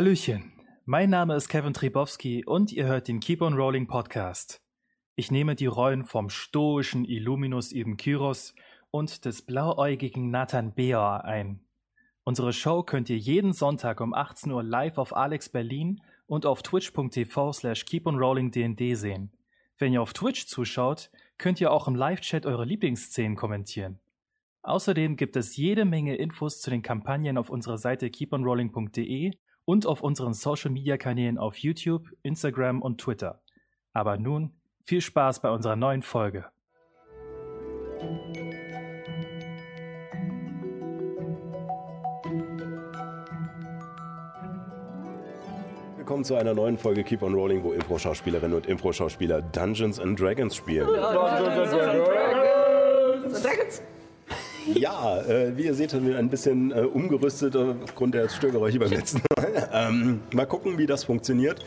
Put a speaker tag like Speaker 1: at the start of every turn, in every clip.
Speaker 1: Hallöchen, mein Name ist Kevin Tribowski und ihr hört den Keep on Rolling Podcast. Ich nehme die Rollen vom stoischen Illuminus Ibn Kyros und des blauäugigen Nathan Beor ein. Unsere Show könnt ihr jeden Sonntag um 18 Uhr live auf Alex Berlin und auf twitch.tv slash keeponrollingdnd sehen. Wenn ihr auf Twitch zuschaut, könnt ihr auch im Live-Chat eure Lieblingsszenen kommentieren. Außerdem gibt es jede Menge Infos zu den Kampagnen auf unserer Seite keeponrolling.de und auf unseren Social-Media-Kanälen auf YouTube, Instagram und Twitter. Aber nun viel Spaß bei unserer neuen Folge.
Speaker 2: Willkommen zu einer neuen Folge Keep on Rolling, wo Impro-Schauspielerinnen und Impro-Schauspieler Dungeons and Dragons spielen. Ja, äh, wie ihr seht, haben wir ein bisschen äh, umgerüstet äh, aufgrund der Störgeräusche beim letzten Mal. Ähm, mal gucken, wie das funktioniert.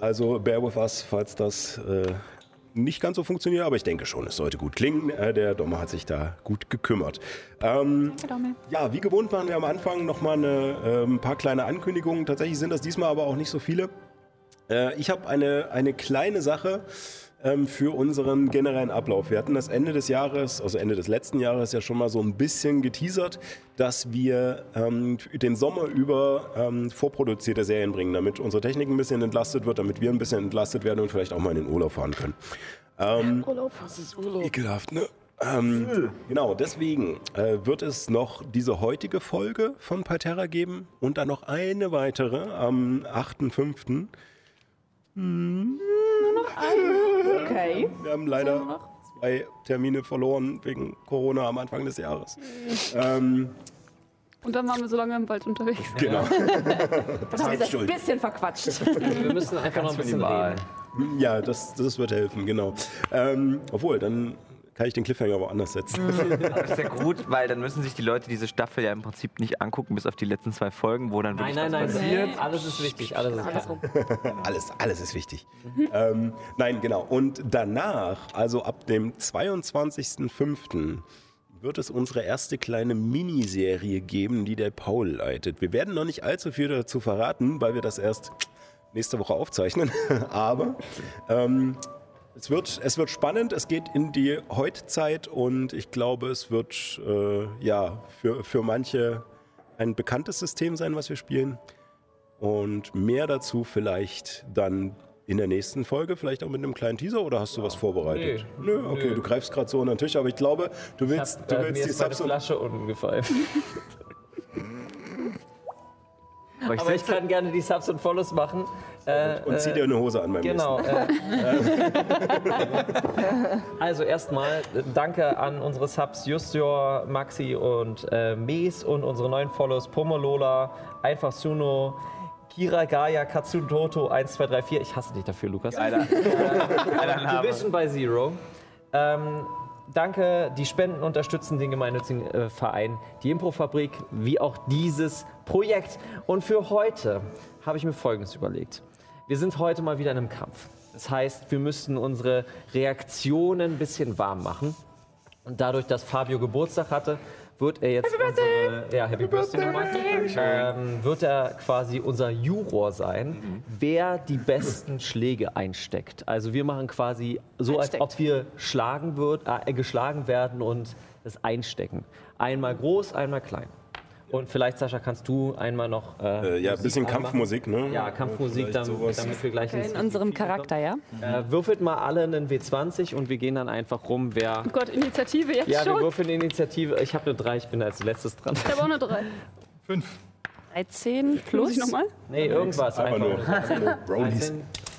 Speaker 2: Also bear with us, falls das äh, nicht ganz so funktioniert, aber ich denke schon, es sollte gut klingen. Äh, der Dommer hat sich da gut gekümmert. Ähm, ja, wie gewohnt waren wir am Anfang nochmal eine, äh, ein paar kleine Ankündigungen. Tatsächlich sind das diesmal aber auch nicht so viele. Äh, ich habe eine, eine kleine Sache ähm, für unseren generellen Ablauf. Wir hatten das Ende des Jahres, also Ende des letzten Jahres ja schon mal so ein bisschen geteasert, dass wir ähm, den Sommer über ähm, vorproduzierte Serien bringen, damit unsere Technik ein bisschen entlastet wird, damit wir ein bisschen entlastet werden und vielleicht auch mal in den Urlaub fahren können. Ähm, Ekelhaft, ne? Ähm, genau, deswegen äh, wird es noch diese heutige Folge von Parterra geben und dann noch eine weitere am 8.5.
Speaker 3: Okay.
Speaker 2: Wir haben leider zwei Termine verloren wegen Corona am Anfang des Jahres. Ähm,
Speaker 4: Und dann waren wir so lange im Wald unterwegs.
Speaker 2: genau.
Speaker 3: Das
Speaker 5: halt
Speaker 3: haben wir jetzt ein
Speaker 2: schuld.
Speaker 3: bisschen verquatscht.
Speaker 6: Wir müssen einfach noch ein bisschen reden.
Speaker 2: Ja, das, das wird helfen, genau. Ähm, obwohl, dann kann ich den Cliffhanger woanders setzen.
Speaker 5: Das ist ja gut, weil dann müssen sich die Leute diese Staffel ja im Prinzip nicht angucken, bis auf die letzten zwei Folgen, wo dann
Speaker 6: Nein,
Speaker 5: wirklich
Speaker 6: nein,
Speaker 5: was
Speaker 6: nein.
Speaker 5: passiert.
Speaker 6: Nee. Alles ist wichtig. Alles ist klar.
Speaker 2: alles, alles ist wichtig. ähm, nein, genau. Und danach, also ab dem 22.05., wird es unsere erste kleine Miniserie geben, die der Paul leitet. Wir werden noch nicht allzu viel dazu verraten, weil wir das erst nächste Woche aufzeichnen. Aber ähm, es, wird, es wird spannend, es geht in die Heutzeit und ich glaube, es wird äh, ja, für, für manche ein bekanntes System sein, was wir spielen. Und mehr dazu vielleicht dann in der nächsten Folge, vielleicht auch mit einem kleinen Teaser oder hast du was vorbereitet? Nö, okay, du greifst gerade so unter den Tisch, aber ich glaube, du willst,
Speaker 6: äh,
Speaker 2: du willst
Speaker 6: mir
Speaker 2: die
Speaker 6: ist meine
Speaker 2: Subs und
Speaker 6: Flasche unten gefallen.
Speaker 5: Aber ich
Speaker 6: Aber ich
Speaker 5: sitze,
Speaker 6: kann gerne die Subs und Follows machen. Äh,
Speaker 2: und zieh dir eine Hose an beim
Speaker 6: Genau. Äh, äh. also erstmal äh, danke an unsere Subs Justior, Maxi und äh, Mes und unsere neuen Follows Pomolola, Einfach Suno, Kira Gaia, Katsutoto 1234. Ich hasse dich dafür, Lukas.
Speaker 5: Name.
Speaker 6: Division by Zero. Ähm, danke, die Spenden unterstützen den gemeinnützigen äh, Verein, die Improfabrik, wie auch dieses Projekt. Und für heute habe ich mir Folgendes überlegt. Wir sind heute mal wieder in einem Kampf. Das heißt, wir müssten unsere Reaktionen ein bisschen warm machen. Und dadurch, dass Fabio Geburtstag hatte, wird er jetzt unsere, ja, Happy Birthday nochmal. ähm, wird er quasi unser Juror sein, wer die besten Schläge einsteckt. Also wir machen quasi so, als
Speaker 3: Einsteckt.
Speaker 6: ob wir schlagen wird, äh, geschlagen werden und es einstecken. Einmal groß, einmal klein. Und vielleicht, Sascha, kannst du einmal noch äh,
Speaker 2: Äh, ja, ein bisschen
Speaker 6: Musik
Speaker 2: Kampfmusik, ne?
Speaker 6: ja, Kampfmusik,
Speaker 2: Vielleicht
Speaker 6: damit,
Speaker 2: sowas.
Speaker 6: damit wir gleich ins-
Speaker 3: In unserem Charakter, ja?
Speaker 6: Äh, würfelt mal alle einen W20 und wir gehen dann einfach rum, wer
Speaker 4: Oh Gott, Initiative jetzt
Speaker 6: ja, wir
Speaker 4: schon.
Speaker 6: würfeln Initiative. Ich habe eine 3, ich bin als letztes dran.
Speaker 4: Ich habe auch eine 3.
Speaker 3: 13
Speaker 4: Muss
Speaker 3: plus.
Speaker 4: ich nochmal?
Speaker 6: Nee, irgendwas
Speaker 2: Einfach nur.
Speaker 6: einfach. Also,
Speaker 2: einfach nur Rollies.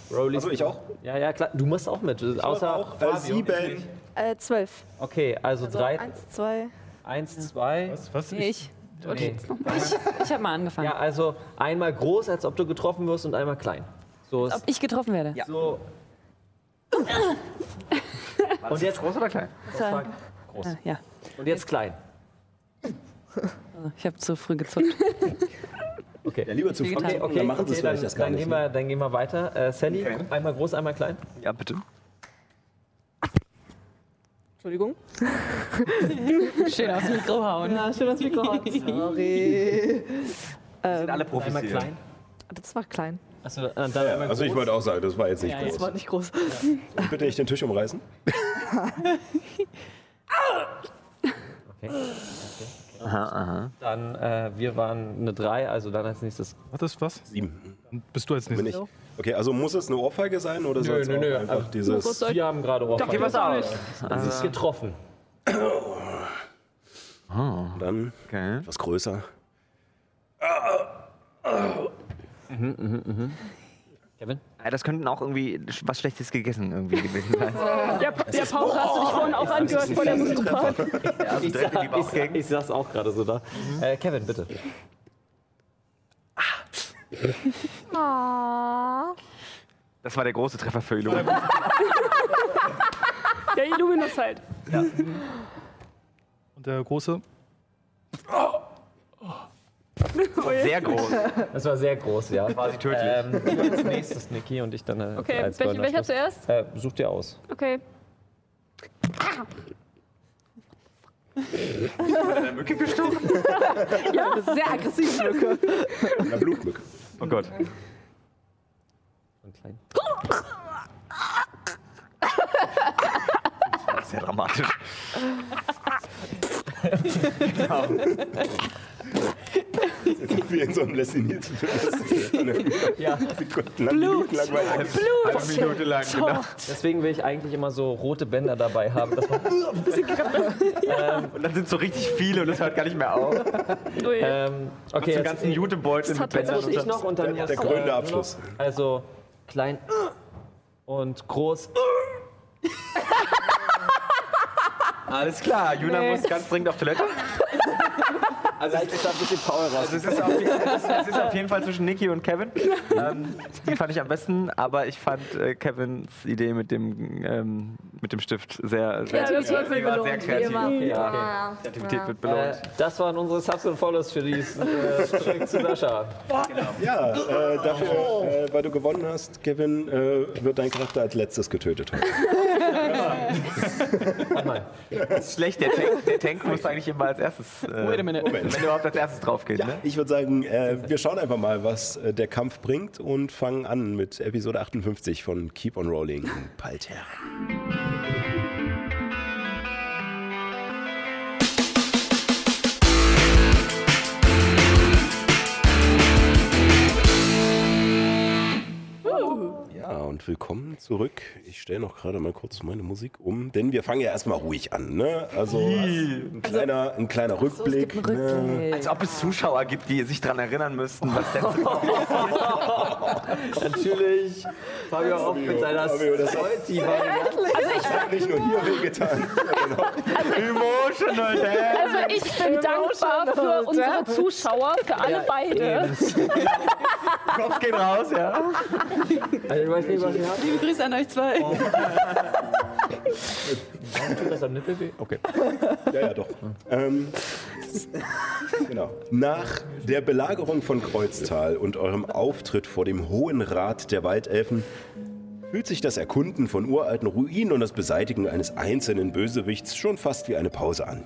Speaker 6: Rollies.
Speaker 2: Also ich auch?
Speaker 6: Ja, ja, klar. Du musst auch mit. außer
Speaker 2: auch äh, sieben.
Speaker 7: Äh, zwölf.
Speaker 6: Okay, also 3,
Speaker 7: Eins, zwei.
Speaker 6: 1, 2.
Speaker 3: Nee, ich. Ich, ich habe mal angefangen.
Speaker 6: Ja, also einmal groß, als ob du getroffen wirst und einmal klein. So
Speaker 3: Ob
Speaker 6: ist
Speaker 3: ich getroffen werde? Ja.
Speaker 6: so. Und jetzt,
Speaker 5: groß oder klein?
Speaker 3: Äh, ja.
Speaker 6: und jetzt klein.
Speaker 3: Also, ich habe zu früh gezupft.
Speaker 2: Ja, lieber zu früh,
Speaker 6: Okay, okay,
Speaker 2: dann machen sie es
Speaker 6: okay,
Speaker 2: vielleicht
Speaker 6: dann,
Speaker 2: erst gar
Speaker 6: dann,
Speaker 2: nicht. ne?
Speaker 6: gehen wir, dann gehen wir weiter. Äh, Sally, einmal groß, einmal klein.
Speaker 5: Ja, bitte.
Speaker 7: Entschuldigung.
Speaker 3: Schön aufs Mikro hauen. Ähm,
Speaker 7: Ja, schön, dass wir Sorry.
Speaker 5: sind alle Profis
Speaker 6: Einmal
Speaker 5: hier.
Speaker 6: klein.
Speaker 7: Das war klein.
Speaker 6: Achso, äh, dann
Speaker 2: Ja,
Speaker 6: einmal
Speaker 2: also ich
Speaker 6: groß.
Speaker 2: wollte auch sagen, das war jetzt nicht
Speaker 6: Ja,
Speaker 2: groß.
Speaker 7: Das war nicht groß.
Speaker 2: Bitte nicht den Tisch umreißen.
Speaker 6: Okay. okay. Dann, äh, wir waren eine 3, also dann als nächstes.
Speaker 1: Hat das was?
Speaker 2: Sieben.
Speaker 1: Dann bist du als
Speaker 2: Bin
Speaker 1: nächstes.
Speaker 2: ich. Okay, also muss es eine Ohrfeige sein oder soll es
Speaker 6: nö,
Speaker 2: auch
Speaker 6: nö,
Speaker 2: einfach
Speaker 6: also-
Speaker 2: dieses...
Speaker 6: Wir haben gerade Ohrfeige.
Speaker 5: Okay, pass auf.
Speaker 6: Das ist getroffen.
Speaker 2: Dann
Speaker 5: Okay.
Speaker 2: etwas größer.
Speaker 6: Kevin?
Speaker 5: Ah, Das könnten auch irgendwie sch- was Schlechtes gegessen irgendwie gewesen sein.
Speaker 4: Ja, Pa- ja Paul, hast du dich vorhin auch angehört von der Muskelpark?
Speaker 5: also
Speaker 6: Ich,
Speaker 5: direkt in die
Speaker 6: sag, ich, sag-
Speaker 5: Bauchgegend.
Speaker 6: ich saß auch gerade so da. Äh, Kevin, bitte.
Speaker 5: Das war der große Treffer für Illumin.
Speaker 4: Ja, Illuminus halt.
Speaker 1: Und der Große?
Speaker 5: Sehr groß.
Speaker 6: Das war sehr groß, ja.
Speaker 5: Quasi tödlich.
Speaker 6: Ähm, du als nächstes Niki und ich dann. äh,
Speaker 4: Okay,
Speaker 6: als
Speaker 4: welche,
Speaker 6: Goldener
Speaker 4: welcher
Speaker 6: Schluss.
Speaker 4: zuerst?
Speaker 6: äh, Such dir aus.
Speaker 4: Okay.
Speaker 7: Sehr aggressiv, Lücke.
Speaker 2: Eine Blutmücke.
Speaker 5: Oh Gott.
Speaker 6: So einen kleinen.
Speaker 5: Sehr dramatisch.
Speaker 2: Wie in so einem lessinierten Film. Das ist ja eine
Speaker 6: Ja,
Speaker 2: Sekunden lang, Minuten lang weiter.
Speaker 5: Eine Minute lang, genau.
Speaker 6: deswegen will ich eigentlich immer so rote Bänder dabei haben. Dass man,
Speaker 5: Und dann sind so richtig viele und das hört gar nicht mehr auf.
Speaker 4: Ui.
Speaker 5: Äh,
Speaker 6: ähm, okay,
Speaker 5: Okay, den
Speaker 6: jetzt,
Speaker 5: ganzen Jutebeutel mit
Speaker 6: jetzt muss
Speaker 5: Bändern
Speaker 6: ich noch und dann
Speaker 2: Der, der
Speaker 6: erst,
Speaker 2: krönende
Speaker 6: äh,
Speaker 2: Abschluss.
Speaker 6: Also klein und groß.
Speaker 5: Alles klar, Juna muss ganz dringend auf Toilette.
Speaker 6: Also ich da ein bisschen Power raus.
Speaker 5: Also es ist auf, je- es ist, es ist auf jeden Fall zwischen Niki und Kevin. Ähm, die fand ich am besten, aber ich fand äh, Kevins Idee mit dem, ähm, mit dem Stift sehr, sehr
Speaker 4: Ja, das wird
Speaker 5: Sie
Speaker 4: mir
Speaker 5: war sehr
Speaker 4: belohnt, wie
Speaker 5: kreativ.
Speaker 4: immer.
Speaker 6: Ja, Ah,
Speaker 5: Kreativität wird
Speaker 6: okay. äh,
Speaker 5: belohnt.
Speaker 6: das waren unsere Subs und Follows für diesen äh, Trick zu Sascha.
Speaker 2: Ja, äh, dafür,
Speaker 7: Oh.
Speaker 2: äh, weil du gewonnen hast, Kevin, äh, wird dein Charakter als letztes getötet.
Speaker 5: Das ist schlecht, der Tank, der Tank muss eigentlich immer als erstes. Äh, Wait a minute. Wenn er überhaupt als erstes drauf geht, ne?
Speaker 2: Ich würde sagen, äh, wir schauen einfach mal, was äh, der Kampf bringt und fangen an mit Episode 58 von Keep on Rolling. Palter. Ja, und willkommen zurück. Ich stelle noch gerade mal kurz meine Musik um, denn wir fangen ja erstmal ruhig an, ne? Also ein kleiner, ein kleiner
Speaker 3: Also, Es
Speaker 2: Rückblick.
Speaker 3: gibt einen
Speaker 2: ne?
Speaker 3: Rückblick.
Speaker 5: Als ob es Zuschauer gibt, die sich daran erinnern müssten, was letzte Woche
Speaker 6: Natürlich. Fabio auch mit seiner
Speaker 2: Fabio, das-
Speaker 6: Salty Variante.
Speaker 2: nicht nur hier wehgetan.
Speaker 5: Emotional Dance.
Speaker 4: Also ich bin dankbar für unsere Zuschauer, für alle beide.
Speaker 5: Kopf geht raus, ja.
Speaker 6: Also ich weiß nicht, was ihr habt.
Speaker 7: Liebe Grüße an euch zwei.
Speaker 6: Tut das am Nippel weh? Okay.
Speaker 2: Ja, ja, doch. Ähm, genau. Nach der Belagerung von Kreuztal und eurem Auftritt vor dem Hohen Rat der Waldelfen fühlt sich das Erkunden von uralten Ruinen und das Beseitigen eines einzelnen Bösewichts schon fast wie eine Pause an.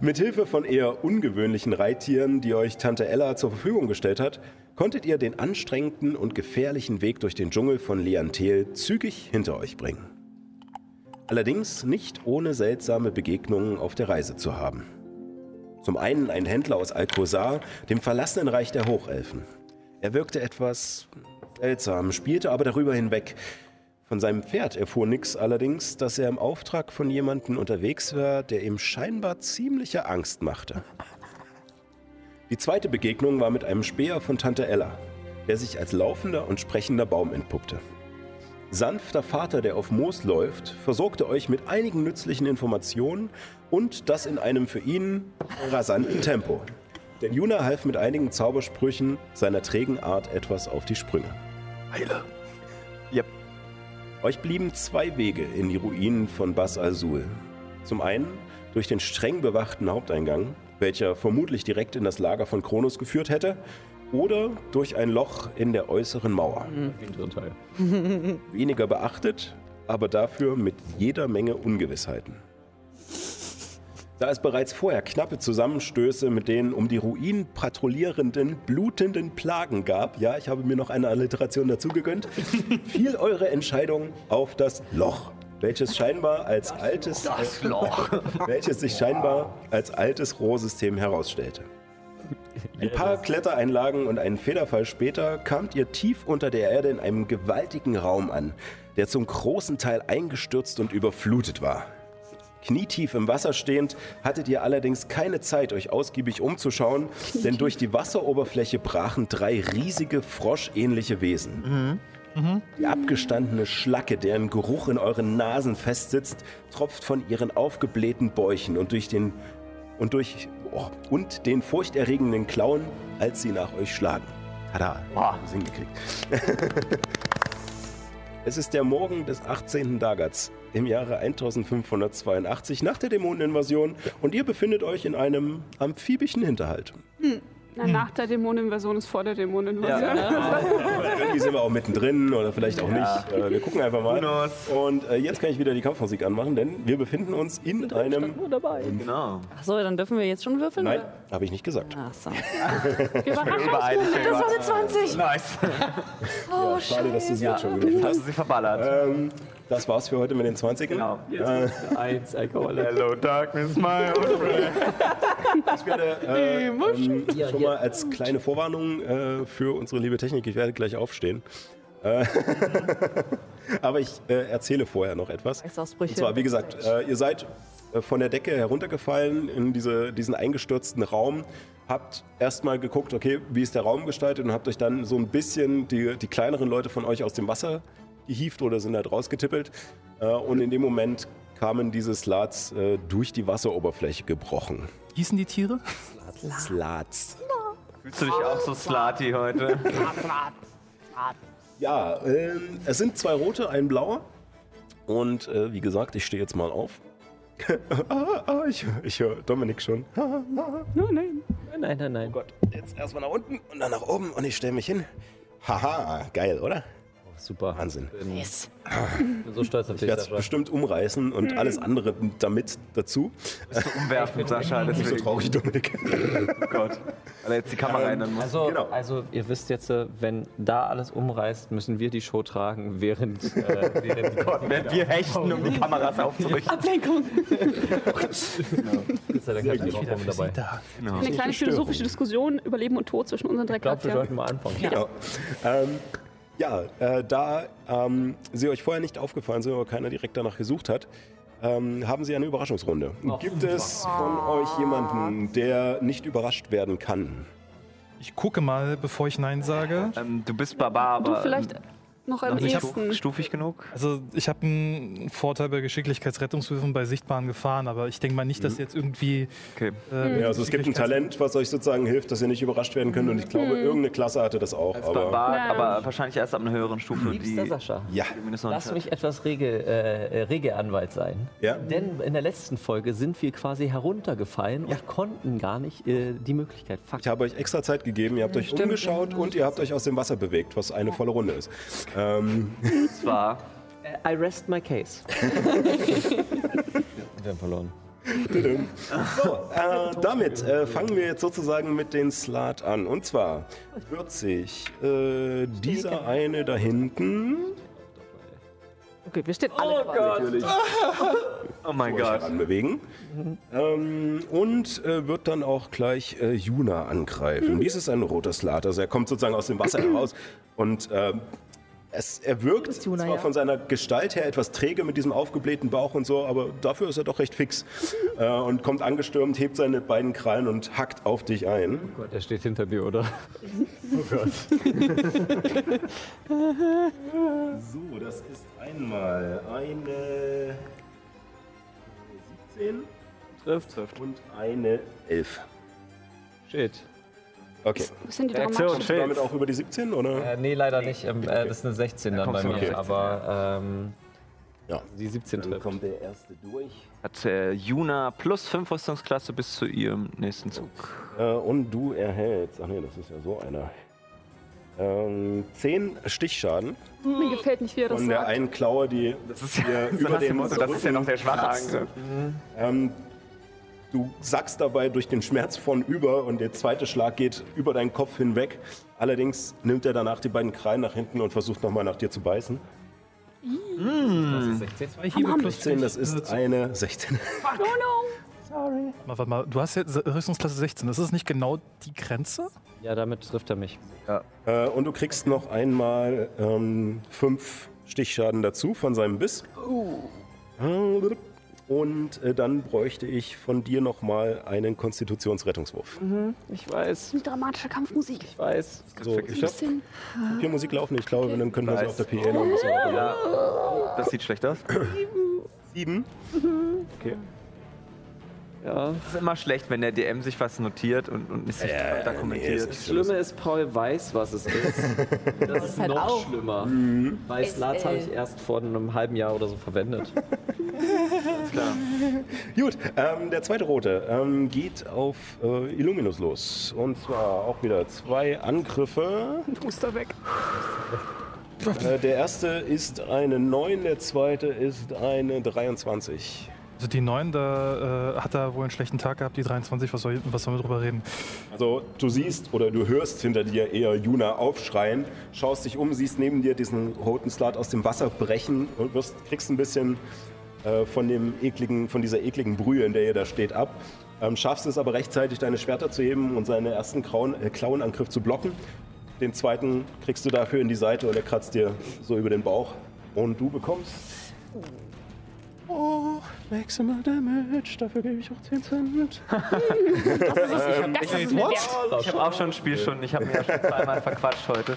Speaker 2: Mithilfe von eher ungewöhnlichen Reittieren, die euch Tante Ella zur Verfügung gestellt hat, konntet ihr den anstrengenden und gefährlichen Weg durch den Dschungel von Leantel zügig hinter euch bringen. Allerdings nicht ohne seltsame Begegnungen auf der Reise zu haben. Zum einen ein Händler aus Alcosar, dem verlassenen Reich der Hochelfen. Er wirkte etwas seltsam, spielte aber darüber hinweg. Von seinem Pferd erfuhr Nix allerdings, dass er im Auftrag von jemandem unterwegs war, der ihm scheinbar ziemliche Angst machte. Die zweite Begegnung war mit einem Speer von Tante Ella, der sich als laufender und sprechender Baum entpuppte. Sanfter Vater, der auf Moos läuft, versorgte euch mit einigen nützlichen Informationen und das in einem für ihn rasanten Tempo. Denn Juna half mit einigen Zaubersprüchen seiner trägen Art etwas auf die Sprünge.
Speaker 5: Yep.
Speaker 2: Euch blieben zwei Wege in die Ruinen von Bas al-Sul. Zum einen durch den streng bewachten Haupteingang, welcher vermutlich direkt in das Lager von Kronos geführt hätte, oder durch ein Loch in der äußeren Mauer.
Speaker 6: Hinteren Teil.
Speaker 2: weniger beachtet, aber dafür mit jeder Menge Ungewissheiten. Da es bereits vorher knappe Zusammenstöße mit den um die Ruinen patrouillierenden, blutenden Plagen gab, ja, ich habe mir noch eine Alliteration dazu gegönnt, fiel eure Entscheidung auf das Loch, welches scheinbar als altes welches sich scheinbar als altes Rohrsystem herausstellte. Ein paar Klettereinlagen und einen Federfall später kamt ihr tief unter der Erde in einem gewaltigen Raum an, der zum großen Teil eingestürzt und überflutet war. Knietief im Wasser stehend, hattet ihr allerdings keine Zeit, euch ausgiebig umzuschauen, denn durch die Wasseroberfläche brachen drei riesige, froschähnliche Wesen. Die abgestandene Schlacke, deren Geruch in euren Nasen festsitzt, tropft von ihren aufgeblähten Bäuchen und durch den und durch oh, und den furchterregenden Klauen, als sie nach euch schlagen. Tada, haben's hingekriegt. Es ist der Morgen des 18. Dagats im Jahre 1582 nach der Dämoneninvasion und ihr befindet euch in einem amphibischen Hinterhalt.
Speaker 4: Na, nach der Dämoneninvasion ist vor der Dämoneninvasion.
Speaker 2: Irgendwie sind wir auch mittendrin oder vielleicht auch nicht. Äh, wir gucken einfach mal.
Speaker 5: Who knows?
Speaker 2: Und äh, jetzt kann ich wieder die Kampfmusik anmachen, denn wir befinden uns in einem.
Speaker 5: Genau.
Speaker 3: Achso, dann dürfen wir jetzt schon würfeln?
Speaker 2: Nein,
Speaker 3: oder?
Speaker 2: habe ich nicht gesagt.
Speaker 3: Ach so.
Speaker 5: Überall. Das war eine
Speaker 7: 20.
Speaker 5: Nice.
Speaker 2: Ja, schade, dass du es jetzt schon gelesen hast.
Speaker 5: Hast du sie verballert?
Speaker 2: Ähm, das war's für heute mit den 20ern.
Speaker 5: Genau.
Speaker 2: Äh,
Speaker 6: Eins, Alkohol.
Speaker 5: Hello darkness, my old friend.
Speaker 2: ich werde äh, ähm, schon mal als kleine Vorwarnung äh, für unsere liebe Technik, ich werde gleich aufstehen. Äh, aber ich äh, erzähle vorher noch etwas.
Speaker 3: Eissausbrüche.
Speaker 2: Und zwar, wie gesagt, äh, ihr seid äh, von der Decke heruntergefallen in diese, diesen eingestürzten Raum, habt erstmal geguckt, okay, wie ist der Raum gestaltet und habt euch dann so ein bisschen die, die kleineren Leute von euch aus dem Wasser gehievt oder sind halt rausgetippelt. Äh, und in dem Moment kamen diese Slats äh, durch die Wasseroberfläche gebrochen.
Speaker 1: Hießen die Tiere?
Speaker 2: Slats.
Speaker 5: Fühlst du dich auch so slutty heute?
Speaker 2: Ja, ähm, es sind zwei rote, ein blauer. Und äh, wie gesagt, ich stehe jetzt mal auf. ah, ah, ich ich höre Dominik schon.
Speaker 6: Nein, nein, nein.
Speaker 2: Gott, jetzt erstmal nach unten und dann nach oben und ich stelle mich hin. Haha, geil, oder?
Speaker 6: Super.
Speaker 2: Wahnsinn.
Speaker 6: Ich bin so stolz auf
Speaker 2: Ich
Speaker 6: dich,
Speaker 2: werde es
Speaker 6: Sascha.
Speaker 2: bestimmt umreißen und alles andere damit dazu.
Speaker 5: Bist du umwerfend, Sascha?
Speaker 2: Nicht so
Speaker 5: Deswegen.
Speaker 2: traurig, Dominik.
Speaker 5: Oh Gott. Weil er jetzt die Kamera ändern muss.
Speaker 6: Also,
Speaker 2: Genau.
Speaker 6: also, ihr wisst jetzt, äh, wenn da alles umreißt, müssen wir die Show tragen, während, äh, während die Gott,
Speaker 5: Während wir hechten, um die Kameras aufzurichten.
Speaker 6: dann kann ich
Speaker 1: Wieder für
Speaker 6: dabei.
Speaker 1: sie da.
Speaker 4: Eine kleine philosophische Diskussion über Leben und Tod zwischen unseren drei
Speaker 6: Ich glaube, wir
Speaker 4: Charakteren.
Speaker 6: sollten mal anfangen.
Speaker 2: Genau. Ähm, ja, äh, da ähm, sie euch vorher nicht aufgefallen sind oder keiner direkt danach gesucht hat, ähm, haben sie eine Überraschungsrunde. Gibt es von euch jemanden, der nicht überrascht werden kann?
Speaker 1: Ich gucke mal, bevor ich Nein sage.
Speaker 5: Ähm, du bist Barbar, aber. ähm,
Speaker 4: Du vielleicht noch am
Speaker 5: noch nicht
Speaker 4: ehesten.
Speaker 5: stu- stufig genug?
Speaker 1: Also ich habe einen Vorteil bei Geschicklichkeitsrettungswürfen bei sichtbaren Gefahren, aber ich denke mal nicht, dass jetzt irgendwie...
Speaker 5: Okay.
Speaker 1: Äh,
Speaker 2: Ja, also es gibt ein Talent, was euch sozusagen hilft, dass ihr nicht überrascht werden könnt. Und ich glaube, irgendeine Klasse hatte das auch. Aber
Speaker 5: Barbar,
Speaker 4: Ja.
Speaker 5: aber wahrscheinlich erst ab einer höcheren Stufe.
Speaker 6: Liebster
Speaker 5: die-
Speaker 6: Sascha,
Speaker 2: ja,
Speaker 5: die Minus noch
Speaker 6: lass
Speaker 5: nicht
Speaker 6: mich etwas rege, äh, äh, rege Anwalt sein.
Speaker 2: ja.
Speaker 6: Denn in der letzten Folge sind wir quasi heruntergefallen und konnten gar nicht äh, die Möglichkeit. Fuck.
Speaker 2: Ich habe euch extra Zeit gegeben, ihr habt euch umgeschaut und ihr habt euch aus dem Wasser bewegt, was eine volle Runde ist. Ähm,
Speaker 5: hat. Zwar.
Speaker 6: Äh, I rest my case. wir haben verloren.
Speaker 2: äh, damit äh, fangen wir jetzt sozusagen mit den Slat an. Und zwar wird sich äh, dieser eine da hinten
Speaker 7: Okay, wir stehen alle. quasi.
Speaker 5: Oh mein
Speaker 2: euch
Speaker 5: Gott.
Speaker 2: anbewegen ähm, und äh, wird dann auch gleich äh, Juna angreifen. Dies ist ein roter Slat, also er kommt sozusagen aus dem Wasser heraus und ähm, es, er wirkt
Speaker 7: Juna,
Speaker 2: zwar
Speaker 7: ja.
Speaker 2: von seiner Gestalt her etwas träge mit diesem aufgeblähten Bauch und so, aber dafür ist er doch recht fix äh, und kommt angestürmt, hebt seine beiden Krallen und hackt auf dich ein.
Speaker 6: Gott, der steht hinter mir, oder?
Speaker 2: So, das ist einmal eine 17
Speaker 6: Trifft.
Speaker 2: und eine 11.
Speaker 6: Shit.
Speaker 2: Okay.
Speaker 4: Was sind die
Speaker 5: Reaktion,
Speaker 4: dramatischen?
Speaker 5: Shit.
Speaker 2: Damit auch über die 17, oder?
Speaker 6: Äh, nee, leider nicht. Ähm, äh, das ist eine 16 dann bei
Speaker 5: kommst
Speaker 6: mir,
Speaker 5: du noch.
Speaker 6: aber ähm,
Speaker 2: Ja.
Speaker 6: die 17
Speaker 2: Dann
Speaker 6: trifft.
Speaker 2: kommt der erste durch.
Speaker 5: Hat äh, Juna plus 5 Rüstungsklasse bis zu ihrem nächsten Zug.
Speaker 2: Äh, und du erhältst, ach nee, das ist ja so einer. Ähm, 10 Stichschaden
Speaker 4: Mir gefällt nicht, wie er das
Speaker 2: von der
Speaker 4: sagt.
Speaker 2: einen Klaue, die
Speaker 5: Das ist
Speaker 2: ja über
Speaker 5: nach dem
Speaker 2: dem
Speaker 5: Motto, das ist ja noch der schwache Angriff.
Speaker 2: Ähm, Du sackst dabei durch den Schmerz von über und der zweite Schlag geht über deinen Kopf hinweg. Allerdings nimmt er danach die beiden Krallen nach hinten und versucht nochmal nach dir zu beißen.
Speaker 6: Das ist 16.
Speaker 1: Zwei Hiebe plus
Speaker 2: 16, das ist eine 16.
Speaker 1: Mal, warte mal, du hast ja Rüstungsklasse 16. Das ist nicht genau die Grenze?
Speaker 6: Ja, damit trifft er mich.
Speaker 2: Äh, und du kriegst noch einmal ähm, fünf Stichschaden dazu von seinem Biss. Und äh, dann bräuchte ich von dir nochmal einen Konstitutionsrettungswurf.
Speaker 5: Ich weiß,
Speaker 4: Dramatische Kampfmusik.
Speaker 5: ich weiß.
Speaker 2: So, ich hab
Speaker 4: Bisschen.
Speaker 2: hier Musik laufen. Ich glaube, dann können wir sie
Speaker 5: Nice.
Speaker 2: auf der PA noch ein bisschen weiter-
Speaker 5: Das sieht schlecht aus.
Speaker 2: Sieben.
Speaker 5: Ja. Es ist immer schlecht, wenn der DM sich was notiert und, und nicht sich da kommentiert.
Speaker 2: ist-
Speaker 6: Das Schlimme ist, Paul weiß, was es ist. Das ist
Speaker 7: halt
Speaker 6: noch
Speaker 7: auch.
Speaker 6: schlimmer. Weil Slats habe ich erst vor einem halben Jahr oder so verwendet.
Speaker 2: Gut, ähm, der zweite rote ähm, geht auf äh, Illuminus los. Und zwar auch wieder zwei Angriffe.
Speaker 4: Booster weg.
Speaker 2: Äh, der erste ist eine 9, der zweite ist eine 23.
Speaker 1: Also die 9, da äh, hat er wohl einen schlechten Tag gehabt. Die 23, was soll, was sollen wir drüber reden?
Speaker 2: Also du siehst oder du hörst hinter dir eher Juna aufschreien, schaust dich um, siehst neben dir diesen roten Slat aus dem Wasser brechen und wirst, kriegst ein bisschen äh, von, dem ekligen, von dieser ekligen Brühe, in der ihr da steht, ab. Ähm, schaffst es aber rechtzeitig, deine Schwerter zu heben und seinen ersten Krauen, äh, Klauenangriff zu blocken. Den zweiten kriegst du dafür in die Seite und er kratzt dir so über den Bauch. Und du bekommst... Oh, maximal damage, dafür gebe ich auch 10 Cent.
Speaker 4: Das ist, das ist mir wert.
Speaker 5: Ich habe auch schon ein Spiel schon, ich habe mir ja schon zweimal verquatscht heute.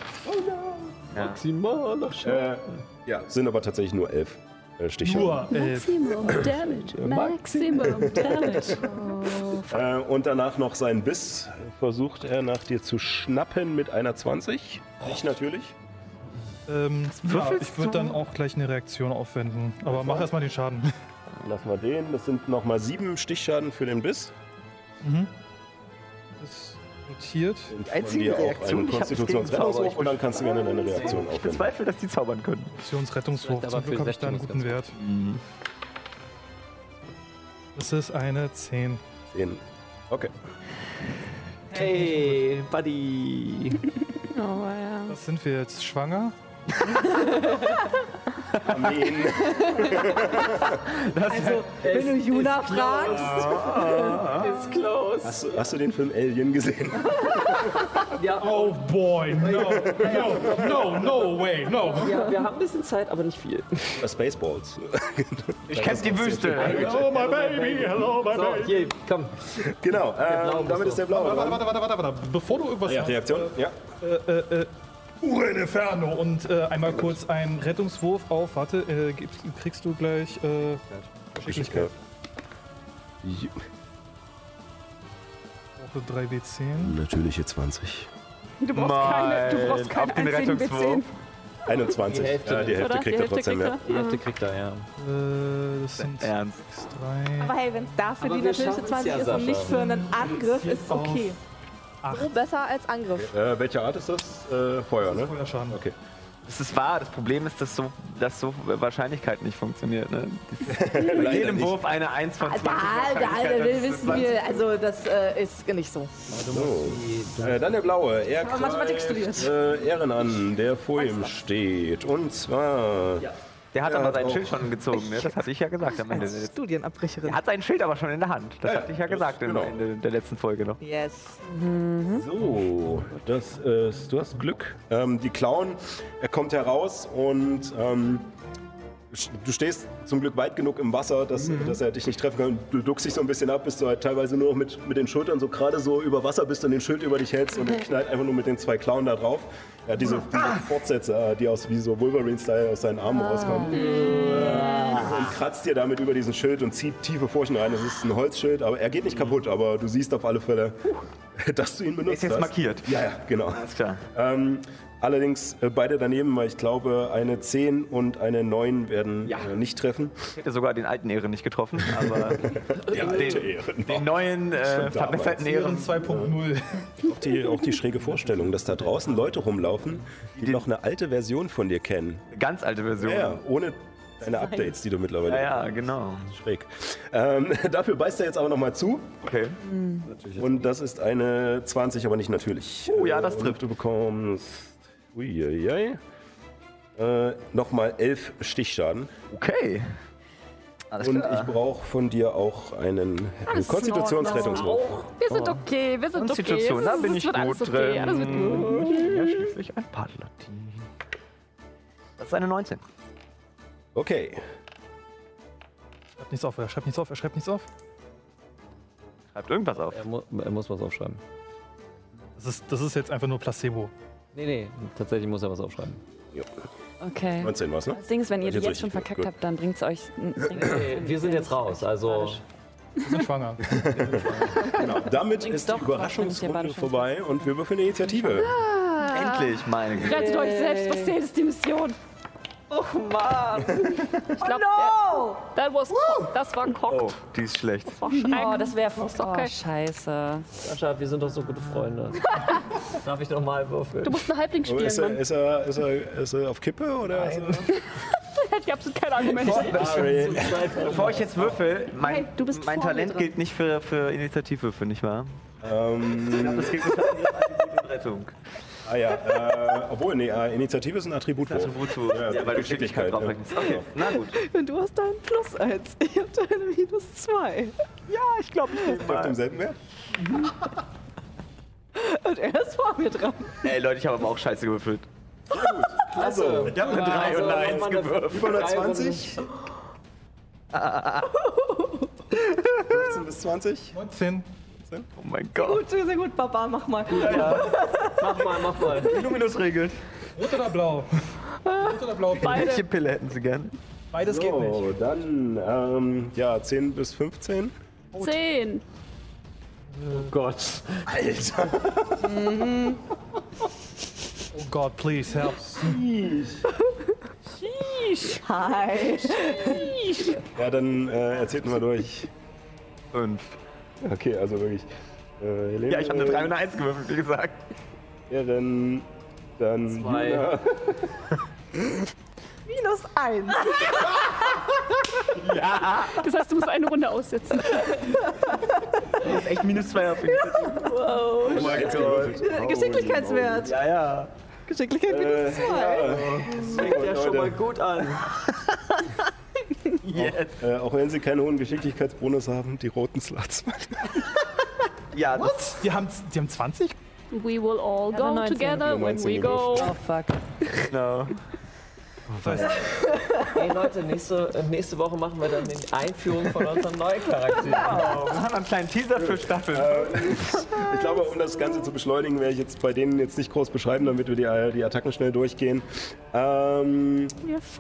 Speaker 6: Maximaler Schaden.
Speaker 2: Äh, ja, sind aber tatsächlich nur 11 äh, Stiche.
Speaker 1: Nur 11.
Speaker 4: Maximum Damage. Maximum Damage. Oh,
Speaker 2: Äh, und danach noch seinen Biss versucht er nach dir zu schnappen mit einer 20. Nicht natürlich.
Speaker 1: Ähm, ja,
Speaker 5: würfelst
Speaker 1: ich würde dann auch gleich eine Reaktion aufwenden. Aber mach erstmal den Schaden.
Speaker 2: Lassen wir den. Das sind nochmal 7 Stichschaden für den Biss.
Speaker 1: Ist notiert.
Speaker 2: Und
Speaker 5: einzige
Speaker 2: von dir
Speaker 5: Reaktion,
Speaker 2: auch einen
Speaker 5: ich hab's gegen Zauber, ich
Speaker 2: Konstitutionsrettungswurf. Und dann kannst du gerne deine Reaktion
Speaker 5: Ich
Speaker 2: aufwenden.
Speaker 5: bezweifle, dass die zaubern können.
Speaker 1: Optionsrettungswurf.
Speaker 6: Vielleicht
Speaker 1: Zum
Speaker 6: aber
Speaker 1: Glück
Speaker 6: für
Speaker 1: habe ich da einen guten
Speaker 6: Sechzehn
Speaker 1: Wert. Das ist eine 10.
Speaker 2: Zehn. Okay.
Speaker 6: Hey, Buddy.
Speaker 1: Was sind wir jetzt? Schwanger?
Speaker 2: Amen.
Speaker 3: Also, wenn du Juna fragst,
Speaker 6: It's close.
Speaker 2: hast, du- hast du den Film Alien gesehen?
Speaker 6: Ja,
Speaker 1: Oh boy, no, no, no, no way, no.
Speaker 6: ja, wir haben ein bisschen Zeit, aber nicht viel.
Speaker 2: Äh, Spaceballs.
Speaker 5: Ich kenne die Wüste.
Speaker 1: Hello my baby, hello my
Speaker 6: So, hier, komm.
Speaker 2: genau.
Speaker 6: Blau
Speaker 2: Ähm,
Speaker 6: muss
Speaker 2: damit
Speaker 6: noch.
Speaker 2: ist der blaue.
Speaker 1: Warte,
Speaker 2: dran.
Speaker 1: warte, warte, warte, warte. Bevor du irgendwas
Speaker 2: Ja, Reaktion? Ja.
Speaker 1: äh, äh, Ure in Inferno und äh, einmal kurz einen Rettungswurf auf. Warte, äh, gibst- kriegst du gleich äh, Geschicklichkeit.
Speaker 2: Ju-
Speaker 1: Brauche 3W10.
Speaker 2: Natürliche 20.
Speaker 4: Du brauchst keine, du brauchst keinen
Speaker 5: auf den
Speaker 4: einzigen
Speaker 5: Rettungswurf.
Speaker 4: B10.
Speaker 2: 21.
Speaker 6: Die Hälfte
Speaker 2: ja, die
Speaker 6: nicht,
Speaker 2: Hälfte
Speaker 4: Oder?
Speaker 2: kriegt er trotzdem
Speaker 4: kriegt
Speaker 2: mehr.
Speaker 4: er.
Speaker 6: Die Hälfte kriegt er, ja.
Speaker 1: Äh, das sind
Speaker 5: Ernst.
Speaker 1: 3,
Speaker 7: Aber hey, wenn es dafür
Speaker 6: Aber
Speaker 7: die
Speaker 6: wir
Speaker 7: natürliche
Speaker 6: schaffen's
Speaker 7: 20
Speaker 6: ja,
Speaker 7: ist
Speaker 6: Sascha.
Speaker 7: und nicht für einen Angriff, ist es okay. So besser als Angriff.
Speaker 2: Äh, welche Art ist das? Äh, Feuer, ne?
Speaker 1: Feuerschaden.
Speaker 2: Okay.
Speaker 5: Das ist wahr. Das Problem ist, dass so, dass so Wahrscheinlichkeit nicht funktioniert. Ne? Bei
Speaker 2: Leider
Speaker 5: jedem
Speaker 2: nicht.
Speaker 5: Wurf eine 1 von
Speaker 4: Also,
Speaker 5: 20.
Speaker 7: Da, da, da wissen wir, also das äh, ist nicht so.
Speaker 2: So. Äh, dann der blaue. Er
Speaker 7: habe Mathematik
Speaker 2: greift, äh, Ehren an, der vor ihm steht. Und zwar
Speaker 5: Der hat
Speaker 2: Ja,
Speaker 5: aber sein
Speaker 2: auch.
Speaker 5: Schild schon gezogen. Ne? Das hatte ich ja gesagt am Ende.
Speaker 7: Studienabbrecherin.
Speaker 5: Er hat sein Schild aber schon in der Hand. Das hatte ich ja
Speaker 2: das-
Speaker 5: gesagt am
Speaker 2: genau.
Speaker 5: Ende der letzten Folge noch.
Speaker 7: Yes.
Speaker 2: so. Das ist, du hast Glück. Ähm, die Clown, er kommt heraus und ähm, sch- du stehst zum Glück weit genug im Wasser, dass,
Speaker 5: Mhm.
Speaker 2: dass er dich nicht treffen kann. Du duckst dich so ein bisschen ab, bis du halt teilweise nur noch mit, mit den Schultern so gerade so über Wasser bist und den Schild über dich hältst und er knallt einfach nur mit den zwei Clown da drauf. Er hat diese,
Speaker 5: Ah.
Speaker 2: diese Fortsätze, äh, die aus wie so Wolverine-Style aus seinen Armen rauskommen. und kratzt dir damit über diesen Schild und zieht tiefe Furchen rein. Es ist ein Holzschild, aber er geht nicht kaputt, aber du siehst auf alle Fälle, dass du ihn benutzt
Speaker 5: Ist jetzt
Speaker 2: hast.
Speaker 5: markiert.
Speaker 2: Ja, ja, genau.
Speaker 5: Alles klar.
Speaker 2: Ähm, allerdings äh, beide daneben, weil ich glaube, eine 10 und eine 9 werden äh, nicht treffen.
Speaker 5: Ich hätte sogar den alten Ehren nicht getroffen, aber
Speaker 2: Die alte Ehren.
Speaker 5: den neuen äh, verbesserten Ehren.
Speaker 1: Ehren 2.0.
Speaker 2: Auch die, auch die schräge Vorstellung, dass da draußen Leute rumlaufen, die noch eine alte Version von dir kennen.
Speaker 5: Ganz alte Version.
Speaker 2: Ja, ohne Deine Updates, die du mittlerweile
Speaker 5: Ja, ja, genau.
Speaker 2: schräg. Ähm, dafür beißt er jetzt aber nochmal zu.
Speaker 5: Okay.
Speaker 2: Und das ist eine 20, aber nicht natürlich. Äh,
Speaker 5: Oh ja, das
Speaker 2: Und
Speaker 5: trifft.
Speaker 2: Du bekommst uiuiui, äh, nochmal 11 Stichschaden.
Speaker 5: Okay. Alles
Speaker 2: Und
Speaker 5: klar.
Speaker 2: ich brauche von dir auch einen
Speaker 3: Ah,
Speaker 2: Konstitutionsrettungswurf.
Speaker 4: Wir sind okay, wir sind okay.
Speaker 5: Konstitution, da
Speaker 4: Es
Speaker 5: bin
Speaker 4: ist-
Speaker 5: ich
Speaker 4: wird alles
Speaker 5: gut
Speaker 4: okay,
Speaker 5: drin.
Speaker 4: Alles wird gut.
Speaker 5: Ich bin ja schließlich ein Paladin. Das ist eine 19.
Speaker 2: Okay.
Speaker 1: Schreibt nichts auf, er schreibt nichts auf, er schreibt nichts auf.
Speaker 5: Schreibt irgendwas auf.
Speaker 6: Er, mu er muss was aufschreiben.
Speaker 1: Das ist, das ist jetzt einfach nur Placebo.
Speaker 6: Nee, nee, tatsächlich muss er was aufschreiben.
Speaker 2: Jo.
Speaker 3: Okay.
Speaker 2: 19 war's, ne?
Speaker 3: Das Ding ist, wenn ihr
Speaker 2: Hab
Speaker 3: die
Speaker 2: ich
Speaker 3: jetzt
Speaker 2: jetzt
Speaker 3: schon
Speaker 2: richtig
Speaker 3: verkackt
Speaker 2: gut.
Speaker 3: habt, dann bringt's euch. bringt's
Speaker 6: Nee, wir sind jetzt raus, also
Speaker 1: Wir sind schwanger.
Speaker 2: Genau. Damit
Speaker 3: Bring's
Speaker 2: ist die
Speaker 3: doch, was, wenn ich dir
Speaker 2: Überraschungsrunde
Speaker 3: Badeschwanz
Speaker 2: vorbei und wir würfeln die Initiative.
Speaker 5: Endlich, meine Güte.
Speaker 4: Rettet euch selbst, was zählt ist die Mission.
Speaker 5: Oh Mann.
Speaker 4: Ich glaub, Oh, no! That was, das war cocked.
Speaker 5: Oh, die ist schlecht.
Speaker 4: Oh, Schreck.
Speaker 3: Oh, das wäre okay.
Speaker 4: okay.
Speaker 3: Oh, scheiße.
Speaker 6: Sascha, wir sind doch so gute Freunde. Darf ich nochmal würfeln?
Speaker 4: Du musst einen Halbling
Speaker 2: Aber Oh,
Speaker 4: spielen,
Speaker 2: Ist er,
Speaker 4: Mann.
Speaker 2: ist, er, ist, er, ist er auf Kippe Ah, oder? ist
Speaker 4: Ich hab absolut kein Argument.
Speaker 2: er- Sorry.
Speaker 5: Bevor ich jetzt würfel, mein,
Speaker 4: Hey, du bist
Speaker 5: mein
Speaker 4: vor mir
Speaker 5: Talent
Speaker 4: dran.
Speaker 5: gilt nicht für, für Initiativwürfe, nicht wahr?
Speaker 2: ähm,
Speaker 5: Das gilt nur für Angebot und Rettung.
Speaker 2: ah ja, äh, obwohl, nee, äh, Initiative ist ein Attribut.
Speaker 5: Also wozu? Ja, weil du Geschicklichkeit
Speaker 2: Geschicklichkeit,
Speaker 5: drauf rechnest. Okay,
Speaker 2: Also.
Speaker 5: na gut.
Speaker 7: Und du hast deinen Plus 1. Ich hab deinen Minus 2.
Speaker 5: Ja, Ah, ich glaube nicht.
Speaker 2: Auf demselben Wert?
Speaker 7: Und er ist vor mir dran.
Speaker 5: Ey Leute, ich habe aber auch scheiße gewürfelt.
Speaker 2: Also, ich habe eine 3 und eine 1
Speaker 6: nochmal eine
Speaker 2: gewürfelt. Über eine 20? 15 bis 20?
Speaker 1: 19.
Speaker 5: Oh mein Gott.
Speaker 7: Gut, sehr gut. Baba, mach mal.
Speaker 6: Mach mal, mach mal.
Speaker 5: Luminus regelt.
Speaker 1: Rot oder blau? Rot oder blau?
Speaker 5: Welche Pille hätten sie gern?
Speaker 1: Beides geht nicht.
Speaker 2: So, dann, ähm, ja, 10 bis 15.
Speaker 4: Zehn.
Speaker 6: Gott.
Speaker 2: Alter.
Speaker 1: Oh God, please help.
Speaker 7: Hi.
Speaker 2: Ja, dann äh, erzählt mal durch.
Speaker 5: Fünf.
Speaker 2: Okay, also wirklich. Äh, Helene,
Speaker 5: Ja, ich habe eine 3 und eine 1 gewürfelt, wie gesagt.
Speaker 2: Ja, dann. Dann.
Speaker 6: Zwei.
Speaker 2: Ja,
Speaker 7: Minus 1.
Speaker 4: Das heißt, du musst eine Runde aussetzen.
Speaker 5: Das ist echt minus 2 auf Initiative.
Speaker 2: oh mein Gott.
Speaker 7: Geschicklichkeitswert.
Speaker 5: Ja, ja.
Speaker 7: Geschicklichkeit
Speaker 2: Äh,
Speaker 7: minus 2.
Speaker 2: ja.
Speaker 6: Fängt ja
Speaker 2: Leute.
Speaker 6: schon mal gut an.
Speaker 5: Yes.
Speaker 2: Äh, auch wenn sie keinen hohen Geschicklichkeitsbonus haben, die roten Sluts.
Speaker 5: Ja, das
Speaker 1: Die haben, die haben 20?
Speaker 4: We will all
Speaker 3: Ja,
Speaker 4: go
Speaker 3: 19.
Speaker 4: together when we
Speaker 2: 19
Speaker 4: go.
Speaker 3: Oh, fuck.
Speaker 5: genau.
Speaker 6: Hey Leute, nächste, äh, nächste Woche machen wir dann die Einführung von unseren neuen Charakteren.
Speaker 5: Oh, wir haben einen kleinen Teaser für Staffel.
Speaker 2: Ich glaube, um das Ganze zu beschleunigen, werde ich jetzt bei denen jetzt nicht groß beschreiben, damit wir die, die Attacken schnell durchgehen. Ähm,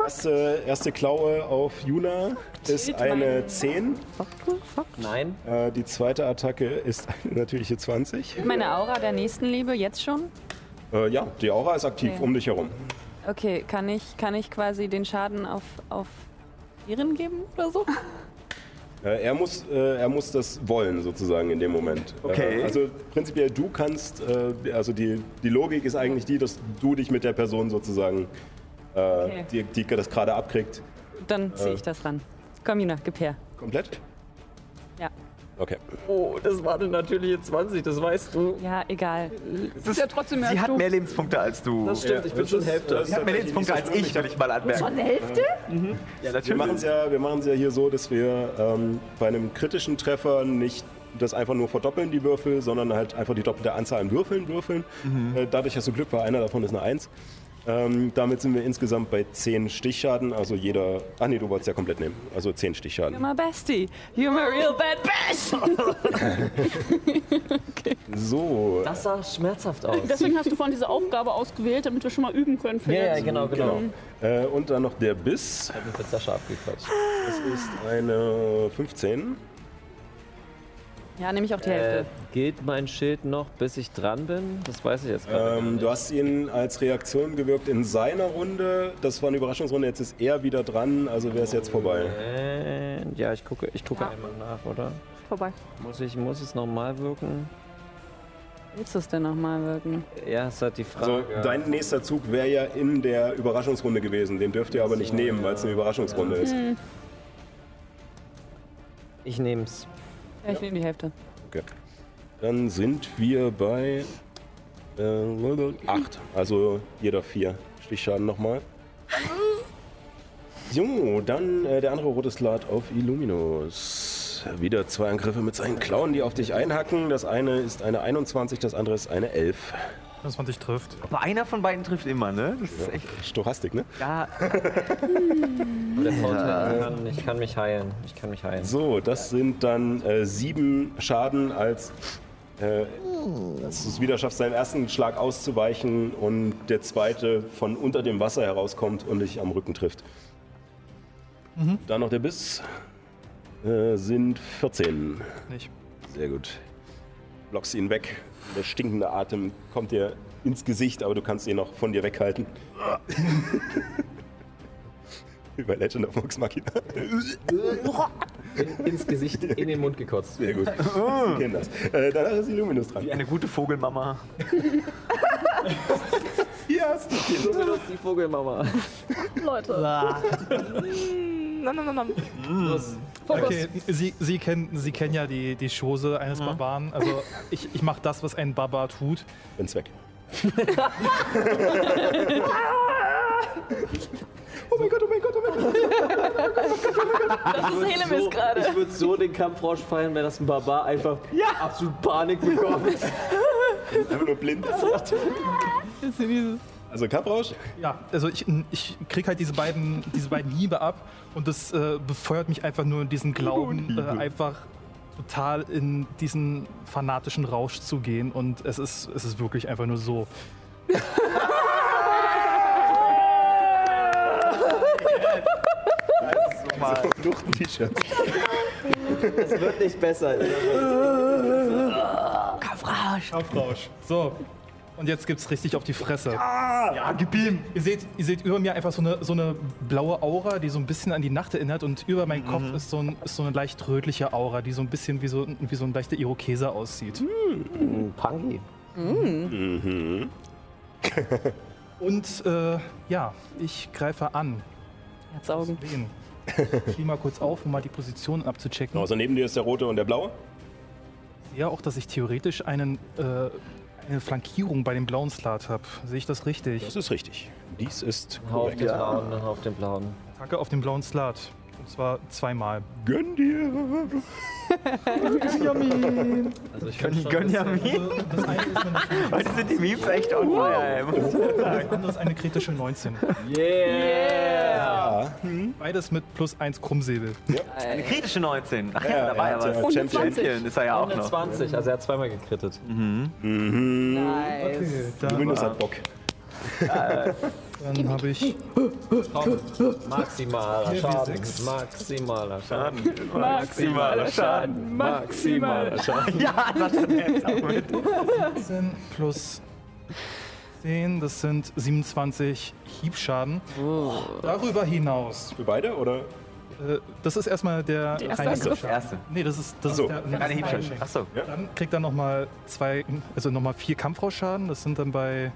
Speaker 2: erste, erste Klaue auf Juna ist eine 10.
Speaker 6: Nein,
Speaker 2: Äh, die zweite Attacke ist eine natürliche 20.
Speaker 3: Meine Aura der Nächstenliebe jetzt schon?
Speaker 2: Äh, ja, die Aura ist aktiv
Speaker 3: Okay.
Speaker 2: um dich herum.
Speaker 3: Okay, kann ich, kann ich quasi den Schaden auf, auf Viren geben oder so?
Speaker 2: Äh, er, muss, äh, er muss das wollen, sozusagen, in dem Moment.
Speaker 5: Okay.
Speaker 2: Äh, also prinzipiell, du kannst, äh, also die, die Logik ist eigentlich die, dass du dich mit der Person sozusagen, äh, die, die das gerade abkriegt,
Speaker 3: Dann ziehe ich das ran. Komm, Juna, gib her.
Speaker 2: komplett?
Speaker 3: Ja.
Speaker 2: Okay.
Speaker 6: oh, das war eine natürliche 20, das weißt du.
Speaker 3: Ja, egal.
Speaker 4: Das ist ja trotzdem mehr
Speaker 5: Sie
Speaker 4: als
Speaker 5: hat
Speaker 4: du.
Speaker 5: mehr Lebenspunkte als du.
Speaker 6: Das stimmt, ich bin
Speaker 2: das
Speaker 6: schon
Speaker 2: ist-
Speaker 6: Hälfte.
Speaker 2: das
Speaker 5: Sie hat mehr Lebenspunkte als ich, soll ich mal Mhm. anmerken.
Speaker 4: Schon Hälfte?
Speaker 5: Ja,
Speaker 2: Wir machen es ja, wir machen's ja hier so, dass wir ähm, bei einem kritischen Treffer nicht das einfach nur verdoppeln, die Würfel, sondern halt einfach die doppelte Anzahl an Würfeln würfeln. Äh, dadurch hast du Glück, weil einer davon ist eine Eins. Ähm, damit sind wir insgesamt bei 10 Stichschaden, also jeder... Ach nee, du wolltest ja komplett nehmen. Also 10 Stichschaden.
Speaker 3: My bestie. You're my real bad bitch.
Speaker 2: So, genau.
Speaker 6: Das sah schmerzhaft aus.
Speaker 4: Deswegen hast du vorhin diese Aufgabe ausgewählt, damit wir schon mal üben können für
Speaker 6: Ja, ja,
Speaker 4: jetzt.
Speaker 6: genau, genau.
Speaker 2: genau. Äh, und dann noch der Biss.
Speaker 6: Ich hab mich mit Sascha abgequatscht.
Speaker 4: Ah,
Speaker 2: Das ist eine 15.
Speaker 3: Ja, nehme ich auch die
Speaker 6: Äh,
Speaker 3: Hälfte.
Speaker 6: gilt mein Schild noch, bis ich dran bin? Das weiß ich jetzt gerade.
Speaker 2: Ähm, du hast ihn als Reaktion gewirkt in seiner Runde. Das war eine Überraschungsrunde, jetzt ist er wieder dran, also wäre es jetzt vorbei.
Speaker 6: Äh, ja, ich
Speaker 3: Äh.
Speaker 6: gucke, ich gucke einmal nach, oder?
Speaker 4: Vorbei.
Speaker 6: Muss ich, muss es nochmal wirken?
Speaker 3: Willst du es denn nochmal wirken?
Speaker 6: Ja, ist halt die Frage.
Speaker 2: Also dein nächster Zug wäre ja in der Überraschungsrunde gewesen. Den dürft ihr aber nicht nehmen, weil es eine Überraschungsrunde ist.
Speaker 6: ich nehm's.
Speaker 3: Ja, ich nehme die Hälfte.
Speaker 2: Okay. Dann sind wir bei 8. Also jeder 4 Stichschaden nochmal. So, dann äh, der andere rote Slat auf Illuminus. Wieder zwei Angriffe mit seinen Klauen, die auf dich einhacken. Das eine ist eine 21, das andere ist eine 11.
Speaker 1: 25 trifft.
Speaker 5: Aber einer von beiden trifft immer, ne? Das ist echt.
Speaker 2: Stochastik, ne?
Speaker 5: Ja,
Speaker 6: Aber der Vorteil, ich, kann, ich kann mich heilen. Ich kann mich heilen.
Speaker 2: So, das sind dann äh, sieben Schaden, als, äh, als du es wieder schaffst, deinen ersten Schlag auszuweichen und der zweite von unter dem Wasser herauskommt und dich am Rücken trifft. Dann noch der Biss. Äh, sind 14.
Speaker 1: Nicht.
Speaker 2: Sehr gut. Blockst ihn weg. Der stinkende Atem kommt dir ins Gesicht, aber du kannst ihn noch von dir weghalten. Wie bei Legend of Vox Machina.
Speaker 6: Ins Gesicht, in den Mund gekotzt.
Speaker 2: Sehr gut. Wir kennen das. Äh, danach ist Illuminus dran.
Speaker 5: eine gute Vogelmama.
Speaker 2: Hier hast du
Speaker 6: So benutzt die Vogelmama.
Speaker 4: Leute.
Speaker 7: Nein, nein, nein,
Speaker 4: Fokus.
Speaker 1: Okay, Sie, Sie, kennen, Sie kennen ja die, die Chose eines Barbaren. Also ich, ich mache das, was ein Barbar tut.
Speaker 2: Bin's weg.
Speaker 3: Das ist Helemis gerade.
Speaker 6: ich würde so den Kampfrausch feiern, wenn das ein Barbar einfach absolut Panik bekommt.
Speaker 2: Einfach nur blind. Also Kaprausch.
Speaker 1: Ja, also ich, ich krieg halt diese beiden, diese beiden Hiebe ab und das äh, befeuert mich einfach nur in diesen Glauben, äh, einfach total in diesen fanatischen Rausch zu gehen und es ist, es ist wirklich einfach nur so.
Speaker 2: Flucht-T-Shirts.
Speaker 6: Es wird nicht besser.
Speaker 1: Kampfrausch. So. Und jetzt gibt's richtig auf die Fresse.
Speaker 5: Ja, gib ihm.
Speaker 1: Ihr seht, ihr seht über mir einfach so eine, so eine blaue Aura, die so ein bisschen an die Nacht erinnert und über meinem
Speaker 5: Mhm.
Speaker 1: Kopf ist so, ein, ist so eine leicht rötliche Aura, die so ein bisschen wie so, ein- wie so ein leichter Irokeser aussieht.
Speaker 5: Mhm.
Speaker 6: Punky.
Speaker 1: Und äh, ja, ich greife an.
Speaker 3: Herzaugen.
Speaker 1: Wen? Ich schieb mal kurz auf, um mal die Position abzuchecken.
Speaker 2: Genau, also neben dir ist der rote und der blaue.
Speaker 1: Ich sehe auch, dass ich theoretisch einen, äh, eine Flankierung bei dem blauen Slat habe. Sehe ich das richtig?
Speaker 2: Das ist richtig. Dies ist
Speaker 6: Hau auf
Speaker 2: korrekt.
Speaker 6: den blauen, hau auf den blauen.
Speaker 1: Attacke auf den blauen Slat. Und zwar zweimal.
Speaker 2: Gönn dir.
Speaker 6: Also ich kann schon
Speaker 5: Gönjamin.
Speaker 1: Also, das eine ist eine,
Speaker 5: Heute sind die Memes echt on fire, ey.
Speaker 1: das andere ist eine kritische 19.
Speaker 6: Yeah!
Speaker 1: Beides mit plus 1 Krummsäbel.
Speaker 5: Eine kritische 19. Ach ja,
Speaker 2: Ja,
Speaker 5: da war
Speaker 2: er
Speaker 5: ja
Speaker 2: hat ja
Speaker 5: was.
Speaker 2: Champion.
Speaker 5: Champion ist er ja auch noch.
Speaker 6: 120, also er hat zweimal gekrittet.
Speaker 3: Nice.
Speaker 1: Dann,
Speaker 2: Illuminus hat Bock.
Speaker 1: dann habe ich
Speaker 6: Maximaler
Speaker 1: Vier wie
Speaker 6: Schaden.
Speaker 1: sechs.
Speaker 6: Maximaler Schaden.
Speaker 5: Maximaler Schaden.
Speaker 6: Maximaler Schaden.
Speaker 5: Ja, das hat er jetzt auch mit.
Speaker 1: 17 plus 10, das sind 27 Hiebschaden. Darüber hinaus,
Speaker 2: Für beide oder?
Speaker 1: äh, das ist erstmal der reine
Speaker 5: Das
Speaker 1: Hiebschaden.
Speaker 5: erste.
Speaker 1: Nee, das ist, das
Speaker 2: so,
Speaker 1: ist der,
Speaker 5: Keine
Speaker 1: das ist
Speaker 5: Hiebschaden.
Speaker 1: der-
Speaker 5: Achso.
Speaker 1: Dann kriegt er nochmal zwei, also nochmal vier Kampfrausschaden, das sind dann bei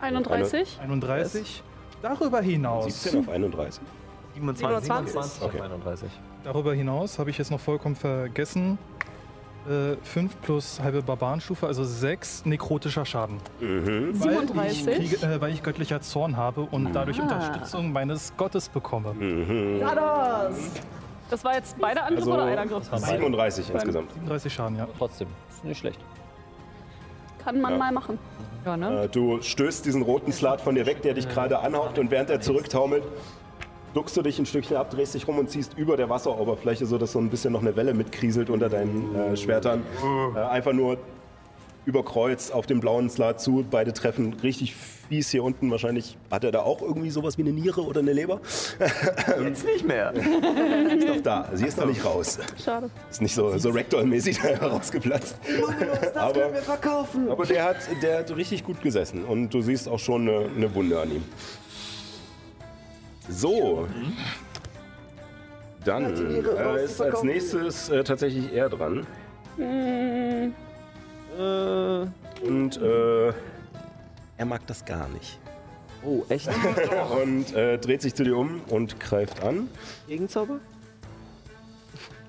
Speaker 4: 31.
Speaker 1: 31. Darüber hinaus,
Speaker 2: 17 auf 31.
Speaker 5: 27.
Speaker 6: 20
Speaker 2: Okay.
Speaker 6: 31.
Speaker 1: darüber hinaus habe ich jetzt noch vollkommen vergessen. 5 plus halbe Barbarenstufe, also 6 nekrotischer Schaden.
Speaker 2: Mhm.
Speaker 1: Weil ich,
Speaker 4: 37?
Speaker 1: kriege, äh, weil ich göttlicher Zorn habe und dadurch Unterstützung meines Gottes bekomme.
Speaker 2: Mhm.
Speaker 4: Das war jetzt beide Angriff
Speaker 2: Also-
Speaker 4: oder ein Angriff?
Speaker 2: 37 insgesamt.
Speaker 1: 37 Schaden, ja.
Speaker 6: Trotzdem, ist nicht schlecht.
Speaker 4: Kann man
Speaker 2: Ja.
Speaker 4: mal machen.
Speaker 3: Ja, ne?
Speaker 2: Äh, Du stößt diesen roten Slat von dir weg, der dich gerade anhaucht und während er zurücktaumelt, duckst du dich ein Stückchen ab, drehst dich rum und ziehst über der Wasseroberfläche, sodass so ein bisschen noch eine Welle mitkriselt unter deinen äh, Schwertern. Äh, einfach nur überkreuzt auf den blauen Slat zu, beide treffen richtig fies hier unten. Wahrscheinlich hat er da auch irgendwie sowas wie eine Niere oder eine Leber.
Speaker 5: Jetzt nicht mehr.
Speaker 2: Ist noch da, sie ist noch nicht raus.
Speaker 4: Schade.
Speaker 2: Ist nicht so, so Ragdoll-mäßig da herausgeplatzt. Das aber, können wir verkaufen. Aber der hat, der hat richtig gut gesessen. Und du siehst auch schon eine, eine Wunde an ihm. So. Dann äh, ist Hm. als nächstes äh, tatsächlich er dran.
Speaker 6: Äh,
Speaker 2: Und äh, er mag das gar nicht.
Speaker 6: Oh, echt?
Speaker 2: Und äh, dreht sich zu dir um und greift an.
Speaker 6: Gegenzauber?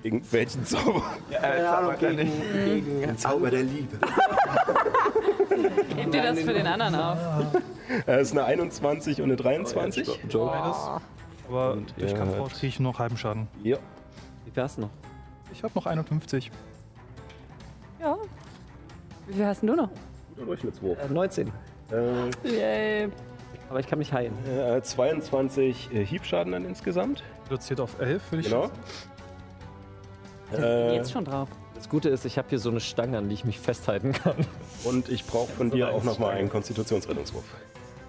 Speaker 2: Gegen welchen Zauber?
Speaker 5: Äh, zaubert er nicht.
Speaker 2: Den Zauber der Liebe.
Speaker 3: Hebt ihr das für den anderen auf?
Speaker 2: Er Äh, ist eine 21 und eine 23.
Speaker 1: Aber
Speaker 2: Und
Speaker 1: durch
Speaker 2: er
Speaker 1: Kampfrausch kriege ich nur noch halben Schaden.
Speaker 2: ja.
Speaker 6: Wie wär's noch?
Speaker 1: Ich habe noch 51.
Speaker 3: Ja. Wie viel hast denn du noch?
Speaker 2: Guter Durchschnittswurf.
Speaker 6: Äh, 19.
Speaker 2: Äh,
Speaker 3: Yay.
Speaker 6: Aber ich kann mich heilen.
Speaker 2: äh, 22 äh, Hiebschaden dann insgesamt.
Speaker 1: Reduziert auf 11, würde ich
Speaker 2: Genau. Äh,
Speaker 3: Jetzt schon drauf.
Speaker 6: Das Gute ist, ich habe hier so eine Stange, an die ich mich festhalten kann.
Speaker 2: und ich brauche von dir auch nochmal einen Konstitutionsrettungswurf.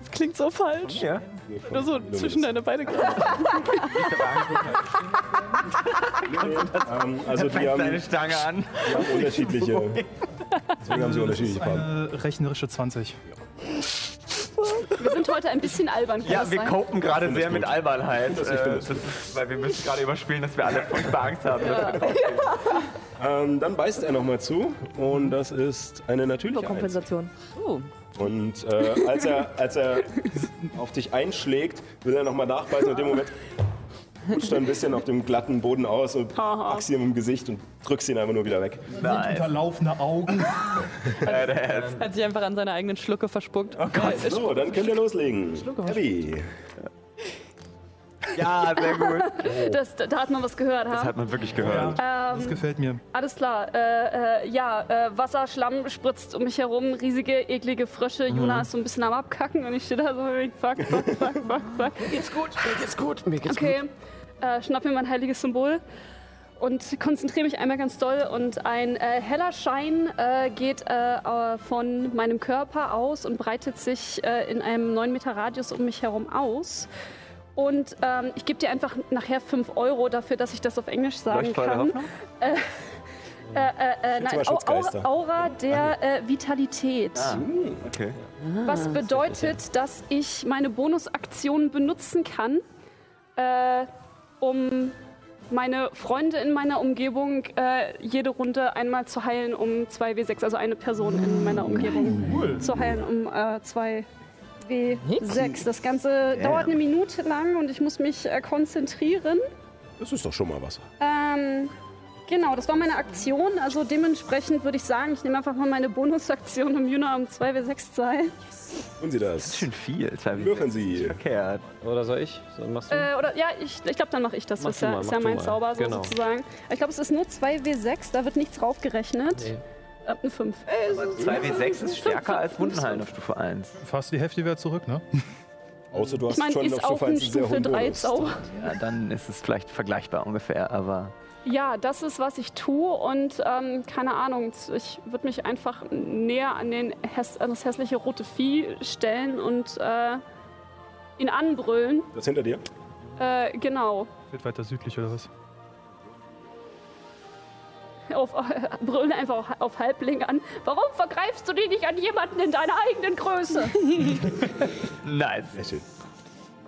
Speaker 3: Das klingt so falsch.
Speaker 5: Ja.
Speaker 3: Nur so zwischen deine Beine.
Speaker 2: Ähm, also die
Speaker 5: Fängt seine
Speaker 2: haben,
Speaker 5: Stange an.
Speaker 2: die haben unterschiedliche. Deswegen haben sie unterschiedliche Farben.
Speaker 1: Eine rechnerische 20.
Speaker 4: Wir sind heute ein bisschen albern. kann
Speaker 5: Ja,
Speaker 4: das
Speaker 5: wir
Speaker 4: sein?
Speaker 5: copen gerade sehr mit Albernheit.
Speaker 2: das- ich
Speaker 5: Äh,
Speaker 2: finde
Speaker 5: Das
Speaker 2: das
Speaker 5: ist, weil wir müssen gerade überspielen, dass wir alle furchtbar Angst haben.
Speaker 2: Ähm, dann beißt er nochmal zu und das ist eine natürliche Eins.
Speaker 7: Kompensation.
Speaker 3: Oh.
Speaker 2: Und äh, als, er, als er auf dich einschlägt, will er nochmal nachbeißen. Und in dem Moment rutscht er ein bisschen auf dem glatten Boden aus und packst ihn im Gesicht und drückst ihn einfach nur wieder weg.
Speaker 5: Nein.
Speaker 1: Unterlaufende Augen.
Speaker 3: Hat sich einfach an seiner eigenen Schlucke verspuckt.
Speaker 2: So, dann könnt ihr loslegen. Abby.
Speaker 5: Ja, sehr gut.
Speaker 4: Das, da, da hat man was gehört,
Speaker 5: Das
Speaker 4: ha?
Speaker 5: hat man wirklich gehört.
Speaker 1: Das gefällt mir.
Speaker 4: Alles klar. Äh, äh, ja, äh, Wasser, Schlamm spritzt um mich herum. Riesige, eklige Frösche.
Speaker 5: Mhm.
Speaker 4: Juna ist so ein bisschen am Abkacken und ich stehe da so, fuck, fuck, fuck, fuck, fuck. Okay, äh, schnapp mir mein heiliges Symbol und konzentriere mich einmal ganz doll. Und ein äh, heller Schein äh, geht äh, äh, von meinem Körper aus und breitet sich äh, in einem 9 Meter Radius um mich herum aus. Und ähm, ich gebe dir einfach nachher 5 Euro dafür, dass ich das auf Englisch sagen
Speaker 5: Leuchtfeuer der
Speaker 4: kann.
Speaker 5: Hoffnung?
Speaker 4: Äh, äh, äh, nein,
Speaker 2: mal
Speaker 4: Au-
Speaker 2: Schutzgeister.
Speaker 4: Aura, Aura der äh, Vitalität.
Speaker 5: Okay.
Speaker 4: Was bedeutet, dass ich meine Bonusaktion benutzen kann, äh, um meine Freunde in meiner Umgebung äh, jede Runde einmal zu heilen, um 2W6, also eine Person in meiner Umgebung zu heilen, um äh, 2W6. Das Ganze dauert eine Minute lang und ich muss mich äh, konzentrieren.
Speaker 2: Das ist doch schon mal was.
Speaker 4: Ähm, genau, das war meine Aktion. Also dementsprechend würde ich sagen, ich nehme einfach mal meine Bonusaktion, um Juna um 2W6 zu heilen.
Speaker 2: Tun Sie das.
Speaker 5: Schön viel. Zwei
Speaker 2: Würfeln Sie.
Speaker 5: Verkehrt.
Speaker 6: Oder soll ich? So, machst du?
Speaker 4: Äh, oder ja, ich, ich glaube, dann mache ich das.
Speaker 6: Mach
Speaker 4: ist
Speaker 6: du
Speaker 4: ja,
Speaker 6: mal,
Speaker 4: ist
Speaker 6: mach
Speaker 4: ja
Speaker 6: du
Speaker 4: mein
Speaker 6: mal.
Speaker 4: Zauber so
Speaker 6: Genau.
Speaker 4: sozusagen. Ich glaube, es ist nur 2W6, da wird nichts draufgerechnet.
Speaker 6: Nee.
Speaker 4: Äh, eine 5.
Speaker 5: 2W6 ist stärker als Wundenheilen auf Stufe 1.
Speaker 1: Fast die Hälfte wieder zurück, ne?
Speaker 2: Außer du hast
Speaker 4: Ich meine,
Speaker 2: schon
Speaker 4: ist
Speaker 2: auf Stufe
Speaker 4: auch
Speaker 2: 1
Speaker 4: ein
Speaker 2: einen sehr
Speaker 4: Stufe
Speaker 2: hohen
Speaker 4: 3
Speaker 2: Bonus.
Speaker 4: Zauber.
Speaker 5: Ja, dann ist es vielleicht vergleichbar ungefähr, aber
Speaker 4: Ja, das ist, was ich tue und ähm, keine Ahnung, ich würde mich einfach näher an, den häss an das hässliche rote Vieh stellen und äh, ihn anbrüllen.
Speaker 2: Das hinter dir?
Speaker 4: Äh, genau.
Speaker 1: Wird weiter südlich oder was?
Speaker 4: auf, äh, brüllen einfach auf- auf Halbling an. Warum vergreifst du dich nicht an jemanden in deiner eigenen Größe?
Speaker 5: nice.
Speaker 2: Sehr schön.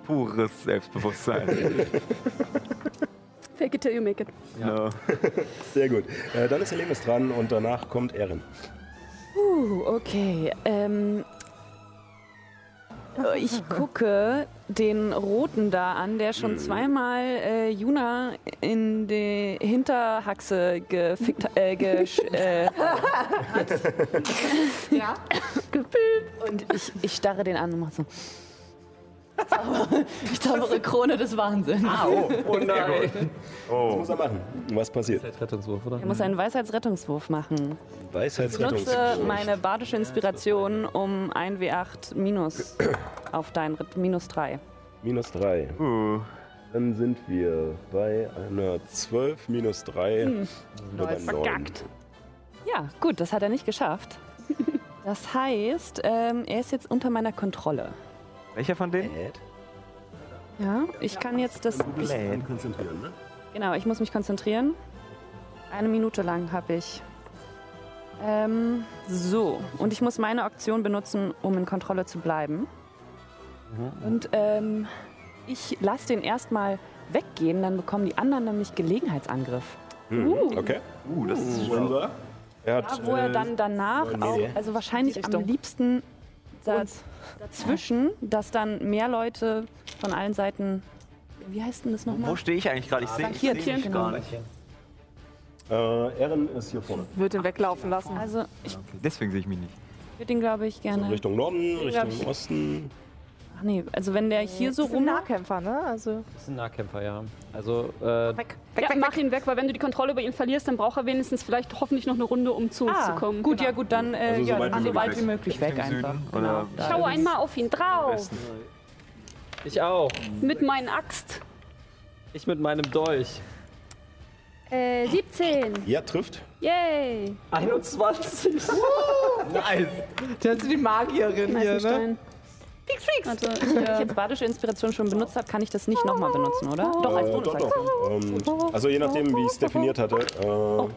Speaker 5: Pures Selbstbewusstsein.
Speaker 4: Fake it till you make it.
Speaker 5: No.
Speaker 2: Sehr gut. Äh, dann ist Helene dran und danach kommt Erin.
Speaker 7: Uh, okay. Ähm,
Speaker 3: Äh, Ich gucke den Roten da an, der schon zweimal äh, Juna in die Hinterhaxe gefickt äh, gesch, äh,
Speaker 7: ja.
Speaker 3: Und ich, ich starre den an und mache so. Ich zaubere Krone des Wahnsinns.
Speaker 5: Oh nein. Oh.
Speaker 2: Was muss er machen? Was passiert?
Speaker 6: Rettungswurf, oder?
Speaker 3: Er muss einen Weisheitsrettungswurf machen. Ich nutze
Speaker 2: Weisheitsrettungs-
Speaker 3: meine badische Inspiration um 1W8 minus auf dein Ritt, minus 3.
Speaker 2: Minus 3.
Speaker 5: Uh,
Speaker 2: Dann sind wir bei einer 12 minus 3. Nur bei 9.
Speaker 3: Ja, gut, das hat er nicht geschafft. Das heißt, ähm, er ist jetzt unter meiner Kontrolle.
Speaker 5: welcher von denen?
Speaker 3: Ja, ich kann jetzt das. Ich,
Speaker 5: Blade.
Speaker 2: Konzentrieren, ne?
Speaker 3: genau, ich muss mich konzentrieren. Eine Minute lang habe ich. Ähm, so, und ich muss meine Aktion benutzen, um in Kontrolle zu bleiben. Und ähm, ich lasse den erstmal weggehen, dann bekommen die anderen nämlich Gelegenheitsangriff.
Speaker 2: Okay.
Speaker 5: Uh, das ist
Speaker 2: Wunderbar. Er hat,
Speaker 3: Ja, wo er
Speaker 2: äh,
Speaker 3: dann danach
Speaker 2: nee,
Speaker 3: auch,
Speaker 2: nee.
Speaker 3: also wahrscheinlich am liebsten da, dazwischen, dass dann mehr Leute von allen Seiten, wie heißt denn das
Speaker 5: Wo
Speaker 3: nochmal?
Speaker 5: stehe ich eigentlich gerade? Ich sehe ich seh
Speaker 7: Flankiert,
Speaker 5: mich
Speaker 3: genau.
Speaker 5: gar nicht.
Speaker 2: Äh, Erin ist hier vorne.
Speaker 7: Wird ihn weglaufen lassen.
Speaker 3: Also ich
Speaker 5: Deswegen sehe ich mich nicht.
Speaker 3: würde ihn, glaube ich,
Speaker 2: So
Speaker 3: gerne.
Speaker 2: Richtung Norden,
Speaker 3: glaub
Speaker 2: Richtung
Speaker 3: ich-
Speaker 2: Osten.
Speaker 3: Ach nee, also wenn der hier so
Speaker 7: Das ist ein
Speaker 3: rum.
Speaker 7: Nahkämpfer, ne? Also
Speaker 6: Das Hm. ist ein Nahkämpfer, ja. Also, äh,
Speaker 7: weg, weg,
Speaker 4: Ja,
Speaker 7: weg,
Speaker 4: mach ihn weg, weil wenn du die Kontrolle über ihn verlierst, dann braucht er wenigstens vielleicht hoffentlich noch eine Runde, um zu uns zu kommen.
Speaker 3: Ah, Gut,
Speaker 4: Genau.
Speaker 3: ja gut, dann äh,
Speaker 2: Also so
Speaker 3: ja,
Speaker 2: weit wie
Speaker 3: so
Speaker 2: möglich
Speaker 3: weit
Speaker 2: weg.
Speaker 3: wie möglich weg einfach.
Speaker 5: oder
Speaker 3: genau.
Speaker 4: Schau
Speaker 3: Da-
Speaker 4: einmal auf ihn drauf.
Speaker 6: ich auch.
Speaker 4: Mit meinen Axt.
Speaker 6: Ich mit meinem Dolch.
Speaker 4: Äh, 17.
Speaker 2: Ja, trifft.
Speaker 4: Yay.
Speaker 6: 21. nice.
Speaker 7: Der ist die Magierin hier, ne?
Speaker 4: Meißenstein. Warte, ich,
Speaker 3: Wenn ich
Speaker 4: äh,
Speaker 3: jetzt badische Inspiration schon benutzt habe, kann ich das nicht nochmal benutzen, oder? Doch, als
Speaker 2: Äh, doch, doch.
Speaker 3: Bonusaktion.
Speaker 2: Ähm, also je nachdem, wie ich es definiert hatte, äh,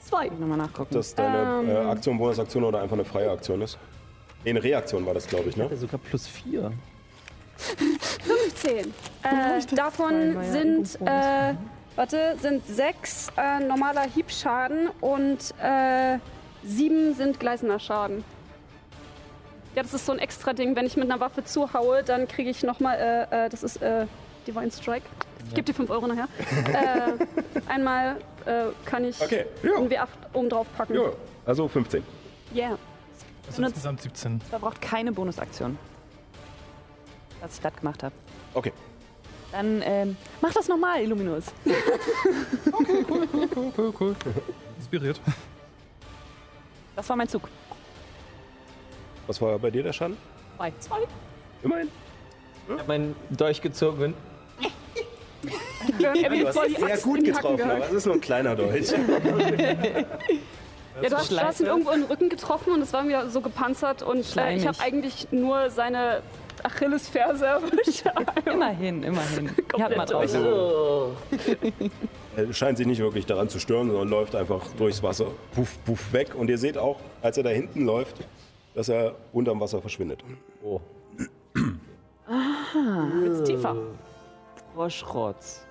Speaker 3: Zwei. Nochmal nachgucken.
Speaker 2: dass deine äh, Aktion Bonusaktion oder einfach eine freie Aktion ist. Nee, eine Reaktion war das, glaube ich, ne?
Speaker 6: Sogar plus 4.
Speaker 4: 10. Äh, davon sind, äh, warte, sind 6 äh, normaler Hiebschaden und äh, 7 sind gleißender Schaden. Ja, das ist so ein extra Ding. Wenn ich mit einer Waffe zuhaue, dann kriege ich nochmal, äh, äh, das ist äh, Divine Strike. Ich gebe dir 5 Euro nachher. äh, einmal äh, kann ich
Speaker 2: Okay, ja.
Speaker 4: einen W8 oben drauf packen.
Speaker 2: Ja, also 15.
Speaker 4: Yeah.
Speaker 1: Also insgesamt 17.
Speaker 3: Da braucht keine Bonusaktion. Was ich gerade gemacht habe.
Speaker 2: Okay.
Speaker 3: Dann ähm, mach das nochmal, Illuminus.
Speaker 1: Inspiriert.
Speaker 3: Das war mein Zug.
Speaker 2: Was war bei dir der Schaden?
Speaker 3: Zwei. Zwei.
Speaker 2: Immerhin.
Speaker 6: Ich habe meinen Dolch gezogen.
Speaker 2: Du hast sehr gut getroffen, aber es ist nur ein kleiner Dolch.
Speaker 4: Ja, du hast, du hast ihn
Speaker 3: um-
Speaker 4: irgendwo im Rücken getroffen und es war mir so gepanzert und äh, ich
Speaker 3: ne? Schleimig.
Speaker 4: habe eigentlich nur seine Achillesferse erwischt.
Speaker 3: Immerhin, immerhin. Ich hab mal
Speaker 4: Komplett
Speaker 3: drauf.
Speaker 2: Also, Er scheint sich nicht wirklich daran zu stören, sondern läuft einfach durchs Wasser, puff, puff, weg. Und ihr seht auch, als er da hinten läuft, dass er unterm Wasser verschwindet.
Speaker 6: Oh.
Speaker 3: Jetzt tiefer.
Speaker 6: Froschrotz.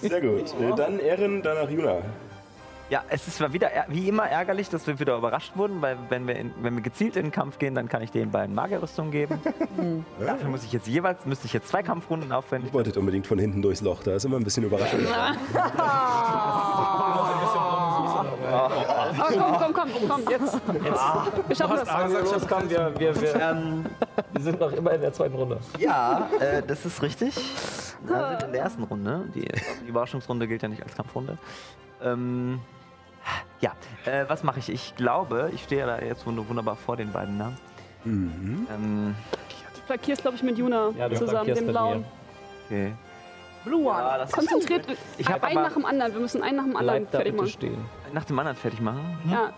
Speaker 2: Sehr gut. Äh, Dann Erin, danach Juna.
Speaker 5: Ja, es ist mal wieder är- wie immer ärgerlich, dass wir wieder überrascht wurden, weil wenn wir, in, wenn wir gezielt in den Kampf gehen, dann kann ich den beiden Magierrüstungen geben. Dafür muss ich jetzt jeweils müsste ich jetzt zwei Kampfrunden aufwenden.
Speaker 2: Ihr wolltet unbedingt von hinten durchs Loch, da ist immer ein bisschen überraschend.
Speaker 4: Aber Ah, komm, komm, komm, komm, jetzt. Wir schaffen das.
Speaker 6: Los, komm, wir, wir, wir, wir sind noch immer in der zweiten Runde.
Speaker 5: Ähm, Ja, äh, das ist richtig. Ja, wir sind in der ersten Runde. Die, die Überraschungsrunde gilt ja nicht als Kampfrunde. Ähm, ja, äh, was mache ich? Ich glaube, ich stehe da jetzt wund- wunderbar vor den beiden. Ne? Ähm,
Speaker 4: Du flankierst, glaube ich, mit Juna
Speaker 6: Ja, du
Speaker 4: zusammen,
Speaker 6: flankierst
Speaker 4: dem
Speaker 6: mit
Speaker 4: Blauen.
Speaker 6: mir.
Speaker 5: okay.
Speaker 4: Blue One.
Speaker 5: Ja, Ah, das ist-
Speaker 4: Konzentriert.
Speaker 5: Ich hab
Speaker 4: einen
Speaker 5: aber-
Speaker 4: nach dem anderen. Wir müssen einen nach dem anderen
Speaker 6: Bleib da
Speaker 4: fertig
Speaker 6: bitte
Speaker 4: machen.
Speaker 6: stehen.
Speaker 5: Nach dem anderen fertig machen.
Speaker 4: Ja,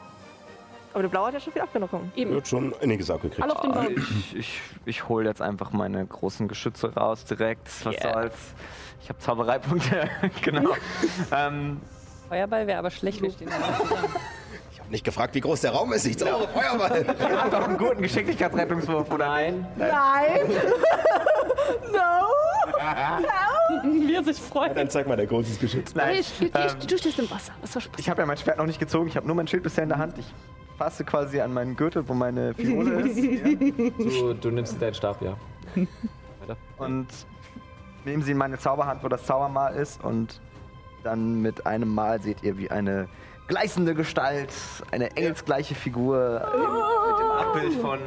Speaker 7: Aber der Blaue hat ja schon viel abgenommen.
Speaker 4: eben.
Speaker 2: Wird schon einiges abgekriegt.
Speaker 4: Alle auf den
Speaker 6: Hm.
Speaker 4: Baum.
Speaker 5: Ich, ich, ich hole jetzt einfach meine großen Geschütze raus direkt. Was
Speaker 6: Yeah.
Speaker 5: soll's? Ich habe Zaubereipunkte. genau. ähm,
Speaker 3: Feuerball wäre aber schlecht. Wir stehen da.
Speaker 2: Ich habe nicht gefragt, wie groß der Raum ist. Ich zaubere Feuerball.
Speaker 5: ich hab doch einen guten Geschicklichkeitsrettungswurf, oder?
Speaker 6: Nein.
Speaker 7: Nein! no!
Speaker 3: Wir sich freuen.
Speaker 2: Dann zeig mal dein großes Geschütz.
Speaker 5: Nein.
Speaker 4: Hey, ich- ich-
Speaker 5: Ähm,
Speaker 4: ich- Du stehst im Wasser. Das war Spaß.
Speaker 5: Ich habe ja mein Schwert noch nicht gezogen, ich habe nur mein Schild bisher in der Hand. Ich fasse quasi an meinen Gürtel, wo meine Fiole ist,
Speaker 6: Du, du nimmst deinen Stab, ja. Weiter.
Speaker 5: und nehme sie in meine Zauberhand, wo das Zaubermal ist. Und dann mit einem Mal seht ihr, wie eine gleißende Gestalt, eine engelsgleiche Figur im- mit dem Abbild von.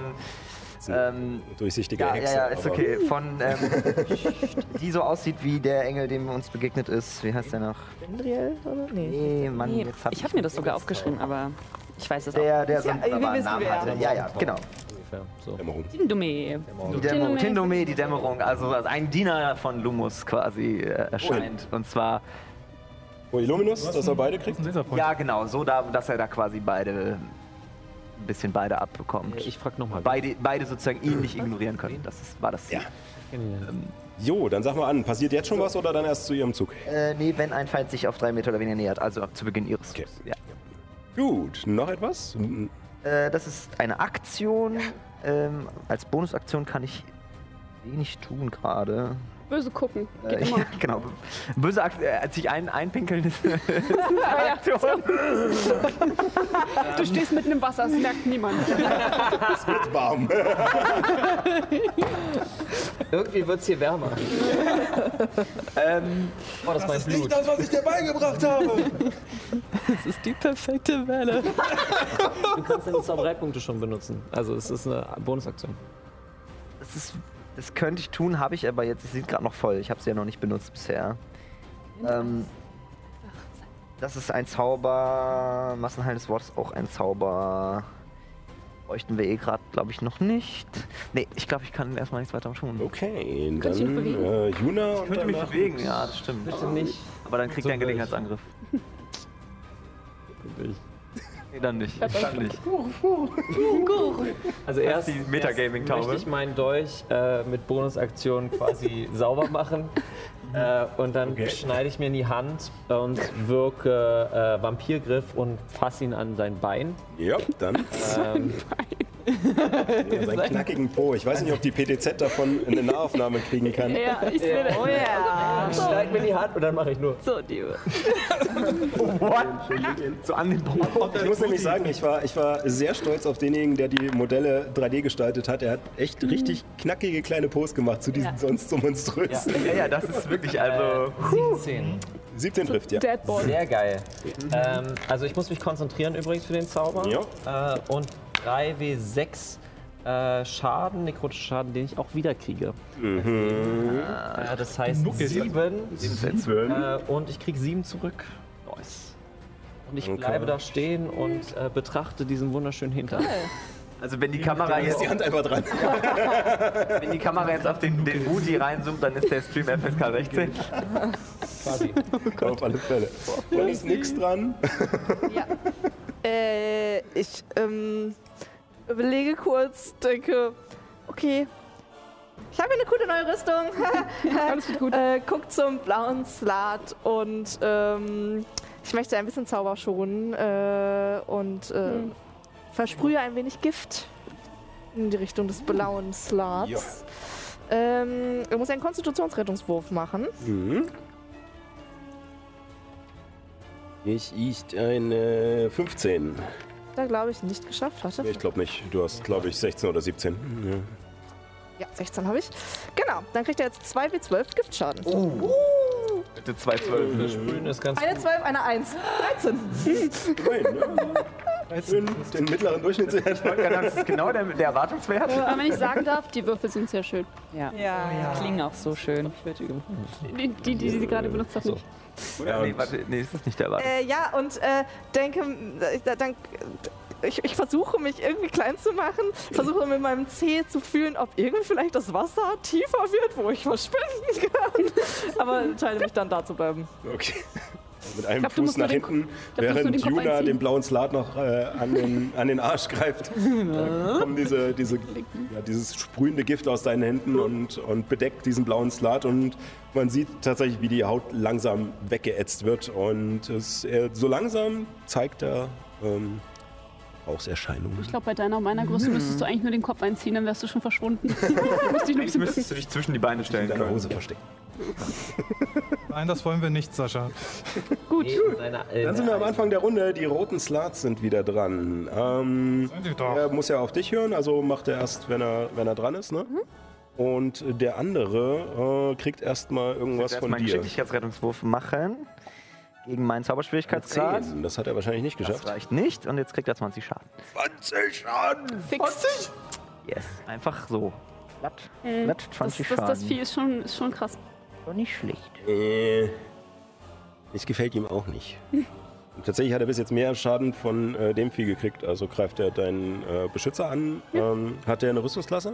Speaker 5: Ähm,
Speaker 2: Durchsichtige
Speaker 5: ja, ja,
Speaker 2: Hexe.
Speaker 5: ja, ist
Speaker 2: aber-
Speaker 5: okay. Von, ähm, die so aussieht wie der Engel, dem uns begegnet ist. Wie heißt der noch?
Speaker 7: Andriel, oder? Nee.
Speaker 5: Nee, Mann,
Speaker 3: Nee,
Speaker 5: jetzt hab
Speaker 3: ich habe mir das sogar aufgeschrieben, aber ich weiß es auch.
Speaker 5: Der, der so einen
Speaker 7: Ja, wir
Speaker 5: wunderbaren
Speaker 7: wissen,
Speaker 5: Namen
Speaker 7: wer.
Speaker 5: hatte. Ja, ja, genau.
Speaker 6: Ungefähr. So.
Speaker 2: Dämmerung.
Speaker 3: Dumme.
Speaker 5: Die Dämmerung,
Speaker 4: Tindome.
Speaker 5: Tindome, die Dämmerung, also als ein Diener von Lumus quasi äh, erscheint. Und zwar,
Speaker 2: Oh, Illuminus, dass er beide kriegt?
Speaker 1: Ein Laserpoint.
Speaker 5: ja genau, so, da, dass er da quasi beide, ein bisschen beide abbekommt.
Speaker 6: Äh, Ich frag nochmal.
Speaker 5: beide, beide sozusagen ihn nicht ignorieren können. Das ist, war das Ziel.
Speaker 2: Jo, dann sag mal an. Passiert jetzt schon was oder dann erst zu ihrem Zug?
Speaker 5: Äh, nee, wenn ein Feind sich auf drei Meter oder weniger nähert, also ab zu Beginn ihres
Speaker 2: Okay.
Speaker 5: Zugs. Ja.
Speaker 2: Gut, noch etwas? Hm,
Speaker 5: Äh, das ist eine Aktion. Ähm, als Bonusaktion kann ich wenig tun gerade.
Speaker 4: Böse gucken. Geht
Speaker 5: Äh,
Speaker 4: immer.
Speaker 5: ja, genau. Böse Akt, äh, sich ein, einpinkeln ist eine Aktion.
Speaker 4: Du stehst mitten im Wasser, das merkt niemand.
Speaker 2: Warm.
Speaker 6: Irgendwie wird's hier wärmer. ähm, oh, das, war Blut.
Speaker 2: das, was ich dir beigebracht habe.
Speaker 3: Das ist die perfekte Welle.
Speaker 6: Du kannst deine Zaubereipunkte schon benutzen. Also es ist eine Bonusaktion.
Speaker 5: Das, ist, das könnte ich tun, habe ich aber jetzt. Es sieht gerade noch voll. Ich habe sie ja noch nicht benutzt bisher. Ähm, das ist ein Zauber. Massenheil des Wortes auch ein Zauber. Bräuchten wir eh gerade, glaube ich, noch nicht. Nee, ich glaube, ich kann erstmal nichts weiter tun.
Speaker 2: Okay,
Speaker 4: Könntest du dich
Speaker 2: dann
Speaker 4: bewegen?
Speaker 2: äh, Juna und
Speaker 5: Ich könnte mich
Speaker 2: danach-
Speaker 5: bewegen, ja, das stimmt.
Speaker 6: Bitte nicht.
Speaker 5: Aber dann kriegt
Speaker 6: So
Speaker 5: er einen
Speaker 6: will ich.
Speaker 5: Gelegenheitsangriff. Nee, dann nicht. Dann nicht.
Speaker 6: Also erst,
Speaker 5: die Metagaming-Taube.
Speaker 6: erst möchte ich meinen Dolch äh, mit Bonusaktion quasi sauber machen. Äh, und dann schneide ich mir in die Hand und wirke äh, Vampirgriff und fasse ihn an sein Bein.
Speaker 2: Ja, dann. Ja, seinen knackigen Po. Ich weiß nicht, ob die PTZ davon eine Nahaufnahme kriegen kann.
Speaker 4: Ja, ich sehe das.
Speaker 3: Oh ja.
Speaker 6: Ich schneide mir in die Hand und dann mache ich nur.
Speaker 4: So, die.
Speaker 5: So an den Boden.
Speaker 2: Ich muss nämlich sagen, ich war, ich war sehr stolz auf denjenigen, der die Modelle 3D gestaltet hat. Er hat echt
Speaker 4: Mhm.
Speaker 2: richtig knackige kleine Pose gemacht zu diesen sonst so monströsen.
Speaker 5: Ja, ja, das ist wirklich, also.
Speaker 6: 17.
Speaker 2: 17 trifft, ja.
Speaker 4: Deadball.
Speaker 6: Sehr geil. Ähm, also ich muss mich konzentrieren übrigens für den Zauber. Äh, und 3W6 äh, Schaden, nekrotischer Schaden, den ich auch wieder kriege.
Speaker 2: Mhm.
Speaker 6: Äh, das heißt 7 äh, und ich kriege 7 zurück. Nice. Und ich
Speaker 2: Okay.
Speaker 6: bleibe da stehen und äh, betrachte diesen wunderschönen Hintern.
Speaker 5: Also, wenn die Kamera
Speaker 2: Ist
Speaker 5: jetzt,
Speaker 2: die Hand einfach dran.
Speaker 5: wenn die Kamera jetzt auf den, den Booty reinzoomt, dann ist der Stream FSK 16.
Speaker 6: Quasi.
Speaker 4: Oh
Speaker 2: Auf alle Fälle. Dann ist nichts dran.
Speaker 7: Äh, ich ähm, überlege kurz, denke, okay, ich habe hier eine coole neue Rüstung.
Speaker 4: Alles wird gut.
Speaker 7: äh, guck zum blauen Slat und ähm, ich möchte ein bisschen Zauber schonen äh, und äh,
Speaker 4: Hm.
Speaker 7: versprühe ein wenig Gift in die Richtung des blauen Slats. Ähm, er muss einen Konstitutionsrettungswurf machen.
Speaker 2: Ich icht eine 15.
Speaker 7: Da glaube ich nicht geschafft. Warte.
Speaker 2: Nee, ich glaube nicht. Du hast, glaube ich, 16 oder 17.
Speaker 7: Ja, 16 habe ich. Genau, dann kriegt er jetzt 2 wie 12 Giftschaden.
Speaker 5: Bitte 212.
Speaker 6: Das Sprühen ist ganz
Speaker 7: Eine 12, eine 1. 13.
Speaker 2: Nein, ja. Schön den mittleren Durchschnittswert.
Speaker 5: Das ist genau der, der Erwartungswert.
Speaker 4: Aber wenn ich sagen darf, die Würfel sind sehr schön.
Speaker 3: Ja.
Speaker 4: Oh
Speaker 8: Ja.
Speaker 3: Klingen auch so schön.
Speaker 4: Die, die, die sie gerade benutzt hat, nicht.
Speaker 5: Ja, nee, warte, nee, ist das nicht der Erwartungswert.
Speaker 7: Äh, ja, und äh, denke, äh, da- dann, ich, ich versuche mich irgendwie klein zu machen, versuche mit meinem Zeh zu fühlen, ob irgendwie vielleicht das Wasser tiefer wird, wo ich verschwinden kann. Aber entscheide mich dann da zu bleiben.
Speaker 2: Okay. Also Mit einem
Speaker 4: glaub, du
Speaker 2: Fuß
Speaker 4: musst
Speaker 2: nach
Speaker 4: nur den-
Speaker 2: hinten,
Speaker 4: du musst nur den
Speaker 2: während
Speaker 4: Kopf
Speaker 2: Juna
Speaker 4: einziehen.
Speaker 2: den blauen Slat noch äh, an, den, an den Arsch greift. Dann kommt diese, diese, ja, dieses sprühende Gift aus deinen Händen und, und bedeckt diesen blauen Slat und man sieht tatsächlich, wie die Haut langsam weggeätzt wird und es, er, so langsam zeigt er ähm, Rauchserscheinungen.
Speaker 4: Ich glaube, bei deiner und meiner Größe müsstest du eigentlich nur den Kopf einziehen, dann wärst du schon verschwunden. Müsste ich nur ein bisschen
Speaker 5: Eigentlich
Speaker 4: bücken.
Speaker 5: müsstest du dich zwischen die Beine stellen
Speaker 2: In deiner
Speaker 5: können.
Speaker 2: Hose versteckt.
Speaker 8: Nein, das wollen wir nicht, Sascha.
Speaker 6: gut. Seine, äh,
Speaker 2: Dann sind wir am Anfang der Runde. Die roten Slats sind wieder dran. Ähm,
Speaker 8: Sind die doch.
Speaker 2: Er muss ja auf dich hören, also macht er erst, wenn er, wenn er dran ist, ne? Und der andere äh, kriegt erstmal
Speaker 5: Ich
Speaker 2: irgendwas
Speaker 5: werde
Speaker 2: von
Speaker 5: meinen
Speaker 2: dir.
Speaker 5: Geschicklichkeitsrettungswurf machen. Gegen meinen Zauberschwierigkeitsgrad.
Speaker 2: Zehn. Das hat er wahrscheinlich nicht
Speaker 5: Das
Speaker 2: geschafft.
Speaker 5: reicht nicht. Und jetzt kriegt er 20 Schaden.
Speaker 2: 20 Schaden!
Speaker 7: Fix.
Speaker 5: Yes. Einfach so. Glatt, glatt 20
Speaker 4: Äh, Das, das, das
Speaker 5: Schaden.
Speaker 4: Vieh ist schon, ist schon krass.
Speaker 5: Doch nicht schlecht.
Speaker 2: Äh, das gefällt ihm auch nicht. Und tatsächlich hat er bis jetzt mehr Schaden von äh, dem Vieh gekriegt. Also greift er deinen äh, Beschützer an. Ähm, hat er eine Rüstungsklasse?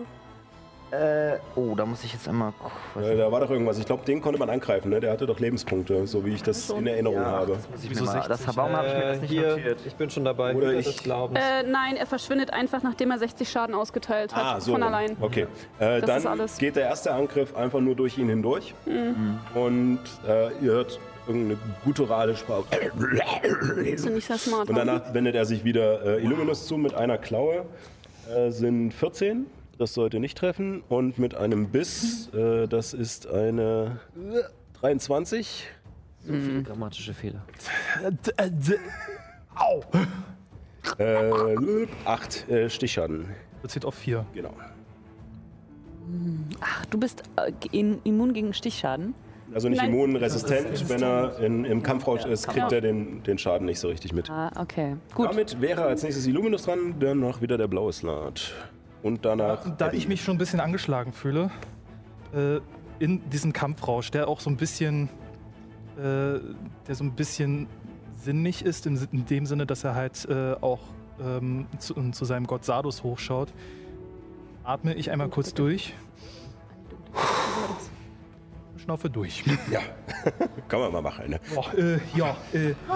Speaker 5: Äh, oh, da muss ich jetzt einmal. Was
Speaker 2: Äh, da war doch irgendwas. Ich glaube, den konnte man angreifen. Ne? Der hatte doch Lebenspunkte, so wie ich das in Erinnerung habe.
Speaker 5: das muss ich
Speaker 1: Wieso
Speaker 5: mir mal,
Speaker 1: 60?
Speaker 5: das, warum habe ich mir das
Speaker 6: Äh,
Speaker 5: nicht
Speaker 6: hier,
Speaker 5: notiert?
Speaker 6: ich bin schon dabei.
Speaker 2: Oder
Speaker 6: Hüter
Speaker 2: ich-
Speaker 6: des Glaubens.
Speaker 4: Äh, nein, er verschwindet einfach, nachdem er 60 Schaden ausgeteilt hat.
Speaker 2: Ah, so.
Speaker 4: halt Von
Speaker 2: rum.
Speaker 4: allein.
Speaker 2: Okay. Äh,
Speaker 4: Das ist
Speaker 2: dann
Speaker 4: alles. Mhm.
Speaker 2: geht der erste Angriff einfach nur durch ihn hindurch. Und äh, ihr hört irgendeine gutturale Sprache.
Speaker 4: Ist ja nicht sehr smart.
Speaker 2: Und danach wendet er sich wieder äh, Illuminus zu mit einer Klaue. Äh, sind 14. Das sollte nicht treffen. Und mit einem Biss, äh, das ist eine 23.
Speaker 6: So viele grammatische Fehler.
Speaker 2: Äh, 8 äh, Stichern.
Speaker 1: Reduziert auf 4.
Speaker 2: Genau.
Speaker 3: Ach, du bist äh, in, immun gegen Stichschaden.
Speaker 2: Also nicht
Speaker 4: Nein.
Speaker 2: immunresistent, wenn er in, im Kampfrausch ist,
Speaker 4: Genau.
Speaker 2: kriegt er den, den Schaden nicht so richtig mit.
Speaker 3: Ah, okay. Gut.
Speaker 2: Damit wäre als nächstes Illuminus dran, danach wieder der blaue Slat. Und danach.
Speaker 1: Da ich mich schon ein bisschen angeschlagen fühle, äh, in diesem Kampfrausch, der auch so ein bisschen, äh, der so ein bisschen sinnig ist, in, in dem Sinne, dass er halt äh, auch ähm, zu, zu seinem Gott Sardus hochschaut, atme ich einmal kurz durch. Schnaufe durch.
Speaker 2: Ja, kann man mal machen. Ne?
Speaker 1: Boah, äh, ja, äh,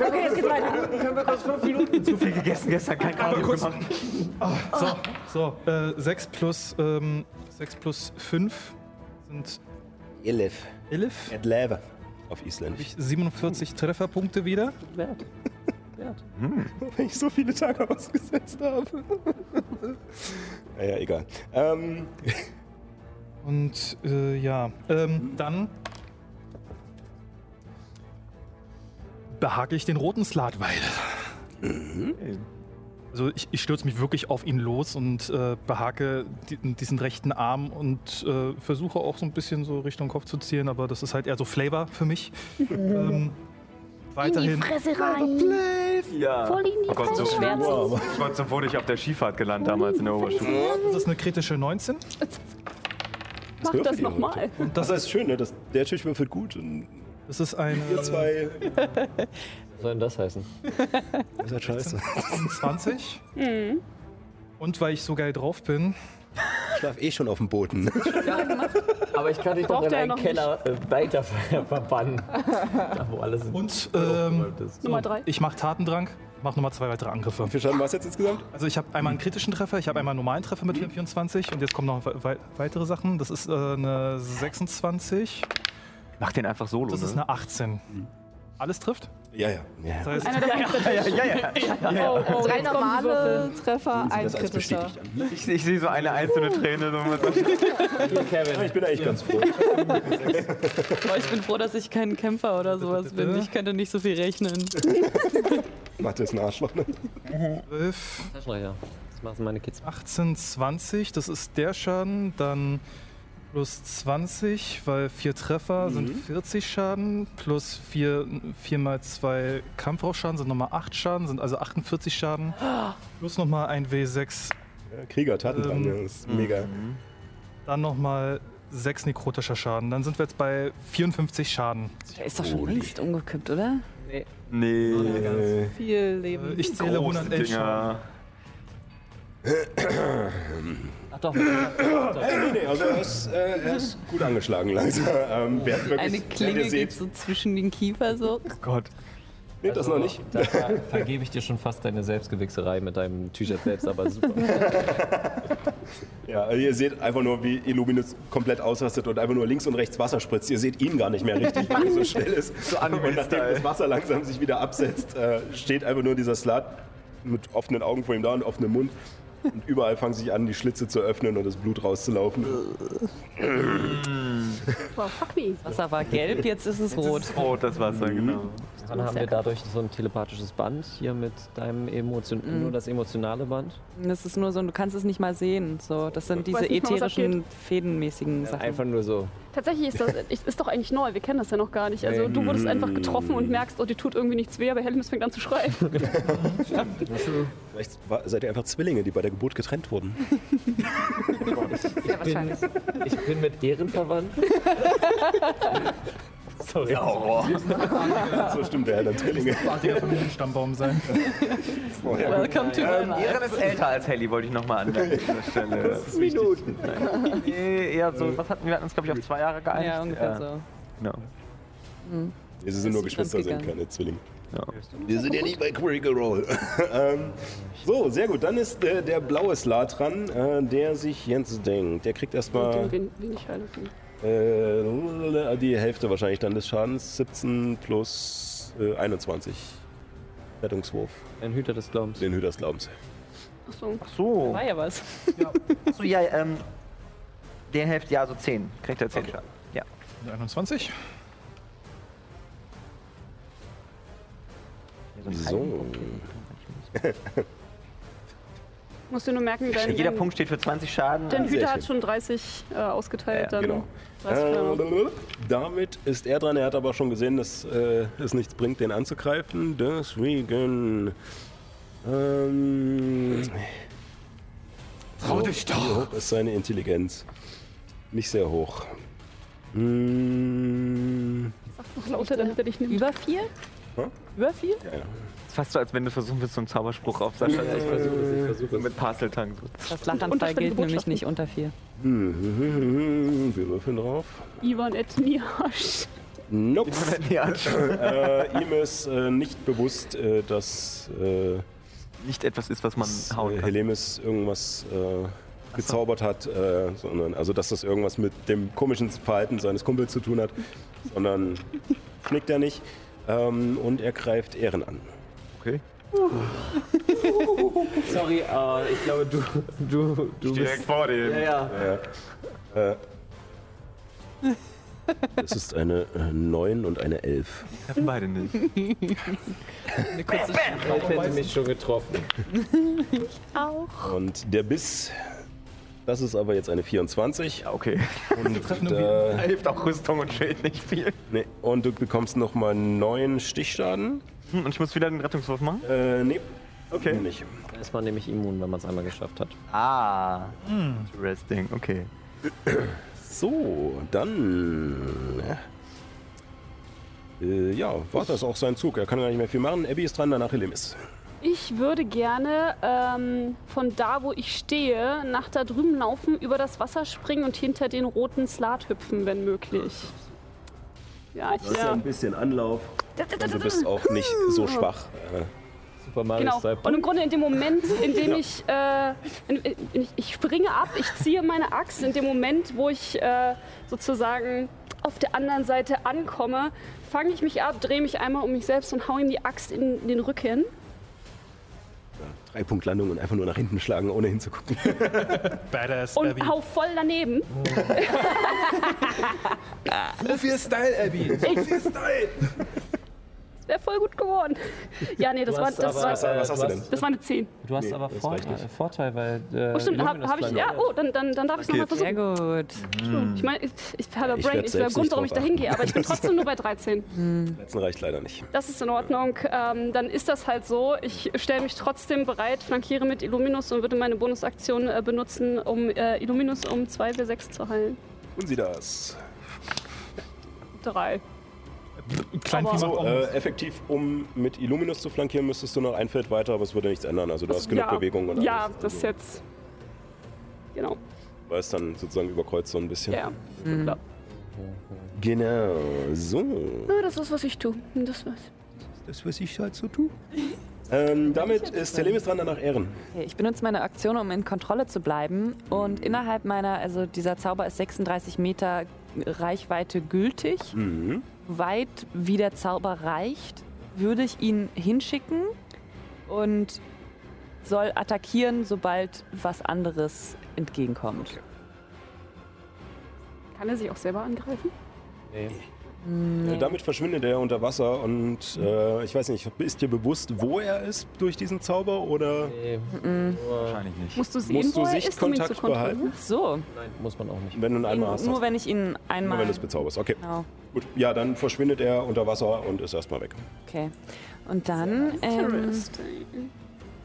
Speaker 4: Okay, jetzt geht's weiter.
Speaker 5: Zu viel gegessen gestern, kein Cardio gemacht.
Speaker 1: so, äh, 6 plus, ähm, 6 plus 5 sind
Speaker 2: Elif.
Speaker 1: 11.
Speaker 2: At Lava. Auf
Speaker 1: Habe
Speaker 2: Isländisch.
Speaker 1: ich 47 Trefferpunkte wieder.
Speaker 6: Wert. Wert.
Speaker 2: Wenn ich so viele Tage ausgesetzt habe. naja, egal. Ähm,
Speaker 1: Und äh, ja, ähm, dann behage ich den roten Slat weiter. Also ich, ich stürze mich wirklich auf ihn los und äh, behake di diesen rechten Arm und äh, versuche auch so ein bisschen so Richtung Kopf zu zielen, aber das ist halt eher so Flavor für mich. ähm, weiterhin.
Speaker 9: Fresse rein.
Speaker 5: Ja.
Speaker 9: Voll in die
Speaker 10: Gott, so
Speaker 9: Fresse.
Speaker 10: schwer.
Speaker 2: wow.
Speaker 10: Gott, so wurde ich auf der Skifahrt gelernt damals in der Oberschule.
Speaker 1: Das ist eine kritische 19.
Speaker 4: Mach
Speaker 2: würfelt
Speaker 4: das
Speaker 2: ihr heute.
Speaker 4: nochmal.
Speaker 2: Das ist schön, ne? Das, der Tisch würfelt gut. Und
Speaker 1: Das ist eine
Speaker 2: ihr zwei.
Speaker 6: Was soll denn das heißen?
Speaker 2: Das ist halt scheiße.
Speaker 1: 20. Und weil ich so geil drauf bin,
Speaker 2: Ich schlaf eh schon auf dem Boden.
Speaker 6: Aber ich kann dich doch
Speaker 4: Braucht
Speaker 6: in
Speaker 4: er
Speaker 6: einen
Speaker 4: noch
Speaker 6: Keller äh, weiter ver- verbannen. da, wo alles
Speaker 1: Und ähm,
Speaker 4: Nummer drei.
Speaker 1: ich mache Tatendrang, mache nochmal zwei weitere Angriffe.
Speaker 2: Wie viel Schaden war es jetzt insgesamt?
Speaker 1: Also ich habe einmal einen kritischen Treffer, ich habe einmal einen normalen Treffer mit 24 und jetzt kommen noch we wei- weitere Sachen. Das ist äh, eine 26,
Speaker 5: Mach den einfach solo.
Speaker 1: das ist
Speaker 5: ne?
Speaker 1: eine 18. Alles trifft?
Speaker 2: Ja, ja. ja.
Speaker 1: Das heißt,
Speaker 4: Einer der
Speaker 5: ja, ja, ja.
Speaker 4: Oh, oh,
Speaker 7: Drei
Speaker 4: jetzt kommen die Würfel.
Speaker 7: normale Treffer, ein
Speaker 2: Das als
Speaker 7: kritischer.
Speaker 2: bestätigt an. ne?
Speaker 5: Ich, ich sehe so eine einzelne Träne. So mit so
Speaker 2: Ich bin eigentlich ganz froh.
Speaker 3: ich bin froh, dass ich kein Kämpfer oder sowas bin. Ich könnte nicht so viel rechnen.
Speaker 2: Mathe ist ein Arschloch, ne?
Speaker 1: 12,
Speaker 6: Taschenrechner. Das machen meine Kids.
Speaker 1: 18, 20, das ist der Schaden, dann plus 20, weil vier Treffer sind 40 Schaden, plus 4, vier mal 2 Kampfrauchschaden sind nochmal 8 Schaden, sind also 48 Schaden, plus nochmal ein W6
Speaker 2: Ja, Krieger, Taten dran,
Speaker 1: Ähm.
Speaker 2: ja, das ist mega.
Speaker 1: Dann nochmal 6 nekrotischer Schaden. Dann sind wir jetzt bei 54 Schaden.
Speaker 3: Der ist doch schon längst umgekippt, oder?
Speaker 5: Nee.
Speaker 2: Äh,
Speaker 7: Viel Leben.
Speaker 1: Ich zähle
Speaker 5: Große
Speaker 1: 111 Schaden.
Speaker 5: Dinger.
Speaker 6: Ach doch.
Speaker 2: nee, also er ist, äh, er ist gut angeschlagen langsam. Ähm, wer wirklich,
Speaker 3: Eine
Speaker 2: wer
Speaker 3: Klinge
Speaker 2: ihr
Speaker 3: geht
Speaker 2: seht,
Speaker 3: so zwischen den Kiefer so.
Speaker 5: Gott.
Speaker 2: nimmt das noch nicht.
Speaker 6: Also, Da ver- vergebe ich dir schon fast deine Selbstgewichserei mit deinem T-Shirt selbst, aber super.
Speaker 2: Ja, also ihr seht einfach nur, wie Illuminus komplett ausrastet und einfach nur links und rechts Wasser spritzt. Ihr seht ihn gar nicht mehr richtig, weil er so schnell ist. und nachdem das Wasser langsam sich wieder absetzt, äh, steht einfach nur dieser Slat mit offenen Augen vor ihm da und offenem Mund. Und überall fangen sich an, die Schlitze zu öffnen und das Blut rauszulaufen.
Speaker 9: Wow, fuck me.
Speaker 3: Wasser war gelb, jetzt ist es rot.
Speaker 5: Oh, das Wasser, genau.
Speaker 6: Dann haben wir dadurch so ein telepathisches Band hier mit deinem Emotion
Speaker 4: Mhm.
Speaker 6: nur das emotionale Band.
Speaker 3: Das ist nur so, du kannst es nicht mal sehen. So, das sind diese
Speaker 4: weiß nicht mal, was
Speaker 3: ätherischen, fädenmäßigen Sachen.
Speaker 6: Einfach nur so.
Speaker 4: Tatsächlich ist das ist, ist doch eigentlich neu. Wir kennen das ja noch gar nicht. Also du wurdest einfach getroffen und merkst, oh, die tut irgendwie nichts weh, aber Helmes fängt an zu schreien.
Speaker 2: Vielleicht war, seid ihr einfach Zwillinge, die bei der Geburt getrennt wurden.
Speaker 6: Ich bin, ich bin mit Ehren verwandt. Sorry.
Speaker 2: oh. so stimmt, ja, dann Zwillinge.
Speaker 1: Artiger Familienstammbaum sein.
Speaker 3: Welcome to my life.
Speaker 5: Ehren ist älter als Helly, wollte ich nochmal anmerken an dieser Stelle.
Speaker 2: Minuten.
Speaker 5: Nee, eher so, was hatten wir? Wir hatten uns, glaube ich, auf zwei Jahre geeinigt.
Speaker 3: Ja, ungefähr so.
Speaker 5: Genau.
Speaker 2: Wir sind nur
Speaker 3: ist
Speaker 2: Geschwister, sind
Speaker 3: gegangen.
Speaker 2: keine Zwillinge.
Speaker 5: Ja.
Speaker 2: Wir sind ja nicht bei Critical Role. ähm, so, sehr gut. Dann ist äh, der blaue Slat dran, äh, der sich Jens denkt. Der kriegt erstmal
Speaker 4: Wen, wenig Heilung.
Speaker 2: äh, die Hälfte wahrscheinlich dann des Schadens. 17 plus äh, 21. Rettungswurf.
Speaker 6: Ein Hüter des Glaubens.
Speaker 2: Den Hüter des Glaubens.
Speaker 4: Ach so.
Speaker 5: Ach so.
Speaker 3: War ja was.
Speaker 5: Achso, ja, ähm. Der Hälfte, ja, so 10. Kriegt er 10 Schaden. Ja.
Speaker 8: Eine 21.
Speaker 2: So.
Speaker 4: Musst du nur merken, dein,
Speaker 5: Jeder
Speaker 4: dein,
Speaker 5: Punkt steht für 20 Schaden.
Speaker 4: dein
Speaker 2: Ah, Sehr
Speaker 4: Hüter hat
Speaker 2: schön.
Speaker 4: schon 30 äh, ausgeteilt.
Speaker 5: Ja,
Speaker 4: dann
Speaker 2: Genau.
Speaker 4: weißt du schon.
Speaker 2: Äh, damit ist er dran. Er hat aber schon gesehen, dass äh, es nichts bringt, den anzugreifen. Deswegen. Ähm, Trau dich doch! Wie hoch ist seine Intelligenz? Nicht sehr hoch. Hm,
Speaker 4: Noch lauter, damit er dich nimmt.
Speaker 3: Über vier?
Speaker 2: Hä?
Speaker 3: Über vier?
Speaker 5: Es ist fast so, als wenn du versuchen willst, so einen Zauberspruch auf Sascha zu äh,
Speaker 6: Ich versuche es, ich versuche es.
Speaker 5: Mit Parseltank.
Speaker 3: Das Lachanfall gilt nämlich nicht unter vier.
Speaker 2: hm, wir würfeln drauf.
Speaker 4: Ivan et Niasch.
Speaker 2: Nope.
Speaker 5: Ja,
Speaker 2: äh, ihm ist äh, nicht bewusst, äh, dass äh,
Speaker 5: nicht etwas ist, was man
Speaker 2: dass,
Speaker 5: hauen
Speaker 2: äh,
Speaker 5: kann.
Speaker 2: Helemis irgendwas äh, gezaubert hat, äh, sondern also dass das irgendwas mit dem komischen Verhalten seines Kumpels zu tun hat, sondern knickt er nicht. Ähm, und er greift Ehren an.
Speaker 5: Okay.
Speaker 6: Sorry, äh, ich glaube, du, du, du
Speaker 10: Direkt
Speaker 6: bist.
Speaker 10: vor dem.
Speaker 6: Ja, ja.
Speaker 2: Das ist eine äh, 9 und eine 11.
Speaker 10: Treffen beide nicht.
Speaker 6: Ich hätte mich schon getroffen.
Speaker 2: Und der Biss, das ist aber jetzt eine 24.
Speaker 5: Ja, okay.
Speaker 2: Und, äh,
Speaker 5: Hilft auch Rüstung und Schild nicht viel.
Speaker 2: nee, und du bekommst nochmal 9 Stichschaden.
Speaker 5: Hm, Und ich muss wieder den Rettungswurf machen?
Speaker 2: Äh, nee.
Speaker 5: Okay.
Speaker 2: Nicht.
Speaker 6: Dann ist man nämlich immun, wenn man es einmal geschafft hat.
Speaker 5: Ah. Interesting, okay.
Speaker 2: So, dann. Äh, ja, war das auch sein Zug. Er kann gar nicht mehr viel machen. Abby ist dran, danach Helemis.
Speaker 4: Ich würde gerne ähm, von da, wo ich stehe, nach da drüben laufen, über das Wasser springen und hinter den roten Slat hüpfen, wenn möglich. Ja, ich ja.
Speaker 2: bisschen Anlauf. Und du bist auch nicht so schwach. Äh,
Speaker 6: Super Mario
Speaker 4: Genau.
Speaker 6: Style.
Speaker 4: Und im Grunde in dem Moment, in dem ich, äh, in, in, ich- ich springe ab, ich ziehe meine Axt, in dem Moment, wo ich äh, sozusagen auf der anderen Seite ankomme, fange ich mich ab, drehe mich einmal um mich selbst und hau ihm die Axt in den Rücken.
Speaker 2: drei Punkt Landung und einfach nur nach hinten schlagen, ohne hinzugucken.
Speaker 8: Badass
Speaker 4: Und
Speaker 8: Abby.
Speaker 4: hau voll daneben.
Speaker 8: So viel Style, Abby. So viel Style.
Speaker 4: Das wäre voll gut geworden. Ja, nee, das,
Speaker 6: Du
Speaker 4: war,
Speaker 6: hast
Speaker 4: das,
Speaker 6: aber-
Speaker 4: war,
Speaker 2: Was,
Speaker 8: Äh,
Speaker 2: äh, was hast Äh, du denn?
Speaker 4: das war eine 10.
Speaker 6: Du hast aber
Speaker 2: das
Speaker 6: Vor
Speaker 2: reicht nicht.
Speaker 6: äh, Vorteil, weil. Äh,
Speaker 4: Oh, stimmt, habe
Speaker 6: Illuminus
Speaker 4: hab ich.
Speaker 6: Flagge-
Speaker 4: Ja, oh, dann, dann, dann darf ich es nochmal
Speaker 3: Sehr
Speaker 4: versuchen.
Speaker 3: gut.
Speaker 4: Ich meine, ich, ich habe
Speaker 2: Hm. Ich
Speaker 4: Brain,
Speaker 2: werd
Speaker 4: ich der
Speaker 2: selbst
Speaker 4: Grund,
Speaker 2: nicht
Speaker 4: warum ich da
Speaker 2: drauf
Speaker 4: hingehe, aber ich bin trotzdem nur bei 13.
Speaker 2: Letzten reicht leider nicht.
Speaker 4: Das ist in Ordnung. Ähm, dann ist das halt so. Ich stelle mich trotzdem bereit, flankiere mit Illuminus und würde meine Bonusaktion äh, benutzen, um äh, Illuminus um 2W6 zu heilen.
Speaker 2: Und sie das.
Speaker 4: 3.
Speaker 8: Klein
Speaker 4: Aber-
Speaker 8: Vieh macht
Speaker 2: So,
Speaker 8: auch
Speaker 2: äh, effektiv, um mit Illuminus zu flankieren, müsstest du noch ein Feld weiter, aber es würde nichts ändern. Also du hast genug
Speaker 4: ja,
Speaker 2: Bewegung und
Speaker 4: Ja,
Speaker 2: alles.
Speaker 4: das ist jetzt. Genau.
Speaker 2: Weil es dann sozusagen überkreuzt so ein bisschen.
Speaker 4: Ja. Klar.
Speaker 2: Genau, so.
Speaker 4: Ja, das ist, was ich tue. Das war's.
Speaker 2: Das, was ich halt so tue. Ähm, damit ist Helemis dran, danach Ehren.
Speaker 3: Okay, ich benutze meine Aktion, um in Kontrolle zu bleiben. Und innerhalb meiner, also dieser Zauber ist 36 Meter Reichweite gültig. Weit wie der Zauber reicht, würde ich ihn hinschicken und soll attackieren, sobald was anderes entgegenkommt.
Speaker 4: Kann er sich auch selber angreifen?
Speaker 6: Nee.
Speaker 2: Äh, Damit verschwindet er unter Wasser und äh, ich weiß nicht, ist dir bewusst, wo er ist durch diesen Zauber oder
Speaker 6: Nee,
Speaker 10: Wahrscheinlich nicht.
Speaker 4: Musst du sehen,
Speaker 2: musst
Speaker 4: wo
Speaker 2: du
Speaker 4: er ist, um ihn zu
Speaker 2: Sichtkontakt
Speaker 4: kontrollieren?
Speaker 2: behalten?
Speaker 3: So,
Speaker 6: nein, muss man auch nicht.
Speaker 2: Wenn du ihn einmal hast.
Speaker 3: nur
Speaker 2: hast.
Speaker 3: wenn ich ihn
Speaker 2: Nur
Speaker 3: einmal.
Speaker 2: wenn du es bezauberst. Okay,
Speaker 3: genau.
Speaker 2: gut. Ja, dann verschwindet er unter Wasser und ist erstmal weg.
Speaker 3: Okay. Und dann. Ähm,
Speaker 4: Interesting.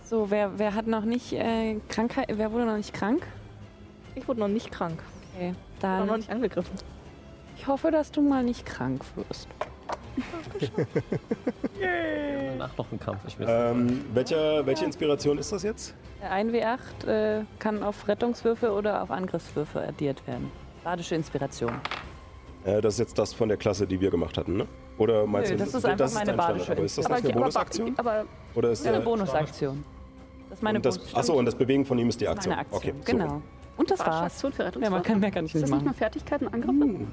Speaker 3: so, wer, wer hat noch nicht äh, Krankheit. Wer wurde noch nicht krank?
Speaker 7: Ich wurde noch nicht krank.
Speaker 3: Okay.
Speaker 7: Ich
Speaker 3: Dann.
Speaker 7: wurde noch nicht angegriffen.
Speaker 3: Ich hoffe, dass du mal nicht krank wirst.
Speaker 6: Danach noch ein Kampf. Ich weiß
Speaker 2: Ähm, welcher, welche Inspiration ist das jetzt?
Speaker 3: Der 1W8 äh, kann auf Rettungswürfe oder auf Angriffswürfe addiert werden. Badische Inspiration.
Speaker 2: Äh, das ist jetzt das von der Klasse, die wir gemacht hatten, ne? Oder meinst
Speaker 3: Nö,
Speaker 2: du,
Speaker 3: das ist einfach meine
Speaker 2: dein
Speaker 3: badische
Speaker 2: Standard, aber ist das
Speaker 4: Aber,
Speaker 2: nicht eine
Speaker 4: aber,
Speaker 2: Bonusaktion?
Speaker 4: aber, aber
Speaker 2: Oder ist
Speaker 3: Das ist eine
Speaker 2: der-
Speaker 3: Bonusaktion. Das ist meine
Speaker 2: und das,
Speaker 3: Bonus-
Speaker 2: achso, und das Bewegen von ihm ist die
Speaker 3: Das ist
Speaker 2: Aktion.
Speaker 3: meine Aktion.
Speaker 2: Okay, so.
Speaker 3: genau. Und das
Speaker 4: Barsche
Speaker 3: war's.
Speaker 4: Aktion für
Speaker 3: Mehr, man
Speaker 4: Rettungswaffe.
Speaker 3: kann, mehr kann
Speaker 4: Ist
Speaker 3: ich nicht
Speaker 2: Hm.
Speaker 4: das nicht mal
Speaker 3: machen.
Speaker 4: Fertigkeiten, Angriffe?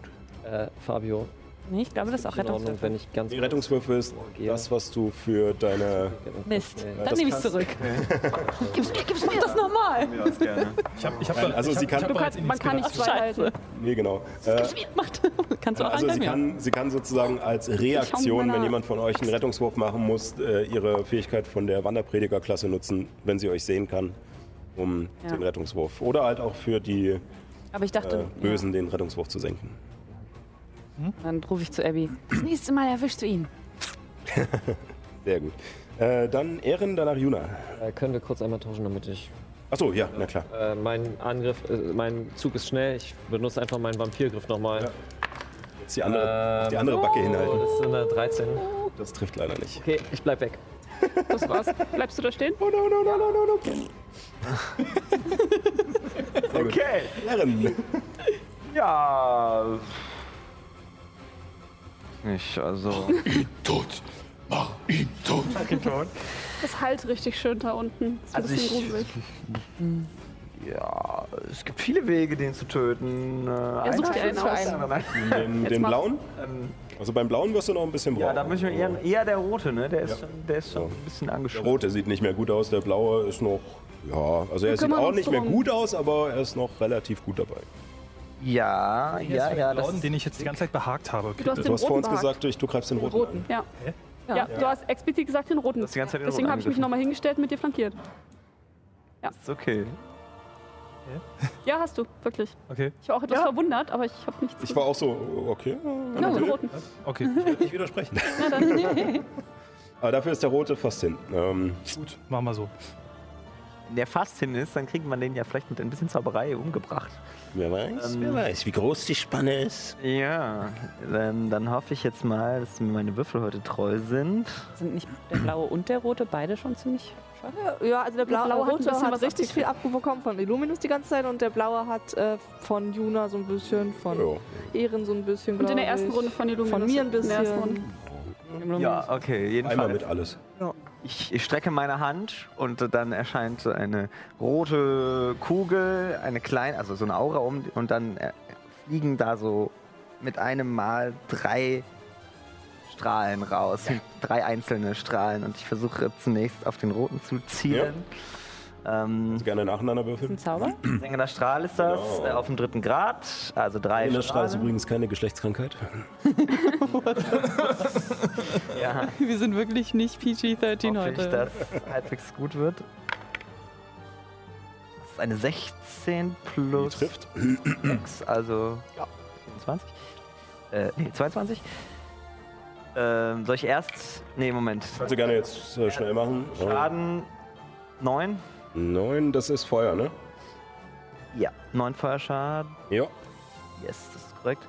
Speaker 6: Äh, Fabio,
Speaker 3: Nee, ich glaube, das ist auch
Speaker 6: In Ordnung,
Speaker 3: Rettungswürfe.
Speaker 6: wenn ich ganz
Speaker 2: Die Rettungswürfe ist
Speaker 6: Ja.
Speaker 2: das, was du für deine.
Speaker 3: Mist,
Speaker 6: Nee.
Speaker 3: dann
Speaker 2: das
Speaker 3: nehme ich
Speaker 2: passt.
Speaker 3: zurück. gib's mir, gib's mir das nochmal.
Speaker 10: Ja, das gerne.
Speaker 8: Ich hab, ich hab,
Speaker 2: Nein, also
Speaker 8: ich
Speaker 2: sie
Speaker 8: hab,
Speaker 2: kann-
Speaker 8: ich hab
Speaker 4: Du
Speaker 8: bereits
Speaker 4: kannst, man kann nicht
Speaker 8: Initiative.
Speaker 4: zwei halten.
Speaker 2: Nee, genau. Äh,
Speaker 3: Macht. Kannst du auch
Speaker 2: also
Speaker 3: einen
Speaker 2: sie
Speaker 3: bei mir?
Speaker 2: kann, sie kann sozusagen als Reaktion, wenn jemand von euch einen Rettungswurf machen muss, äh, ihre Fähigkeit von der Wanderpredigerklasse nutzen, wenn sie euch sehen kann, um
Speaker 3: Ja.
Speaker 2: den Rettungswurf. Oder halt auch für die
Speaker 3: Aber ich
Speaker 2: äh,
Speaker 3: dachte,
Speaker 2: Bösen den Rettungswurf zu senken.
Speaker 3: ja. dann rufe ich zu Abby. Das nächste Mal erwischst du ihn.
Speaker 2: Sehr gut. Äh, dann Ehren, danach Juna.
Speaker 6: Äh, können wir kurz einmal tauschen, damit ich.
Speaker 2: Achso, ja, na klar.
Speaker 6: Äh, mein Angriff, äh, mein Zug ist schnell. Ich benutze einfach meinen Vampirgriff nochmal.
Speaker 2: Ja. Jetzt die andere,
Speaker 6: Ähm,
Speaker 2: die andere Backe
Speaker 6: Oh,
Speaker 2: hinhalten.
Speaker 6: das ist eine 13.
Speaker 2: Das trifft leider nicht.
Speaker 6: Okay, ich bleib weg.
Speaker 4: Das war's. Bleibst du da stehen?
Speaker 2: Oh, no, no, no, no, no, no. okay. Ehren.
Speaker 5: Ja. Nicht, also.
Speaker 4: Das halt richtig schön da unten. Ist ein
Speaker 5: Also
Speaker 4: bisschen
Speaker 5: ich-
Speaker 4: gruselig.
Speaker 5: Ja, es gibt viele Wege, den zu töten. Äh,
Speaker 4: Er sucht dir einen
Speaker 5: einen
Speaker 4: aus.
Speaker 2: Den, den
Speaker 4: mach.
Speaker 2: blauen? Also beim blauen wirst du noch ein bisschen brauchen.
Speaker 5: Ja, da müssen wir eher, eher der rote, ne? Der ist,
Speaker 2: Ja.
Speaker 5: schon, der ist schon
Speaker 2: Ja.
Speaker 5: ein bisschen
Speaker 2: Der
Speaker 5: angeschlagen.
Speaker 2: rote sieht nicht mehr gut aus, der blaue ist noch. Ja, also er sieht
Speaker 4: kümmern
Speaker 2: auch
Speaker 4: uns
Speaker 2: nicht mehr
Speaker 4: drum.
Speaker 2: gut aus, aber er ist noch relativ gut dabei.
Speaker 5: Ja, ja, ja. Das
Speaker 8: Laden, den ich jetzt die ganze Zeit behagt habe.
Speaker 4: Du hast
Speaker 2: Du
Speaker 4: den
Speaker 2: hast vor
Speaker 4: roten
Speaker 2: uns
Speaker 4: behagt.
Speaker 2: gesagt, du greifst den roten.
Speaker 4: Roten, ja. Ja. du hast explizit gesagt den roten.
Speaker 5: hast die ganze Zeit den
Speaker 4: Deswegen
Speaker 5: roten
Speaker 4: habe ich mich
Speaker 5: angegriffen.
Speaker 4: nochmal hingestellt mit dir flankiert.
Speaker 5: ist okay.
Speaker 4: Ja, hast du, wirklich.
Speaker 8: Okay,
Speaker 4: Ich war auch etwas verwundert, aber ich habe nichts.
Speaker 2: Ich war auch so, okay.
Speaker 4: gesehen. Genau, den roten.
Speaker 8: okay.
Speaker 2: Ich will nicht widersprechen. aber dafür ist der rote fast hin. Ähm,
Speaker 8: Gut, machen wir so.
Speaker 5: Wenn der fast hin ist, dann kriegt man den ja vielleicht mit ein bisschen Zauberei umgebracht.
Speaker 2: wer weiß,
Speaker 5: Ähm.
Speaker 2: weiß, wie groß die Spanne ist.
Speaker 5: Ja, dann, dann hoffe ich jetzt mal, dass mir meine Würfel heute treu sind.
Speaker 3: Sind nicht der blaue und der rote beide schon ziemlich schwach?
Speaker 7: Ja, also der blaue,
Speaker 4: blaue hat ein
Speaker 7: rote
Speaker 4: bisschen
Speaker 7: hat
Speaker 4: was
Speaker 7: richtig viel abbekommen von Illuminus die ganze Zeit und der blaue hat äh, von Juna so ein bisschen, von
Speaker 2: Ja.
Speaker 7: Ehren so ein bisschen.
Speaker 4: Und in
Speaker 7: glaub
Speaker 4: der ersten
Speaker 7: ich.
Speaker 4: Runde von Illuminus.
Speaker 7: Von mir ein
Speaker 4: In der ersten Runde.
Speaker 7: bisschen.
Speaker 5: Ja, okay,
Speaker 2: Einmal mit
Speaker 5: jedenfalls.
Speaker 2: alles.
Speaker 5: Ich, ich strecke meine Hand und dann erscheint so eine rote Kugel, eine kleine, also so eine Aura um und dann äh, fliegen da so mit einem Mal drei Strahlen raus, drei einzelne Strahlen und ich versuche zunächst auf den roten zu zielen. Ähm,
Speaker 2: Kannst du gerne nacheinander
Speaker 3: Ein
Speaker 2: würfeln.
Speaker 3: Zauber?
Speaker 5: Sänger der Strahl ist das,
Speaker 2: Genau.
Speaker 5: äh, auf dem dritten Grad, also drei
Speaker 2: In der Straße
Speaker 5: Strahlen.
Speaker 2: übrigens keine Geschlechtskrankheit.
Speaker 5: Ja,
Speaker 3: Wir sind wirklich nicht PG-13
Speaker 5: hoffe ich, dass halbwegs gut wird. Das ist eine 16
Speaker 2: Die
Speaker 5: plus
Speaker 2: trifft.
Speaker 5: 6, also ja, 24. Äh, nee, 22. Ähm, soll ich erst. Nee, Moment.
Speaker 2: Kannst du gerne jetzt äh, schnell machen.
Speaker 5: Schaden 9.
Speaker 2: Neun, das ist Feuer, ne?
Speaker 5: Ja, 9 Feuerschaden.
Speaker 2: Ja.
Speaker 5: Yes, das ist korrekt.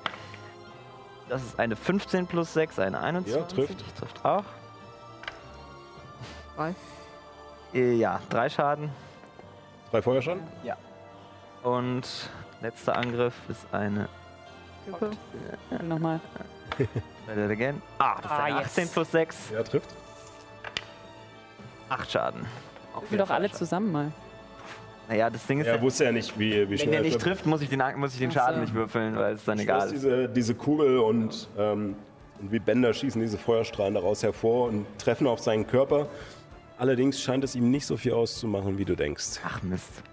Speaker 5: Das ist eine 15 plus 6, eine 21.
Speaker 2: Ja, trifft.
Speaker 5: Trifft auch.
Speaker 7: Drei.
Speaker 5: Äh, Ja, 3 Schaden.
Speaker 2: Drei Feuerschaden?
Speaker 5: Und letzter Angriff ist eine.
Speaker 3: Nochmal.
Speaker 5: Let it again. Ah, das ist eine 18 plus 6.
Speaker 2: Ja, trifft.
Speaker 5: 8 Schaden. Auch
Speaker 3: Wir doch alle zusammen mal.
Speaker 5: Naja, das Ding ist,
Speaker 2: Er wusste ja nicht, wie, wie
Speaker 5: wenn
Speaker 2: schnell
Speaker 5: der
Speaker 2: er
Speaker 5: nicht
Speaker 2: trifft.
Speaker 5: trifft, muss ich den, muss ich den
Speaker 3: Ach so.
Speaker 5: Schaden nicht würfeln, weil es dann
Speaker 2: Das
Speaker 5: egal
Speaker 2: ist
Speaker 5: ist.
Speaker 2: diese, diese Kugel und, ähm, und wie Bänder schießen diese Feuerstrahlen daraus hervor und treffen auf seinen Körper. Allerdings scheint es ihm nicht so viel auszumachen, wie du denkst.
Speaker 5: Ach Mist.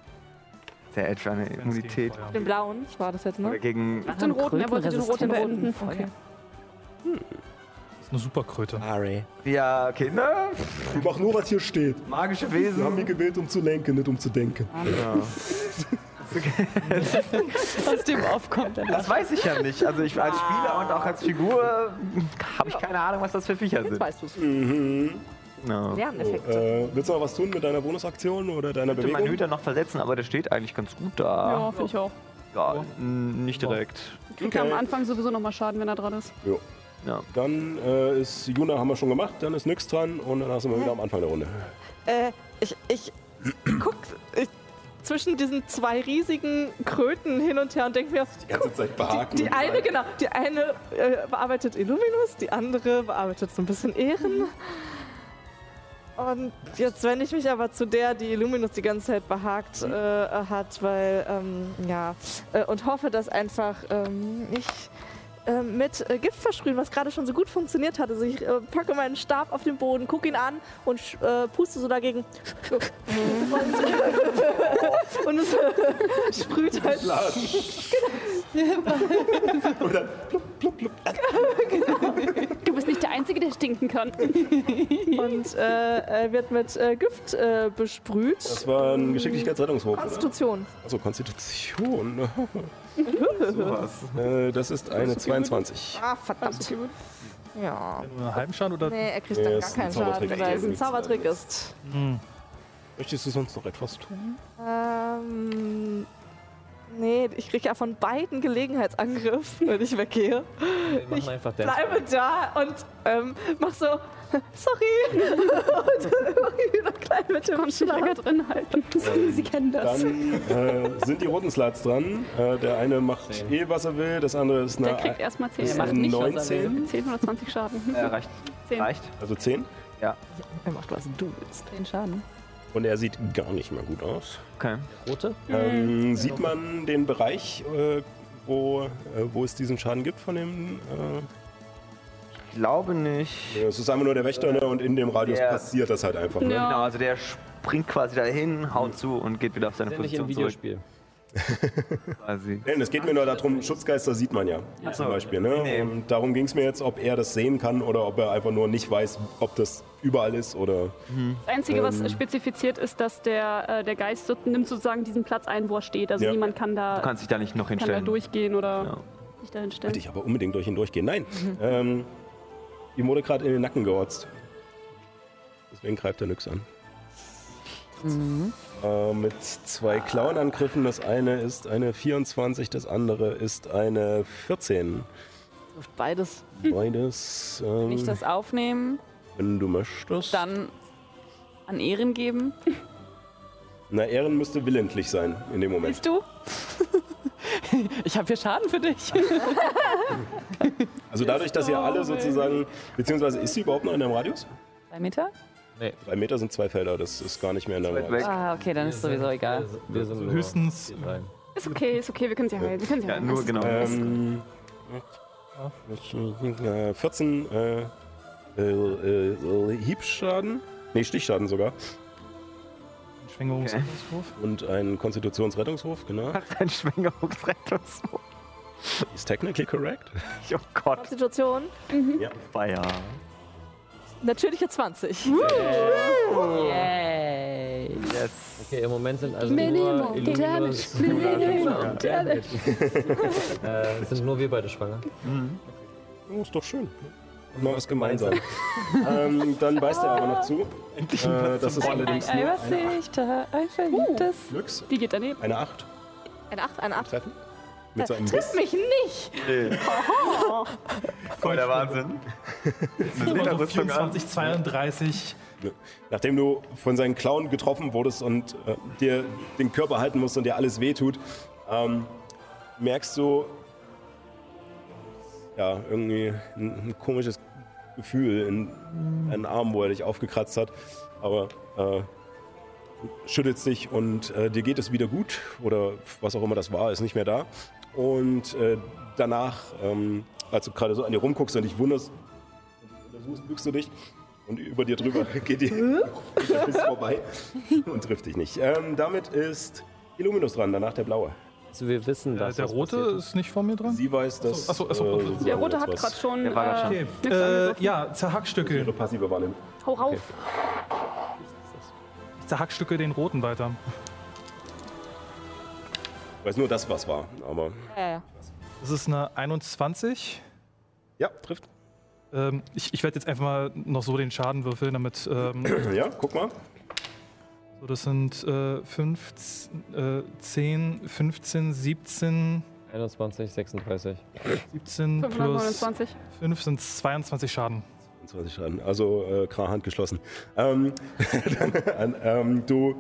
Speaker 5: Der Edge eine
Speaker 8: Wenn's gegen
Speaker 5: Immunität.
Speaker 8: Feuer-
Speaker 7: Den blauen war das jetzt,
Speaker 5: Oder
Speaker 7: ne?
Speaker 5: gegen.
Speaker 3: Ach,
Speaker 4: Den roten, er wollte den roten beenden.
Speaker 3: Okay.
Speaker 8: Das ist eine Superkröte.
Speaker 2: Ah,
Speaker 5: Ja, okay, ne?
Speaker 2: Du mach nur, was hier steht.
Speaker 5: Magische Wesen.
Speaker 2: gewählt, um zu lenken, nicht um zu denken.
Speaker 5: Ah.
Speaker 3: Aus dem aufkommt er.
Speaker 5: Das weiß ich ja nicht. Also ich als Spieler und auch als Figur
Speaker 3: Ah.
Speaker 5: habe ich keine Ahnung, was das für Viecher sind.
Speaker 7: Weißt du's.
Speaker 5: Mhm. No.
Speaker 7: Lerneffekte.
Speaker 2: Äh, willst du noch was tun mit deiner Bonusaktion oder deiner
Speaker 5: Ich könnte meinen
Speaker 2: Bewegung?
Speaker 5: Hüter noch versetzen, aber der steht eigentlich ganz gut da.
Speaker 4: Ja, finde ich auch.
Speaker 5: Ja, n- nicht direkt.
Speaker 4: Kriegt er am Anfang sowieso nochmal Schaden, wenn er dran ist.
Speaker 2: Jo.
Speaker 5: Ja.
Speaker 2: Dann äh, ist Juna haben wir schon gemacht, dann ist nix dran und dann sind wir wieder am Anfang der Runde.
Speaker 7: Äh, ich, ich guck ich, zwischen diesen zwei riesigen Kröten hin und her und denke mir,
Speaker 2: Die ganze Zeit behaken.
Speaker 7: die eine, genau, die eine äh, bearbeitet Illuminus, die andere bearbeitet so ein bisschen Ehren. Und jetzt wende ich mich aber zu der, die Illuminus die ganze Zeit behagt äh, hat, weil, ähm, ja, äh, und hoffe, dass einfach ähm, ich äh, mit äh, Gift versprühen, was gerade schon so gut funktioniert hat. Also ich äh, packe meinen Stab auf den Boden, gucke ihn an und sch- äh, puste so dagegen. und, und es sprüht halt.
Speaker 2: Und dann
Speaker 4: Du bist nicht der Einzige, der stinken kann.
Speaker 7: Und äh, er wird mit äh, Gift äh, besprüht.
Speaker 2: Das war ein Geschicklichkeitsrettungswurf. oder?
Speaker 7: Konstitution.
Speaker 2: Also Konstitution. Äh, das ist eine 22.
Speaker 7: Ah, verdammt. Ja.
Speaker 1: Nur einen halben Schaden oder?
Speaker 7: Nee, er kriegt
Speaker 2: Nee,
Speaker 7: dann
Speaker 2: das
Speaker 7: gar
Speaker 2: ist ein
Speaker 7: keinen Schaden,
Speaker 2: Zaubertrick.
Speaker 7: weil es ein
Speaker 2: Nichts
Speaker 7: Zaubertrick ist.
Speaker 2: Möchtest du sonst noch etwas tun?
Speaker 7: Ähm. Nee, ich kriege ja von beiden Gelegenheitsangriff, wenn ich weggehe.
Speaker 6: Wir machen einfach Dance.
Speaker 7: Bleibe da und ähm, mach so, sorry. und dann mach ich wieder klein mit dem
Speaker 4: Schläger
Speaker 7: Schlag.
Speaker 4: drin halten.
Speaker 5: Ähm,
Speaker 4: Sie kennen das.
Speaker 2: Dann äh, sind die roten Slats dran. Äh, der eine macht eh, was er will, das andere ist
Speaker 4: Der
Speaker 2: eine,
Speaker 4: kriegt erstmal 10.
Speaker 2: ist
Speaker 4: Macht
Speaker 2: eine
Speaker 4: nicht was er
Speaker 2: 19,
Speaker 4: will. 10 oder 20 Schaden.
Speaker 5: Äh, reicht.
Speaker 4: Zehn.
Speaker 5: Reicht.
Speaker 2: also 10.
Speaker 3: Er macht, was du willst. Den Schaden.
Speaker 2: Und er sieht gar nicht mehr gut aus.
Speaker 5: Okay.
Speaker 6: Rote?
Speaker 4: Mhm.
Speaker 2: Ähm, Sieht man den Bereich, äh, wo, äh, wo es diesen Schaden gibt von dem... Äh,
Speaker 5: Ich glaube nicht.
Speaker 2: Ja, Es ist einfach nur der Wächter ne? und in dem Radius
Speaker 5: Ja.
Speaker 2: passiert das halt einfach. Ne?
Speaker 4: Ja.
Speaker 5: Genau, also der springt quasi dahin, haut zu und geht wieder auf seine
Speaker 6: Sind nicht im
Speaker 5: Position zurück.
Speaker 6: Videospiel.
Speaker 5: Quasi.
Speaker 2: Nein, es geht mir nur darum, Schutzgeister sieht man ja zum Beispiel. Ne?
Speaker 5: Nee.
Speaker 2: Und darum ging es mir jetzt, ob er das sehen kann oder ob er einfach nur nicht weiß, ob das überall ist oder.
Speaker 4: Das Einzige,
Speaker 5: Ähm.
Speaker 4: was spezifiziert ist, dass der, äh, der Geist so, nimmt sozusagen diesen Platz ein, wo er steht. Also
Speaker 2: Ja.
Speaker 4: niemand kann da,
Speaker 5: Du kannst dich da nicht noch
Speaker 4: kann da
Speaker 5: hinstellen.
Speaker 4: durchgehen oder
Speaker 5: Ja.
Speaker 4: sich dahin stellen.
Speaker 2: Wollte ich aber unbedingt durch ihn durchgehen. Nein. ähm, ihm wurde gerade in den Nacken georzt. Deswegen greift er nix an. Äh, mit zwei Klauenangriffen. Das eine ist eine 24, das andere ist eine 14.
Speaker 3: Trifft beides.
Speaker 2: Beides, ähm,
Speaker 3: Wenn ich das aufnehmen,
Speaker 2: wenn du möchtest.
Speaker 3: dann an Ehren geben.
Speaker 2: Na, Ehren müsste willentlich sein in dem Moment.
Speaker 3: Bist du? ich habe hier Schaden für dich.
Speaker 2: Also dadurch, dass ihr alle sozusagen, beziehungsweise ist sie überhaupt noch in deinem Radius?
Speaker 3: Drei Meter?
Speaker 2: Drei Meter sind zwei Felder, das ist gar nicht mehr in deinem
Speaker 5: Weit
Speaker 2: Radius.
Speaker 5: weg.
Speaker 3: Ah, okay, dann ist sowieso egal.
Speaker 6: Wir sind nur
Speaker 8: Höchstens-
Speaker 6: hier rein.
Speaker 4: Ist okay, ist okay, wir können sie heilen. Wir können sie
Speaker 5: Ja,
Speaker 4: heilen.
Speaker 5: nur genau.
Speaker 2: Ähm, äh, 14 äh, äh, äh, Hiebschaden, nee, Stichschaden sogar
Speaker 8: Schwingerungsangriff.
Speaker 2: und ein Konstitutionsrettungshof, genau.
Speaker 5: Ein Schwingerungsrettungswurf.
Speaker 2: Ist technically correct.
Speaker 5: Oh Gott,
Speaker 7: Konstitution,
Speaker 5: Feier.
Speaker 7: natürliche 20.
Speaker 3: Yay.
Speaker 5: Yes.
Speaker 6: Okay, im Moment sind also
Speaker 4: Minimum
Speaker 6: nur Illuminus.
Speaker 4: Damage, Minimum
Speaker 6: Damage. äh, sind nur wir beide schwanger.
Speaker 2: Oh, ist doch schön. Mal was gemeinsam. ähm, dann beißt er aber noch zu. Äh, das ist allerdings nur
Speaker 3: Eifersüchter, eiferliebtes.
Speaker 2: Glücks.
Speaker 4: Die geht daneben.
Speaker 2: Eine 8
Speaker 7: Ein 8, ein 8.
Speaker 2: treffen. Mit seinem Biss.
Speaker 7: Mich nicht!
Speaker 5: Voll der Wahnsinn. Mit
Speaker 8: Also
Speaker 5: Lederrüstung an.
Speaker 8: 24, 32.
Speaker 2: Nachdem du von seinen Klauen getroffen wurdest und äh, dir den Körper halten musst und dir alles wehtut, ähm, merkst du ja irgendwie ein, ein komisches Gefühl in deinen Arm, wo er dich aufgekratzt hat. Aber äh, schüttelst dich und äh, dir geht es wieder gut oder was auch immer das war, ist nicht mehr da. Und äh, danach, ähm, als du gerade so an dir rumguckst und dich wunderst, untersuchst, bückst du dich und über dir drüber geht die ist vorbei und trifft dich nicht. Ähm, damit ist Illuminus dran, danach der Blaue.
Speaker 6: Also wir wissen,
Speaker 8: Äh,
Speaker 6: dass
Speaker 8: der
Speaker 6: was
Speaker 8: Rote
Speaker 6: passiert
Speaker 8: ist nicht vor mir dran.
Speaker 2: Sie weiß, dass äh,
Speaker 8: Ach so, ach so, ach so.
Speaker 4: Der Rote hat
Speaker 2: was
Speaker 4: gerade schon.
Speaker 5: Der war grad schon.
Speaker 4: äh,
Speaker 8: Okay.
Speaker 4: nix
Speaker 8: Äh,
Speaker 4: angegriffen.
Speaker 8: ja, zerhackstücke.
Speaker 2: ihre passive Wahrnehmung.
Speaker 4: Hau rauf.
Speaker 8: Ich zerhackstücke den Roten weiter.
Speaker 2: Ich weiß nur, das was war, aber
Speaker 7: Ja, ja.
Speaker 3: Äh,
Speaker 8: Das ist eine 21.
Speaker 2: ja, trifft.
Speaker 8: Ähm, ich ich werde jetzt einfach mal noch so den Schaden würfeln, damit. Ähm,
Speaker 2: Ja, guck mal.
Speaker 8: so, das sind äh, 5, äh, 10, 15, 17,
Speaker 6: 21, 36.
Speaker 8: 17 plus
Speaker 4: 529.
Speaker 8: 5 sind 22 Schaden.
Speaker 2: 20 Schaden, also äh, Krahand geschlossen. Ähm, dann, ähm, du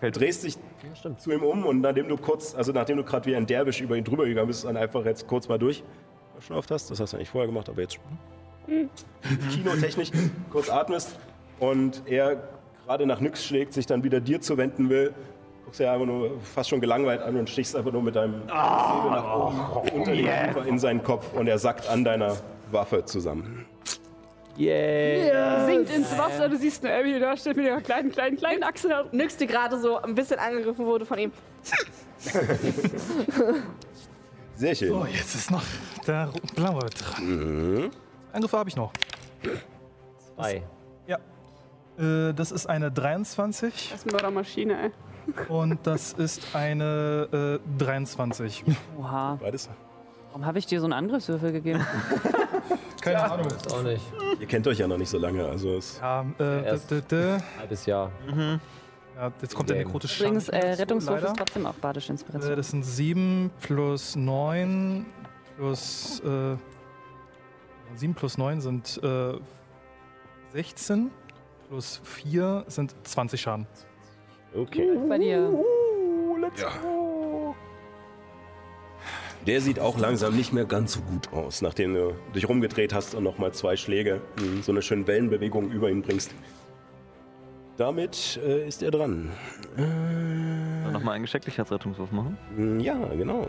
Speaker 2: drehst dich
Speaker 6: Ja, stimmt.
Speaker 2: zu ihm um und nachdem du kurz, also nachdem du gerade wie ein Derwisch über ihn drüber gegangen bist und einfach jetzt kurz mal durch schnauft hast, das hast du eigentlich vorher gemacht, aber jetzt kinotechnisch kurz atmest und er gerade nach nix schlägt, sich dann wieder dir zu wenden will guckst ja einfach nur fast schon gelangweilt an und stichst einfach nur mit deinem
Speaker 6: Ah,
Speaker 2: Säbel nach oben unter den Kiefer in seinen Kopf und er sackt an deiner Waffe zusammen.
Speaker 6: Yay!
Speaker 4: Sinkt ins Wasser, du siehst nur Abby da steht mit ihrer kleinen, kleinen, kleinen Achse.
Speaker 7: Äh. Nix, die gerade so ein bisschen angegriffen wurde von ihm.
Speaker 2: Sehr schön.
Speaker 8: Oh, jetzt ist noch der Ro- blaue dran.
Speaker 2: Mhm.
Speaker 8: Angriffe habe ich noch.
Speaker 6: Zwei.
Speaker 8: Ja. Äh, Das ist eine 23
Speaker 4: Das Mördermaschine, ey.
Speaker 8: und das ist eine äh, 23.
Speaker 3: Oha,
Speaker 2: Beides.
Speaker 3: warum habe ich dir so einen Angriffswürfel gegeben?
Speaker 8: Keine Ahnung.
Speaker 6: Ist auch nicht.
Speaker 2: Ihr kennt euch ja noch nicht so lange, also es
Speaker 8: Ja, äh,
Speaker 6: Erst.
Speaker 8: d- d- d-
Speaker 6: Halbes Jahr.
Speaker 8: ja, jetzt kommt der
Speaker 6: Same.
Speaker 8: nekrotische Schaden.
Speaker 3: Übrigens, äh,
Speaker 8: dazu,
Speaker 3: Rettungswurf
Speaker 8: leider.
Speaker 3: ist trotzdem auch badische
Speaker 8: Äh,
Speaker 3: Inspiration.
Speaker 8: Das sind 7 plus 9 plus. Äh, 7 plus 9 sind äh, 16 plus 4 sind 20 Schaden.
Speaker 2: okay.
Speaker 3: Bei dir.
Speaker 2: Der sieht auch langsam nicht mehr ganz so gut aus, nachdem du dich rumgedreht hast und nochmal zwei Schläge in so eine schöne Wellenbewegung über ihn bringst. Damit äh, ist er dran.
Speaker 5: Soll Nochmal einen Geschicklichkeitsrettungswurf machen.
Speaker 2: Hm, Ja, genau.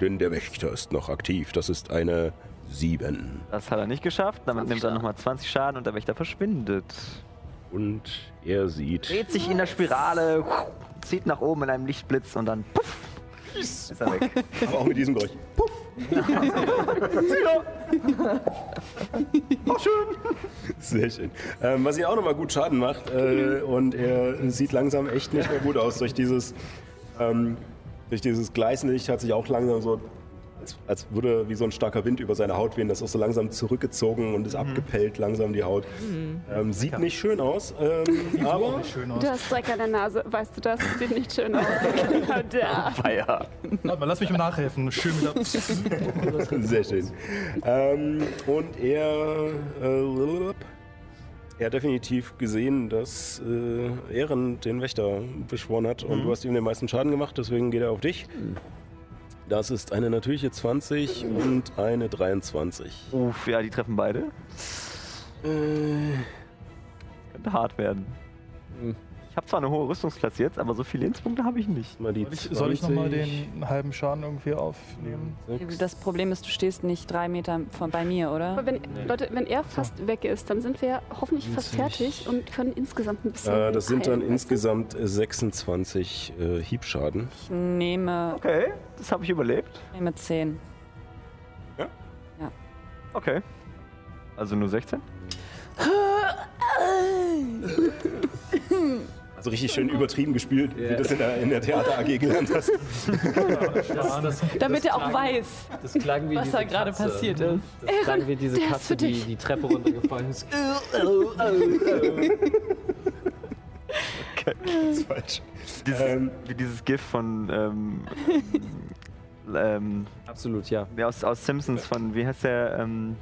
Speaker 2: Denn der Wächter ist noch aktiv. Das ist eine 7.
Speaker 5: Das hat er nicht geschafft. Damit nimmt er nochmal 20 Schaden und der Wächter verschwindet.
Speaker 2: Und er sieht.
Speaker 5: Dreht sich in der Spirale, zieht nach oben in einem Lichtblitz und dann puff, ist er weg.
Speaker 2: Aber auch mit diesem Geräusch. Puff! Sehr schön. Ähm, was ihn auch nochmal gut Schaden macht. Äh, und er sieht langsam echt nicht mehr gut aus. Durch dieses, ähm, durch dieses gleißende Licht hat sich auch langsam so. Als, als würde wie so ein starker Wind über seine Haut wehen. Das ist so langsam zurückgezogen und ist abgepellt, langsam die Haut. Ähm, sieht nicht schön aus, ähm, aber
Speaker 8: Schön aus.
Speaker 4: Du hast Dreck an der Nase, weißt du das? Sieht nicht schön aus. genau da.
Speaker 5: Feier.
Speaker 8: Warte mal, lass mich mal nachhelfen. Schön wieder.
Speaker 2: Sehr schön. Ähm, und er. Äh, er hat definitiv gesehen, dass äh, Ehren den Wächter beschworen hat
Speaker 8: Mhm.
Speaker 2: und du hast ihm den meisten Schaden gemacht, deswegen geht er auf dich. Das ist eine natürliche 20 und eine 23.
Speaker 5: Uff, ja, die treffen beide.
Speaker 2: Äh,
Speaker 5: Könnte hart werden. Ich habe zwar eine hohe Rüstungsklasse jetzt, aber so viele Lebenspunkte habe ich nicht.
Speaker 2: mal die
Speaker 8: Soll ich, soll ich nochmal
Speaker 2: 20,
Speaker 8: den halben Schaden irgendwie aufnehmen?
Speaker 3: Das Problem ist, du stehst nicht drei Meter von bei mir,
Speaker 4: Aber
Speaker 3: oder?
Speaker 4: wenn, Leute, wenn er fast weg ist, dann sind wir ja hoffentlich fast fertig und können insgesamt ein bisschen.
Speaker 2: Äh, das sind dann
Speaker 4: heilen, weißt du?
Speaker 2: insgesamt 26 äh, Hiebschaden.
Speaker 3: Ich nehme,
Speaker 5: Okay, das habe ich überlebt.
Speaker 3: nehme zehn.
Speaker 5: Okay. Also nur 16?
Speaker 2: Also richtig schön übertrieben gespielt, wie du das in der, in der Theater AG gelernt hast.
Speaker 3: Damit er auch weiß,
Speaker 6: Das klang wie
Speaker 3: was
Speaker 6: diese
Speaker 3: da gerade
Speaker 6: Katze. ne?
Speaker 3: passiert ist.
Speaker 6: Das klang wie diese Katze, die die Treppe runtergefallen ist.
Speaker 2: Falsch.
Speaker 5: Dieses,
Speaker 2: Ähm.
Speaker 5: Wie dieses GIF von. Ähm, ähm,
Speaker 6: Absolut, ja.
Speaker 5: nee, aus, aus Simpsons von, wie heißt der? Ähm,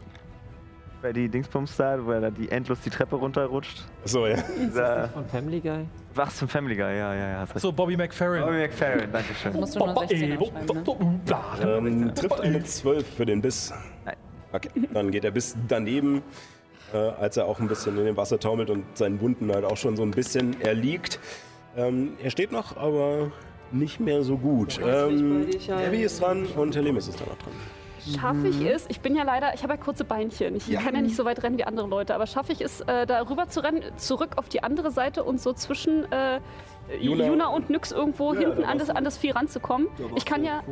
Speaker 5: bei die Dingsbums da, wo er da die endlos die Treppe runterrutscht.
Speaker 2: So, ja.
Speaker 5: Dieser,
Speaker 6: Von Family Guy.
Speaker 5: wachs zum Family Guy, ja, ja, ja. hast recht.
Speaker 8: So, Bobby McFerrin.
Speaker 5: Bobby McFerrin, dankeschön.
Speaker 3: Musst du nur 16 aufschreiben, ne?
Speaker 2: Ähm, trifft eine 12 für den Biss.
Speaker 5: Nein.
Speaker 2: Okay, dann geht der Biss daneben, äh, als er auch ein bisschen in dem Wasser taumelt und seinen Wunden halt auch schon so ein bisschen erliegt. Ähm, er steht noch, aber nicht mehr so gut. Ähm, Abby ist dran und Helemis ist dann auch dran.
Speaker 4: Schaffe
Speaker 2: Mhm.
Speaker 4: ich es? Ich bin ja leider, ich habe ja kurze Beinchen. Ich kann ja nicht so weit rennen wie andere Leute, aber schaffe ich es, äh, da rüber zu rennen, zurück auf die andere Seite und so zwischen äh,
Speaker 2: Juna-
Speaker 4: Juna, und Nyx irgendwo
Speaker 2: Ja,
Speaker 4: hinten
Speaker 2: da
Speaker 4: an
Speaker 2: warst
Speaker 4: das, an das Vieh ranzukommen? Ich kann ja,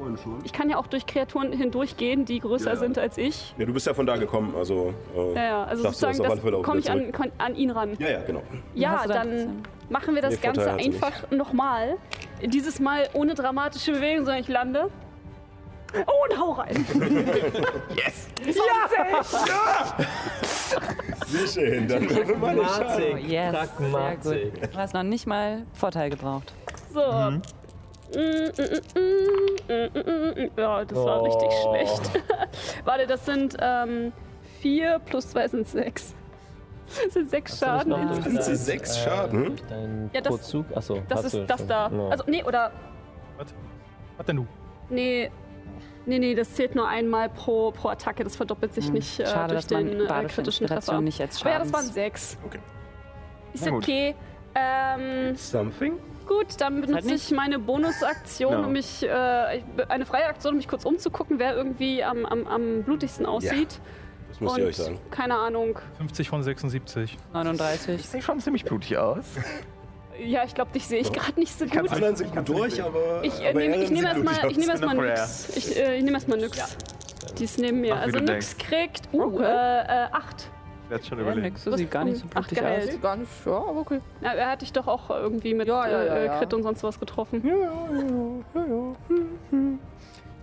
Speaker 4: ich kann ja auch durch Kreaturen hindurchgehen, die größer sind als ich.
Speaker 2: Ja, du bist ja von da gekommen, also. Äh,
Speaker 4: Ja, ja, also
Speaker 2: darfst du
Speaker 4: sozusagen,
Speaker 2: auf alle Fälle
Speaker 4: das
Speaker 2: auch
Speaker 4: komme
Speaker 2: wieder
Speaker 4: ich
Speaker 2: zurück.
Speaker 4: an, kon- an ihn ran.
Speaker 2: Ja, ja, genau.
Speaker 4: Ja,
Speaker 3: Hast du dann
Speaker 4: dann machen wir das
Speaker 2: Nee, Vorteil
Speaker 4: Ganze
Speaker 2: hat sie nicht.
Speaker 4: einfach nochmal. Dieses Mal ohne dramatische Bewegung, sondern ich lande. Oh, und hau rein. yes! Ja!
Speaker 2: Sehr schön, dann würfel mal den Schaden.
Speaker 6: Pragmatik.
Speaker 3: Oh, yes, sehr
Speaker 6: Pragmatik.
Speaker 3: gut. Du hast noch nicht mal Vorteil gebraucht.
Speaker 4: So.
Speaker 6: Mhm.
Speaker 4: Mm, mm, mm, mm, mm, mm, mm. Ja, das war richtig
Speaker 6: Oh.
Speaker 4: schlecht. Warte, das sind ähm, vier plus zwei sind sechs. Das sind sechs Schaden.
Speaker 6: Hast du nicht noch Äh,
Speaker 2: Sind
Speaker 6: durch
Speaker 2: sie
Speaker 6: dein,
Speaker 2: sechs Schaden?
Speaker 6: durch deinen
Speaker 4: Ja, das-
Speaker 6: Kurzug? Achso,
Speaker 4: Das
Speaker 6: hast du
Speaker 4: ist das
Speaker 6: schon.
Speaker 4: da.
Speaker 6: Ja.
Speaker 4: Also, nee, oder.
Speaker 8: Was denn du?
Speaker 4: Nee. Nee, nee, das zählt nur einmal pro, pro Attacke. Das verdoppelt
Speaker 6: Mhm.
Speaker 4: sich nicht äh,
Speaker 3: Schade,
Speaker 4: durch
Speaker 3: dass man
Speaker 4: den äh,
Speaker 3: badische
Speaker 4: kritischen Treffer.
Speaker 3: Inspiration nicht als
Speaker 4: Aber ja, das
Speaker 3: Schadens-
Speaker 4: waren sechs.
Speaker 2: Okay.
Speaker 4: Ist
Speaker 5: Na gut.
Speaker 4: okay. Ähm,
Speaker 2: Something?
Speaker 4: gut,
Speaker 3: halt
Speaker 4: dann benutze ich meine Bonusaktion,
Speaker 5: No.
Speaker 2: Genau.
Speaker 4: um mich, äh, ich- eine freie Aktion, um mich kurz umzugucken, wer irgendwie am, am, am blutigsten aussieht.
Speaker 2: Das muss ich euch sagen.
Speaker 4: keine Ahnung.
Speaker 8: 50 von 76.
Speaker 3: 39.
Speaker 5: Sieht schon ziemlich blutig aus.
Speaker 4: Ja, ich glaube, dich sehe ich gerade nicht so gut.
Speaker 2: Die anderen sind gut durch, aber.
Speaker 4: Ich, äh,
Speaker 2: aber
Speaker 4: nehm,
Speaker 2: Aaron
Speaker 4: ich nehme
Speaker 2: sieht gut
Speaker 4: erstmal
Speaker 2: aus.
Speaker 4: ich nehm erstmal
Speaker 5: Sinopher.
Speaker 4: nix. Ich, äh, ich nehme erstmal nix. Die ist neben mir.
Speaker 5: Ach, wie
Speaker 4: also
Speaker 5: du
Speaker 4: nix kriegt. Uh,
Speaker 3: Okay.
Speaker 4: äh, äh, acht.
Speaker 5: Ich werde schon
Speaker 3: Ja,
Speaker 5: überlegen.
Speaker 3: nix, das sieht gar nicht so
Speaker 4: Ach,
Speaker 3: blutig
Speaker 4: geil.
Speaker 3: aus.
Speaker 7: Nee, gar nicht. Ja, aber okay.
Speaker 4: Na, er hat dich doch auch irgendwie mit
Speaker 3: Ja, ja, ja,
Speaker 4: äh,
Speaker 3: ja.
Speaker 4: Crit und sonst was getroffen.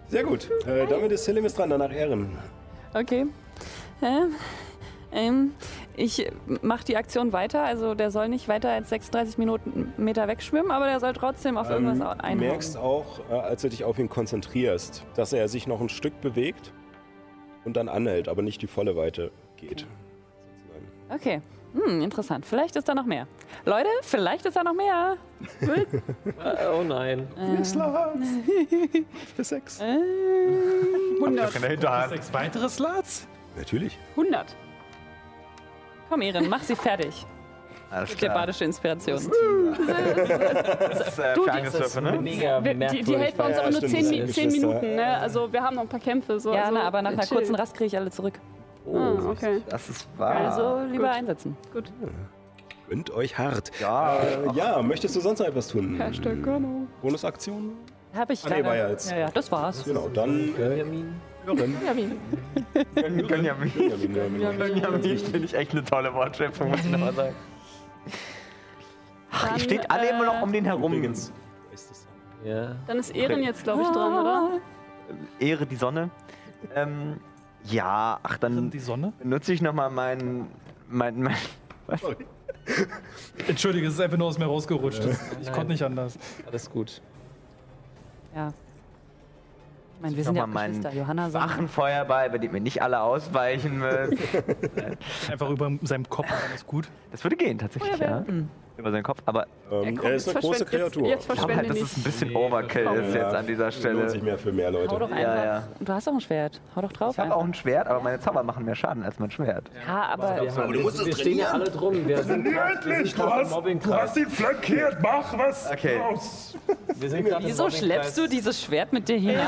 Speaker 2: Sehr gut. Äh, damit ist Selim ist dran, danach Ehren.
Speaker 3: Okay. Ähm, ähm, ich mache die Aktion weiter. Also der soll nicht weiter als 36 Minuten Meter wegschwimmen, aber der soll trotzdem auf irgendwas
Speaker 2: Ähm,
Speaker 3: au-
Speaker 2: du
Speaker 3: einhauen.
Speaker 2: merkst auch, äh, als du dich auf ihn konzentrierst, dass er sich noch ein Stück bewegt und dann anhält, aber nicht die volle Weite geht. sozusagen.
Speaker 3: Okay. Hm, interessant. Vielleicht ist da noch mehr. Leute, vielleicht ist da noch mehr.
Speaker 6: Äh, oh nein.
Speaker 2: Für sechs.
Speaker 3: Ähm,
Speaker 4: 100.
Speaker 5: In der Hinterhand.
Speaker 8: Sechs weitere Slats?
Speaker 2: Natürlich.
Speaker 4: 100.
Speaker 3: komm, Erin, mach sie fertig.
Speaker 5: Alles
Speaker 3: Mit der
Speaker 5: klar.
Speaker 3: badische Inspiration.
Speaker 5: Das ist äh,
Speaker 4: Du,
Speaker 5: für
Speaker 4: das
Speaker 5: Angriffswürfe, ne?
Speaker 6: Mega
Speaker 4: Wir, die, die hält bei uns
Speaker 2: Ja,
Speaker 4: aber nur
Speaker 2: stimmt,
Speaker 4: 10,
Speaker 2: das
Speaker 4: Mi-
Speaker 2: ist
Speaker 4: 10
Speaker 2: Geschwister.
Speaker 4: Minuten, ne? Also wir haben noch ein paar Kämpfe. So,
Speaker 3: Ja,
Speaker 4: also,
Speaker 3: na, aber nach einer
Speaker 4: chill.
Speaker 3: kurzen Rast kriege ich alle zurück. Oh,
Speaker 4: Ah, okay.
Speaker 5: Das ist wahr.
Speaker 4: Also
Speaker 3: Lieber
Speaker 4: lieber ein.
Speaker 3: einsetzen.
Speaker 4: Gut.
Speaker 2: Gönnt euch hart.
Speaker 5: Ja.
Speaker 2: Äh, ja, möchtest du sonst noch etwas tun?
Speaker 4: Hashtag Gönnung.
Speaker 2: Bonusaktion?
Speaker 3: Hab ich
Speaker 2: Ah, nee,
Speaker 3: gerade.
Speaker 2: war ja jetzt.
Speaker 3: ja, ja, das war's.
Speaker 2: Genau, dann. Äh, Ehren.
Speaker 5: Gönjamin.
Speaker 2: Benjamin, Ähm, Benjamin.
Speaker 5: Gönjamin finde ich echt eine tolle Wortschöpfung, muss ich nochmal sagen. Ach,
Speaker 4: Dann,
Speaker 5: ihr steht alle immer noch um den herum.
Speaker 2: Übrigens.
Speaker 6: Ja.
Speaker 4: Dann ist Ehren jetzt, glaube ich,
Speaker 7: Ah.
Speaker 4: dran, oder?
Speaker 5: Ehre die Sonne. Ähm, ja, ach, dann
Speaker 8: Die Sonne?
Speaker 5: benutze ich nochmal meinen. Mein, mein, Oh,
Speaker 8: Entschuldige, es ist einfach nur aus mir rausgerutscht. Ich konnte nicht anders.
Speaker 6: Alles gut.
Speaker 3: Ja. Ich meine, wir
Speaker 5: Ich
Speaker 3: sind
Speaker 5: mach
Speaker 3: ja
Speaker 5: mal
Speaker 3: auch
Speaker 5: meinen
Speaker 3: Geschwister. Johanna sagt.
Speaker 5: wachen Feuerball, bei dem ihr nicht alle ausweichen müsst.
Speaker 8: Einfach über seinem Kopf alles gut.
Speaker 5: Das würde gehen, tatsächlich, ja. Über seinen Kopf, aber
Speaker 2: Ähm,
Speaker 4: komm,
Speaker 2: er
Speaker 4: jetzt
Speaker 2: ist eine große
Speaker 4: verschwend- jetzt-
Speaker 2: Kreatur.
Speaker 4: Jetzt
Speaker 5: ich glaube
Speaker 4: verschwende
Speaker 5: halt, dass es
Speaker 4: nicht.
Speaker 5: ein bisschen Overkill ist jetzt an dieser
Speaker 2: Lohnt sich
Speaker 5: Stelle.
Speaker 2: mehr für mehr
Speaker 3: Hau doch
Speaker 2: Leute.
Speaker 3: einfach.
Speaker 5: Ja, ja.
Speaker 3: Du hast doch ein Schwert. Hau doch drauf.
Speaker 5: Ich habe auch ein Schwert, aber meine Zauber machen mehr Schaden als mein Schwert.
Speaker 3: einfach. ja, aber
Speaker 6: Wir, haben, wir, wir stehen ja alle drum. Wir sind grad- wir sind gerade im Mobbingkreis.
Speaker 2: ihn flankiert, mach was!
Speaker 5: Okay.
Speaker 6: Wir sind gerade im
Speaker 3: wieso schleppst du
Speaker 6: Mobbingkreis.
Speaker 3: dieses Schwert mit dir her?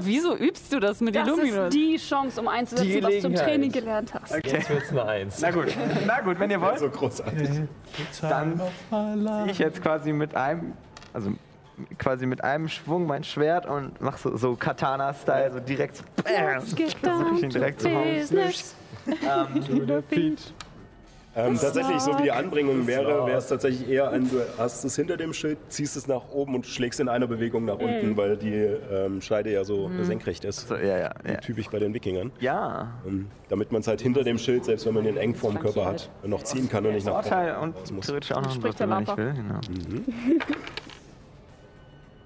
Speaker 3: wieso übst du das mit
Speaker 4: Das ist
Speaker 3: Illuminus?
Speaker 4: die Chance, um einzusetzen,
Speaker 6: Die
Speaker 4: was du im
Speaker 6: Gelegenheit.
Speaker 4: Training gelernt hast.
Speaker 6: Jetzt wird's eine Eins.
Speaker 5: Na gut, na gut, wenn ihr wollt.
Speaker 2: So großartig.
Speaker 5: Dann ziehe ich jetzt quasi mit einem, also quasi mit einem Schwung mein Schwert und mache so, so Katana-Style, so direkt so BAM! Versuche ich ihn direkt zu hauen.
Speaker 4: Business.
Speaker 2: Ähm, tatsächlich, so wie die Anbringung wäre, wäre es tatsächlich eher ein, du hast es hinter dem Schild, ziehst es nach oben und schlägst in einer Bewegung nach unten, weil die ähm, Scheide ja so senkrecht ist.
Speaker 5: So, ja, ja, ja.
Speaker 2: Typisch bei den Wikingern.
Speaker 5: Ja,
Speaker 2: Ähm, damit man es halt hinter dem Schild, selbst wenn man den eng vorm Körper hat, noch ziehen kann und nicht nach vorne.
Speaker 5: Vorteil und
Speaker 2: Das muss- Mhm.
Speaker 5: theoretisch auch noch ein
Speaker 4: Spricht
Speaker 5: Drittel,
Speaker 4: der
Speaker 5: wenn ich
Speaker 4: Lampe.
Speaker 5: will. Genau.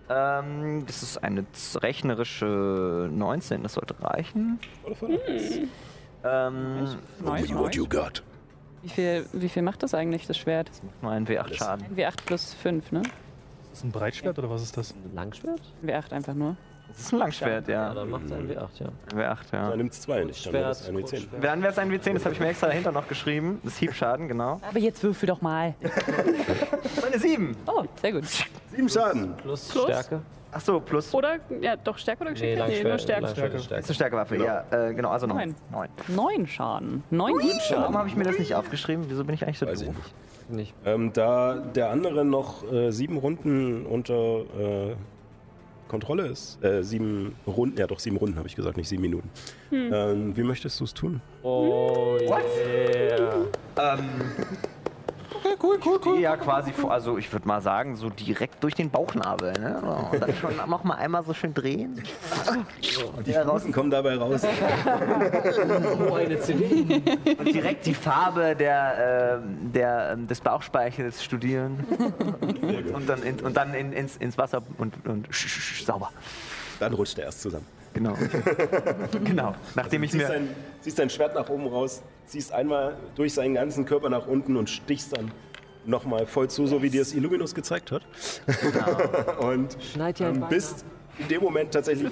Speaker 5: ähm, das ist eine z- rechnerische 19, das sollte reichen.
Speaker 4: Hm.
Speaker 5: Ähm,
Speaker 2: Only what you got.
Speaker 3: Wie viel, wie viel macht das eigentlich, das Schwert?
Speaker 5: nur ein W8 Schaden.
Speaker 3: W8 plus 5, ne?
Speaker 8: Ist das ein Breitschwert oder was ist das?
Speaker 6: Ein Langschwert?
Speaker 3: W8 einfach nur.
Speaker 5: Das ist ein Langschwert,
Speaker 6: Ja,
Speaker 5: ja.
Speaker 6: dann macht's ein W8, ja.
Speaker 5: W8, ja.
Speaker 2: Dann nimmt es zwei nicht, dann wäre es eine 10.
Speaker 6: Kurzschwert.
Speaker 5: Dann wäre es ein W10, das habe ich mir extra dahinter noch geschrieben. Das ist Hiebschaden, genau.
Speaker 3: Aber jetzt würfel doch mal.
Speaker 5: Meine 7.
Speaker 3: Oh, sehr gut.
Speaker 2: Sieben Schaden.
Speaker 6: Plus,
Speaker 4: Plus?
Speaker 6: Stärke?
Speaker 5: Achso, plus.
Speaker 4: Oder, ja, doch Stärke oder Geschicklichkeit? Nee, nur Stärke.
Speaker 6: Langschwert ist
Speaker 5: Ist eine
Speaker 6: Stärke.
Speaker 5: Stärkewaffe, ja. Äh, genau, also neun.
Speaker 3: Neun.
Speaker 5: Neun.
Speaker 3: Neun Schaden. Neun
Speaker 5: Warum
Speaker 3: Hiebschaden.
Speaker 5: habe ich mir das nicht aufgeschrieben? Wieso bin ich eigentlich so
Speaker 2: Weiß ich
Speaker 5: doof?
Speaker 2: nicht.
Speaker 6: Nicht.
Speaker 2: Ähm, da der andere noch äh, sieben Runden unter äh, Kontrolle ist, äh, sieben Runden, ja doch sieben Runden habe ich gesagt, nicht sieben Minuten. Ähm, wie möchtest du es tun?
Speaker 6: Oh yeah.
Speaker 5: Cool. Ja, quasi, vor- also ich würde mal sagen, so direkt durch den Bauchnabel, ne? So, Und dann schon noch mal einmal so schön drehen.
Speaker 2: Die Fluten kommen dabei raus.
Speaker 6: Oh, eine CD.
Speaker 5: Und direkt die Farbe der, ähm, der, ähm, des Bauchspeichels studieren. Und dann, in, und dann in, ins, ins Wasser und, und sch, sch, sch, sauber.
Speaker 2: Dann rutscht er erst zusammen.
Speaker 5: Genau. genau. Nachdem ich
Speaker 2: Ziehst
Speaker 5: mir.
Speaker 2: dein, ziehst dein Schwert nach oben raus, ziehst einmal durch seinen ganzen Körper nach unten und stichst dann nochmal voll zu, so wie dir es Illuminus gezeigt hat. Und
Speaker 6: Schneid ja
Speaker 2: ähm, bist in dem Moment tatsächlich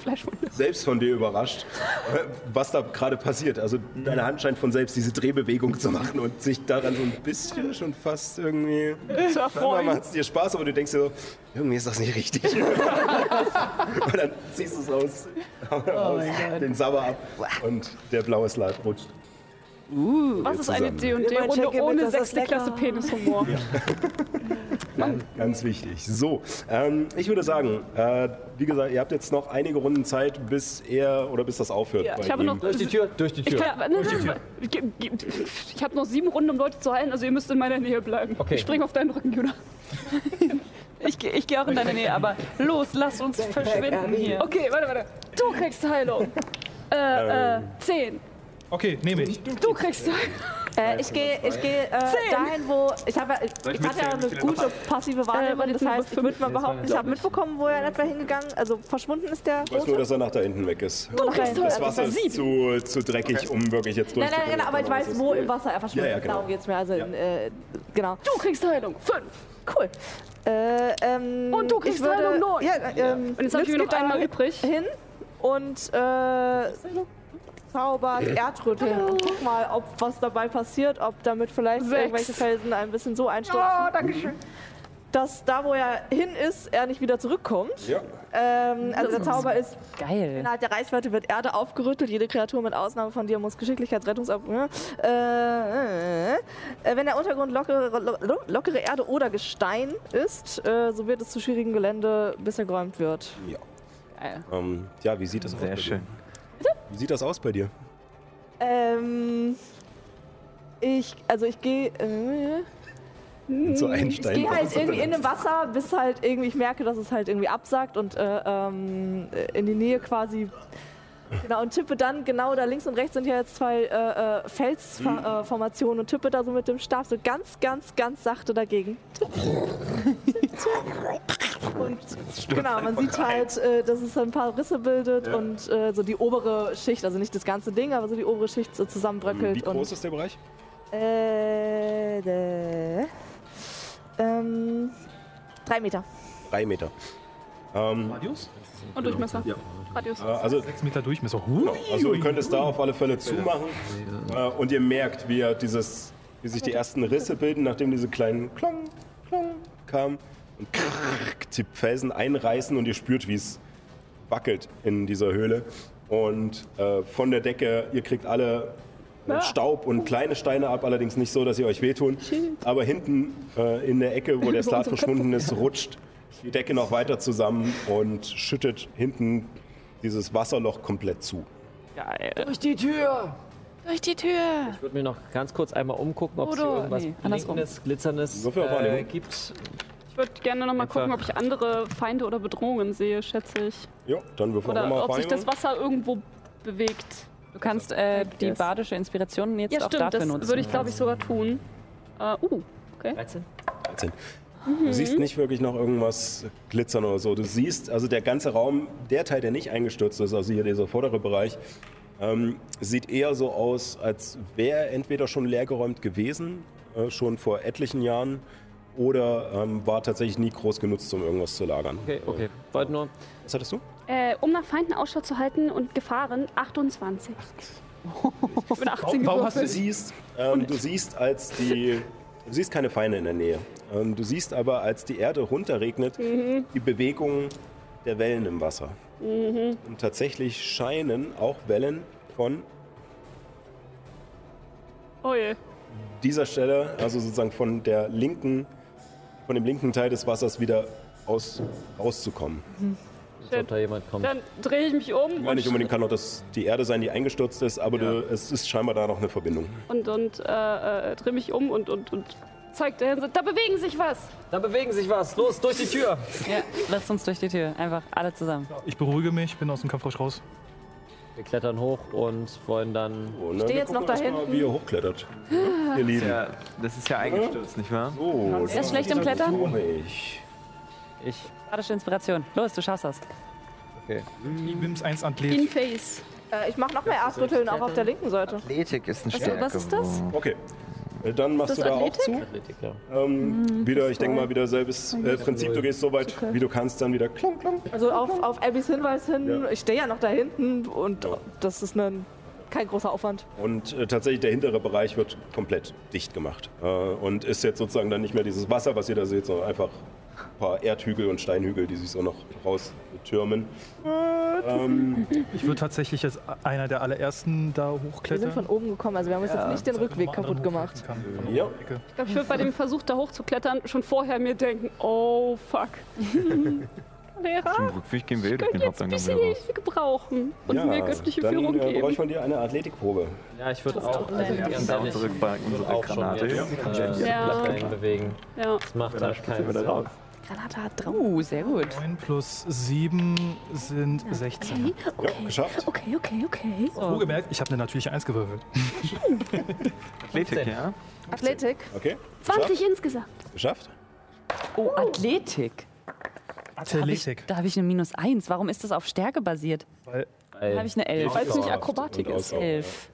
Speaker 2: selbst von dir überrascht, äh, was da gerade passiert. Also deine Hand scheint von selbst diese Drehbewegung zu machen und sich daran so ein bisschen schon fast irgendwie...
Speaker 11: Zu
Speaker 2: Manchmal
Speaker 11: erfreuen.
Speaker 2: macht es dir Spaß, aber du denkst dir so, irgendwie ist das nicht richtig. und dann ziehst du es raus, raus den Sabber ab und der blaue Slide rutscht.
Speaker 4: Was ist eine
Speaker 2: zusammen.
Speaker 4: D&D-Runde
Speaker 3: checken,
Speaker 4: ohne
Speaker 3: das ist
Speaker 4: sechste
Speaker 3: lecker.
Speaker 4: Klasse Penishumor?
Speaker 2: Ganz wichtig. So, ähm, ich würde sagen, äh, wie gesagt, ihr habt jetzt noch einige Runden Zeit, bis er oder bis das aufhört.
Speaker 11: Ja,
Speaker 2: bei
Speaker 4: ich habe
Speaker 2: ihm.
Speaker 4: noch-
Speaker 6: Durch die Tür, durch die
Speaker 4: Ich, ne,
Speaker 6: Tür.
Speaker 4: kann- nein, nein, ge- ge- ich habe noch sieben Runden, um Leute zu heilen, also ihr müsst in meiner Nähe bleiben.
Speaker 6: Okay.
Speaker 4: Ich spring auf deinen Rücken, Juna.
Speaker 3: Ich, geh- ich gehe auch in deine Nähe, aber los, lass uns verschwinden hier.
Speaker 4: Okay, warte, warte. Du kriegst Heilung. Äh, äh, zehn.
Speaker 1: Okay, nehme ich.
Speaker 4: Du kriegst Heilung.
Speaker 7: Äh, ich gehe ich gehe äh, dahin, wo. Ich, habe, ich hatte ja eine gute passive
Speaker 4: warte,
Speaker 7: Wahrnehmung.
Speaker 4: jetzt
Speaker 7: Äh, Das
Speaker 4: nur
Speaker 7: heißt, ich würde mal behaupten, ich habe mitbekommen, wo er in etwa hingegangen Also verschwunden ist der.
Speaker 2: Ich weiß nur, dass er nach da hinten weg ist.
Speaker 4: Du kriegst
Speaker 2: Das
Speaker 4: Heilung.
Speaker 2: Wasser ist zu, zu dreckig, um wirklich jetzt
Speaker 7: Also Nein, nein,
Speaker 2: durchzukommen.
Speaker 7: nein, aber ich weiß, wo im Wasser er verschwunden
Speaker 2: Ja, ja,
Speaker 7: ist.
Speaker 2: genau.
Speaker 7: Darum geht es mir. Also, in, äh, genau.
Speaker 4: Du kriegst Heilung. Fünf.
Speaker 7: Cool. Äh, ähm,
Speaker 4: Und du kriegst
Speaker 7: ich würde,
Speaker 4: Heilung neun.
Speaker 7: Ja, äh, ähm,
Speaker 4: Und jetzt habe ich mir noch
Speaker 7: Nützke da
Speaker 4: einmal übrig.
Speaker 7: hin und äh, zaubert Erdrütteln. Guck mal, ob was dabei passiert, ob damit vielleicht
Speaker 4: Sechs.
Speaker 7: irgendwelche Felsen ein bisschen so einstürzen,
Speaker 4: Oh, danke schön.
Speaker 7: dass da, wo er hin ist, er nicht wieder zurückkommt.
Speaker 2: Ja.
Speaker 7: Ähm, also der Zauber ist
Speaker 3: Oh,
Speaker 12: Geil.
Speaker 7: Innerhalb der Reichweite wird Erde aufgerüttelt. Jede Kreatur mit Ausnahme von dir muss Geschicklichkeitsrettungsab. Äh, äh, äh, wenn der Untergrund lockere, lo, lockere Erde oder Gestein ist, äh, so wird es zu schwierigem Gelände, bis er geräumt wird.
Speaker 2: Ja. Ähm, ja, wie sieht das aus? bei
Speaker 5: Sehr
Speaker 2: dir?
Speaker 5: schön.
Speaker 2: Wie sieht das aus bei dir?
Speaker 7: Ähm, ich, also ich gehe, äh,
Speaker 2: So ein
Speaker 7: ich
Speaker 2: Stein.
Speaker 7: gehe halt irgendwie in dem Wasser, bis halt irgendwie ich merke, dass es halt irgendwie absackt und äh, ähm, in die Nähe quasi. Genau, und tippe dann, genau da links und rechts sind ja jetzt zwei äh, äh, Felsformationen und tippe da so mit dem Stab so ganz, ganz, ganz sachte dagegen. und genau, man sieht halt, äh, dass es ein paar Risse bildet und äh, so die obere Schicht, also nicht das ganze Ding, aber so die obere Schicht so zusammenbröckelt.
Speaker 2: Wie
Speaker 7: und
Speaker 2: groß ist der Bereich?
Speaker 7: äh, dä. ähm, drei Meter.
Speaker 2: Drei Meter. Ähm,
Speaker 1: Radius?
Speaker 4: Und Durchmesser. Radius.
Speaker 2: äh, also
Speaker 1: 6 Meter Durchmesser. Hui.
Speaker 2: Genau, Also ihr könnt es da auf alle Fälle zumachen äh, und ihr merkt, wie, er dieses, wie sich die ersten Risse bilden, nachdem diese kleinen Klong, Klong kamen und krrrk, die Felsen einreißen und ihr spürt, wie es wackelt in dieser Höhle. Und äh, von der Decke, ihr kriegt alle äh, Staub und kleine Steine ab, allerdings nicht so, dass sie euch wehtun. Aber hinten äh, in der Ecke, wo der Slat verschwunden ist, rutscht die Decke noch weiter zusammen und schüttet hinten dieses Wasserloch komplett zu.
Speaker 6: Durch die Tür!
Speaker 3: Durch die Tür.
Speaker 6: Ich würde mir noch ganz kurz einmal umgucken, ob es hier
Speaker 3: Oder-
Speaker 6: irgendwas
Speaker 3: nee, andersrum.
Speaker 6: Blinkendes, Glitzerndes
Speaker 2: So viel auf
Speaker 6: äh,
Speaker 2: Wahrnehmung.
Speaker 6: gibt.
Speaker 4: Ich würde gerne nochmal
Speaker 6: Einfach.
Speaker 4: gucken, ob ich andere Feinde oder Bedrohungen sehe, schätze ich.
Speaker 2: Ja, dann würfeln wir
Speaker 4: Oder
Speaker 2: nochmal
Speaker 4: ob sich das
Speaker 2: Wahrnehmung.
Speaker 4: Wasser irgendwo bewegt.
Speaker 3: Du kannst äh, die badische Inspiration jetzt
Speaker 4: Ja,
Speaker 3: auch
Speaker 4: stimmt,
Speaker 3: dafür
Speaker 4: das
Speaker 3: nutzen.
Speaker 4: würde ich glaube ich sogar tun. Äh, uh,
Speaker 6: 13?
Speaker 2: 13. Du siehst nicht wirklich noch irgendwas glitzern oder so. Du siehst, also der ganze Raum, der Teil, der nicht eingestürzt ist, also hier dieser vordere Bereich, ähm, sieht eher so aus, als wäre entweder schon leergeräumt gewesen, äh, schon vor etlichen Jahren, oder ähm, war tatsächlich nie groß genutzt, um irgendwas zu lagern.
Speaker 6: Okay, okay. Wollte nur.
Speaker 2: Was hattest du?
Speaker 4: äh, um nach Feinden Ausschau zu halten und Gefahren 28. Ich bin 18
Speaker 1: Warum
Speaker 4: gewürfelt.
Speaker 1: hast du
Speaker 2: Du siehst, ähm, du siehst, als die. Du siehst keine Feinde in der Nähe. Ähm, du siehst aber, als die Erde runterregnet,
Speaker 7: Mhm.
Speaker 2: die Bewegung der Wellen im Wasser.
Speaker 7: Mhm.
Speaker 2: Und tatsächlich scheinen auch Wellen von
Speaker 4: Oh je.
Speaker 2: dieser Stelle, also sozusagen von der linken, von dem linken Teil des Wassers wieder aus, rauszukommen.
Speaker 6: Ob da jemand kommt.
Speaker 4: Dann drehe ich mich um
Speaker 2: Ja, nicht
Speaker 4: und,
Speaker 2: unbedingt kann auch das die Erde sein, die eingestürzt ist, aber du, es ist scheinbar da noch eine Verbindung.
Speaker 4: und, und äh, äh, drehe mich um und, und, und zeigt der Hinsicht, da bewegen sich was.
Speaker 6: Da bewegen sich was. Los, durch die Tür!
Speaker 3: Ja, lasst uns durch die Tür. Einfach alle zusammen.
Speaker 1: Ich beruhige mich, bin aus dem Kampfrausch raus.
Speaker 6: Wir klettern hoch und wollen dann.
Speaker 2: So, ne? Wir
Speaker 7: jetzt noch
Speaker 2: gucken
Speaker 7: da
Speaker 2: erst mal,
Speaker 7: hinten.
Speaker 2: Wie ihr hochklettert. Ihr Lieben.
Speaker 5: Ja, das ist ja eingestürzt, nicht wahr?
Speaker 2: So,
Speaker 3: Er ist schlecht im Klettern?
Speaker 2: Oh, Ich.
Speaker 6: Ich.
Speaker 3: Badische Inspiration. Los, du schaffst das.
Speaker 6: Okay.
Speaker 1: Ich bin's eins
Speaker 4: In
Speaker 1: Athlet.
Speaker 4: Face.
Speaker 7: Äh, ich mache noch mehr Erdrütteln, auch auf der linken Seite.
Speaker 4: Also,
Speaker 5: Athletik ist eine Stärke.
Speaker 3: was ist das?
Speaker 5: wo-
Speaker 2: Okay. Äh, Dann machst
Speaker 4: Ist
Speaker 2: du
Speaker 4: das
Speaker 2: da auch
Speaker 4: Athletik?
Speaker 2: zu.
Speaker 6: Athletik, ja.
Speaker 2: Ähm,
Speaker 13: Mhm,
Speaker 2: wieder,
Speaker 13: das
Speaker 2: ich denke
Speaker 13: war-
Speaker 2: mal, wieder selbes äh, Prinzip. Du gehst so weit, wie du kannst, dann wieder klong, klong.
Speaker 13: Also auf, auf Abbys Hinweis hin,
Speaker 2: Ja.
Speaker 13: ich stehe ja noch da hinten und das ist ein, kein großer Aufwand.
Speaker 2: Und äh, tatsächlich der hintere Bereich wird komplett dicht gemacht. Äh, und ist jetzt sozusagen dann nicht mehr dieses Wasser, was ihr da seht, sondern einfach ein paar Erdhügel und Steinhügel, die sich so noch raustürmen. Ähm,
Speaker 8: Ich würde tatsächlich als einer der allerersten da
Speaker 13: Wir sind von
Speaker 8: hochklettern.
Speaker 13: oben gekommen, also wir haben uns
Speaker 6: Ja.
Speaker 13: jetzt nicht den Rückweg kaputt gemacht.
Speaker 2: ja,
Speaker 4: Ich glaube, ich würde bei dem Versuch, da hochzuklettern, schon vorher mir denken, oh fuck.
Speaker 10: Im
Speaker 4: Lehrer,
Speaker 10: Rückweg gehen wir eh durch den
Speaker 4: ich könnte jetzt ein
Speaker 10: Haupteingang
Speaker 4: bisschen
Speaker 10: wieder raus.
Speaker 4: Hilfe gebrauchen und
Speaker 2: ja,
Speaker 4: mir göttliche
Speaker 2: dann
Speaker 4: Führung
Speaker 2: äh, brauche ich
Speaker 4: geben.
Speaker 2: von dir eine Athletikprobe.
Speaker 6: Ja, ich würde auch. Also
Speaker 5: Wir
Speaker 6: ganz
Speaker 5: sind down
Speaker 6: ehrlich,
Speaker 5: zurück bei
Speaker 6: ich würd
Speaker 5: unserer
Speaker 6: auch schon
Speaker 5: Granate.
Speaker 6: jetzt, äh,
Speaker 4: Ja.
Speaker 6: Blatt dahin bewegen.
Speaker 4: Ja.
Speaker 6: Das macht halt keinen Sinn.
Speaker 5: raus.
Speaker 3: Granate hat drauf.
Speaker 7: Oh,
Speaker 3: Uh, sehr gut.
Speaker 8: 9 plus 7 sind 16.
Speaker 9: Okay,
Speaker 2: Ja, geschafft.
Speaker 9: okay, okay, okay.
Speaker 8: Oh, gemerkt, ich habe eine natürliche 1 gewürfelt.
Speaker 5: Athletik, ja?
Speaker 13: Athletik.
Speaker 2: Okay.
Speaker 9: 20 insgesamt.
Speaker 2: Geschafft?
Speaker 3: Oh, Athletik.
Speaker 8: Athletik.
Speaker 3: Da habe ich eine Minus 1. Warum ist das auf Stärke basiert?
Speaker 8: Weil
Speaker 3: Da habe ich eine 11.
Speaker 4: Weil es nicht Akrobatik
Speaker 2: Und
Speaker 4: ist.
Speaker 2: Ausdauer.
Speaker 3: Elf.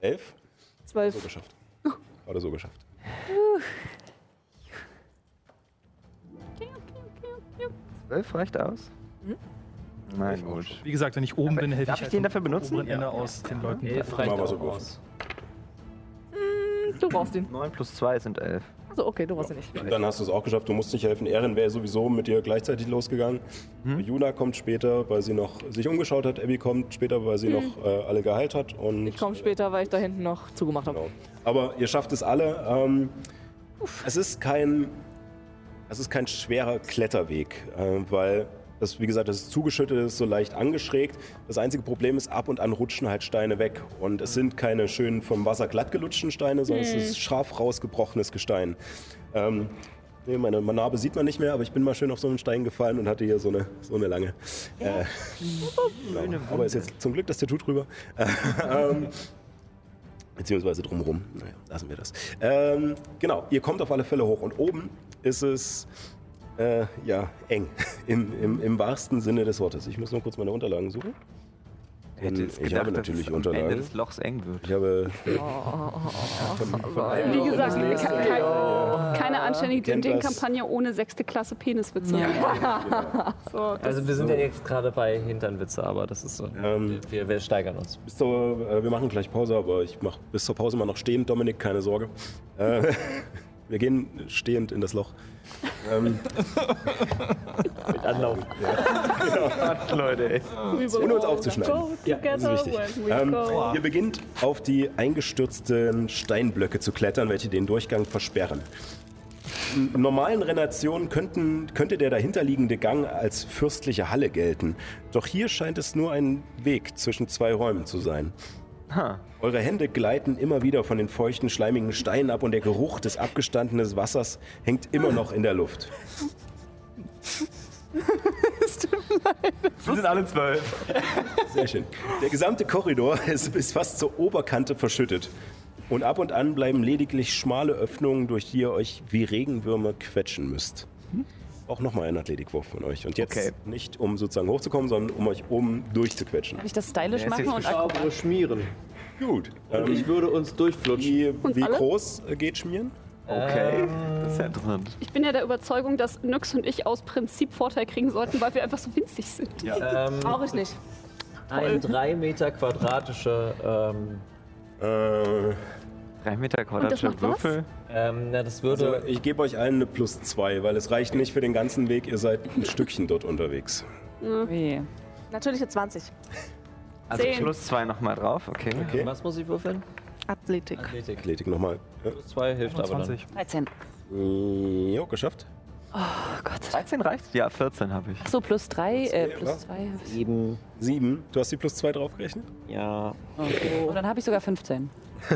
Speaker 2: Elf? So
Speaker 13: Zwölf.
Speaker 2: geschafft. Oder so geschafft.
Speaker 5: Zwölf reicht aus?
Speaker 4: Hm?
Speaker 5: Nein, gut.
Speaker 8: Wie gesagt, wenn ich oben bin, helfe
Speaker 5: darf
Speaker 8: ich halt
Speaker 5: ich den
Speaker 8: vom
Speaker 5: dafür benutzen?
Speaker 8: oberen Ende
Speaker 5: Ja.
Speaker 8: aus den Leuten.
Speaker 6: Elf
Speaker 2: Mal
Speaker 6: reicht
Speaker 2: was
Speaker 6: auch
Speaker 2: überwürfeln.
Speaker 6: aus.
Speaker 13: Du brauchst ihn.
Speaker 5: 9 plus 2 sind 11.
Speaker 13: Also okay, du brauchst ihn nicht.
Speaker 2: Dann hast du es auch geschafft. Du musst nicht helfen. Erin wäre sowieso mit dir gleichzeitig losgegangen. Juna kommt später, weil sie noch sich umgeschaut hat. Abby kommt später, weil sie noch äh, alle geheilt hat. Und
Speaker 13: Ich komme später, weil ich da hinten noch zugemacht habe.
Speaker 2: Genau. Aber ihr schafft es alle. Ähm, es ist kein, es ist kein schwerer Kletterweg, äh, weil das, wie gesagt, das ist zugeschüttet, das ist so leicht angeschrägt. Das einzige Problem ist, ab und an rutschen halt Steine weg. Und es sind keine schönen vom Wasser glatt gelutschten Steine, sondern es ist scharf rausgebrochenes Gestein. Ähm, nee, meine Narbe sieht man nicht mehr, aber ich bin mal schön auf so einen Stein gefallen und hatte hier so eine, so eine lange. Äh, genau. Aber ist jetzt zum Glück das Tattoo drüber. ähm, beziehungsweise drumherum. Naja, lassen wir das. Ähm, genau, ihr kommt auf alle Fälle hoch und oben ist es äh, ja eng im, im, im wahrsten Sinne des Wortes. Ich muss nur kurz meine Unterlagen suchen.
Speaker 5: Hätte jetzt
Speaker 2: Ich habe
Speaker 5: gedacht, dass
Speaker 2: natürlich
Speaker 5: es am
Speaker 2: Unterlagen.
Speaker 5: Ende des Lochs eng wird.
Speaker 2: Ich habe
Speaker 4: Oh. Wie gesagt, ke kein, keine anständige
Speaker 2: Kennt das.
Speaker 4: Dating-Kampagne ohne sechste Klasse Peniswitze. so, das
Speaker 6: Also wir sind ja jetzt gerade bei Hinternwitze, aber das ist so.
Speaker 2: ähm,
Speaker 6: Wir, wir steigern uns.
Speaker 2: bis zur, äh, wir machen gleich Pause, aber ich mache bis zur Pause mal noch stehend, Dominik, keine Sorge. Äh, wir gehen stehend in das Loch. Ähm,
Speaker 6: Mit Anlauf.
Speaker 5: Leute, ey.
Speaker 2: ohne uns aufzuschneiden. Das ist wichtig. Ähm, ihr beginnt auf die eingestürzten Steinblöcke zu klettern, welche den Durchgang versperren. In normalen Relationen könnten, könnte der dahinterliegende Gang als fürstliche Halle gelten. Doch hier scheint es nur ein Weg zwischen zwei Räumen zu sein. Eure Hände gleiten immer wieder von den feuchten, schleimigen Steinen ab und der Geruch des abgestandenen Wassers hängt immer noch in der Luft.
Speaker 5: Wir sind alle zwölf.
Speaker 2: Sehr schön. Der gesamte Korridor ist bis fast zur Oberkante verschüttet. Und ab und an bleiben lediglich schmale Öffnungen, durch die ihr euch wie Regenwürmer quetschen müsst.
Speaker 6: Hm?
Speaker 2: Auch nochmal ein Athletikwurf von euch. Und jetzt
Speaker 5: Okay.
Speaker 2: nicht, um sozusagen hochzukommen, sondern um euch oben durchzuquetschen.
Speaker 3: Kann ich das stylisch
Speaker 5: Der ist
Speaker 3: machen
Speaker 5: jetzt
Speaker 3: und
Speaker 6: Saubere Schmieren.
Speaker 2: Gut.
Speaker 6: Und
Speaker 2: Ähm,
Speaker 6: ich würde uns durchflutschen.
Speaker 2: wie wie
Speaker 4: alle?
Speaker 2: groß äh, geht Schmieren?
Speaker 5: Okay, das ist ja interessant.
Speaker 4: Ich bin ja der Überzeugung, dass Nyx und ich aus Prinzip Vorteil kriegen sollten, weil wir einfach so winzig sind.
Speaker 6: Ähm,
Speaker 13: Brauche ich nicht.
Speaker 6: ein 3 Meter quadratischer, ähm,
Speaker 2: Äh,
Speaker 5: Drei Meter quadratischer
Speaker 4: macht was?
Speaker 5: Würfel.
Speaker 6: ähm, na, das
Speaker 2: also
Speaker 6: würde,
Speaker 2: ich gebe euch allen eine plus zwei, weil es reicht nicht für den ganzen Weg. Ihr seid ein Stückchen dort unterwegs.
Speaker 3: Weh.
Speaker 13: Natürliche 20.
Speaker 5: Also
Speaker 4: Zehn.
Speaker 5: plus zwei nochmal drauf, okay.
Speaker 2: Okay.
Speaker 6: Ähm, was muss ich würfeln?
Speaker 13: Athletik.
Speaker 6: Athletik.
Speaker 2: Athletik nochmal. Ja.
Speaker 6: Plus 2 hilft aber dann.
Speaker 8: 20.
Speaker 3: 13.
Speaker 2: Äh, Jo, geschafft.
Speaker 3: Oh Gott.
Speaker 5: 13 reicht? Ja, 14 habe ich.
Speaker 3: So, plus 3, äh, plus
Speaker 2: was?
Speaker 3: 2.
Speaker 6: Sieben.
Speaker 2: Sieben. Du hast die plus zwei draufgerechnet?
Speaker 6: Ja.
Speaker 3: Und dann habe ich sogar 15.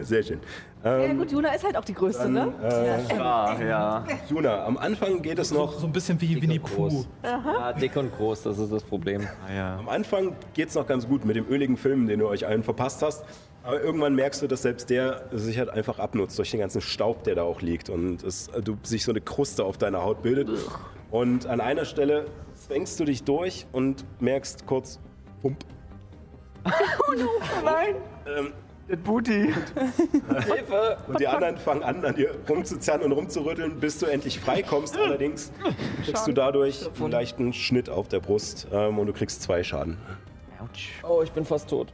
Speaker 2: Sehr schön.
Speaker 13: Ja gut, Juna ist halt auch die Größte, ne?
Speaker 4: Äh.
Speaker 5: Ah, ja.
Speaker 2: Juna, am Anfang geht es noch.
Speaker 8: So ein bisschen wie Winnie Pooh.
Speaker 6: Groß. Ja, dick und groß, das ist das Problem.
Speaker 5: Ah, ja.
Speaker 2: Am Anfang geht es noch ganz gut mit dem öligen Film, den du euch allen verpasst hast. Aber irgendwann merkst du, dass selbst der sich halt einfach abnutzt durch den ganzen Staub, der da auch liegt. Und es, du, sich so eine Kruste auf deiner Haut bildet. Und an einer Stelle zwängst du dich durch und merkst kurz, pump. Oh no, nein! Ähm,
Speaker 5: Das Booty.
Speaker 6: Hilfe!
Speaker 2: Und die anderen fangen an, an dir rumzuzerren und rumzurütteln, bis du endlich freikommst. Allerdings kriegst du dadurch einen leichten Schnitt auf der Brust ähm, und du kriegst zwei Schaden.
Speaker 6: Oh, ich bin fast tot.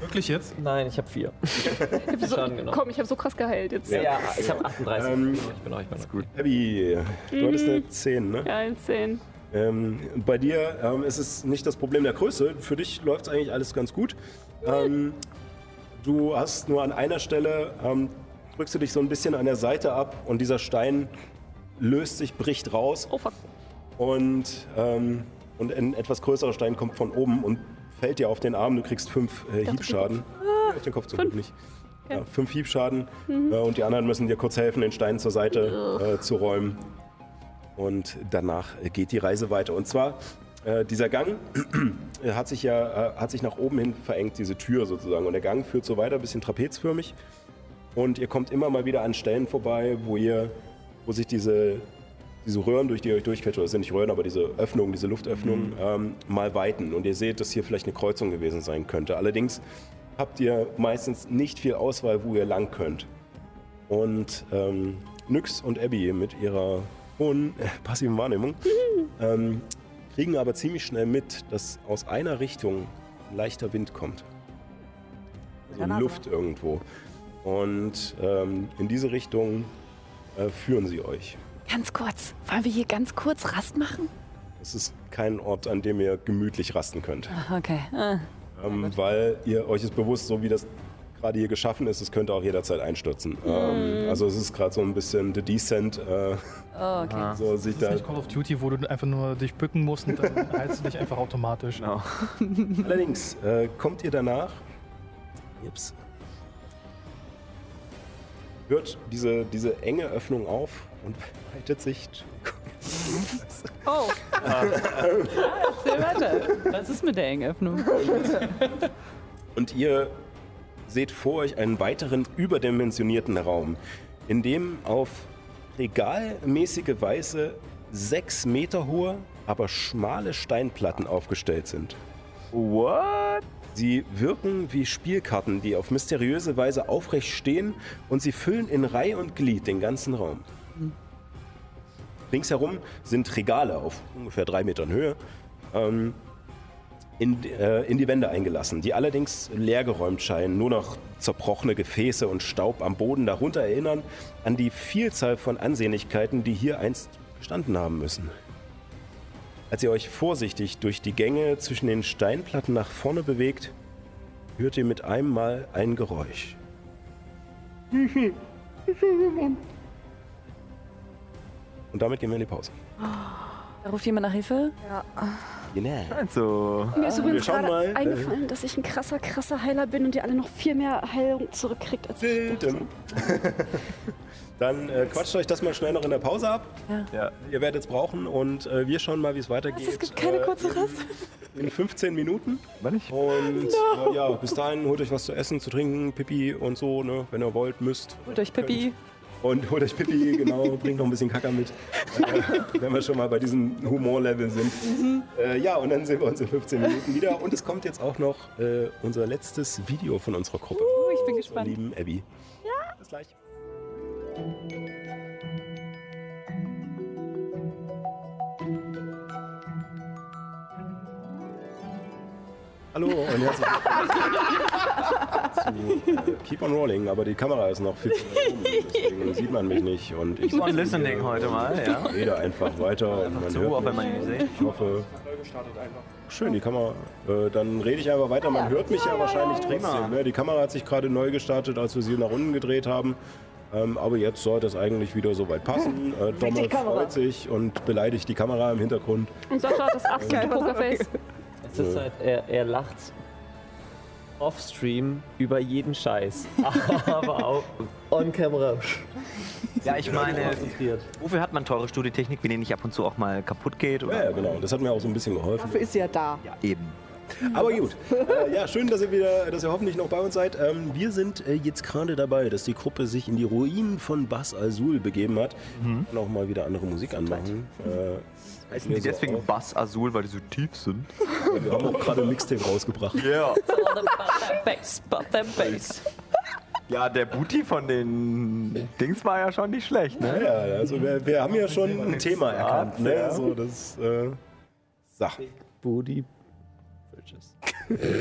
Speaker 8: Wirklich jetzt?
Speaker 6: Nein, ich habe vier.
Speaker 4: Ich hab so,
Speaker 6: Schaden
Speaker 2: genau.
Speaker 6: genommen.
Speaker 4: komm, ich habe so krass geheilt jetzt.
Speaker 6: Ja, ich habe 38.
Speaker 2: Ähm,
Speaker 6: ich bin auch, ich bin auch. Gut.
Speaker 2: Abby, du hattest
Speaker 4: Mhm.
Speaker 2: eine 10, ne?
Speaker 4: Ja, ein 10.
Speaker 2: Ähm, bei dir ähm, ist es nicht das Problem der Größe. Für dich läuft es eigentlich alles ganz gut.
Speaker 4: Mhm.
Speaker 2: Ähm, du hast nur an einer Stelle, ähm, drückst du dich so ein bisschen an der Seite ab und dieser Stein löst sich, bricht raus.
Speaker 4: Oh fuck.
Speaker 2: Und, ähm, und ein etwas größerer Stein kommt von oben und fällt dir auf den Arm. Du kriegst fünf äh, Hiebschaden.
Speaker 4: Ah.
Speaker 2: Auf den Kopf zum Glück nicht. Ja, fünf Hiebschaden.
Speaker 4: Mhm.
Speaker 2: Äh, und die anderen müssen dir kurz helfen, den Stein zur Seite äh, zu räumen. Und danach äh, geht die Reise weiter. Und zwar, äh, dieser Gang äh, hat sich ja äh, hat sich nach oben hin verengt, diese Tür sozusagen. Und der Gang führt so weiter, ein bisschen trapezförmig. Und ihr kommt immer mal wieder an Stellen vorbei, wo ihr, wo sich diese, diese Röhren, durch die ihr euch durchquetscht, oder es sind nicht Röhren, aber diese Öffnungen, diese Luftöffnungen, ähm, mal weiten. Und ihr seht, dass hier vielleicht eine Kreuzung gewesen sein könnte. Allerdings habt ihr meistens nicht viel Auswahl, wo ihr lang könnt. Und ähm, Nyx und Abby mit ihrer hohen äh, passiven Wahrnehmung
Speaker 8: Mhm.
Speaker 2: ähm, kriegen aber ziemlich schnell mit, dass aus einer Richtung ein leichter Wind kommt. Also
Speaker 13: der Nase.
Speaker 2: Luft irgendwo. Und ähm, in diese Richtung äh, führen sie euch.
Speaker 10: Ganz kurz. Wollen wir hier ganz kurz Rast machen?
Speaker 2: Es ist kein Ort, an dem ihr gemütlich rasten könnt.
Speaker 10: Okay. Ah.
Speaker 2: Ähm, weil ihr euch ist bewusst, so wie das gerade hier geschaffen ist, es könnte auch jederzeit einstürzen.
Speaker 8: Mhm.
Speaker 2: Ähm, also es ist gerade so ein bisschen The Descent. Äh,
Speaker 10: Oh, okay.
Speaker 2: so sich
Speaker 8: Das ist
Speaker 2: da.
Speaker 8: nicht Call of Duty, wo du einfach nur dich bücken musst und dann heilst du dich einfach automatisch.
Speaker 5: Genau.
Speaker 2: Allerdings äh, kommt ihr danach. Ups. Hört diese, diese enge Öffnung auf und weitet sich.
Speaker 9: Oh. Erzähl weiter. Was ist mit der engen Öffnung?
Speaker 2: Und ihr seht vor euch einen weiteren überdimensionierten Raum, in dem auf regalmäßige Weise sechs Meter hohe, aber schmale Steinplatten aufgestellt sind.
Speaker 5: What?
Speaker 2: Sie wirken wie Spielkarten, die auf mysteriöse Weise aufrecht stehen und sie füllen in Reihe und Glied den ganzen Raum. Ringsherum sind Regale auf ungefähr drei Metern Höhe ähm, in, äh, in die Wände eingelassen, die allerdings leergeräumt scheinen, nur noch zerbrochene Gefäße und Staub am Boden darunter erinnern an die Vielzahl von Ansehnlichkeiten, die hier einst bestanden haben müssen. Als ihr euch vorsichtig durch die Gänge zwischen den Steinplatten nach vorne bewegt, hört ihr mit einem Mal ein Geräusch. Und damit gehen wir in die Pause.
Speaker 10: Da ruft jemand nach Hilfe.
Speaker 2: Genau.
Speaker 5: Also,
Speaker 4: Mir ist übrigens
Speaker 2: wir schauen
Speaker 4: gerade
Speaker 2: mal.
Speaker 4: eingefallen, dass ich ein krasser, krasser Heiler bin und ihr alle noch viel mehr Heilung zurückkriegt als ich.
Speaker 2: Dildim. Dann äh, quatscht euch das mal schnell noch in der Pause ab.
Speaker 5: ja.
Speaker 2: Ihr werdet es brauchen und äh, wir schauen mal, wie es weitergeht.
Speaker 10: Es gibt keine
Speaker 2: äh,
Speaker 10: kurze Rast.
Speaker 2: In 15 Minuten.
Speaker 5: War nicht?
Speaker 2: Und äh, ja, bis dahin holt euch was zu essen, zu trinken, Pipi und so, ne, wenn ihr wollt, müsst.
Speaker 10: Holt euch Pippi.
Speaker 2: Und holt euch Pipi, genau, bringt noch ein bisschen Kacker mit, äh, wenn wir schon mal bei diesem Humorlevel sind.
Speaker 10: Mhm.
Speaker 2: Äh, ja, und dann sehen wir uns in 15 Minuten wieder. Und es kommt jetzt auch noch äh, unser letztes Video von unserer Gruppe.
Speaker 9: Oh, ich bin
Speaker 2: Zur
Speaker 9: gespannt.
Speaker 2: lieben Abby. Ja. Bis gleich. Hallo und herzlich willkommen zu äh, Keep on Rolling, aber die Kamera ist noch viel zu weit oben, deswegen sieht man mich nicht und ich
Speaker 5: Keep on listening heute mal, ja.
Speaker 2: rede einfach weiter und man
Speaker 5: So,
Speaker 2: hört
Speaker 5: auch
Speaker 2: mich.
Speaker 5: wenn man ihn sieht.
Speaker 2: Ich hoffe. Schön, die Kamera. Äh, dann rede ich einfach weiter. Man hört mich ja wahrscheinlich trotzdem. Ne? Die Kamera hat sich gerade neu gestartet, als wir sie nach unten gedreht haben. Ähm, aber jetzt sollte es eigentlich wieder soweit passen. Äh, Dommel freut sich und beleidigt die Kamera im Hintergrund.
Speaker 4: Und Sascha hat das absolute Pokerface.
Speaker 6: Es ist halt, er, er lacht offstream über jeden Scheiß. Aber auch on camera
Speaker 5: Ja, ich meine,
Speaker 6: konzentriert.
Speaker 5: wofür hat man teure Studiotechnik, wenn die nicht ab und zu auch mal kaputt geht?
Speaker 2: Ja,
Speaker 5: Oder?
Speaker 2: ja, genau. Das hat mir auch so ein bisschen geholfen.
Speaker 13: Dafür ist sie ja da.
Speaker 5: Ja, eben.
Speaker 2: Aber gut. Äh, ja, schön, dass ihr wieder, dass ihr hoffentlich noch bei uns seid. Ähm, wir sind äh, jetzt gerade dabei, dass die Gruppe sich in die Ruinen von Bas Azul begeben hat.
Speaker 5: Mhm.
Speaker 2: Ich kann auch mal wieder andere Musik anmachen. Äh,
Speaker 5: Heißen die
Speaker 2: mir so
Speaker 5: deswegen
Speaker 2: auf.
Speaker 5: Bass Azul, weil die so tief sind?
Speaker 2: Wir haben auch gerade ein Mixtape rausgebracht.
Speaker 5: Ja.
Speaker 10: Bass, butter, Bass.
Speaker 5: Ja, der Booty von den Dings war ja schon nicht schlecht, ne?
Speaker 2: Ja, also wir, wir haben ja schon ein Thema erkannt. Ne?
Speaker 5: Ja.
Speaker 2: So, das, äh, so.
Speaker 6: Booty. Fridges.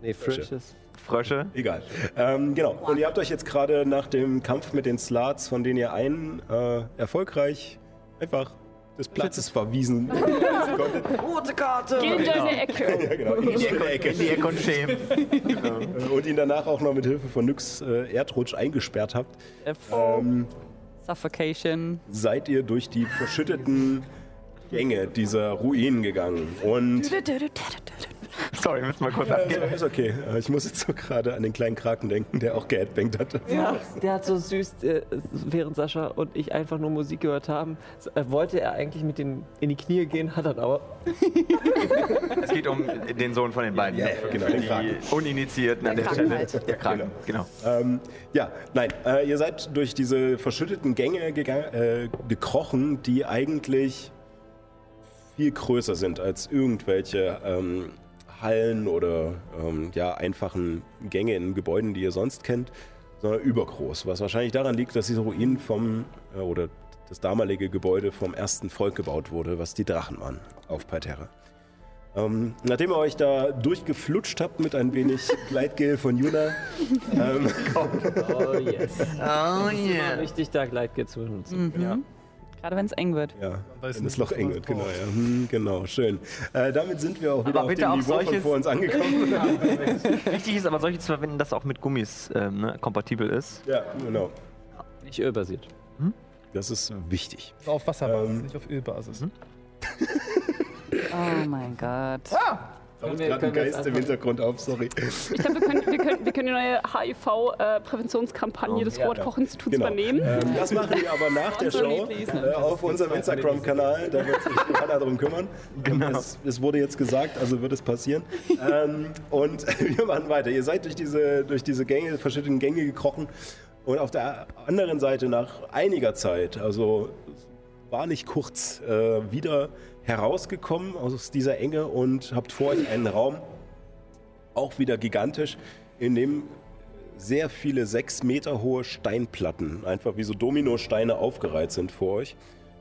Speaker 6: nee, Fridges.
Speaker 5: Frösche.
Speaker 2: Egal. Ähm, genau. Und ihr habt euch jetzt gerade nach dem Kampf mit den Slats, von denen ihr einen äh, erfolgreich einfach des Platzes verwiesen
Speaker 5: Rote Karte!
Speaker 4: Geh in deine Ecke.
Speaker 2: ja, genau. In die Ecke.
Speaker 5: In die Ecke und schämen.
Speaker 2: Äh, und ihn danach auch noch mit Hilfe von Nyx äh, Erdrutsch eingesperrt habt, ähm,
Speaker 10: Suffocation.
Speaker 2: seid ihr durch die verschütteten Gänge dieser Ruinen gegangen. Und
Speaker 5: Sorry, müssen wir kurz
Speaker 2: also,
Speaker 5: abgehen.
Speaker 2: ist okay. Äh, Ich muss jetzt so gerade an den kleinen Kraken denken, der auch geadbankt hatte.
Speaker 6: Ja, der hat so süß, äh, während Sascha und ich einfach nur Musik gehört haben, s- äh, wollte er eigentlich mit den in die Knie gehen, hat er aber.
Speaker 5: Es geht um den Sohn von den beiden. ne?
Speaker 2: Ja, ja, genau, den Kraken.
Speaker 5: Die Uninitiierten an der Stelle. Der Kraken, genau.
Speaker 2: Ähm, ja, nein, äh, ihr seid durch diese verschütteten Gänge gega- äh, gekrochen, die eigentlich viel größer sind als irgendwelche ähm, Hallen oder ähm, ja, einfachen Gänge in Gebäuden, die ihr sonst kennt, sondern übergroß. Was wahrscheinlich daran liegt, dass diese Ruinen vom, äh, oder das damalige Gebäude vom ersten Volk gebaut wurde, was die Drachen waren, auf Parterre. Ähm, nachdem ihr euch da durchgeflutscht habt mit ein wenig Gleitgel von Juna, ähm,
Speaker 6: Oh yes. Mhm.
Speaker 5: Oh
Speaker 6: Immer Wichtig, da Gleitgel zu benutzen.
Speaker 10: Gerade wenn es eng wird.
Speaker 2: Ja,
Speaker 8: weiß
Speaker 2: wenn
Speaker 8: nicht,
Speaker 2: das Loch
Speaker 8: was
Speaker 2: eng
Speaker 8: man
Speaker 2: wird, genau. Ja. Hm, genau, schön. Äh, damit sind wir auch wieder auf
Speaker 5: bitte
Speaker 2: dem
Speaker 5: auch
Speaker 2: Niveau von
Speaker 5: solches-
Speaker 2: vor uns angekommen.
Speaker 5: Wichtig ist aber, solche zu verwenden, dass auch mit Gummis ähm, ne, kompatibel ist.
Speaker 2: ja, genau.
Speaker 6: Nicht ölbasiert.
Speaker 2: Das ist wichtig.
Speaker 8: Also auf Wasserbasis,
Speaker 2: Ähm.
Speaker 8: nicht auf Ölbasis.
Speaker 10: Oh mein Gott.
Speaker 2: Da
Speaker 6: Können
Speaker 2: ist
Speaker 6: wir-
Speaker 2: gerade ein
Speaker 6: können wir jetzt
Speaker 2: Geist im
Speaker 6: einfach-
Speaker 2: Hintergrund auf, sorry.
Speaker 4: Ich glaube, wir können, wir, können, wir können die neue
Speaker 2: Oh,
Speaker 4: HIV-Präventionskampagne äh, des
Speaker 5: ja,
Speaker 4: Rotkoch-Instituts übernehmen.
Speaker 2: Ähm, das machen wir aber nach der Show äh, auf unserem Instagram-Kanal. Da wird sich Johanna darum kümmern. Genau. Es, es wurde jetzt gesagt, also wird es passieren. ähm, und wir machen weiter. Ihr seid durch diese, durch diese Gänge, verschiedenen Gänge gekrochen. Und auf der anderen Seite nach einiger Zeit, also war nicht kurz, äh, wieder herausgekommen aus dieser Enge und habt vor euch einen Raum, auch wieder gigantisch, in dem sehr viele sechs Meter hohe Steinplatten, einfach wie so Dominosteine aufgereiht sind vor euch.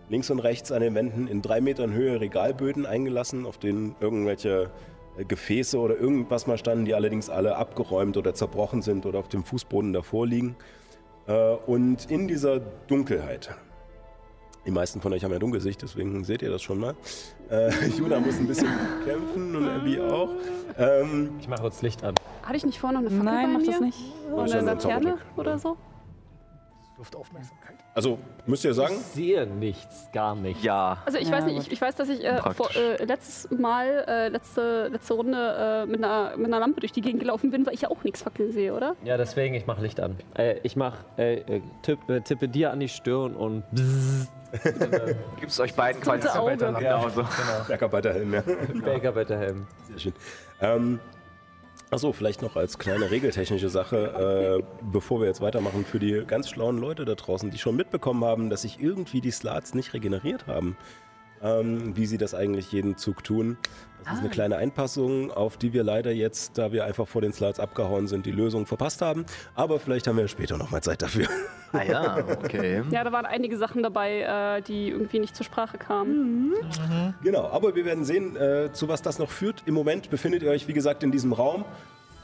Speaker 2: Links und rechts an den Wänden in drei Metern Höhe Regalböden eingelassen, auf denen irgendwelche äh, Gefäße oder irgendwas mal standen, die allerdings alle abgeräumt oder zerbrochen sind oder auf dem Fußboden davor liegen. Äh, Und in dieser Dunkelheit, die meisten von euch haben ja Dunkelsicht, deswegen seht ihr das schon mal. Äh, Juna muss ein bisschen kämpfen und Abby auch. Ähm,
Speaker 6: Ich mache uns Licht an.
Speaker 4: Hatte ich nicht vorher noch eine Fackel
Speaker 10: Nein,
Speaker 4: bei
Speaker 10: mach
Speaker 4: mir?
Speaker 10: das nicht.
Speaker 4: Oder eine Laterne oder so?
Speaker 8: Luftaufmerksamkeit.
Speaker 2: Also müsst ihr sagen,
Speaker 6: Ich sehe nichts, gar nichts.
Speaker 5: Ja.
Speaker 4: Also ich
Speaker 10: Ja,
Speaker 4: weiß nicht,
Speaker 10: gut.
Speaker 4: ich, ich weiß, dass ich äh, vor,
Speaker 5: Praktisch.
Speaker 4: äh, letztes Mal, äh, letzte, letzte Runde äh, mit, einer, mit einer Lampe durch die Gegend gelaufen bin, weil ich ja auch nichts fackeln sehe, oder?
Speaker 6: Ja, deswegen, ich mache Licht an. Äh, ich mach, äh, äh, tipp, äh, tippe dir an die Stirn und
Speaker 5: Gibt es euch beiden quasi
Speaker 4: Tote Auge.
Speaker 5: Genau so.
Speaker 2: Bergarbeiterhelm, ja.
Speaker 6: Baker bei der Helm.
Speaker 2: Sehr schön. Ähm, achso, vielleicht noch als kleine regeltechnische Sache, äh, bevor wir jetzt weitermachen, für die ganz schlauen Leute da draußen, die schon mitbekommen haben, dass sich irgendwie die Slats nicht regeneriert haben. Ähm, wie sie das eigentlich jeden Zug tun. Das ist eine kleine Einpassung, auf die wir leider jetzt, da wir einfach vor den Slats abgehauen sind, die Lösung verpasst haben. Aber vielleicht haben wir später nochmal Zeit dafür.
Speaker 5: Ah ja, okay.
Speaker 4: Ja, da waren einige Sachen dabei, äh, die irgendwie nicht zur Sprache kamen.
Speaker 2: Genau, aber wir werden sehen, äh, zu was das noch führt. Im Moment befindet ihr euch, wie gesagt, in diesem Raum.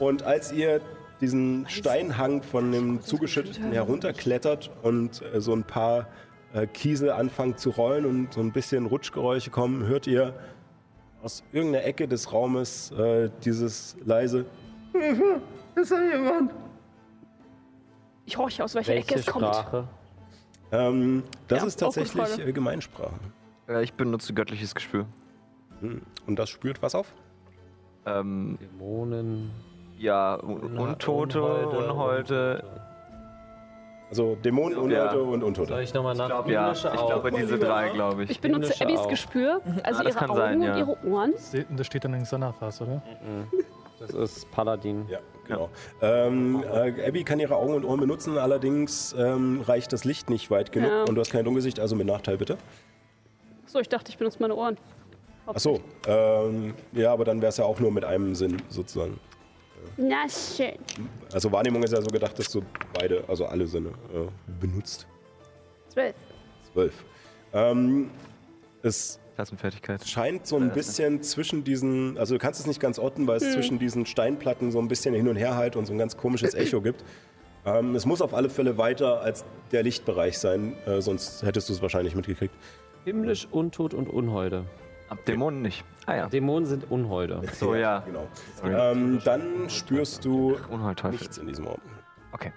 Speaker 2: Und als ihr diesen Steinhang von dem Zugeschütteten herunterklettert und äh, so ein paar äh, Kiesel anfangen zu rollen und so ein bisschen Rutschgeräusche kommen, hört ihr aus irgendeiner Ecke des Raumes äh, dieses leise
Speaker 4: Ich horche, aus welcher Ecke
Speaker 6: Welche
Speaker 4: es kommt.
Speaker 6: Sprache?
Speaker 2: ähm, Das
Speaker 4: Ja,
Speaker 2: ist
Speaker 4: auch gute
Speaker 2: tatsächlich
Speaker 4: Frage.
Speaker 2: äh, Gemeinsprache. Hm.
Speaker 5: Äh, Ich benutze göttliches Gespür.
Speaker 2: Und das spürt was auf?
Speaker 5: Ähm,
Speaker 6: Dämonen.
Speaker 5: ja, Un- Untote, Unholde,
Speaker 2: Also Dämonen, Unleute
Speaker 5: ja.
Speaker 2: und Untote.
Speaker 6: Soll ich nochmal nach?
Speaker 5: glaub, ja. Ich glaube, diese drei, glaube ich.
Speaker 4: Ich benutze
Speaker 5: Himmlische
Speaker 4: Abbys
Speaker 5: auch.
Speaker 4: Gespür, also
Speaker 5: Ah, das
Speaker 4: ihre
Speaker 5: kann
Speaker 4: Augen
Speaker 5: sein, ja.
Speaker 4: und ihre Ohren.
Speaker 8: Se- Da steht dann in Xanathas, oder?
Speaker 6: Das ist Paladin.
Speaker 2: Ja, genau. Ähm, äh, Abby kann ihre Augen und Ohren benutzen, allerdings ähm, reicht das Licht nicht weit genug
Speaker 4: Ja.
Speaker 2: und du hast kein Dunkelsicht, also mit Nachteil bitte.
Speaker 4: So, ich dachte, ich benutze meine Ohren.
Speaker 2: Achso, ähm, ja, aber dann wäre es ja auch nur mit einem Sinn sozusagen.
Speaker 4: Na schön.
Speaker 2: Also Wahrnehmung ist ja so gedacht, dass du beide, also alle Sinne äh, benutzt.
Speaker 4: Zwölf.
Speaker 2: Zwölf. Ähm, es
Speaker 5: Klassenfertigkeit.
Speaker 2: scheint so ein bisschen zwischen diesen, also du kannst es nicht ganz orten, weil es
Speaker 4: Hm.
Speaker 2: zwischen diesen Steinplatten so ein bisschen hin und her halt und so ein ganz komisches Echo gibt. Ähm, es muss auf alle Fälle weiter als der Lichtbereich sein, äh, sonst hättest du es wahrscheinlich mitgekriegt.
Speaker 6: Himmlisch, Untot und Unholde.
Speaker 5: Ab Dämonen nicht. Ah ja.
Speaker 6: Dämonen sind Unholde.
Speaker 5: So, ja.
Speaker 2: Genau. Ähm, dann spürst du
Speaker 5: Unheilteufel.
Speaker 2: nichts in diesem Raum.
Speaker 5: Okay.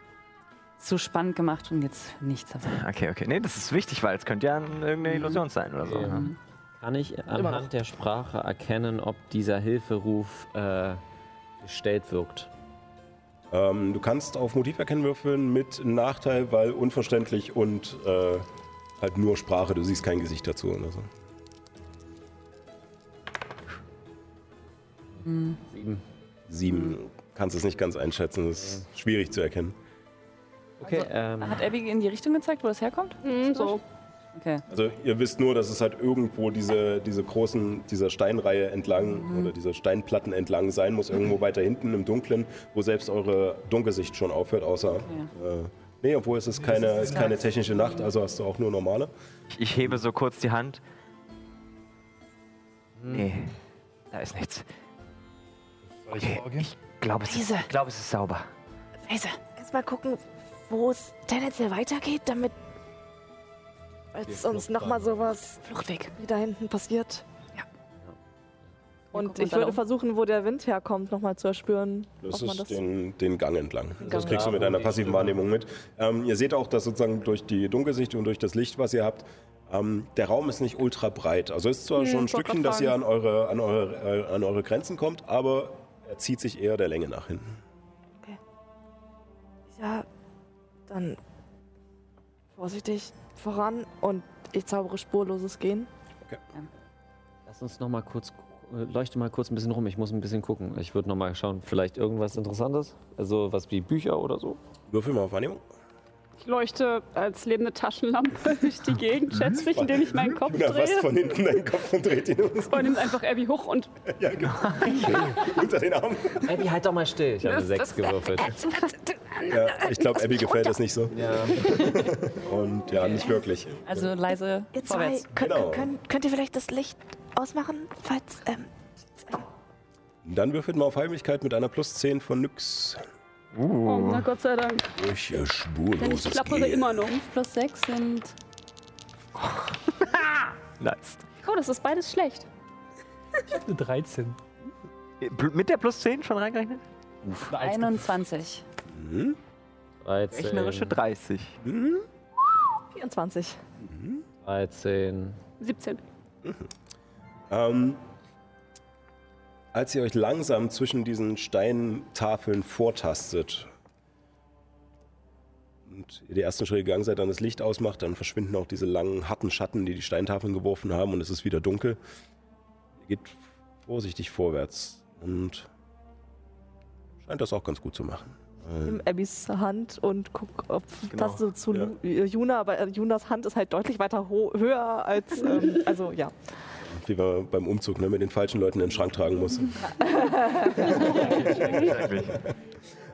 Speaker 10: Zu spannend gemacht und jetzt nichts davon.
Speaker 5: Okay, okay. Nee, das ist wichtig, weil es könnte ja irgendeine Illusion sein oder so. Mhm.
Speaker 6: Ja. Kann ich anhand der Sprache erkennen, ob dieser Hilferuf äh, gestellt wirkt?
Speaker 2: Ähm, du kannst auf Motiv erkennen würfeln mit Nachteil, weil unverständlich und äh, halt nur Sprache, du siehst kein Gesicht dazu oder so.
Speaker 6: Sieben.
Speaker 2: Sieben. Kannst es nicht ganz einschätzen, das ist schwierig zu erkennen.
Speaker 6: Okay,
Speaker 3: Also,
Speaker 6: ähm,
Speaker 10: Hat Abby in die Richtung gezeigt, wo das herkommt?
Speaker 4: Mhm, so.
Speaker 10: Okay.
Speaker 2: Also ihr wisst nur, dass es halt irgendwo diese, diese großen, dieser Steinreihe entlang oder dieser Steinplatten entlang sein muss, irgendwo weiter hinten im Dunkeln, wo selbst eure Dunkelsicht schon aufhört, außer... Äh, nee, obwohl es ist keine, ist keine technische Nacht, also hast du auch nur normale.
Speaker 5: Ich, ich hebe so kurz die Hand. Nee, da ist nichts.
Speaker 8: Soll ich vorgehen?
Speaker 5: Ich glaube, es, ist-
Speaker 13: Diese.
Speaker 5: ich glaube, es ist sauber.
Speaker 13: Leise, erstmal gucken, wo es tendenziell weitergeht, damit als
Speaker 2: Hier,
Speaker 13: uns
Speaker 2: Flucht
Speaker 13: nochmal
Speaker 2: dann.
Speaker 13: sowas
Speaker 10: Fluchtweg.
Speaker 13: wieder hinten passiert. Und
Speaker 10: gucken uns
Speaker 13: ich
Speaker 10: alle
Speaker 13: würde
Speaker 10: um.
Speaker 13: versuchen, wo der Wind herkommt, nochmal zu erspüren.
Speaker 2: Das
Speaker 13: ob man
Speaker 2: ist den, den Gang entlang. das kriegst du
Speaker 6: Ja,
Speaker 2: mit
Speaker 6: wo
Speaker 2: deiner
Speaker 6: die
Speaker 2: passiven
Speaker 6: Stimme-
Speaker 2: Wahrnehmung mit. Ähm, ihr seht auch, dass sozusagen durch die Dunkelsicht und durch das Licht, was ihr habt, ähm, der Raum ist nicht ultra breit. Also es ist zwar schon ein
Speaker 13: ich wollt
Speaker 2: Stückchen,
Speaker 13: grad
Speaker 2: dass ihr an eure, an, eure, äh, an eure Grenzen kommt, aber er zieht sich eher der Länge nach hinten.
Speaker 13: Ja, dann vorsichtig voran und ich zaubere spurloses Gehen.
Speaker 6: lass uns noch mal kurz, äh, leuchte mal kurz ein bisschen rum. Ich muss ein bisschen gucken. Ich würde noch mal schauen, vielleicht irgendwas Interessantes. Also was wie Bücher oder so.
Speaker 2: Würfel mal auf Wahrnehmung.
Speaker 4: Ich leuchte als lebende Taschenlampe durch die Gegend,
Speaker 5: Hm?
Speaker 4: schätze ich, indem ich meinen Kopf
Speaker 2: Luna fasst
Speaker 4: drehe.
Speaker 2: von hinten deinen Kopf und dreht ihn um.
Speaker 4: Und nimmt einfach Abby hoch und
Speaker 2: Ja, genau. Unter den Arm.
Speaker 6: Abby, halt doch mal still. Ich habe eine sechs gewürfelt.
Speaker 2: Ja, ich glaube, Abby gefällt das nicht so. Und ja, nicht wirklich.
Speaker 3: Äh,
Speaker 10: Also leise
Speaker 13: Ihr zwei,
Speaker 10: vorwärts.
Speaker 13: könnt,
Speaker 2: Genau.
Speaker 13: könnt, könnt ihr vielleicht das Licht ausmachen, falls... Ähm,
Speaker 2: Dann würfelt mal auf Heimlichkeit mit einer plus 10 von Nyx.
Speaker 4: oh,
Speaker 5: Uh.
Speaker 4: na Gott sei Dank.
Speaker 2: Durch ihr
Speaker 4: Denn ich
Speaker 2: spurloses
Speaker 4: klappere
Speaker 2: Gehen.
Speaker 4: immer noch.
Speaker 10: 5 plus 6 sind.
Speaker 5: Nice.
Speaker 4: Oh, das ist beides schlecht.
Speaker 9: Eine 13.
Speaker 5: Bl- Mit der plus 10 schon reingerechnet?
Speaker 9: Eine 1.
Speaker 10: 21.
Speaker 2: Mhm.
Speaker 6: 13,
Speaker 5: Rechnerische 30.
Speaker 13: 24.
Speaker 6: 13.
Speaker 4: 17.
Speaker 2: Ähm, als ihr euch langsam zwischen diesen Steintafeln vortastet und ihr die ersten Schritte gegangen seid, dann das Licht ausmacht, dann verschwinden auch diese langen, harten Schatten, die die Steintafeln geworfen haben und es ist wieder dunkel. Ihr geht vorsichtig vorwärts und scheint das auch ganz gut zu machen.
Speaker 13: in Abbys Hand und guck, ob
Speaker 5: Genau,
Speaker 13: das so zu
Speaker 2: ja.
Speaker 13: Lu- äh, Juna, aber äh, Junas Hand ist halt deutlich weiter ho höher als, ähm, also ja.
Speaker 2: Wie man beim Umzug ne, mit den falschen Leuten in den Schrank tragen muss.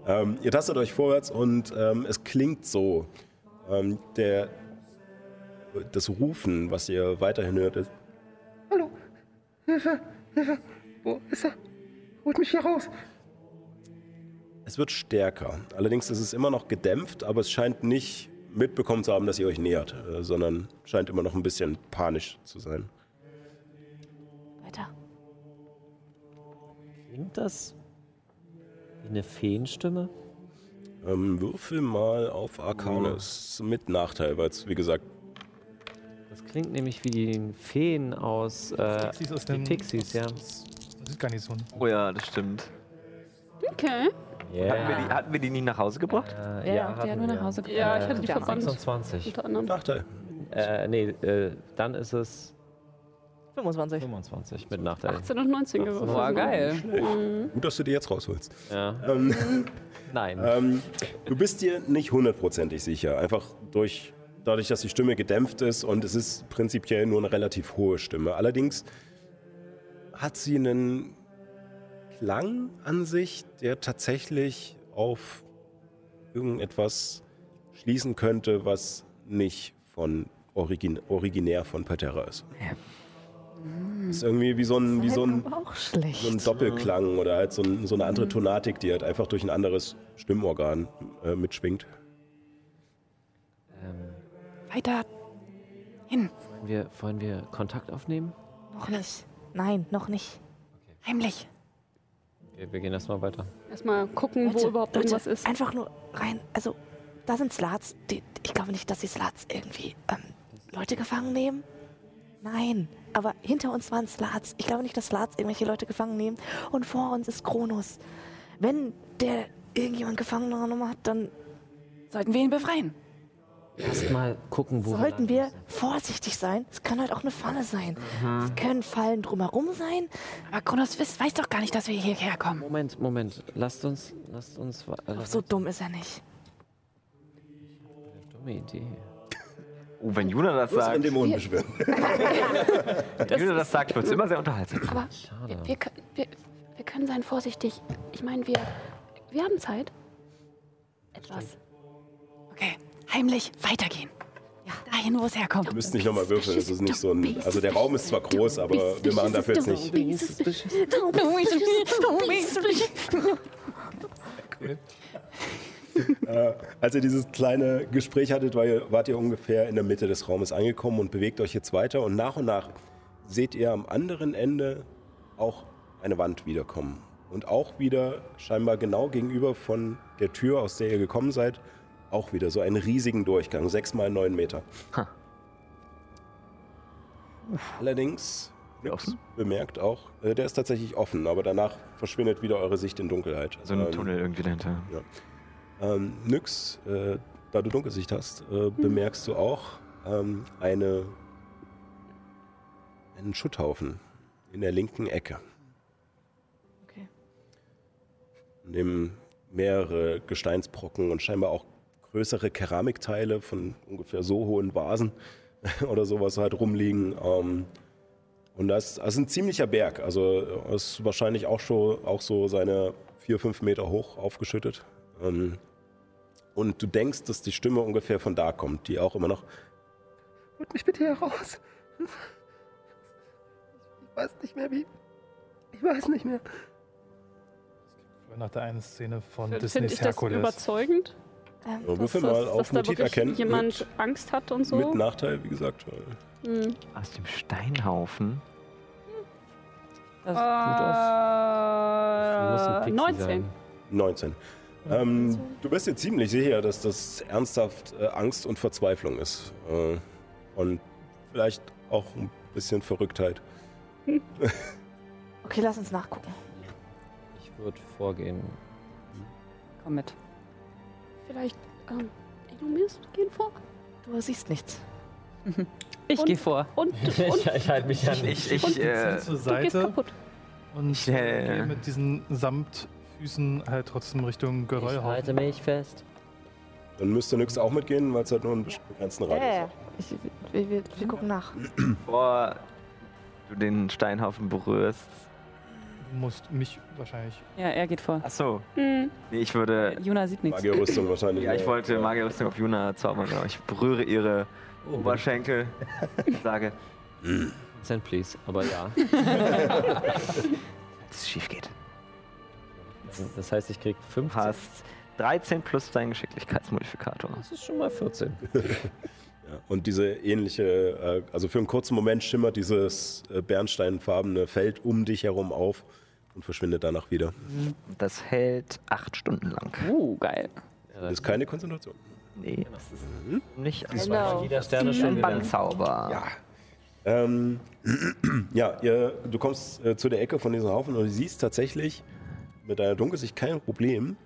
Speaker 2: Ähm, ihr tastet euch vorwärts und ähm, es klingt so. Ähm, der, das Rufen, was ihr weiterhin hört, ist. Hallo, Hilfe, Hilfe, wo ist er? Holt mich hier raus. Es wird stärker. Allerdings ist es immer noch gedämpft, aber es scheint nicht mitbekommen zu haben, dass ihr euch nähert, äh, sondern scheint immer noch ein bisschen panisch zu sein.
Speaker 13: Weiter.
Speaker 6: Klingt das wie eine Feenstimme?
Speaker 2: Ähm, würfel mal auf Arcanus mit Nachteil, weil es, wie gesagt,
Speaker 6: Das klingt nämlich wie die Feen aus, äh,
Speaker 8: Pixies aus
Speaker 6: die
Speaker 8: dem-
Speaker 6: Pixies, ja.
Speaker 8: Das sieht gar nicht so.
Speaker 5: Oh ja, das stimmt.
Speaker 4: Okay.
Speaker 5: Hatten, wir die, hatten wir die nie nach Hause gebracht?
Speaker 6: Äh, ja,
Speaker 3: die hatten wir nach Hause
Speaker 6: Äh,
Speaker 3: gebracht.
Speaker 2: Äh,
Speaker 4: Ja, ich hatte die verbannt.
Speaker 6: 26.
Speaker 4: Unter anderem.
Speaker 2: Nachteil.
Speaker 6: Äh, nee, äh, dann ist es
Speaker 7: 25.
Speaker 6: 25 mit Nachteil.
Speaker 4: 18 und ne? 19 gewürfelt.
Speaker 6: War geil.
Speaker 2: Gut, dass du die jetzt rausholst.
Speaker 6: Ja.
Speaker 2: Ähm,
Speaker 6: Nein.
Speaker 2: Ähm, du bist dir nicht hundertprozentig sicher, einfach durch, dadurch, dass die Stimme gedämpft ist und es ist prinzipiell nur eine relativ hohe Stimme. Allerdings hat sie einen Klang an sich, der tatsächlich auf irgendetwas schließen könnte, was nicht von origin, originär von Patera ist. Ist irgendwie wie so ein, wie so ein
Speaker 7: Auch schlecht.
Speaker 2: so ein Doppelklang oder halt so, ein, so eine andere Tonatik, die halt einfach durch ein anderes Stimmorgan äh, mitschwingt.
Speaker 6: Ähm,
Speaker 14: Weiter.
Speaker 6: wollen, wir, wollen wir Kontakt aufnehmen?
Speaker 7: Noch nicht. Nein, noch nicht.
Speaker 14: Heimlich.
Speaker 6: Wir, wir gehen erstmal weiter.
Speaker 4: Erstmal gucken, wo
Speaker 7: Leute,
Speaker 4: überhaupt
Speaker 7: Leute,
Speaker 4: irgendwas ist.
Speaker 7: Einfach nur rein. Also, da sind Slats. Die, ich glaube nicht, dass die Slats irgendwie ähm, Leute gefangen nehmen. Nein, aber hinter uns waren Slats. Ich glaube nicht, dass Slats irgendwelche Leute gefangen nehmen. Und vor uns ist Kronos. Wenn der irgendjemand gefangen genommen hat, dann
Speaker 3: Sollten wir ihn befreien?
Speaker 6: Erstmal gucken, wo wir
Speaker 7: sollten
Speaker 6: landen
Speaker 7: wir
Speaker 6: müssen.
Speaker 7: vorsichtig sein. Es kann halt auch eine Falle sein. Es können Fallen drumherum sein.
Speaker 3: Aber Kronos weiß, weiß doch gar nicht, dass wir hierher kommen.
Speaker 6: Moment, Moment. Lasst uns. Lasst uns. wa- Äh,
Speaker 7: Doch so dumm ist er nicht.
Speaker 6: dumme Idee.
Speaker 5: Oh, wenn Juna das
Speaker 2: Bloß wenn
Speaker 5: sagt,
Speaker 2: Dämonen beschwören.
Speaker 5: wenn Juna das sagt, wird es immer sehr unterhaltsam.
Speaker 4: Aber wir, wir, können- wir, wir können sein vorsichtig. Ich meine, wir, wir haben Zeit. Etwas.
Speaker 3: Okay, heimlich weitergehen. Ja, dahin, wo es herkommt.
Speaker 2: Wir müssen nicht nochmal würfeln, das ist nicht so ein. Also der Raum ist zwar groß, aber wir machen dafür jetzt nicht. Als ihr dieses kleine Gespräch hattet, war ihr- wart ihr ungefähr in der Mitte des Raumes angekommen und bewegt euch jetzt weiter. Und nach und nach seht ihr am anderen Ende auch eine Wand wiederkommen. Und auch wieder scheinbar genau gegenüber von der Tür, aus der ihr gekommen seid, auch wieder so einen riesigen Durchgang, sechs mal neun Meter. Allerdings
Speaker 5: Wie offen?
Speaker 2: bemerkt auch, äh, der ist tatsächlich offen, aber danach verschwindet wieder eure Sicht in Dunkelheit.
Speaker 5: So ein
Speaker 2: Ähm,
Speaker 5: Also Tunnel irgendwie dahinter.
Speaker 2: ähm, Nyx, äh, da du Dunkelsicht hast, äh, bemerkst du auch ähm, eine, einen Schutthaufen in der linken Ecke.
Speaker 7: Okay.
Speaker 2: In dem mehrere Gesteinsbrocken und scheinbar auch größere Keramikteile von ungefähr so hohen Vasen oder sowas halt rumliegen. Ähm, und das, das ist ein ziemlicher Berg. Also äh, ist wahrscheinlich auch schon auch so seine vier, fünf Meter hoch aufgeschüttet. Ähm, und du denkst, dass die Stimme ungefähr von da kommt, die auch immer noch. Holt mich bitte hier raus. Ich weiß nicht mehr wie. Ich weiß nicht mehr.
Speaker 1: Nach der einen Szene von
Speaker 4: Finde ich
Speaker 1: Disneys
Speaker 4: das
Speaker 1: Herkules.
Speaker 4: überzeugend?
Speaker 7: Ähm,
Speaker 2: Ja, würfel
Speaker 4: dass,
Speaker 2: mal auf
Speaker 4: dass da
Speaker 2: Motiv
Speaker 4: wirklich
Speaker 2: erkennen.
Speaker 4: jemand
Speaker 2: Mit,
Speaker 4: Angst hat und so.
Speaker 2: mit Nachteil, wie gesagt. äh, weil-
Speaker 4: Hm.
Speaker 5: Aus dem Steinhaufen.
Speaker 3: Das
Speaker 4: Äh,
Speaker 6: Pixie
Speaker 4: 19.
Speaker 6: sein.
Speaker 2: 19. Ähm, du bist dir ziemlich sicher, dass das ernsthaft äh, Angst und Verzweiflung ist. Äh, und vielleicht auch ein bisschen Verrücktheit.
Speaker 7: Okay, lass uns nachgucken.
Speaker 6: Ich würde vorgehen.
Speaker 3: Komm mit.
Speaker 4: Vielleicht, ähm, Illumius gehen vor.
Speaker 7: Du siehst nichts.
Speaker 3: Ich
Speaker 4: Und-
Speaker 3: gehe vor.
Speaker 4: Und, und
Speaker 6: ich halte mich an.
Speaker 5: Ich, ich, äh,
Speaker 1: zur
Speaker 4: du gehst
Speaker 1: Seite
Speaker 4: kaputt.
Speaker 1: und
Speaker 5: Ich, äh,
Speaker 1: gehe mit diesen Samtfüßen halt trotzdem Richtung
Speaker 6: Ich halte
Speaker 1: Geröllhaufen.
Speaker 6: mich fest.
Speaker 2: Dann müsste Nix auch mitgehen, weil es halt nur einen begrenzten Radius hat.
Speaker 7: Ich, wir, wir,
Speaker 6: Mhm.
Speaker 7: wir gucken nach.
Speaker 5: bevor du den Steinhaufen berührst.
Speaker 1: Du musst mich wahrscheinlich.
Speaker 3: Ja, er geht vor.
Speaker 5: Ach so.
Speaker 4: Hm.
Speaker 5: Nee, ich würde.
Speaker 3: Juna sieht nichts.
Speaker 2: Magierrüstung wahrscheinlich.
Speaker 5: Ja, Oh ich wollte Magierrüstung auf Juna zaubern, aber ich berühre ihre Oberschenkel und sage,
Speaker 6: Send please. Aber ja.
Speaker 5: dass es schief geht.
Speaker 6: Das heißt, ich krieg 5
Speaker 5: Hast 13 plus deinen Geschicklichkeitsmodifikator.
Speaker 6: Das ist schon mal 14.
Speaker 2: Ja, Und diese ähnliche, äh, also für einen kurzen Moment schimmert dieses äh, bernsteinfarbene Feld um dich herum auf und verschwindet danach wieder.
Speaker 5: Das hält 8 Stunden lang.
Speaker 3: Uh, geil.
Speaker 2: Das ist keine Konzentration.
Speaker 5: Nee, das ist nicht ein
Speaker 7: Genau.
Speaker 6: Jeder Sterne schon wieder.
Speaker 5: Bandzauber. Ja.
Speaker 2: Ähm, ja, ihr, du kommst äh, zu der Ecke von diesem Haufen und siehst tatsächlich mit deiner Dunkelsicht kein Problem,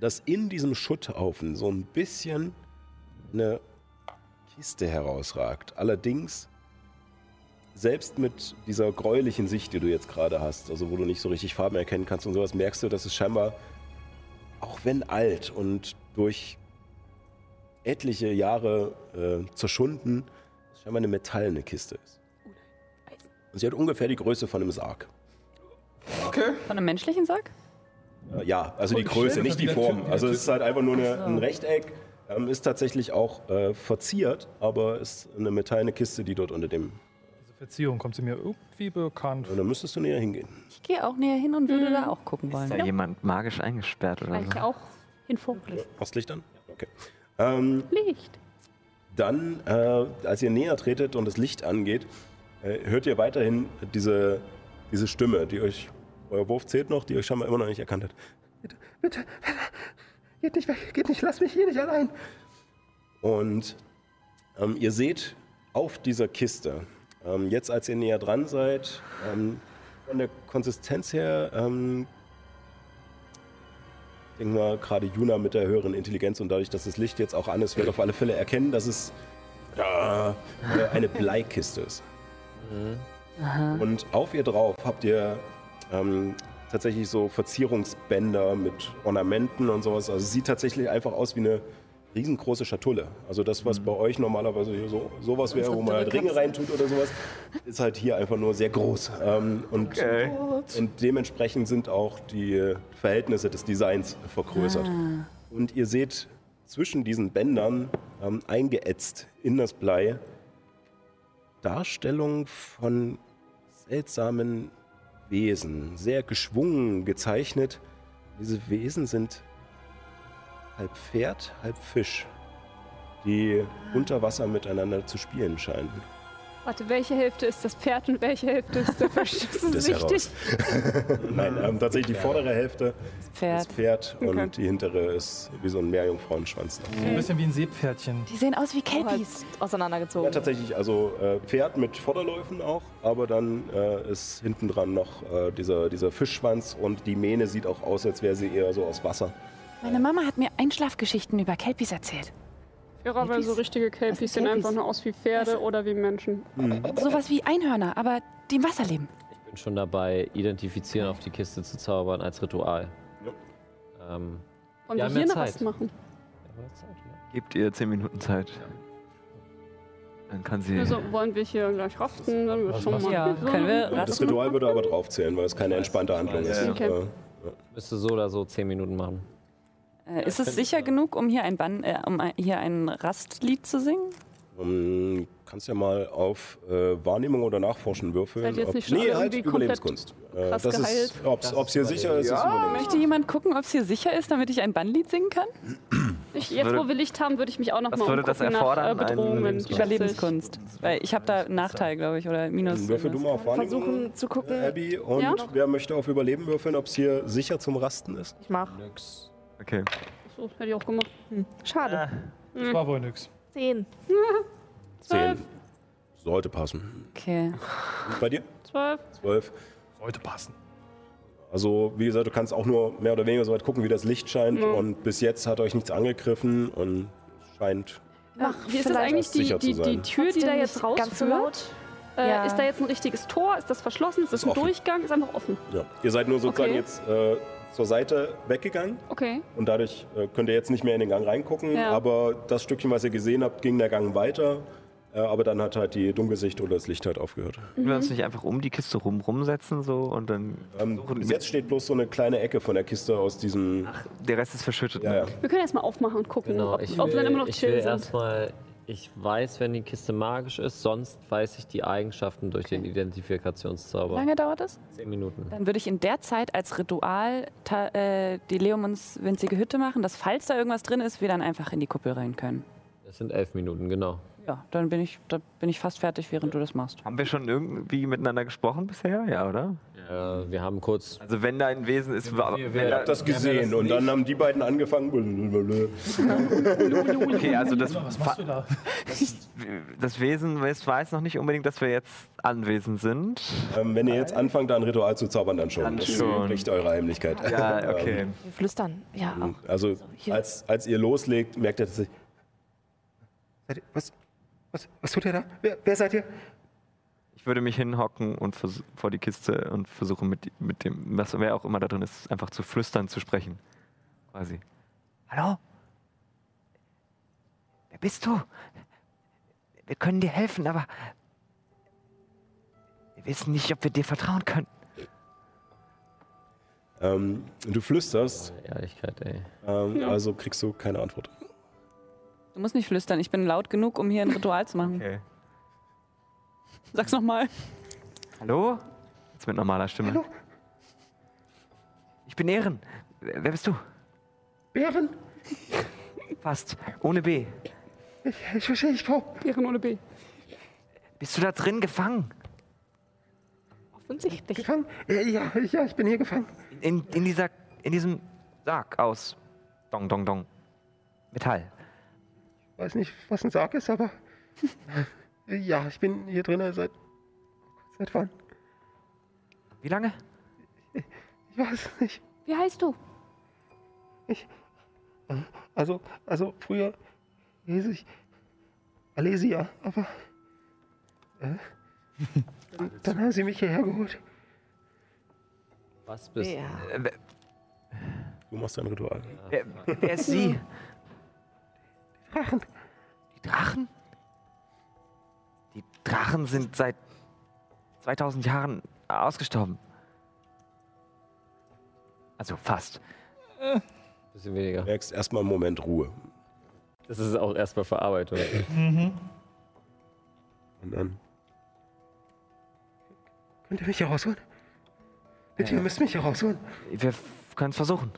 Speaker 2: dass in diesem Schutthaufen so ein bisschen eine Kiste herausragt. Allerdings selbst mit dieser gräulichen Sicht, die du jetzt gerade hast, also wo du nicht so richtig Farben erkennen kannst und sowas, merkst du, dass es scheinbar, auch wenn alt und durch etliche Jahre äh, zerschunden, es scheinbar eine metallene Kiste ist.
Speaker 8: Oh
Speaker 2: Und sie hat ungefähr die Größe von einem Sarg.
Speaker 3: Okay. Von einem menschlichen Sack?
Speaker 2: Äh, ja, also
Speaker 8: Und
Speaker 2: die
Speaker 8: ich
Speaker 2: Größe,
Speaker 8: stell mir
Speaker 2: nicht die
Speaker 8: wieder
Speaker 2: Form.
Speaker 8: Typen-
Speaker 2: Also es ist halt einfach nur eine,
Speaker 8: Ach so.
Speaker 2: ein Rechteck. Ähm, ist tatsächlich auch äh, verziert, aber ist eine metallene Kiste, die dort unter dem.
Speaker 8: Diese Verziehung also kommt sie mir irgendwie bekannt.
Speaker 2: Da müsstest du näher hingehen.
Speaker 3: Ich gehe auch näher hin und würde da auch gucken wollen.
Speaker 5: Ist da jemand magisch eingesperrt oder so?
Speaker 4: Eigentlich auch hinfunklich.
Speaker 2: Hast Licht an? Okay. Ähm,
Speaker 4: Licht.
Speaker 2: Dann, äh, als ihr näher tretet und das Licht angeht, äh, hört ihr weiterhin diese, diese Stimme, die euch, euer Wurf zählt noch, die euch scheinbar immer noch nicht erkannt hat.
Speaker 15: Bitte, geht nicht weg, geht nicht, lass mich hier nicht allein.
Speaker 2: Und ähm, ihr seht auf dieser Kiste, ähm, jetzt als ihr näher dran seid, ähm, von der Konsistenz her, ähm, denken wir gerade Juna mit der höheren Intelligenz und dadurch, dass das Licht jetzt auch an ist, wird auf alle Fälle erkennen, dass es äh, äh, eine Bleikiste ist. Und auf ihr drauf habt ihr ähm, tatsächlich so Verzierungsbänder mit Ornamenten und sowas. Also es sieht tatsächlich einfach aus wie eine riesengroße Schatulle. Also das, was bei euch normalerweise hier so sowas wäre, wo man halt Ringe reintut oder sowas, ist halt hier einfach nur sehr groß. Ähm, und,
Speaker 5: Okay.
Speaker 2: und dementsprechend sind auch die Verhältnisse des Designs vergrößert.
Speaker 15: Ah.
Speaker 2: Und ihr seht zwischen diesen Bändern ähm, eingeätzt in das Blei Darstellung von seltsamen Wesen, sehr geschwungen gezeichnet. Diese Wesen sind halb Pferd, halb Fisch, die unter Wasser miteinander zu spielen scheinen.
Speaker 4: Warte, welche Hälfte ist das Pferd und welche Hälfte ist der Fisch? Das ist
Speaker 2: Das
Speaker 4: wichtig.
Speaker 2: heraus. Nein, ähm, tatsächlich die vordere Hälfte
Speaker 3: Pferd.
Speaker 2: ist Pferd und
Speaker 3: Okay.
Speaker 2: die hintere ist wie so ein Meerjungfrauenschwanz.
Speaker 8: Ein bisschen wie ein Seepferdchen.
Speaker 3: Die sehen aus wie Kelpies.
Speaker 13: Auseinandergezogen.
Speaker 2: Ja, tatsächlich, also äh, Pferd mit Vorderläufen auch, aber dann äh, ist hinten dran noch äh, dieser, dieser Fischschwanz und die Mähne sieht auch aus, als wäre sie eher so aus Wasser.
Speaker 10: Meine Mama hat mir Einschlafgeschichten über Kelpies erzählt.
Speaker 4: Irrer, weil so richtige Kelpies sehen einfach nur aus wie Pferde oder wie Menschen.
Speaker 10: Sowas wie Einhörner, aber die im Wasser leben.
Speaker 16: Ich bin schon dabei, identifizieren auf die Kiste zu zaubern als Ritual. Ähm,
Speaker 4: Wollen wir
Speaker 16: haben
Speaker 4: hier
Speaker 16: ja
Speaker 4: noch
Speaker 16: Zeit.
Speaker 4: was machen?
Speaker 16: ne?
Speaker 5: Gebt ihr 10 Minuten Zeit. Dann kann sie.
Speaker 4: Also wollen wir hier gleich raften? Wollen wir schon mal
Speaker 2: das Ritual würde aber draufzählen, weil es keine entspannte Handlung ist.
Speaker 16: Ja, ja. Okay.
Speaker 2: Äh,
Speaker 16: Müsste so oder so 10 Minuten machen.
Speaker 3: Äh, ist es sicher genug, um hier ein, Bann, äh, um ein- hier ein Rastlied zu singen?
Speaker 2: ähm, kannst ja mal auf äh, Wahrnehmung oder Nachforschen würfeln.
Speaker 3: Seid ihr jetzt nicht schon
Speaker 2: nee,
Speaker 3: alle
Speaker 2: halt
Speaker 3: irgendwie
Speaker 2: Überlebenskunst. Äh,
Speaker 3: krass
Speaker 2: das ist,
Speaker 3: geheilt?
Speaker 2: ob es hier sicher ist, ist
Speaker 3: ja.
Speaker 2: Überlebenskunst.
Speaker 3: Möchte jemand gucken, ob es hier sicher ist, damit ich ein Bannlied singen kann?
Speaker 4: Ich, jetzt,
Speaker 2: würde-
Speaker 4: wo wir Licht haben, würde ich mich auch noch
Speaker 2: Was
Speaker 4: mal
Speaker 2: würde das
Speaker 4: umgucken
Speaker 2: erfordern?
Speaker 4: Nach, äh,
Speaker 2: Ein
Speaker 4: Bedrohungen.
Speaker 2: Überlebenskunst.
Speaker 3: Überlebenskunst. Weil ich habe da einen Nachteil, glaube ich, oder Minus.
Speaker 2: Dann würfel du mal auf Wahrnehmung. Äh,
Speaker 13: Versuchen zu gucken.
Speaker 3: äh,
Speaker 2: Abby und
Speaker 13: Ja?
Speaker 2: wer möchte auf Überleben würfeln, ob es hier sicher zum Rasten ist?
Speaker 13: Ich mach.
Speaker 2: Nix. Okay.
Speaker 4: So, hätte ich auch gemacht.
Speaker 13: Schade.
Speaker 1: Mhm.
Speaker 8: Das war wohl nix.
Speaker 13: Zehn.
Speaker 2: Zehn. Sollte passen.
Speaker 3: Okay.
Speaker 2: Und bei dir?
Speaker 4: Zwölf.
Speaker 2: Zwölf.
Speaker 8: Sollte passen.
Speaker 2: Also, wie gesagt, du kannst auch nur mehr oder weniger so weit gucken, wie das Licht scheint. Und bis jetzt hat euch nichts angegriffen und es scheint.
Speaker 4: Ach, wie ist das
Speaker 2: vielleicht-
Speaker 4: eigentlich die,
Speaker 2: Sicher zu
Speaker 4: die, die
Speaker 2: sein.
Speaker 4: Tür, die da
Speaker 13: Trotzdem
Speaker 4: jetzt
Speaker 13: nicht
Speaker 4: rausführt?
Speaker 13: ganz so laut.
Speaker 4: Äh,
Speaker 13: Ja.
Speaker 4: Ist da jetzt ein richtiges Tor? Ist das verschlossen? Ist das
Speaker 2: Ist
Speaker 4: ein
Speaker 2: offen.
Speaker 4: Durchgang? Ist einfach offen.
Speaker 2: Ja. Ihr seid nur sozusagen
Speaker 4: Okay.
Speaker 2: jetzt äh, zur Seite weggegangen.
Speaker 4: Okay.
Speaker 2: Und dadurch äh, könnt ihr jetzt nicht mehr in den Gang reingucken.
Speaker 4: Ja.
Speaker 2: Aber das Stückchen, was ihr gesehen habt, ging der Gang weiter. Äh, aber dann hat halt die Dunkelsicht oder das Licht halt aufgehört.
Speaker 5: Können wir uns nicht einfach um die Kiste rum rumsetzen so und dann.
Speaker 2: Ähm, Bis jetzt steht bloß so eine kleine Ecke von der Kiste aus diesem. Ach,
Speaker 5: der Rest ist verschüttet. ne?
Speaker 2: Ja, ja.
Speaker 4: Wir können jetzt mal aufmachen und gucken,
Speaker 16: Genau,
Speaker 4: ob,
Speaker 16: ich
Speaker 4: ob wir
Speaker 16: will,
Speaker 4: dann immer noch
Speaker 16: ich
Speaker 4: chill
Speaker 16: will
Speaker 4: sind.
Speaker 16: erstmal. Ich weiß, wenn die Kiste magisch ist, sonst weiß ich die Eigenschaften durch den Identifikationszauber.
Speaker 3: Wie lange dauert das?
Speaker 16: Zehn Minuten.
Speaker 3: Dann würde ich in der Zeit als Ritual ta- äh, die Leomunds winzige Hütte machen, dass falls da irgendwas drin ist, wir dann einfach in die Kuppel rein können.
Speaker 16: Das sind elf Minuten, genau.
Speaker 3: Ja, dann bin ich, da bin ich fast fertig, während du das machst.
Speaker 5: Haben wir schon irgendwie miteinander gesprochen bisher? Ja, oder?
Speaker 6: Äh, wir haben kurz.
Speaker 5: Also, wenn da ein Wesen ist, war.
Speaker 2: Ich hab das gesehen und dann haben die beiden angefangen. blablabla.
Speaker 5: Okay, also das,
Speaker 17: Was machst du da?
Speaker 5: das Wesen weiß, weiß noch nicht unbedingt, dass wir jetzt anwesend sind.
Speaker 2: Ähm, wenn ihr jetzt anfangt, da ein Ritual zu zaubern, dann schon.
Speaker 5: Dann
Speaker 2: das
Speaker 5: schon.
Speaker 2: bricht eure Heimlichkeit.
Speaker 5: Ja, okay.
Speaker 7: Wir flüstern. Ja,
Speaker 2: Ähm, Also, als, als ihr loslegt, merkt ihr, dass ich.
Speaker 1: Seid ihr- Was, was, was tut ihr da? Wer, wer seid ihr?
Speaker 5: Ich würde mich hinhocken und vers- vor die Kiste und versuchen, mit, mit dem, was wer auch immer da drin ist, einfach zu flüstern, zu sprechen. Quasi. Hallo? Wer bist du? Wir können dir helfen, aber wir wissen nicht, ob wir dir vertrauen können.
Speaker 2: Ähm, du flüsterst.
Speaker 6: Ehrlichkeit, ey.
Speaker 2: Ähm,
Speaker 3: Ja.
Speaker 2: Also kriegst du keine Antwort.
Speaker 3: Du musst nicht flüstern, ich bin laut genug, um hier ein Ritual zu machen.
Speaker 5: Okay.
Speaker 3: Sag's nochmal.
Speaker 5: Hallo? Jetzt mit normaler Stimme. Hallo? Ich bin Ehren. Wer wer bist du?
Speaker 1: Bären?
Speaker 5: Fast. Ohne B.
Speaker 1: Ich, ich verstehe, ich komm.
Speaker 4: Bären ohne B.
Speaker 5: Bist du da drin gefangen?
Speaker 7: offensichtlich.
Speaker 1: Gefangen? Äh, Ja, ja, ich bin hier gefangen.
Speaker 5: In, in, dieser, in diesem Sarg aus Dong Dong Dong. Metall.
Speaker 1: Weiß nicht, was ein Sarg ist, aber. äh, ja, ich bin hier drin seit. Seit wann?
Speaker 5: Wie lange?
Speaker 1: Ich weiß es nicht.
Speaker 4: Wie heißt du?
Speaker 1: Also, also früher hieß ich Alesia, aber. Äh, dann, dann haben sie mich hierher geholt.
Speaker 6: Was bist
Speaker 7: Ja.
Speaker 5: Äh, wer,
Speaker 2: Du machst ein Ritual.
Speaker 5: wer, wer ist sie?
Speaker 1: Drachen.
Speaker 5: Die Drachen? Die Drachen sind seit 2000 Jahren ausgestorben. Also fast.
Speaker 6: Bisschen weniger.
Speaker 2: Merkst erstmal einen Moment Ruhe.
Speaker 6: Das ist auch erstmal Verarbeitung.
Speaker 2: Und dann.
Speaker 1: Könnt ihr mich hier rausholen? Bitte, ihr müsst mich hier rausholen.
Speaker 5: Wir können es versuchen.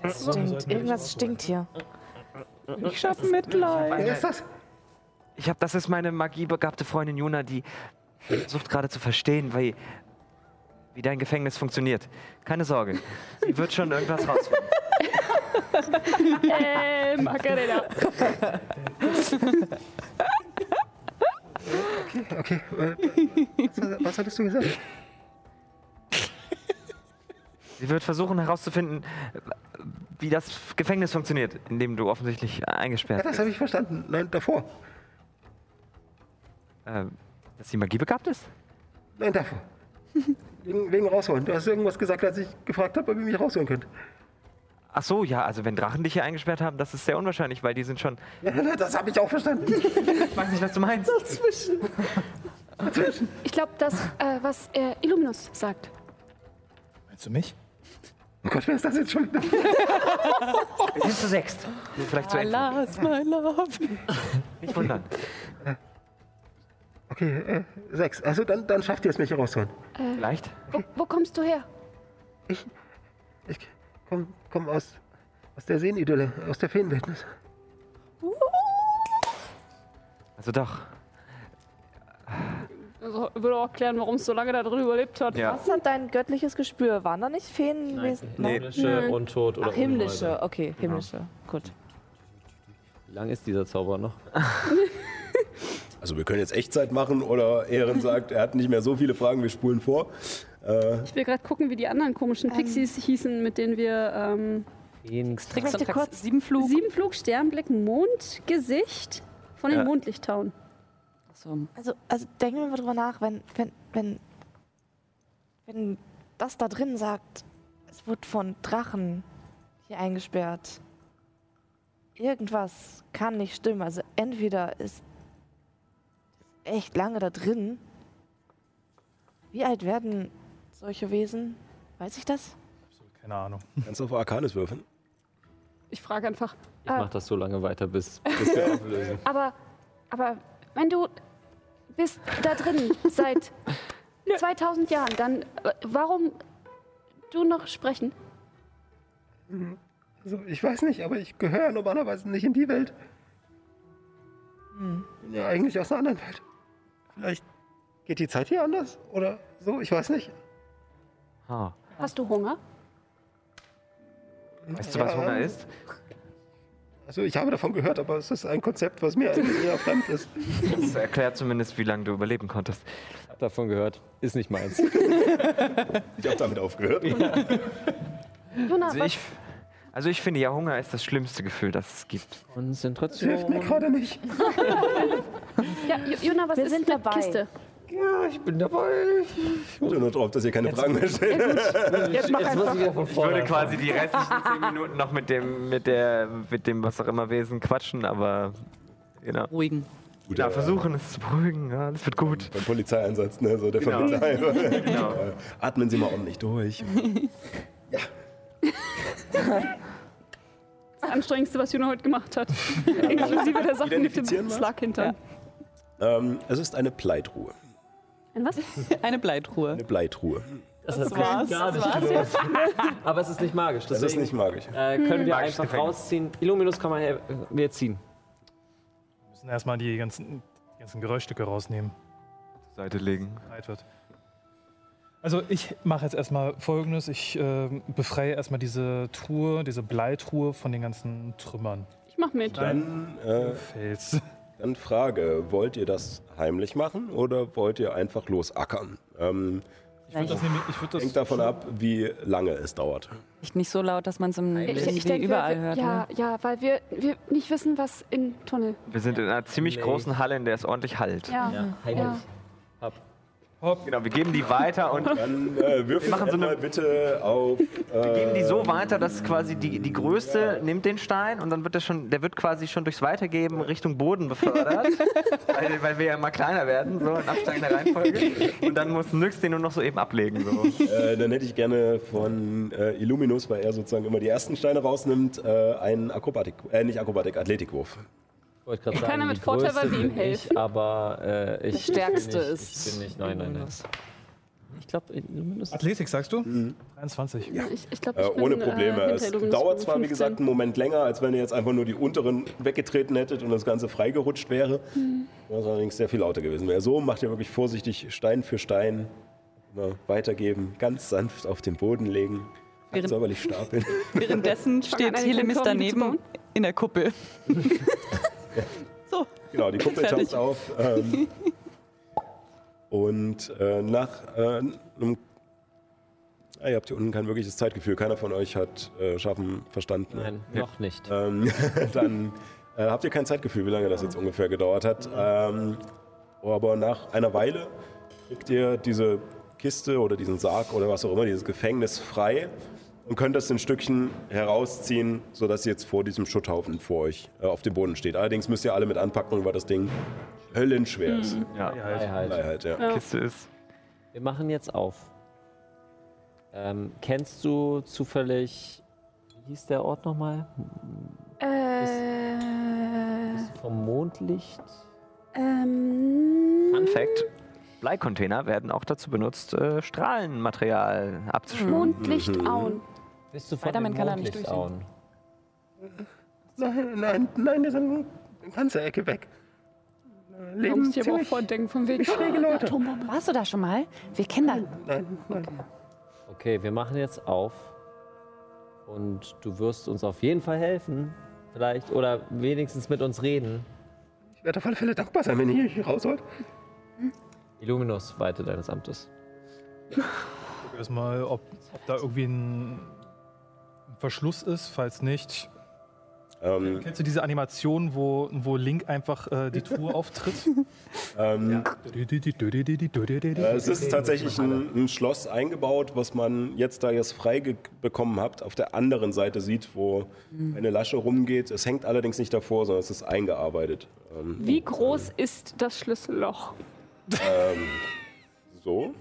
Speaker 7: Das stinkt. Irgendwas stinkt hier.
Speaker 3: Ich schaff Mitleid.
Speaker 1: Wer ist das?
Speaker 5: Ich habe, das ist meine magiebegabte Freundin Juna, die versucht gerade zu verstehen, wie, wie dein Gefängnis funktioniert. Keine Sorge, sie wird schon irgendwas rausfinden.
Speaker 4: Äh, Macarena.
Speaker 1: Okay, äh, was, was hattest du gesagt?
Speaker 5: Sie wird versuchen herauszufinden, wie das Gefängnis funktioniert, in dem du offensichtlich
Speaker 1: Ja,
Speaker 5: eingesperrt
Speaker 1: das
Speaker 5: bist.
Speaker 1: habe ich verstanden. Nein, davor.
Speaker 5: Ähm, dass sie magiebegabt ist?
Speaker 1: Nein, davor. Wegen, wegen rausholen. Du hast irgendwas gesagt, als ich gefragt habe, ob ihr mich rausholen könnt.
Speaker 5: Ach so, ja, also wenn Drachen dich hier eingesperrt haben, das ist sehr unwahrscheinlich, weil die sind schon...
Speaker 1: Ja, das habe ich auch verstanden.
Speaker 5: Ich weiß nicht, was du meinst.
Speaker 4: Ich glaube, das, äh, was äh, Illuminus sagt.
Speaker 17: Meinst du mich?
Speaker 1: Oh Gott, wer ist das jetzt schon? wieder?
Speaker 5: Wir sind zu sechst. Nur vielleicht zu Ende.
Speaker 3: Alas, my love.
Speaker 5: Nicht wundern.
Speaker 1: Okay, äh, sechs. Also dann, dann schafft ihr es, mich hier rausholen.
Speaker 5: Vielleicht?
Speaker 4: Wo, wo kommst du her?
Speaker 1: Ich komm, komm aus, aus der Seenidylle, aus der Feenwildnis.
Speaker 5: Also doch.
Speaker 4: Also, würde auch klären, warum es so lange da drin überlebt hat.
Speaker 5: Ja.
Speaker 7: Was hat dein göttliches Gespür? Waren da nicht Feen gewesen?
Speaker 5: Nee.
Speaker 6: Himmlische, Untot oder
Speaker 7: Ach, himmlische.
Speaker 6: Unholde.
Speaker 7: Okay, himmlische. Gut.
Speaker 6: Wie lang ist dieser Zauber noch?
Speaker 2: Also, wir können jetzt Echtzeit machen oder Ehren sagt, er hat nicht mehr so viele Fragen, wir spulen vor. Äh,
Speaker 4: Ich will gerade gucken, wie die anderen komischen Pixies hießen, mit denen wir ähm,
Speaker 6: Phoenix.
Speaker 7: Ich möchte kurz
Speaker 3: Siebenflug.
Speaker 4: Siebenflug, Sternblick, Mondgesicht von den
Speaker 5: Ja.
Speaker 4: Mondlichttauen.
Speaker 3: So. um
Speaker 7: Also, also denken wir mal drüber nach, wenn, wenn, wenn, wenn das da drin sagt, es wurde von Drachen hier eingesperrt. Irgendwas kann nicht stimmen. Also entweder ist ist echt lange da drin. Wie alt werden solche Wesen? Weiß ich das?
Speaker 17: Keine Ahnung.
Speaker 2: kannst du auf Arcanis würfeln?
Speaker 4: Ich frage einfach.
Speaker 6: Ich mach das so lange weiter, bis, bis wir auflösen.
Speaker 4: Aber, aber wenn du bist da drin seit 2000 Jahren, dann äh, warum du noch sprechen?
Speaker 1: Also, ich weiß nicht, aber ich gehöre normalerweise nicht in die Welt.
Speaker 5: Hm.
Speaker 18: Bin ja eigentlich aus einer anderen Welt. Vielleicht geht die Zeit hier anders oder so, ich weiß nicht.
Speaker 5: Ha.
Speaker 4: Hast du Hunger?
Speaker 5: Weißt du, was Hunger ist?
Speaker 18: Also ich habe davon gehört, aber es ist ein Konzept, was mir eigentlich eher fremd ist.
Speaker 5: Das erklärt zumindest, wie lange du überleben konntest.
Speaker 6: Hab davon gehört. Ist nicht meins.
Speaker 2: Ich habe damit aufgehört.
Speaker 4: Juna,
Speaker 5: Also ich, also ich finde ja, Hunger ist das schlimmste Gefühl, das es gibt.
Speaker 6: Konzentration.
Speaker 18: Hilft mir gerade nicht.
Speaker 4: was, ja, Ju- Juna, was
Speaker 7: Wir
Speaker 4: ist mit
Speaker 7: sind dabei.
Speaker 4: Kiste?
Speaker 6: Ja, ich bin dabei.
Speaker 2: Ich warte nur drauf, dass ihr keine Fragen mehr stellt.
Speaker 6: Jetzt, muss ich wieder von
Speaker 5: Ich würde
Speaker 6: vorne.
Speaker 5: quasi die restlichen 10 Minuten noch mit dem, mit der, mit dem was auch immer Wesen quatschen, aber genau.
Speaker 3: Beruhigen.
Speaker 2: Gut,
Speaker 5: Ja,
Speaker 2: aber-
Speaker 5: versuchen es zu beruhigen, ja, das wird gut.
Speaker 2: Beim Polizeieinsatz, ne? So der
Speaker 5: Genau.
Speaker 2: Polizei.
Speaker 5: Genau.
Speaker 2: Atmen Sie mal ordentlich durch.
Speaker 4: Das Anstrengendste, was Juna heute gemacht hat. Inklusive der Sachen mit
Speaker 2: Identifizieren
Speaker 4: dem
Speaker 2: wir's?
Speaker 4: Slug hinter.
Speaker 2: Ähm, es ist eine Pleitruhe.
Speaker 4: Ein was?
Speaker 3: Eine Bleitruhe.
Speaker 2: Eine Pleitruhe.
Speaker 6: Das,
Speaker 3: Das war's.
Speaker 6: Gar
Speaker 3: Das
Speaker 6: nicht
Speaker 3: war's
Speaker 6: gelöst.
Speaker 3: jetzt.
Speaker 6: Aber es ist nicht magisch.
Speaker 2: Das ist
Speaker 6: deswegen,
Speaker 2: nicht magisch.
Speaker 6: Äh, können wir
Speaker 5: Magisches
Speaker 6: einfach
Speaker 5: Gefängnis.
Speaker 6: rausziehen. Illuminus, komm mal her. Wir ziehen.
Speaker 1: Wir müssen erstmal die ganzen, die ganzen Geräuschstücke rausnehmen.
Speaker 5: Seite legen.
Speaker 1: Zeit wird. Also ich mache jetzt erstmal folgendes. Ich ähm, befreie erstmal diese Truhe, diese Bleitruhe von den ganzen Trümmern.
Speaker 4: Ich mach mit.
Speaker 2: Dann, äh,
Speaker 1: Fels.
Speaker 2: dann Frage, wollt ihr das heimlich machen oder wollt ihr einfach losackern? Ähm,
Speaker 1: Ich würde das, nämlich- ich würd das
Speaker 2: hängt davon ab, wie lange es dauert.
Speaker 3: Nicht, nicht so laut, dass man es im
Speaker 4: Ich, ich
Speaker 3: irgendwie
Speaker 4: denke,
Speaker 3: überall
Speaker 4: wir,
Speaker 3: hört.
Speaker 4: ja,
Speaker 3: ne?
Speaker 4: ja, weil wir, wir nicht wissen, was im Tunnel.
Speaker 5: Wir sind in einer ziemlich großen Halle, in der es ordentlich halt. hallt.
Speaker 4: Ja.
Speaker 6: Heimlich.
Speaker 5: Genau, wir geben die weiter und
Speaker 2: Dann äh, würfel
Speaker 5: machen so eine-
Speaker 2: einmal bitte auf. Äh,
Speaker 5: geben die so weiter, dass quasi die, die größte nimmt den Stein und dann wird der schon, der wird quasi schon durchs Weitergeben Richtung Boden befördert, weil, weil wir ja immer kleiner werden, so in absteigender Reihenfolge. Und dann muss Nyx den nur noch so eben ablegen. So.
Speaker 2: äh, dann hätte ich gerne von äh, Illuminus, weil er sozusagen immer die ersten Steine rausnimmt, äh, einen Akrobatik, äh, nicht Akrobatik, Athletikwurf.
Speaker 6: Ich wollte gerade sagen,
Speaker 4: Keiner mit
Speaker 6: die
Speaker 4: Vorteil,
Speaker 6: Größte
Speaker 4: weil wir ihm
Speaker 6: bin ich,
Speaker 4: helfen.
Speaker 6: Aber äh, ich
Speaker 3: Das Stärkste
Speaker 6: bin nicht,
Speaker 3: ist.
Speaker 6: Ich bin nicht, nein, nein, nein. Ich glaube, Illuminus ist
Speaker 1: Athletik, sagst du? 23.
Speaker 4: Ich, ich glaube,
Speaker 2: Äh,
Speaker 4: ich bin,
Speaker 2: ohne Probleme.
Speaker 4: Äh,
Speaker 2: es
Speaker 4: hinter Illuminus
Speaker 2: dauert zwar, wie
Speaker 4: 15.
Speaker 2: gesagt, einen Moment länger, als wenn ihr jetzt einfach nur die unteren weggetreten hättet und das Ganze freigerutscht wäre.
Speaker 4: Hm.
Speaker 2: Was allerdings sehr viel lauter gewesen wäre. So macht ihr wirklich vorsichtig Stein für Stein. Immer weitergeben, ganz sanft auf den Boden legen,
Speaker 3: Während-
Speaker 2: säuberlich stapeln.
Speaker 3: Währenddessen steht
Speaker 4: an, eine
Speaker 3: Helemis
Speaker 4: Kurve
Speaker 3: daneben
Speaker 4: zu
Speaker 3: in der Kuppel. so,
Speaker 2: Genau, die Kuppel
Speaker 3: Fertig.
Speaker 2: taucht auf. Ähm, und äh, nach äh, einem. Ah, ihr habt hier unten kein wirkliches Zeitgefühl. Keiner von euch hat äh, scharfen Verstand. ne?
Speaker 6: Nein, noch nicht.
Speaker 2: Ähm, dann äh, habt ihr kein Zeitgefühl, wie lange das jetzt ungefähr gedauert hat. Ähm, aber nach einer Weile kriegt ihr diese Kiste oder diesen Sarg oder was auch immer, dieses Gefängnis frei und könnt das in Stückchen herausziehen, sodass ihr jetzt vor diesem Schutthaufen vor euch äh, auf dem Boden steht. Allerdings müsst ihr alle mit anpacken, weil das Ding höllenschwer ist.
Speaker 5: Ja,
Speaker 6: Freiheit.
Speaker 2: Freiheit, ja.
Speaker 5: Kiste ist.
Speaker 6: Wir machen jetzt auf. Ähm, kennst du zufällig, wie hieß der Ort nochmal?
Speaker 4: Äh,
Speaker 6: Vom Mondlicht?
Speaker 4: ähm,
Speaker 5: Fun Fact. Bleicontainer werden auch dazu benutzt, äh, Strahlenmaterial abzuschwimmen.
Speaker 4: Hm. Mondlichtauen.
Speaker 6: Bist du von
Speaker 3: Spider-Man
Speaker 6: den
Speaker 3: kann da nicht
Speaker 6: Mondlichtauen?
Speaker 18: Nein, nein, nein, wir sind eine ganze Ecke weg. Äh,
Speaker 4: Da
Speaker 18: Leben
Speaker 4: musst du dir aber auch
Speaker 18: ziemlich
Speaker 4: vordenken, von wegen.
Speaker 18: schräge Leute.
Speaker 3: warst du da schon mal? Wir kennen da
Speaker 18: Nein, nein.
Speaker 6: Okay, wir machen jetzt auf. Und du wirst uns auf jeden Fall helfen. Vielleicht. Oder wenigstens mit uns reden.
Speaker 18: Ich werde auf alle Fälle dankbar sein, wenn ihr hier raus wollt.
Speaker 6: Illuminus, Weite deines Amtes.
Speaker 1: Ich guck erstmal, ob, ob da irgendwie ein Verschluss ist. Falls nicht.
Speaker 2: Ähm,
Speaker 1: Kennst du diese Animation, wo, wo Link einfach äh, die Truhe auftritt?
Speaker 2: ähm, Äh,
Speaker 1: Es
Speaker 2: Es ist tatsächlich ein, ein Schloss eingebaut, was man jetzt, da ihr es frei ge- bekommen habt, auf der anderen Seite sieht, wo
Speaker 18: Mhm.
Speaker 2: eine Lasche rumgeht. Es hängt allerdings nicht davor, sondern es ist eingearbeitet. Ähm,
Speaker 4: Wie groß ist das Schlüsselloch?
Speaker 2: so.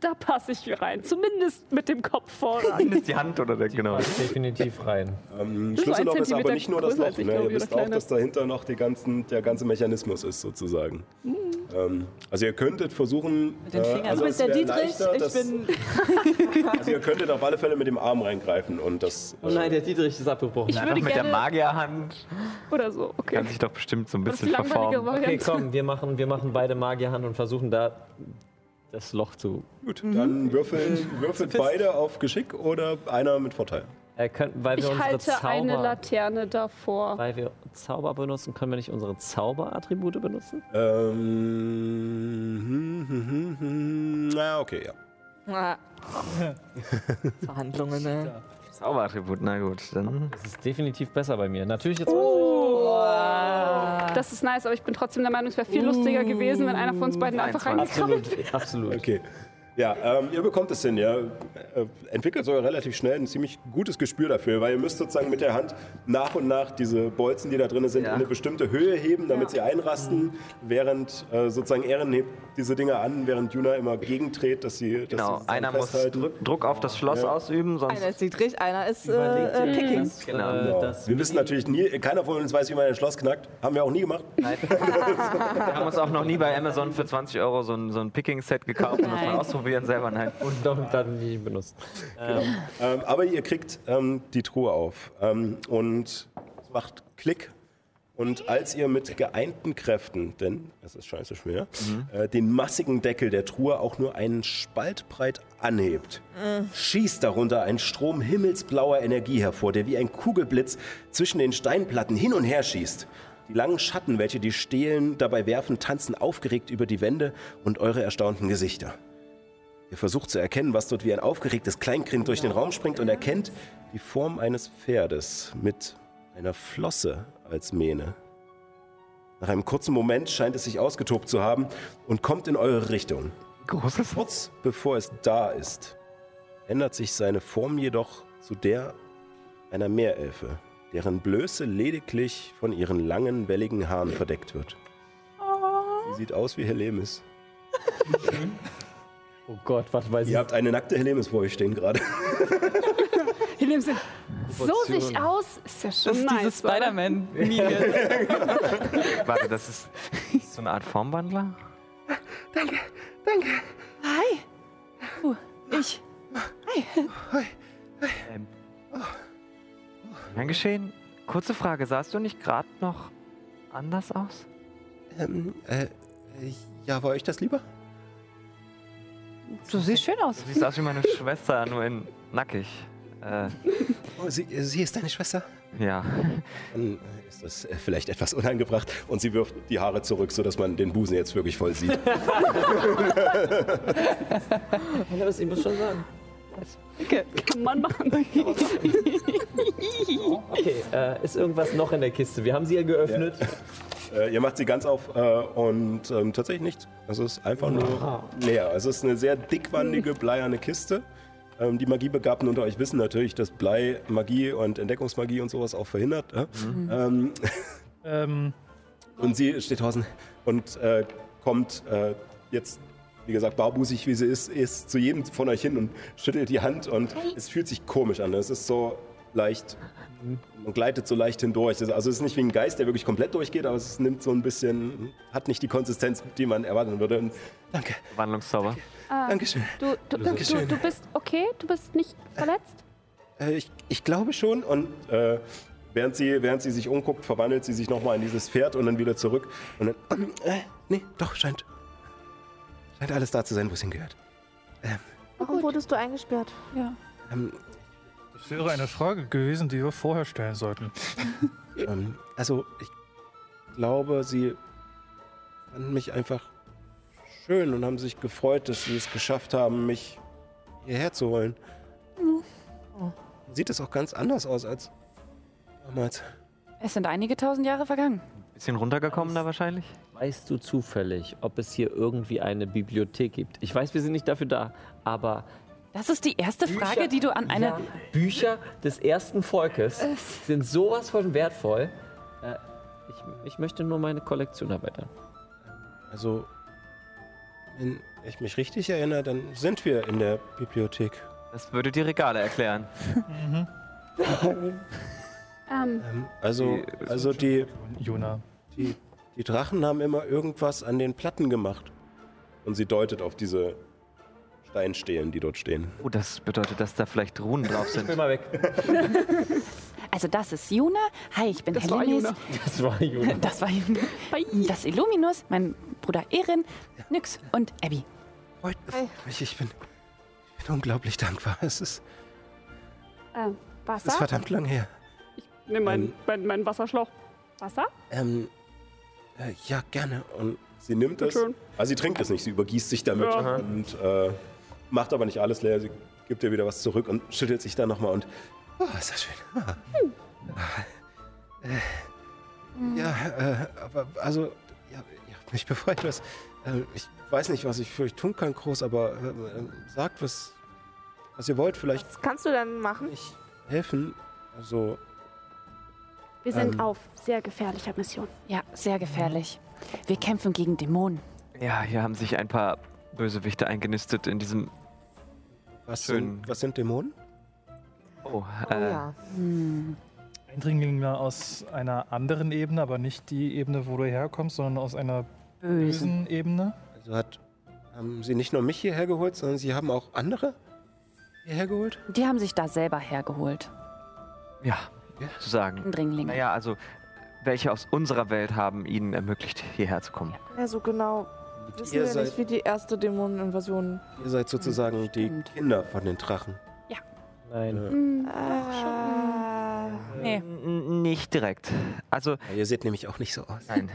Speaker 4: Da passe ich rein. Zumindest mit dem Kopf voran.
Speaker 5: Zumindest die Hand oder der, genau.
Speaker 6: Definitiv rein.
Speaker 2: Ähm,
Speaker 4: Das ist so
Speaker 2: Schlüsselloch
Speaker 4: ein
Speaker 2: ist aber
Speaker 4: Zentimeter
Speaker 2: nicht nur das
Speaker 4: größer
Speaker 2: Loch.
Speaker 4: als ich,
Speaker 2: Ne?
Speaker 4: glaub ich,
Speaker 2: Ihr wisst
Speaker 4: oder
Speaker 2: auch,
Speaker 4: kleiner.
Speaker 2: dass dahinter noch die ganzen, der ganze Mechanismus ist, sozusagen.
Speaker 18: Mhm.
Speaker 2: Ähm, also ihr könntet versuchen...
Speaker 9: Mit den
Speaker 2: äh,
Speaker 9: Fingern.
Speaker 2: also
Speaker 9: du
Speaker 2: es
Speaker 9: bist der
Speaker 2: wär
Speaker 9: Dietrich,
Speaker 2: leichter,
Speaker 9: ich
Speaker 2: das-
Speaker 9: bin.
Speaker 2: Also ihr könntet auf alle Fälle mit dem Arm reingreifen und das...
Speaker 6: Oh nein, der Dietrich ist abgebrochen.
Speaker 4: Ich
Speaker 5: Einfach
Speaker 4: würde
Speaker 5: mit der
Speaker 4: gerne-
Speaker 5: Magierhand
Speaker 4: Oder so. Okay.
Speaker 5: kann sich doch bestimmt so ein bisschen
Speaker 4: langweilige
Speaker 5: verformen.
Speaker 4: Variante.
Speaker 6: Okay, komm, wir machen, wir machen beide Magierhand und versuchen da das Loch zu.
Speaker 2: Gut,
Speaker 5: Mhm.
Speaker 2: dann würfeln, würfelt beide auf Geschick oder einer mit Vorteil.
Speaker 6: Äh, können, weil wir
Speaker 4: Ich
Speaker 6: unsere
Speaker 4: halte
Speaker 6: Zauber,
Speaker 4: eine Laterne davor.
Speaker 6: weil wir Zauber benutzen, können wir nicht unsere Zauberattribute benutzen?
Speaker 2: Ähm, hm, hm, hm, hm, na, okay, ja.
Speaker 9: Verhandlungen, ne?
Speaker 5: Zauberattribut, na gut, dann.
Speaker 6: Das ist definitiv besser bei mir. Natürlich jetzt.
Speaker 4: Oh. Das ist nice, aber ich bin trotzdem der Meinung, es wäre viel lustiger gewesen, wenn einer von uns beiden einfach
Speaker 5: 21.
Speaker 4: reingekrabbelt wäre.
Speaker 6: Absolut.
Speaker 2: Okay. Ja, ähm, ihr bekommt es hin, ja. Äh, Entwickelt sogar relativ schnell ein ziemlich gutes Gespür dafür, weil ihr müsst sozusagen mit der Hand nach und nach diese Bolzen, die da drin sind, in eine bestimmte Höhe heben, damit sie
Speaker 5: Mhm.
Speaker 2: einrasten, während äh, sozusagen Ehren hebt diese Dinge an, während Juna immer gegentret, dass sie dass sie
Speaker 5: Genau,
Speaker 2: sozusagen
Speaker 5: einer muss
Speaker 2: festhalten.
Speaker 5: Druck, Druck auf das Schloss
Speaker 2: Ja.
Speaker 5: ausüben, sonst.
Speaker 13: Einer ist Dietrich, einer ist
Speaker 6: Überlegt
Speaker 13: äh, äh,
Speaker 6: ihr,
Speaker 13: Picking.
Speaker 6: dass,
Speaker 5: Genau.
Speaker 6: äh,
Speaker 2: Genau.
Speaker 6: dass
Speaker 2: Wir wissen natürlich nie, keiner von uns weiß, wie man ein Schloss knackt. Haben wir auch nie gemacht.
Speaker 5: Wir haben uns auch noch nie bei Amazon für 20 Euro so ein, so ein Picking-Set gekauft und das mal ausprobieren selber. Nein.
Speaker 6: Und dann, dann nie benutzt.
Speaker 2: Ähm, aber ihr kriegt ähm, die Truhe auf ähm, und es macht Klick. Und als ihr mit geeinten Kräften, denn es ist scheiße schwer, äh, den massigen Deckel der Truhe auch nur einen Spalt breit anhebt, schießt darunter ein Strom himmelsblauer Energie hervor, der wie ein Kugelblitz zwischen den Steinplatten hin und her schießt. Die langen Schatten, welche die Stelen dabei werfen, tanzen aufgeregt über die Wände und eure erstaunten Gesichter. Ihr versucht zu erkennen, was dort wie ein aufgeregtes Kleinkind durch den Raum springt und erkennt die Form eines Pferdes mit einer Flosse als Mähne. Nach einem kurzen Moment scheint es sich ausgetobt zu haben und kommt in eure Richtung.
Speaker 5: Großes.
Speaker 2: Kurz bevor es da ist, ändert sich seine Form jedoch zu der einer Meerelfe, deren Blöße lediglich von ihren langen, welligen Haaren verdeckt wird. Sie sieht aus wie Helemis.
Speaker 6: Oh Gott, was weiß ich.
Speaker 2: Ihr habt eine nackte Helemis vor euch stehen gerade.
Speaker 4: Helium sind so sich aus. Ist ja schon
Speaker 9: Das ist
Speaker 4: nice.
Speaker 9: dieses
Speaker 4: oder?
Speaker 9: Spider-Man-Meme.
Speaker 5: Warte, das ist, das ist so eine Art Formwandler?
Speaker 10: Hi. Du, ich. Hi.
Speaker 5: Ähm. Gern geschehen. Kurze Frage, sahst du nicht gerade noch anders aus?
Speaker 2: Ähm, äh, ja, war euch das lieber?
Speaker 10: Du siehst schön aus.
Speaker 5: Du siehst aus wie meine Schwester, nur in nackig. Äh,
Speaker 2: Oh, sie, sie ist deine Schwester?
Speaker 5: ja.
Speaker 2: Dann ist das äh, vielleicht etwas unangebracht. Und sie wirft die Haare zurück, sodass man den Busen jetzt wirklich voll sieht.
Speaker 6: Ja, das- ich muss schon sagen.
Speaker 4: Kann man machen.
Speaker 6: Okay, äh, ist irgendwas noch in der Kiste? Wir haben sie ja geöffnet.
Speaker 2: äh, ihr macht sie ganz auf äh, und ähm, tatsächlich nichts. Es ist einfach nur leer. Also Es ist eine sehr dickwandige, bleierne Kiste. Ähm, die Magiebegabten unter euch wissen natürlich, dass Blei Magie und Entdeckungsmagie und sowas auch verhindert. Äh? Ähm,
Speaker 8: Ähm,
Speaker 2: Und sie steht draußen und äh, kommt äh, jetzt, wie gesagt, barbusig wie sie ist, ist zu jedem von euch hin und schüttelt die Hand und es fühlt sich komisch an. Es ist so leicht, man gleitet so leicht hindurch. Also es ist nicht wie ein Geist, der wirklich komplett durchgeht, aber es nimmt so ein bisschen, hat nicht die Konsistenz, die man erwarten würde. Und danke,
Speaker 5: Wandlungszauber.
Speaker 4: Ah,
Speaker 2: Dankeschön.
Speaker 4: Du, du, du, du,
Speaker 2: Dankeschön.
Speaker 4: du bist okay? Du bist nicht verletzt?
Speaker 2: Äh, ich, ich glaube schon und... Äh, Während sie, während sie sich umguckt, verwandelt sie sich nochmal in dieses Pferd und dann wieder zurück. Und dann, äh, nee, doch, scheint, scheint alles da zu sein, wo es hingehört.
Speaker 4: Oh,
Speaker 13: Warum wurdest du eingesperrt?
Speaker 10: Ja.
Speaker 2: Ähm,
Speaker 8: das wäre eine Frage gewesen, die wir vorher stellen sollten.
Speaker 2: ähm, also, ich glaube, sie fanden mich einfach schön und haben sich gefreut, dass sie es geschafft haben, mich hierher zu holen. Oh. Sieht es auch ganz anders aus als damals.
Speaker 10: Es sind einige tausend Jahre vergangen.
Speaker 5: Bisschen runtergekommen da wahrscheinlich?
Speaker 6: Weißt du zufällig, ob es hier irgendwie eine Bibliothek gibt? Ich weiß, wir sind nicht dafür da, aber
Speaker 10: Das ist die erste Frage, die du an eine.
Speaker 6: ja, Bücher des ersten Volkes sind sowas von wertvoll. Äh, ich, ich möchte nur meine Kollektion erweitern.
Speaker 2: Also, Wenn ich mich richtig erinnere, dann sind wir in der Bibliothek.
Speaker 5: Das würde die Regale erklären.
Speaker 4: Ähm,
Speaker 2: Also, also die,
Speaker 1: Jona.
Speaker 2: die, die Drachen haben immer irgendwas an den Platten gemacht.
Speaker 19: Und sie deutet auf diese Steinstelen, die dort stehen.
Speaker 5: Oh, das bedeutet, dass da vielleicht Runen drauf sind.
Speaker 20: Ich bin mal weg.
Speaker 3: Also das ist Juna. Hi, ich bin
Speaker 5: Das war
Speaker 3: Helenis.
Speaker 5: Juna.
Speaker 20: Das war Juna.
Speaker 3: Das war Juna. Das Illuminus, mein Bruder Erin, Nyx und Abby.
Speaker 2: Ich, ich, bin, ich bin unglaublich dankbar. Es ist, es
Speaker 4: ähm,
Speaker 2: ist
Speaker 4: Wasser?
Speaker 2: verdammt lang her.
Speaker 4: Nimm meinen
Speaker 2: Ähm.
Speaker 4: mein, mein Wasserschlauch. Wasser?
Speaker 2: Ähm, äh, ja, gerne. Und
Speaker 19: Sie nimmt es.
Speaker 4: Schön.
Speaker 19: Also sie trinkt es nicht, sie übergießt sich damit
Speaker 4: Ja.
Speaker 19: und äh, macht aber nicht alles leer. Sie gibt ihr wieder was zurück und schüttelt sich dann nochmal und.
Speaker 2: Oh, ist das schön. Ah. Äh, ja, äh, aber also, ja, ihr habt mich befreit. Was, äh, ich weiß nicht, was ich für euch tun kann, Groß, aber äh, äh, sagt, was, was ihr wollt. Vielleicht
Speaker 7: Was kannst du denn machen?
Speaker 2: helfen. Also,
Speaker 4: Wir
Speaker 2: sind Ähm.
Speaker 4: auf sehr gefährlicher Mission.
Speaker 3: Ja, sehr gefährlich. Wir kämpfen gegen Dämonen.
Speaker 5: Ja, hier haben sich ein paar Bösewichte eingenistet in diesem
Speaker 2: was,
Speaker 5: schönen.
Speaker 2: sind, was sind Dämonen?
Speaker 5: Oh, äh,
Speaker 1: Eindringlinge aus einer anderen Ebene, aber nicht die Ebene, wo du herkommst, sondern aus einer bösen Ebene.
Speaker 2: Also hat, haben sie nicht nur mich hierher geholt, sondern sie haben auch andere? hierher geholt?
Speaker 3: Die haben sich da selber hergeholt.
Speaker 5: ja, zu sagen.
Speaker 3: Dringlinge.
Speaker 5: Naja, also welche aus unserer Welt haben ihnen ermöglicht, hierher zu kommen?
Speaker 7: Also genau. Wissen
Speaker 2: ihr
Speaker 7: wir
Speaker 2: seid-
Speaker 7: nicht, wie die erste Dämoneninvasion.
Speaker 2: Ihr seid sozusagen die Kinder von den Drachen.
Speaker 3: Ja.
Speaker 2: Nein.
Speaker 3: Nee.
Speaker 5: Nicht direkt. Also.
Speaker 2: ihr seht nämlich auch nicht so aus.
Speaker 5: Nein.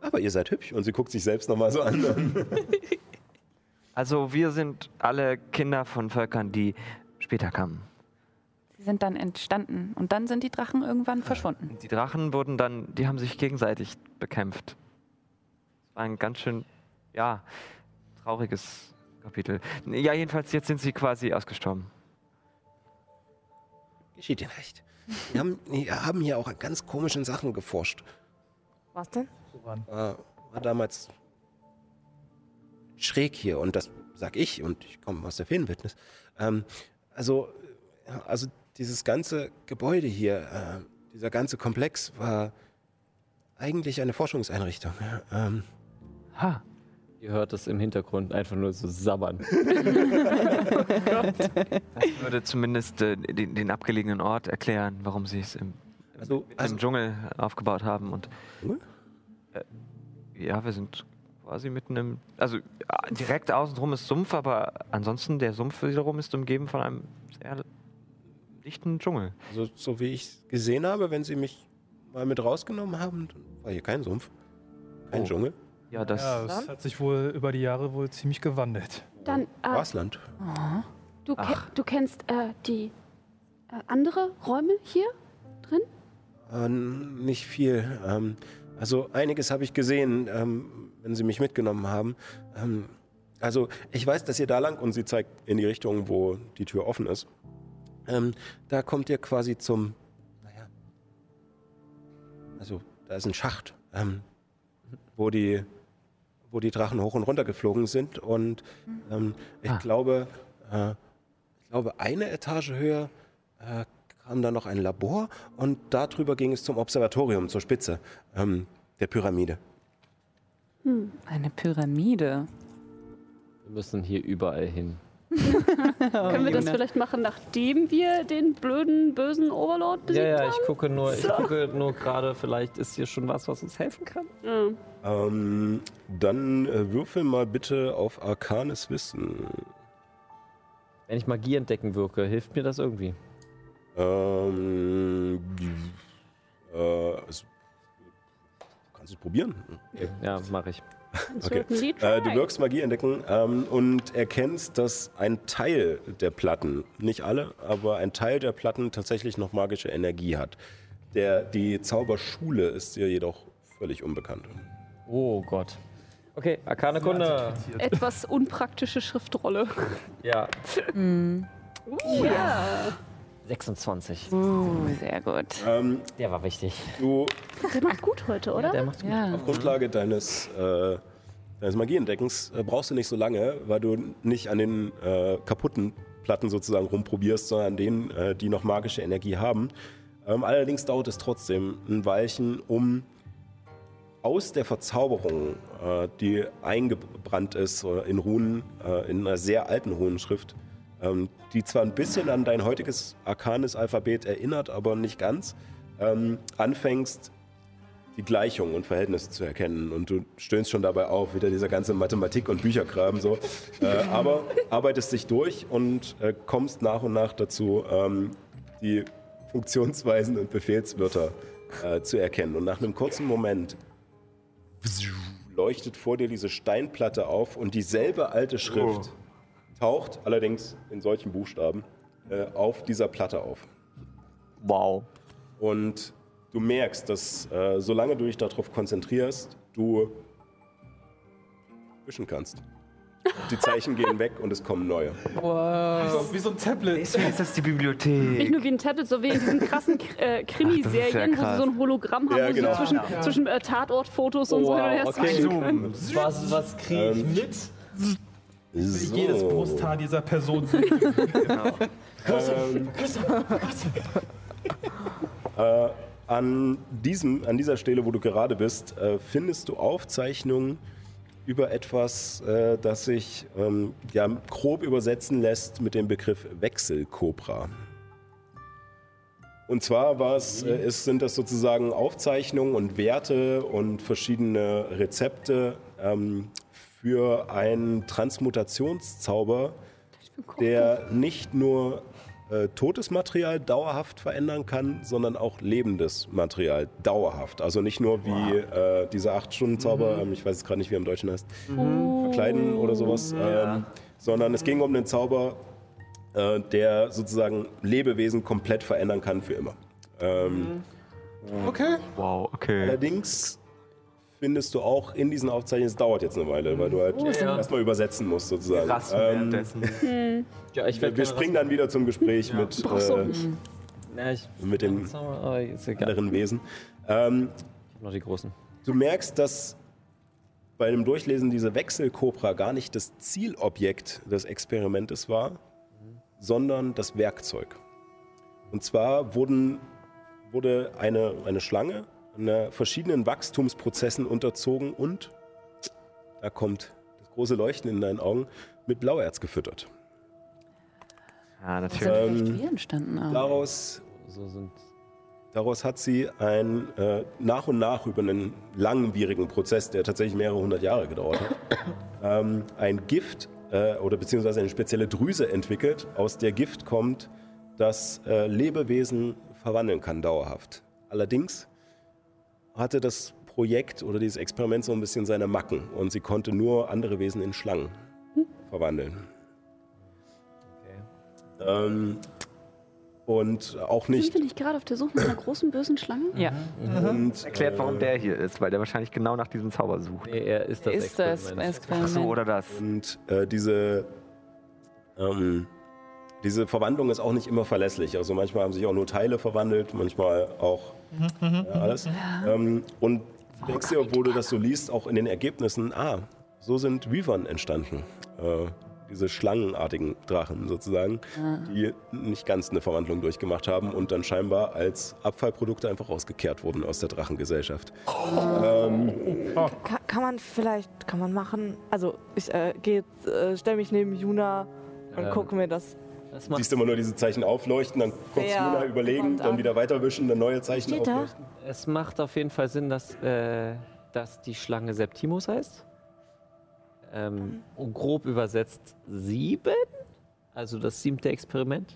Speaker 19: Aber ihr seid hübsch. Und sie guckt sich selbst nochmal so an.
Speaker 5: Also wir sind alle Kinder von Völkern, die später kamen.
Speaker 3: Sie sind dann entstanden und dann sind die Drachen irgendwann verschwunden.
Speaker 5: Die Drachen wurden dann, die haben sich gegenseitig bekämpft. Das war ein ganz schön, ja, trauriges Kapitel. Ja, jedenfalls, jetzt sind sie quasi ausgestorben.
Speaker 2: Geschieht dir recht. Wir haben, wir haben hier auch an ganz komischen Sachen geforscht.
Speaker 7: Was denn?
Speaker 2: War, war damals schräg hier und das sag ich und ich komme aus der Feenwildnis. Ähm, also, äh, also dieses ganze Gebäude hier, äh, dieser ganze Komplex war eigentlich eine Forschungseinrichtung. Ähm,
Speaker 5: Ha.
Speaker 6: Ihr hört es im Hintergrund einfach nur so sabbern.
Speaker 5: Das würde zumindest äh, den, den abgelegenen Ort erklären, warum sie es im,
Speaker 2: also,
Speaker 5: im Dschungel aufgebaut haben. Und, äh, ja, wir sind quasi mitten im, also ja, direkt außenrum ist Sumpf, aber ansonsten der Sumpf wiederum ist umgeben von einem sehr dichten Dschungel.
Speaker 2: also so wie ich es gesehen habe, wenn sie mich mal mit rausgenommen haben, dann war hier kein Sumpf, kein
Speaker 5: Oh.
Speaker 2: Dschungel.
Speaker 5: Ja, das
Speaker 1: ja, das hat sich wohl über die Jahre wohl ziemlich gewandelt.
Speaker 4: Dann, äh,
Speaker 2: Grasland.
Speaker 4: du, ke du kennst äh, die äh, andere Räume hier drin?
Speaker 2: Äh, nicht viel. Ähm, also einiges habe ich gesehen, ähm, wenn sie mich mitgenommen haben. Ähm,
Speaker 19: also ich weiß, dass ihr da lang und sie zeigt in die Richtung, wo die Tür offen ist.
Speaker 2: ähm, da kommt ihr quasi zum. Naja. Also, da ist ein Schacht, ähm, wo, die, wo die Drachen hoch und runter geflogen sind. Und ähm, ich, glaube, äh, ich glaube, eine Etage höher äh, kam dann noch ein Labor und darüber ging es zum Observatorium, zur Spitze ähm, der Pyramide.
Speaker 3: Eine Pyramide.
Speaker 6: Wir müssen hier überall hin.
Speaker 4: Können wir das
Speaker 6: Juna.
Speaker 4: vielleicht machen, nachdem wir den blöden, bösen Overlord
Speaker 6: Ja,
Speaker 4: besiegt
Speaker 6: ja,
Speaker 4: haben?
Speaker 6: ich gucke nur, ich
Speaker 4: So.
Speaker 6: gucke nur gerade, vielleicht ist hier schon was, was uns helfen kann.
Speaker 4: Mhm.
Speaker 19: Ähm, dann äh, würfel mal bitte auf arkanes Wissen.
Speaker 6: Wenn ich Magie entdecken wirke, hilft mir das irgendwie.
Speaker 19: Ähm, äh, also, du kannst es probieren.
Speaker 6: Ja, mache ich.
Speaker 19: Okay. Äh, du wirkst Magie entdecken ähm, und erkennst, dass ein Teil der Platten, nicht alle, aber ein Teil der Platten tatsächlich noch magische Energie hat. Der, die Zauberschule ist dir jedoch völlig unbekannt.
Speaker 6: Oh Gott. Okay, Arkane Kunde.
Speaker 4: Etwas unpraktische Schriftrolle.
Speaker 6: Ja.
Speaker 4: Uh, ja.
Speaker 6: 26.
Speaker 3: sehr gut.
Speaker 6: Der war wichtig.
Speaker 19: Du
Speaker 4: Der macht gut heute, oder?
Speaker 6: der macht gut.
Speaker 19: Auf Grundlage deines äh,
Speaker 2: deines Magieentdeckens äh, brauchst du nicht so lange, weil du nicht an den äh, kaputten Platten sozusagen rumprobierst, sondern an denen, äh, die noch magische Energie haben. Ähm, allerdings dauert es trotzdem ein Weilchen, um aus der Verzauberung, äh, die eingebrannt ist äh, in Runen, äh, in einer sehr alten Runenschrift, ähm, die zwar ein bisschen an dein heutiges arkanes Alphabet erinnert, aber nicht ganz, ähm, anfängst, die Gleichungen und Verhältnisse zu erkennen. Und du stöhnst schon dabei auf, wieder dieser ganze Mathematik- und Bücherkram so. Äh, aber arbeitest dich durch und äh, kommst nach und nach dazu, ähm, die Funktionsweisen und Befehlswörter äh, zu erkennen. Und nach einem kurzen Moment leuchtet vor dir diese Steinplatte auf und dieselbe alte Schrift taucht allerdings in solchen Buchstaben äh, auf dieser Platte auf. Wow. Und du merkst, dass äh, solange du dich darauf konzentrierst, du wischen kannst. Die Zeichen gehen weg und es kommen neue.
Speaker 8: Wow. Wie so, wie so ein Tablet.
Speaker 5: Deswegen ist das die
Speaker 4: Nicht
Speaker 5: Bibliothek.
Speaker 4: nur wie ein Tablet, so wie in diesen krassen K- äh,
Speaker 5: Ach, das
Speaker 4: Krimiserien,
Speaker 5: ist ja
Speaker 4: wo sie so ein Hologramm haben,
Speaker 5: Ja,
Speaker 4: wo
Speaker 5: genau.
Speaker 4: sie zwischen,
Speaker 5: Ja.
Speaker 4: zwischen äh, Tatortfotos und so hin und her
Speaker 16: Wow, okay.
Speaker 4: switchen können.
Speaker 16: Was, was kriege ich mit?
Speaker 2: So.
Speaker 8: Jedes Brusthaar dieser Person.
Speaker 2: Ähm, Äh, an, diesem, an dieser Stelle, wo du gerade bist, äh, findest du Aufzeichnungen über etwas, äh, das sich ähm, ja, grob übersetzen lässt mit dem Begriff Wechselkobra. Und zwar war es, äh, es sind das sozusagen Aufzeichnungen und Werte und verschiedene Rezepte ähm, für einen Transmutationszauber, der nicht nur äh, totes Material dauerhaft verändern kann, sondern auch lebendes Material dauerhaft. Also nicht nur wie äh, dieser 8-Stunden-Zauber, ähm, ich weiß jetzt gerade nicht, wie er im Deutschen heißt, Mhm. verkleiden oder sowas, ähm, sondern es ging um einen Zauber, äh, der sozusagen Lebewesen komplett verändern kann für immer. Ähm,
Speaker 8: Okay.
Speaker 2: Wow, okay. Allerdings findest du auch in diesen Aufzeichnungen, es dauert jetzt eine Weile, weil du halt
Speaker 16: Oh, ja.
Speaker 2: erstmal übersetzen musst sozusagen.
Speaker 16: Rasten
Speaker 2: währenddessen.
Speaker 16: Ja, ich
Speaker 2: Wir,
Speaker 16: werde
Speaker 2: wir springen dann wieder zum Gespräch mit,
Speaker 16: Brauchst du
Speaker 2: äh,
Speaker 16: nicht. Na, ich
Speaker 2: mit dem anderen Wesen. Ähm, ich habe noch die großen. Du merkst, dass bei dem Durchlesen diese Wechselkobra gar nicht das Zielobjekt des Experimentes war, sondern das Werkzeug. Und zwar wurden, wurde eine, eine Schlange einer verschiedenen Wachstumsprozessen unterzogen und, da kommt das große Leuchten in deinen Augen, mit Blauerz gefüttert.
Speaker 5: Ja,
Speaker 10: Da
Speaker 3: äh,
Speaker 10: sind vielleicht wir entstanden
Speaker 3: Ah.
Speaker 10: auch.
Speaker 2: Daraus, daraus hat sie ein, äh, nach und nach über einen langwierigen Prozess, der tatsächlich mehrere hundert Jahre gedauert hat, ähm, ein Gift äh, oder beziehungsweise eine spezielle Drüse entwickelt, aus der Gift kommt, das äh, Lebewesen verwandeln kann dauerhaft. Allerdings hatte das Projekt oder dieses Experiment so ein bisschen seine Macken und sie konnte nur andere Wesen in Schlangen
Speaker 4: Hm.
Speaker 2: verwandeln. Ähm, und auch nicht
Speaker 4: Sind wir nicht gerade auf der Suche nach einer großen bösen Schlange? Ja.
Speaker 5: Und, Erklärt, warum der hier ist, weil der wahrscheinlich genau nach diesem Zauber sucht. Nee,
Speaker 16: er ist
Speaker 4: das Ist das Experiment. Experiment.
Speaker 5: Ach so, oder das.
Speaker 2: Und äh, diese, ähm, diese Verwandlung ist auch nicht immer verlässlich. Also manchmal haben sich auch nur Teile verwandelt, manchmal auch ja, alles. Ähm, und denkst dir, obwohl du das so liest, auch in den Ergebnissen, ah, so sind Wyvern entstanden. Äh, diese schlangenartigen Drachen sozusagen, die nicht ganz eine Verwandlung durchgemacht haben und dann scheinbar als Abfallprodukte einfach rausgekehrt wurden aus der Drachengesellschaft. Ähm,
Speaker 7: Ka kann man vielleicht, kann man machen. Also ich äh, gehe, äh, stelle mich neben Juna und
Speaker 2: Ähm,
Speaker 7: gucke mir das.
Speaker 2: Siehst immer nur diese Zeichen aufleuchten, dann kurz
Speaker 7: Sehr
Speaker 2: Luna überlegen,
Speaker 7: gewandt
Speaker 2: dann
Speaker 7: an.
Speaker 2: wieder weiterwischen, dann neue Zeichen
Speaker 7: Steht da?
Speaker 2: aufleuchten.
Speaker 6: Es macht auf jeden Fall Sinn, dass, äh, dass die Schlange Septimus heißt. Ähm, und grob übersetzt sieben. Also das siebte Experiment.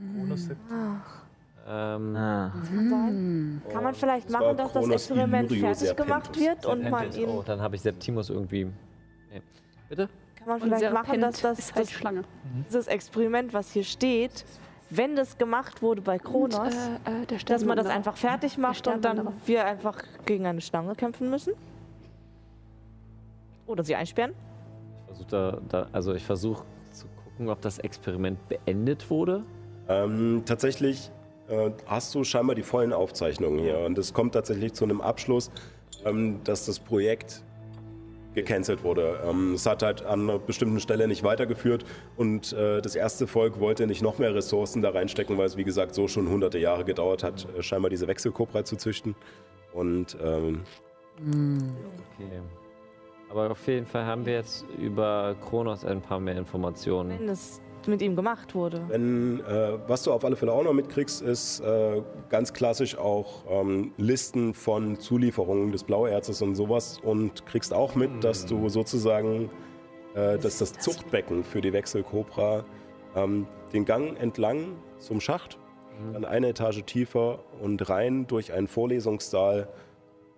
Speaker 7: Ach,
Speaker 6: Ähm,
Speaker 7: das kann
Speaker 4: Hm.
Speaker 7: sein. Kann man vielleicht
Speaker 6: Oh. war
Speaker 7: machen, dass das
Speaker 6: Kronos
Speaker 7: Experiment
Speaker 6: Illyrio
Speaker 7: fertig gemacht wird und man
Speaker 6: Serpentis.
Speaker 7: ihn.
Speaker 6: Oh, dann habe ich Septimus irgendwie. Nee. Bitte?
Speaker 7: Kann man
Speaker 4: Und
Speaker 7: vielleicht
Speaker 4: Serpent
Speaker 7: machen, dass das,
Speaker 4: ist halt
Speaker 7: das
Speaker 4: Schlange.
Speaker 7: dieses Experiment, was hier steht, wenn das gemacht wurde bei Kronos,
Speaker 4: äh, äh, der
Speaker 7: dass man das
Speaker 4: Sternwanderer.
Speaker 7: einfach fertig macht und dann
Speaker 4: Sternwanderer.
Speaker 7: wir einfach gegen eine Schlange kämpfen müssen? Oder sie einsperren?
Speaker 6: Versuch da, da, also ich versuche zu gucken, ob das Experiment beendet wurde.
Speaker 2: Ähm, tatsächlich äh, hast du scheinbar die vollen Aufzeichnungen hier und es kommt tatsächlich zu einem Abschluss, ähm, dass das Projekt gecancelt wurde. Ähm, es hat halt an einer bestimmten Stelle nicht weitergeführt und äh, das erste Volk wollte nicht noch mehr Ressourcen da reinstecken, weil es wie gesagt so schon hunderte Jahre gedauert hat, äh, scheinbar diese Wechselkobra zu züchten. Und ähm,
Speaker 16: Okay. Aber auf jeden Fall haben wir jetzt über Kronos ein paar mehr Informationen.
Speaker 7: Wenn das mit ihm gemacht wurde.
Speaker 2: Wenn, äh, was du auf alle Fälle auch noch mitkriegst, ist äh, ganz klassisch auch ähm, Listen von Zulieferungen des Blauerzes und sowas und kriegst auch mit, dass du sozusagen, äh, dass das Zuchtbecken für die Wechselkobra ähm, den Gang entlang zum Schacht, dann eine Etage tiefer und rein durch einen Vorlesungssaal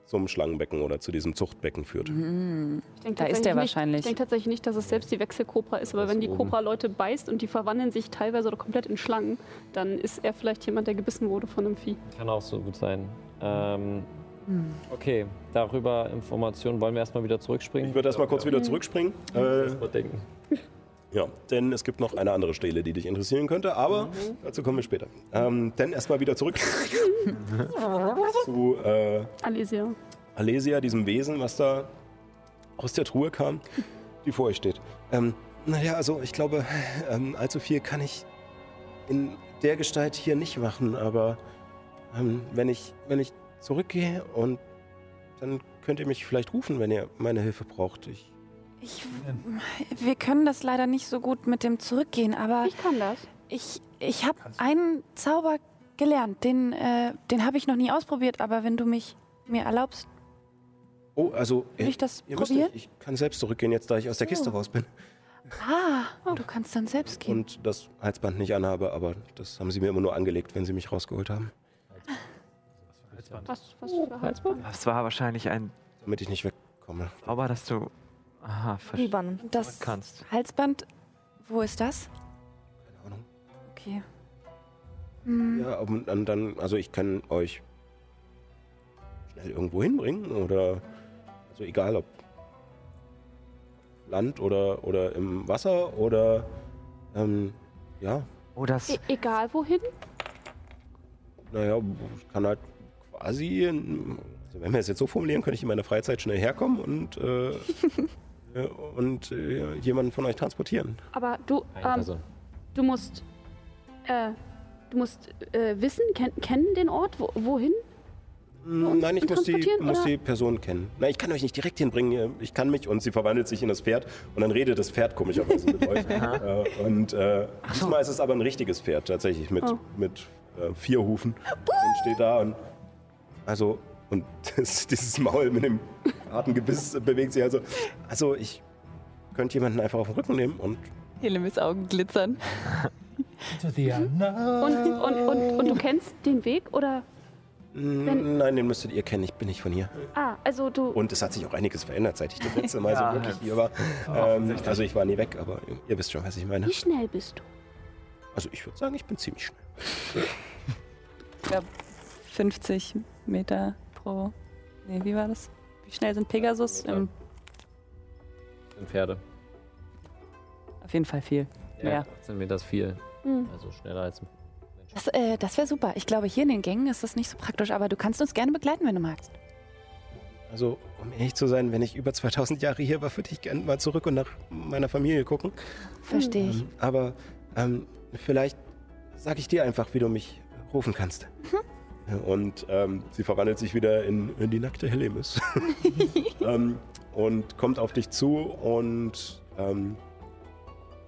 Speaker 2: zum Schlangenbecken oder zu diesem Zuchtbecken führt.
Speaker 4: Ich denk
Speaker 3: Da ist
Speaker 4: tatsächlich
Speaker 3: der
Speaker 4: nicht-
Speaker 3: wahrscheinlich.
Speaker 4: Ich denke tatsächlich nicht, dass es selbst die Wechselkobra ist, aber wenn die
Speaker 2: oben.
Speaker 4: Kobra Leute beißt und die verwandeln sich teilweise oder komplett in Schlangen, dann ist er vielleicht jemand, der gebissen wurde von einem Vieh.
Speaker 16: Kann auch so gut sein. Ähm,
Speaker 4: Hm.
Speaker 16: okay, darüber Informationen wollen wir erstmal wieder zurückspringen.
Speaker 2: Ich würde erstmal kurz wieder zurückspringen. Äh,
Speaker 16: denken.
Speaker 2: Ja, denn es gibt noch eine andere Stelle, die dich interessieren könnte, aber dazu kommen wir später. Ähm, denn erstmal wieder zurück zu äh,
Speaker 4: Alesia.
Speaker 2: Alesia, diesem Wesen, was da aus der Truhe kam, die vor euch steht. Ähm, naja, also ich glaube, ähm, allzu viel kann ich in der Gestalt hier nicht machen, aber ähm, wenn, ich, wenn ich zurückgehe und dann könnt ihr mich vielleicht rufen, wenn ihr meine Hilfe braucht. Ich
Speaker 10: Ich, wir können das leider nicht so gut mit dem Zurückgehen, aber. Ich kann das. Ich, ich habe einen Zauber gelernt. Den, äh, den habe ich noch nie ausprobiert, aber wenn du mich mir erlaubst.
Speaker 2: Oh, also.
Speaker 10: Will ich das
Speaker 2: ihr müsst
Speaker 10: probieren?
Speaker 2: Nicht, ich kann selbst zurückgehen, jetzt da ich aus der Kiste raus bin.
Speaker 10: Ah, du kannst dann selbst gehen.
Speaker 2: Und das Halsband nicht anhabe, aber das haben sie mir immer nur angelegt, wenn sie mich rausgeholt haben.
Speaker 4: Was, was für Halsband?
Speaker 5: Das war wahrscheinlich ein. oh,
Speaker 2: Damit ich nicht wegkomme.
Speaker 5: Aber dass du. Aha, verstehst.
Speaker 7: Libanon.
Speaker 10: Das
Speaker 5: kannst.
Speaker 10: Halsband, wo ist das? Keine Ahnung. Okay. Hm.
Speaker 2: Ja, und dann, dann, also ich kann euch schnell irgendwo hinbringen oder. Also egal ob Land oder, oder im Wasser oder. Ähm, ja,
Speaker 5: Oh, das.
Speaker 4: E egal wohin.
Speaker 2: naja, ich kann halt quasi. Also wenn wir es jetzt so formulieren, könnte ich in meiner Freizeit schnell herkommen und. Äh, äh, und äh, jemanden von euch transportieren.
Speaker 4: Aber du,
Speaker 6: also-
Speaker 16: also,
Speaker 4: ähm, du musst, äh, du musst äh, wissen, ken kennen den Ort, wo wohin?
Speaker 2: Mm, Nein, ich
Speaker 4: und
Speaker 2: muss die,
Speaker 4: transportieren,
Speaker 2: muss
Speaker 4: oder?
Speaker 2: die Person kennen. Nein, ich kann euch nicht direkt hinbringen. Ich kann mich und sie verwandelt sich in das Pferd und dann redet das Pferd komischerweise mit euch. Äh, und äh, diesmal ist es aber ein richtiges Pferd tatsächlich mit,
Speaker 4: Oh.
Speaker 2: mit äh, vier Hufen. Und steht da und also und das, dieses Maul mit dem harten Gebiss bewegt sich also. Also ich könnte jemanden einfach auf den Rücken nehmen und
Speaker 9: Helemis Augen glitzern.
Speaker 1: Mhm.
Speaker 4: Und, und, und, und du kennst den Weg oder?
Speaker 2: Mm,
Speaker 4: Wenn-
Speaker 2: nein, den müsstet ihr kennen. Ich bin nicht von hier.
Speaker 4: Ah, also du.
Speaker 2: Und es hat sich auch einiges verändert, seit ich das letzte Mal
Speaker 4: Ja,
Speaker 2: so wirklich
Speaker 4: jetzt.
Speaker 2: hier war. Ähm, also ich war nie weg, aber ihr wisst schon, was ich meine.
Speaker 4: Wie schnell bist du?
Speaker 2: Also ich würde sagen, ich bin ziemlich schnell.
Speaker 9: Ich glaube, 50 Meter pro. Nee, wie war das? Wie schnell sind Pegasus? Ähm,
Speaker 16: Sind Pferde.
Speaker 9: auf jeden Fall viel. Mehr.
Speaker 16: 18 Meter ist viel.
Speaker 10: Mhm.
Speaker 16: Also schneller als ein
Speaker 10: Das, äh, das wäre super. Ich glaube, hier in den Gängen ist das nicht so praktisch, aber du kannst uns gerne begleiten, wenn du magst.
Speaker 2: Also um ehrlich zu sein, wenn ich über 2000 Jahre hier war, würde ich gerne mal zurück und nach meiner Familie gucken.
Speaker 10: Verstehe ich.
Speaker 2: Ähm, aber ähm, vielleicht sage ich dir einfach, wie du mich rufen kannst. Und ähm, sie verwandelt sich wieder in, in die nackte Helemis. ähm, und kommt auf dich zu und ähm,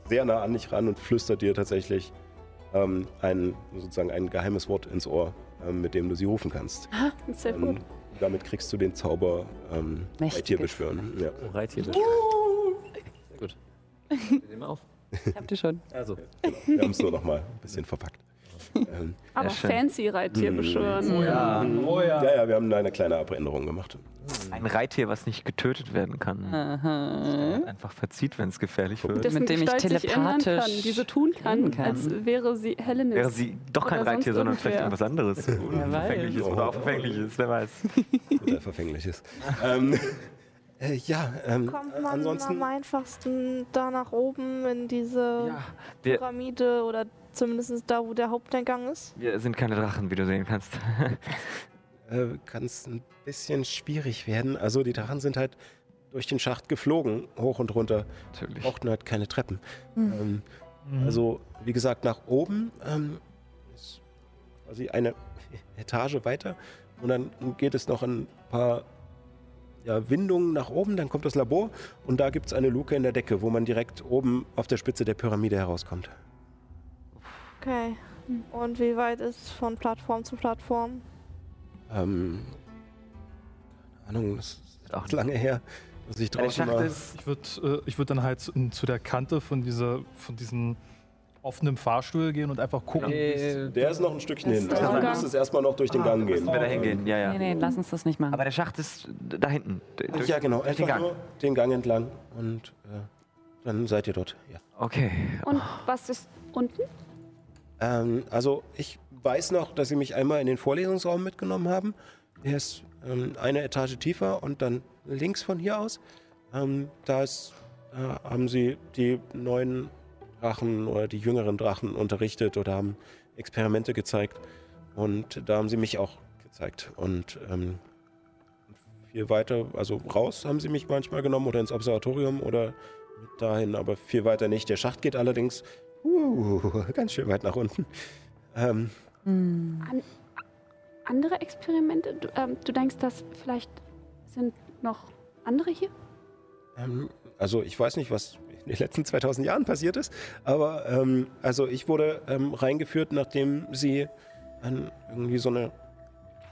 Speaker 2: sehr nah an dich ran und flüstert dir tatsächlich ähm, ein, sozusagen ein geheimes Wort ins Ohr, ähm, mit dem du sie rufen kannst.
Speaker 4: Sehr
Speaker 2: Ähm, damit kriegst du den Zauber ähm,
Speaker 16: Mächtiges.
Speaker 2: Reittier beschwören. Ja.
Speaker 16: Reittier Sehr gut. Wir nehmen auf.
Speaker 9: Habt ihr schon.
Speaker 16: Also.
Speaker 2: Wir haben es nur noch mal ein bisschen verpackt. Ähm,
Speaker 4: Aber fancy Reittier
Speaker 2: Mm.
Speaker 4: beschwören.
Speaker 2: Oh ja. ja, wir haben da eine kleine Abänderung gemacht.
Speaker 5: Ein Reittier, was nicht getötet werden kann.
Speaker 4: Hm.
Speaker 5: Einfach verzieht, wenn es gefährlich wird.
Speaker 4: Dessen Gestalt sich ändern kann, die so tun kann,
Speaker 5: kann.
Speaker 4: als wäre sie Helenis.
Speaker 5: Wäre sie doch kein
Speaker 4: Oder sonst
Speaker 5: Reittier, sondern vielleicht
Speaker 4: irgendwer.
Speaker 5: irgendwas anderes. Unverfängliches oder auch
Speaker 2: Oh.
Speaker 5: verfängliches, wer weiß.
Speaker 2: Oder verfänglich ist. ähm, äh, ja, ähm,
Speaker 7: Kommt man
Speaker 2: ansonsten.
Speaker 7: am einfachsten da nach oben in diese
Speaker 5: wir-
Speaker 7: Pyramide oder zumindest da, wo der Haupteingang ist?
Speaker 5: Wir sind keine Drachen, wie du sehen kannst.
Speaker 2: Äh, kann es ein bisschen schwierig werden. Also die Drachen sind halt durch den Schacht geflogen, hoch und runter. Natürlich. Brauchten halt keine Treppen.
Speaker 7: Hm.
Speaker 21: Mhm.
Speaker 2: Ähm, Also, wie gesagt, nach oben ähm, ist quasi eine Etage weiter und dann geht es noch ein paar ja, Windungen nach oben, dann kommt das Labor und da gibt es eine Luke in der Decke, wo man direkt oben auf der Spitze der Pyramide herauskommt.
Speaker 7: Okay. Und wie weit ist von Plattform zu Plattform?
Speaker 2: Ähm, keine Ahnung, das ist auch lange her, dass
Speaker 5: Äh,
Speaker 2: ich draußen war.
Speaker 1: Ich würde äh, ich würd dann halt zu, zu der Kante von, dieser, von diesem offenen Fahrstuhl gehen und einfach gucken.
Speaker 2: Äh, Der ist noch ein Stückchen hin. Also du musst es erstmal noch durch den
Speaker 1: Ah,
Speaker 2: Gang
Speaker 1: da müssen
Speaker 2: gehen.
Speaker 1: wir da hingehen,
Speaker 5: ja, ja. Nee, nee, lass
Speaker 3: uns das nicht machen.
Speaker 5: Aber der Schacht ist da hinten. d- durch-
Speaker 2: ja, genau.
Speaker 5: durch
Speaker 2: Einfach
Speaker 5: den Gang.
Speaker 2: nur den Gang entlang und äh, dann seid ihr dort. Ja.
Speaker 5: Okay.
Speaker 4: Und was ist unten?
Speaker 2: Ähm, also ich weiß noch, dass sie mich einmal in den Vorlesungsraum mitgenommen haben. Der ist ähm, eine Etage tiefer und dann links von hier aus. Ähm, da ist, äh, haben sie die neuen Drachen oder die jüngeren Drachen unterrichtet oder haben Experimente gezeigt. Und da haben sie mich auch gezeigt. Und ähm, viel weiter, also raus haben sie mich manchmal genommen oder ins Observatorium oder dahin, aber viel weiter nicht. Der Schacht geht allerdings uh, ganz schön weit nach unten. Ähm,
Speaker 4: An, andere Experimente? Du, ähm, du denkst, dass vielleicht sind noch andere hier?
Speaker 2: ähm, also ich weiß nicht, was in den letzten 2000 Jahren passiert ist, aber ähm, also ich wurde ähm, reingeführt, nachdem sie an irgendwie so eine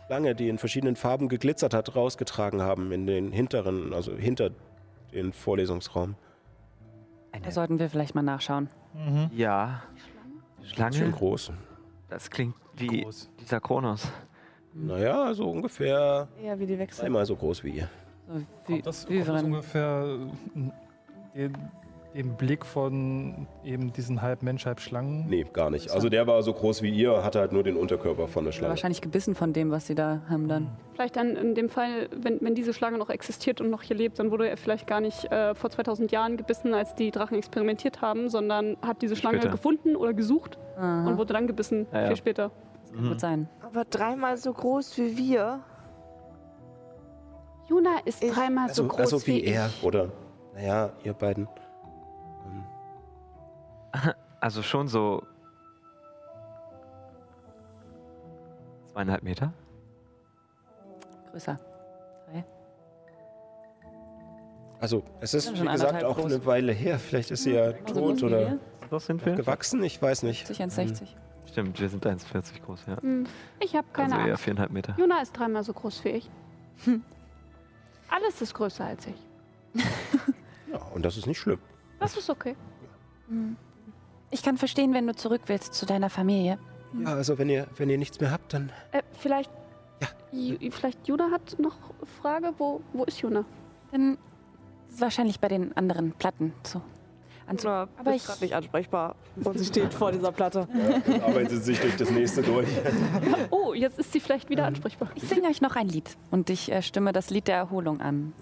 Speaker 2: Schlange, die in verschiedenen Farben geglitzert hat, rausgetragen haben in den hinteren, also hinter den Vorlesungsraum.
Speaker 3: Da sollten wir vielleicht mal nachschauen.
Speaker 5: Ja. Schlange.
Speaker 2: Hm? Schön groß.
Speaker 5: Das klingt wie dieser Kronos.
Speaker 2: Naja, so ungefähr
Speaker 7: Ja, wie die wechseln.
Speaker 2: einmal so groß wie ihr.
Speaker 1: Kommt das, kommt das ungefähr äh, den, den Blick von eben diesen halb Mensch, halb Schlangen?
Speaker 2: Nee, gar nicht. Also der war so groß wie ihr, hatte halt nur den Unterkörper von der Schlange.
Speaker 3: Wahrscheinlich gebissen von dem, was sie da haben dann.
Speaker 4: Vielleicht dann in dem Fall, wenn, wenn diese Schlange noch existiert und noch hier lebt, dann wurde er vielleicht gar nicht äh, vor 2000 Jahren gebissen, als die Drachen experimentiert haben, sondern hat diese Schlange
Speaker 5: Später.
Speaker 4: gefunden oder gesucht und wurde dann gebissen,
Speaker 5: Ja, ja.
Speaker 4: viel später.
Speaker 5: Mhm.
Speaker 3: Gut sein.
Speaker 7: Aber dreimal so groß wie wir.
Speaker 4: Juna ist dreimal so
Speaker 2: Also,
Speaker 4: groß
Speaker 2: also wie
Speaker 4: wie
Speaker 2: er, oder? Naja, ihr beiden.
Speaker 5: Also schon so. Zweieinhalb Meter?
Speaker 3: Größer.
Speaker 2: Also es ist,
Speaker 3: Ja,
Speaker 2: wie
Speaker 3: schon
Speaker 2: gesagt,
Speaker 3: anderthalb Also
Speaker 2: auch
Speaker 3: groß.
Speaker 2: eine Weile her. Vielleicht ist sie ja tot
Speaker 3: groß wie
Speaker 2: oder
Speaker 3: wir.
Speaker 5: Das sind
Speaker 2: noch gewachsen, ich weiß nicht.
Speaker 3: 60, 1,60.
Speaker 5: Stimmt, wir sind 1,40 groß, ja.
Speaker 4: Hm, Ich habe keine
Speaker 5: also eher
Speaker 4: Angst.
Speaker 5: viereinhalb Meter.
Speaker 4: Juna ist dreimal so groß wie ich. Alles ist größer als ich.
Speaker 2: Ja, und das ist nicht schlimm.
Speaker 4: Das ist okay.
Speaker 3: Hm. Ich kann verstehen, wenn du zurück willst zu deiner Familie.
Speaker 2: Ja, also wenn ihr, wenn ihr nichts mehr habt, dann
Speaker 4: Äh, vielleicht. Ju- Vielleicht Juna hat noch Frage. Wo, wo ist Juna?
Speaker 3: Dann wahrscheinlich bei den anderen Platten zu. Anzu
Speaker 7: Na,
Speaker 3: aber
Speaker 7: ist
Speaker 3: ich,
Speaker 7: gerade nicht ansprechbar. Und sie steht vor dieser Platte.
Speaker 2: arbeitet sich durch das nächste durch.
Speaker 4: Oh, jetzt ist sie vielleicht wieder ansprechbar.
Speaker 3: ich singe euch noch ein Lied und ich äh, stimme das Lied der Erholung an.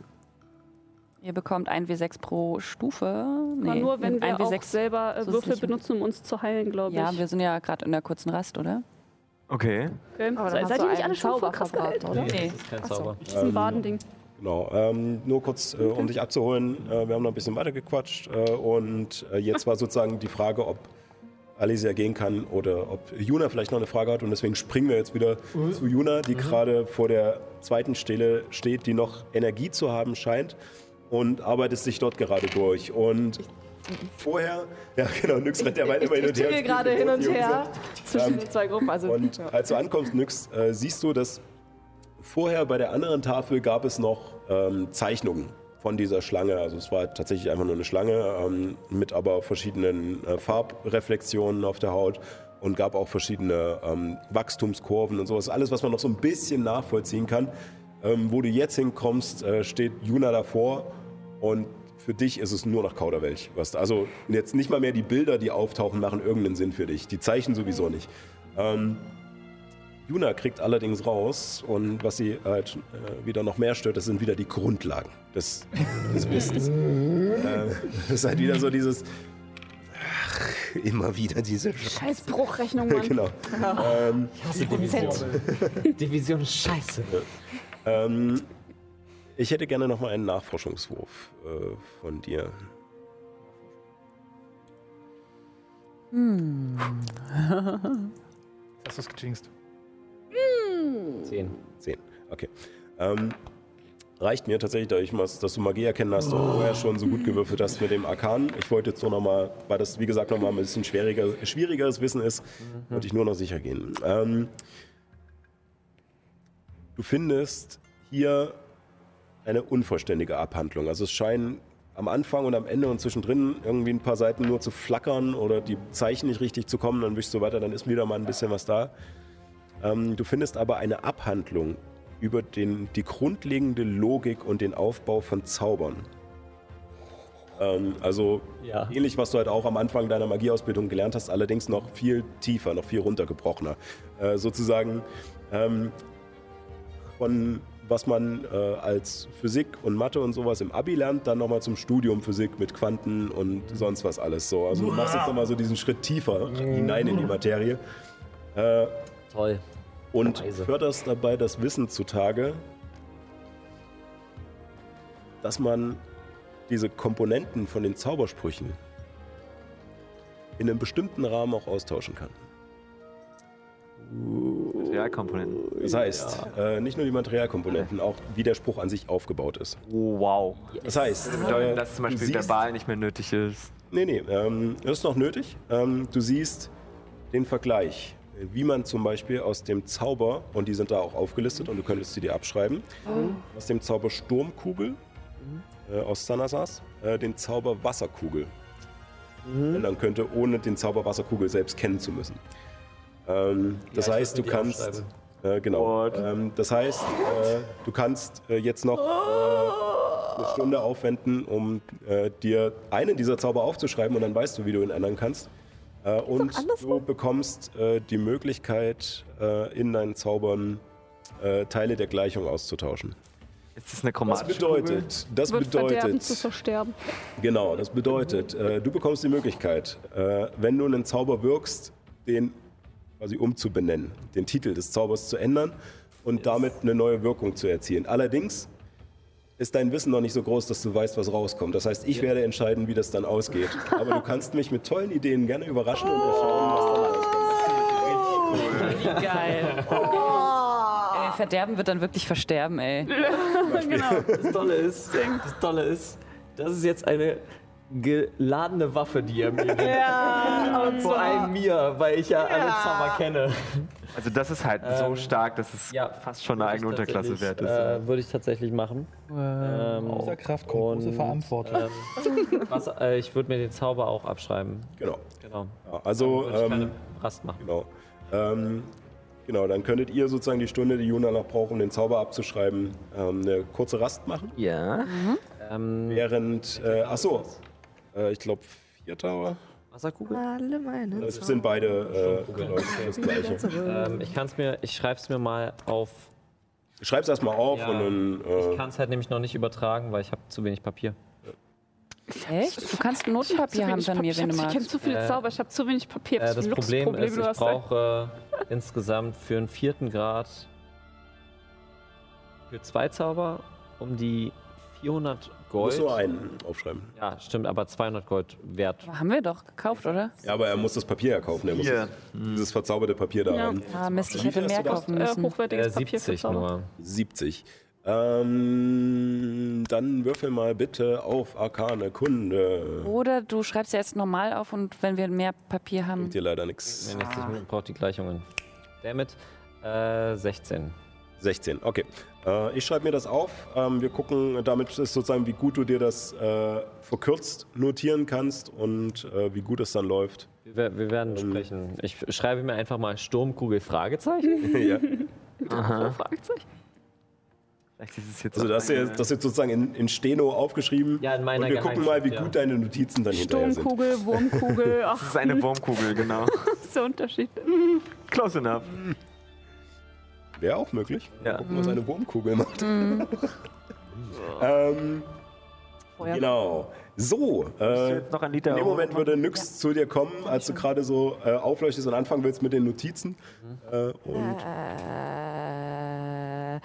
Speaker 3: Ihr bekommt 1W6 pro Stufe.
Speaker 4: Aber nur wenn wir auch selber äh, Würfel
Speaker 3: zusätzlich-
Speaker 4: benutzen, um uns zu heilen, glaube ich.
Speaker 3: Ja, wir sind ja gerade in der kurzen Rast, oder?
Speaker 5: Okay.
Speaker 4: okay.
Speaker 7: dann
Speaker 4: Se-
Speaker 7: hast
Speaker 4: Seid
Speaker 7: du
Speaker 4: ihr nicht
Speaker 7: einen
Speaker 4: alle schon voll
Speaker 7: Zauber
Speaker 4: krass
Speaker 7: verbraten,
Speaker 4: geheilt,
Speaker 7: oder?
Speaker 4: oder? Nee.
Speaker 7: Nee, das ist
Speaker 6: kein
Speaker 4: Zauber.
Speaker 2: Das
Speaker 4: ist ein Badending.
Speaker 2: Genau, ähm, nur kurz, äh, um dich abzuholen, äh, wir haben noch ein bisschen weiter gequatscht äh, und äh, jetzt war sozusagen die Frage, ob Alicia gehen kann oder ob Juna vielleicht noch eine Frage hat und deswegen springen wir jetzt wieder
Speaker 7: Mhm.
Speaker 2: zu Juna, die gerade vor der zweiten Stelle steht, die noch Energie zu haben scheint und arbeitet sich dort gerade durch und vorher, ja genau, Nix rennt ja weit immer hin und her.
Speaker 7: Tingle
Speaker 2: spielt
Speaker 7: gerade
Speaker 2: mit
Speaker 7: hin und
Speaker 2: Tokio
Speaker 7: her zwischen
Speaker 2: Ähm,
Speaker 7: den zwei Gruppen. Also,
Speaker 2: und halt-
Speaker 7: ja.
Speaker 2: als du ankommst, Nyx, äh, siehst du, dass vorher bei der anderen Tafel gab es noch ähm, Zeichnungen von dieser Schlange. Also es war tatsächlich einfach nur eine Schlange ähm, mit aber verschiedenen äh, Farbreflexionen auf der Haut und gab auch verschiedene ähm, Wachstumskurven und sowas. Alles, was man noch so ein bisschen nachvollziehen kann. Ähm, wo du jetzt hinkommst, äh, steht Juna davor und für dich ist es nur noch Kauderwelsch. Was, also jetzt nicht mal mehr die Bilder, die auftauchen, machen irgendeinen Sinn für dich. Die Zeichen sowieso nicht. Ähm, Juna kriegt allerdings raus und was sie halt äh, wieder noch mehr stört, das sind wieder die Grundlagen des, des Wissens. äh, das ist halt wieder so dieses ach, immer wieder diese Sch
Speaker 4: Scheiß Bruchrechnung, Mann.
Speaker 2: Genau. Ähm,
Speaker 6: Division. Division ist scheiße.
Speaker 2: ähm, Ich hätte gerne nochmal einen Nachforschungswurf äh, von dir.
Speaker 9: Hm.
Speaker 8: Das ist gejinxt.
Speaker 2: Zehn. Zehn, okay. Ähm, reicht mir tatsächlich, da ich, mas- dass du Magie erkennen hast und vorher schon so gut gewürfelt hast mit dem Arkan. Ich wollte jetzt nur nochmal, weil das wie gesagt nochmal ein bisschen schwieriger, schwierigeres Wissen ist, wollte ich nur noch sicher gehen. Ähm, du findest hier eine unvollständige Abhandlung. Also es scheinen am Anfang und am Ende und zwischendrin irgendwie ein paar Seiten nur zu flackern oder die Zeichen nicht richtig zu kommen, dann wischst du weiter, dann ist wieder mal ein bisschen was da. Ähm, du findest aber eine Abhandlung über den, die grundlegende Logik und den Aufbau von Zaubern. Ähm, also ähnlich, was du halt auch am Anfang deiner Magieausbildung gelernt hast, allerdings noch viel tiefer, noch viel runtergebrochener. Äh, sozusagen ähm, von was man äh, als Physik und Mathe und sowas im Abi lernt, dann nochmal zum Studium Physik mit Quanten und sonst was alles so. Also du machst jetzt nochmal so diesen Schritt tiefer hinein in die Materie. Äh,
Speaker 16: Toll.
Speaker 2: Und
Speaker 16: Weise.
Speaker 2: förderst dabei das Wissen zutage, dass man diese Komponenten von den Zaubersprüchen in einem bestimmten Rahmen auch austauschen kann.
Speaker 5: Materialkomponenten.
Speaker 2: Das heißt, äh, nicht nur die Materialkomponenten, auch wie der Spruch an sich aufgebaut ist.
Speaker 5: wow.
Speaker 2: Das heißt,
Speaker 5: Das bedeutet,
Speaker 2: äh,
Speaker 5: dass zum Beispiel
Speaker 2: du Oh, siehst,
Speaker 5: verbal nicht mehr nötig ist.
Speaker 2: Nee, nee, ähm, das ist noch nötig. Ähm, du siehst den Vergleich, wie man zum Beispiel aus dem Zauber, und die sind da auch aufgelistet und du könntest sie dir abschreiben,
Speaker 22: Mhm.
Speaker 2: aus dem Zauber Sturmkugel äh, aus Sanasas, äh, den Zauber Wasserkugel
Speaker 22: Mhm.
Speaker 2: ändern könnte, ohne den Zauber Wasserkugel selbst kennen zu müssen. Ähm, das
Speaker 22: ich
Speaker 2: heißt,
Speaker 22: würd
Speaker 2: du
Speaker 22: mir die
Speaker 2: kannst.
Speaker 22: aufschreiben.
Speaker 2: Äh, genau. Ähm, das heißt, äh, du kannst äh, jetzt noch äh, eine Stunde aufwenden, um äh, dir einen dieser Zauber aufzuschreiben und dann weißt du, wie du ihn ändern kannst. Äh, und du bekommst äh, die Möglichkeit, äh, in deinen Zaubern äh, Teile der Gleichung auszutauschen.
Speaker 5: Ist das eine
Speaker 2: Das bedeutet, das
Speaker 4: Wird verderben
Speaker 2: bedeutet,
Speaker 4: zu versterben.
Speaker 2: Genau, das bedeutet, äh, du bekommst die Möglichkeit, äh, wenn du einen Zauber wirkst, den quasi umzubenennen, den Titel des Zaubers zu ändern und damit eine neue Wirkung zu erzielen. Allerdings ist dein Wissen noch nicht so groß, dass du weißt, was rauskommt. Das heißt, ich werde entscheiden, wie das dann ausgeht. Aber du kannst mich mit tollen Ideen gerne überraschen und wir schauen, was dann
Speaker 9: Wie geil. Ey, verderben wird dann wirklich versterben, ey.
Speaker 6: Das Tolle ist, das Tolle ist, das ist jetzt eine geladene Waffe, die er mir gibt.
Speaker 16: Ja, und
Speaker 6: Vor
Speaker 16: zwar-
Speaker 6: allem mir, weil ich ja, alle Zauber kenne.
Speaker 5: Also das ist halt
Speaker 2: Ähm,
Speaker 5: so stark, dass es fast schon eine eigene Unterklasse wert ist.
Speaker 6: Tatsächlich, Äh, würde ich tatsächlich machen. Ähm,
Speaker 8: großer Kraft kommt große
Speaker 6: und,
Speaker 8: Verantwortung.
Speaker 6: ähm, was, äh, ich würde mir den Zauber auch abschreiben.
Speaker 2: Genau.
Speaker 6: genau.
Speaker 2: Ja, also,
Speaker 6: Dann würde ich
Speaker 2: ähm,
Speaker 6: keine Rast machen.
Speaker 2: Genau. Ähm, genau, dann könntet ihr sozusagen die Stunde, die Juna noch braucht, um den Zauber abzuschreiben, ähm, eine kurze Rast machen.
Speaker 6: Ja.
Speaker 4: Mhm.
Speaker 6: Ähm,
Speaker 2: Während, äh, achso, äh, ich glaube, vier Tower.
Speaker 6: Wasserkugel?
Speaker 7: Alle meine
Speaker 2: Das sind beide äh, genau, das gleiche.
Speaker 6: Ähm, ich kann's mir, ich schreib's mir mal auf.
Speaker 2: Schreib's erstmal auf
Speaker 6: Ja,
Speaker 2: und dann. Äh,
Speaker 6: Ich kann es halt nämlich noch nicht übertragen, weil ich habe zu wenig Papier.
Speaker 9: Echt? Du kannst ein
Speaker 4: Ich hab zu
Speaker 9: Notenpapier haben
Speaker 4: wenig
Speaker 9: von mir,
Speaker 4: Papier.
Speaker 9: wenn du
Speaker 4: Ich hab-
Speaker 9: magst.
Speaker 4: Ich habe zu viele
Speaker 6: Äh,
Speaker 4: Zauber, ich habe zu wenig Papier.
Speaker 6: Äh, das
Speaker 4: ein
Speaker 6: Problem ist,
Speaker 4: du
Speaker 6: ich
Speaker 4: hast da.
Speaker 6: brauche äh, insgesamt für einen vierten Grad für zwei Zauber um die 400 Gold.
Speaker 2: Muss nur einen aufschreiben.
Speaker 6: Ja, stimmt, aber 200 Gold wert.
Speaker 9: Aber haben wir doch gekauft, oder?
Speaker 2: Ja, aber er muss das Papier ja kaufen. Er muss
Speaker 6: Hier.
Speaker 2: das, dieses verzauberte Papier da
Speaker 9: Ja.
Speaker 2: haben.
Speaker 9: Ah, Mist, ich hätte
Speaker 2: Wie viel
Speaker 9: mehr
Speaker 2: hast du da?
Speaker 9: kaufen müssen. Äh, hochwertiges Papier für
Speaker 6: 70 Zauber. nur.
Speaker 2: 70. Ähm, dann würfel mal bitte auf Arkane Kunde.
Speaker 9: Oder du schreibst ja jetzt normal auf und wenn wir mehr Papier haben.
Speaker 2: Bringt dir leider nichts.
Speaker 6: Nee, nichts, ich brauche die Gleichungen. Damit äh, 16.
Speaker 2: 16, okay. Äh, ich schreibe mir das auf. Ähm, wir gucken, damit ist sozusagen, wie gut du dir das äh, verkürzt notieren kannst und äh, wie gut es dann läuft.
Speaker 6: Wir, wer- wir werden sprechen. Ich schreibe mir einfach mal Sturmkugel Fragezeichen.
Speaker 2: ja.
Speaker 6: Aha.
Speaker 2: Also das ist jetzt, das ist jetzt sozusagen in, in Steno aufgeschrieben. Ja, in
Speaker 6: meiner
Speaker 2: Und wir gucken mal, wie gut
Speaker 6: Geheimschrift, ja.
Speaker 2: deine Notizen dann hinterher sind.
Speaker 4: Sturmkugel, Wurmkugel, ach.
Speaker 5: Das ist eine Wurmkugel, genau.
Speaker 4: Das ist der Unterschied.
Speaker 5: Close enough.
Speaker 2: Wäre auch möglich.
Speaker 5: Ja.
Speaker 2: Gucken, was
Speaker 5: Mhm.
Speaker 2: eine Wurmkugel macht. ähm, genau. So. Äh,
Speaker 5: jetzt noch ein Lied
Speaker 2: in dem
Speaker 5: erobern
Speaker 2: Moment würde Nyx zu dir kommen, als du gerade so äh, aufleuchtest und anfangen willst mit den Notizen. Äh, und
Speaker 7: Äh,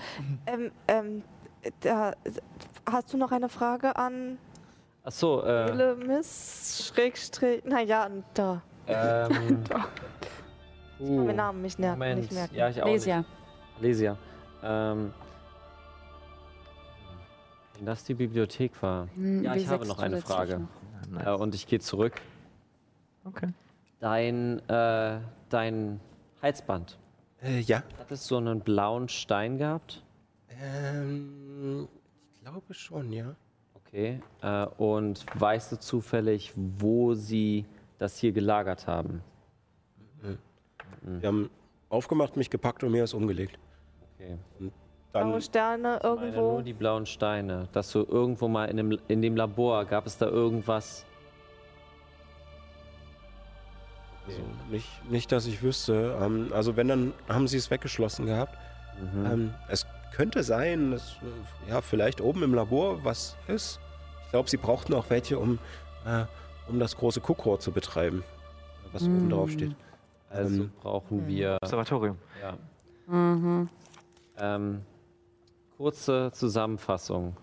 Speaker 7: ähm, ähm, da, hast du noch eine Frage an
Speaker 6: Achso, äh,
Speaker 7: Elemis? Schrägstrich. Naja, da.
Speaker 6: ähm,
Speaker 7: Ich kann meinen Namen nicht, ner-
Speaker 6: Oh, Moment.
Speaker 7: nicht merken.
Speaker 6: Ja, ich auch
Speaker 7: Lesia.
Speaker 6: nicht. Lesia. Ähm, wenn das die Bibliothek war.
Speaker 3: Hm,
Speaker 6: ja, ich
Speaker 3: W6
Speaker 6: habe noch eine
Speaker 3: zusätzlich
Speaker 6: Frage.
Speaker 5: noch.
Speaker 6: Äh, und ich gehe zurück.
Speaker 5: Okay.
Speaker 6: Dein, äh, dein Heizband.
Speaker 2: Äh, ja.
Speaker 6: Hat es so einen blauen Stein gehabt?
Speaker 2: Ähm, ich glaube schon, ja.
Speaker 6: Okay. Äh, und weißt du zufällig, wo sie das hier gelagert haben?
Speaker 2: Wir haben aufgemacht, mich gepackt und mir das umgelegt.
Speaker 6: Okay.
Speaker 2: Und
Speaker 7: Blaue
Speaker 2: dann
Speaker 7: Sterne
Speaker 6: Meine
Speaker 7: irgendwo.
Speaker 6: nur die blauen Steine. Dass du irgendwo mal in dem, in dem Labor gab es da irgendwas.
Speaker 2: also nicht, nicht, dass ich wüsste. Ähm, also wenn, dann haben sie es weggeschlossen gehabt. Ähm, es könnte sein, dass äh, ja, vielleicht oben im Labor was ist. Ich glaube, sie brauchten auch welche, um, äh, um das große Kuckrohr zu betreiben, was oben
Speaker 6: Mm.
Speaker 2: drauf steht. Ähm,
Speaker 6: Also brauchen wir.
Speaker 5: Observatorium.
Speaker 6: Ja.
Speaker 3: Mhm.
Speaker 6: Ähm, kurze Zusammenfassung.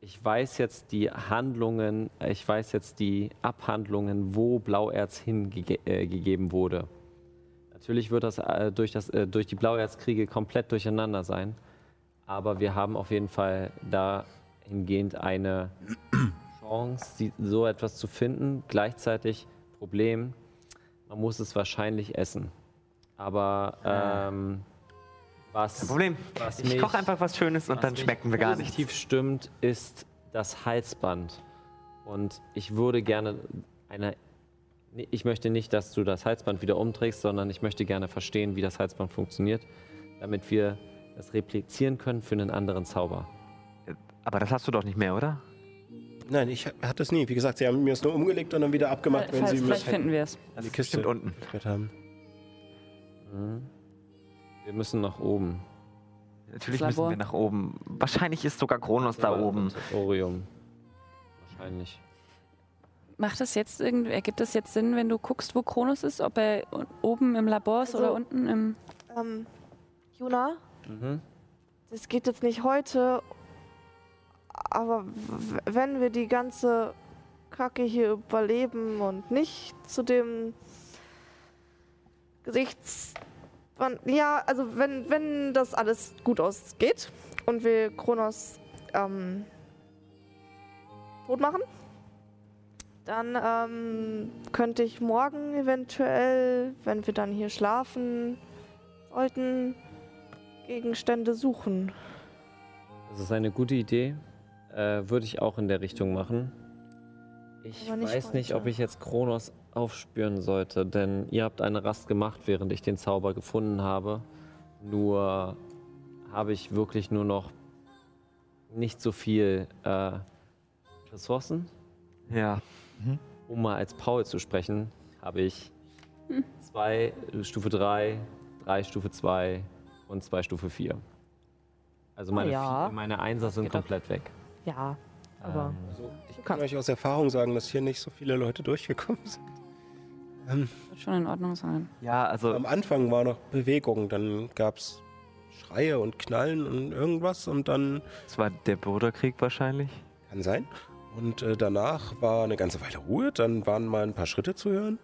Speaker 6: Ich weiß jetzt die Handlungen, äh, ich weiß jetzt die Abhandlungen, wo Blauerz hingegeben äh, gegeben wurde. Natürlich wird das, äh, durch, das äh, durch die Blauerzkriege komplett durcheinander sein, aber wir haben auf jeden Fall dahingehend eine Chance, die, so etwas zu finden. Gleichzeitig Problem, man muss es wahrscheinlich essen. Aber ähm, was.
Speaker 5: Ah. Kein Problem.
Speaker 6: Was
Speaker 5: Ich koche einfach was Schönes und
Speaker 6: was
Speaker 5: dann
Speaker 6: mich
Speaker 5: schmecken wir gar nichts.
Speaker 6: Positiv stimmt, ist das Halsband. Und ich würde gerne eine. Nee, Ich möchte nicht, dass du das Halsband wieder umträgst, sondern ich möchte gerne verstehen, wie das Halsband funktioniert, damit wir das replizieren können für einen anderen Zauber.
Speaker 5: Aber das hast du doch nicht mehr, oder?
Speaker 2: Nein, ich ha- hatte es nie. Wie gesagt, sie haben mir es nur umgelegt und dann wieder abgemacht, wenn sie mir
Speaker 3: es.
Speaker 2: Die Kiste
Speaker 5: Stimmt unten.
Speaker 2: haben.
Speaker 6: Mhm. Wir müssen nach oben.
Speaker 5: Natürlich
Speaker 6: Das
Speaker 5: müssen
Speaker 6: Labor.
Speaker 5: wir nach oben. Wahrscheinlich ist sogar Kronos da
Speaker 6: Ja,
Speaker 5: oben.
Speaker 6: das Orium. Wahrscheinlich.
Speaker 3: Macht das jetzt irgendwie, ergibt das jetzt Sinn, wenn du guckst, wo Kronos ist, ob er o- oben im Labor ist
Speaker 7: Also-
Speaker 3: oder unten im.
Speaker 7: Ähm, Juna,
Speaker 6: Mhm.
Speaker 7: das geht jetzt nicht heute, aber w- wenn wir die ganze Kacke hier überleben und nicht zu dem Gesichts... wann- Ja, also wenn, wenn das alles gut ausgeht und wir Kronos ähm, tot machen, dann ähm, könnte ich morgen eventuell, wenn wir dann hier schlafen sollten, Gegenstände suchen.
Speaker 6: Das ist eine gute Idee. Äh, würde ich auch in der Richtung machen. Ich
Speaker 7: Aber nicht
Speaker 6: weiß nicht,
Speaker 7: heute.
Speaker 6: ob ich jetzt Kronos aufspüren sollte, denn ihr habt eine Rast gemacht, während ich den Zauber gefunden habe. Nur habe ich wirklich nur noch nicht so viel äh, Ressourcen.
Speaker 5: Ja.
Speaker 6: Um mal als Paul zu sprechen, habe ich
Speaker 7: Hm.
Speaker 6: zwei äh, Stufe 3, drei Stufe 2 und zwei Stufe 4. Also
Speaker 7: Ah,
Speaker 6: meine,
Speaker 7: ja.
Speaker 6: vier- meine Einser sind komplett weg.
Speaker 7: Ja, aber
Speaker 2: Ich kann euch aus Erfahrung sagen, dass hier nicht so viele Leute durchgekommen sind. Ähm,
Speaker 3: Wird schon in Ordnung sein.
Speaker 5: Ja, also.
Speaker 2: Am Anfang war noch Bewegung, dann gab es Schreie und Knallen und irgendwas und dann.
Speaker 5: Es war der Bürgerkrieg wahrscheinlich.
Speaker 2: Kann sein. Und äh, danach war eine ganze Weile Ruhe, dann waren mal ein paar Schritte zu hören,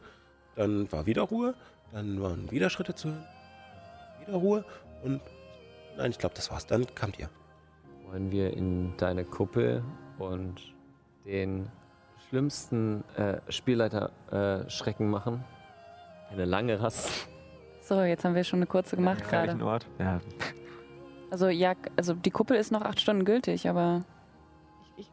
Speaker 2: dann war wieder Ruhe, dann waren wieder Schritte zu hören, wieder Ruhe und. Nein, ich glaube, das war's. Dann kamt ihr.
Speaker 6: Ähm, Wollen wir in deine Kuppel und den schlimmsten äh, Spielleiter äh, Schrecken machen? Eine lange Rast.
Speaker 3: So, jetzt haben wir schon eine kurze gemacht gerade.
Speaker 5: Ort? Ja.
Speaker 3: Also ja, also die Kuppel ist noch acht Stunden gültig, aber
Speaker 7: ich,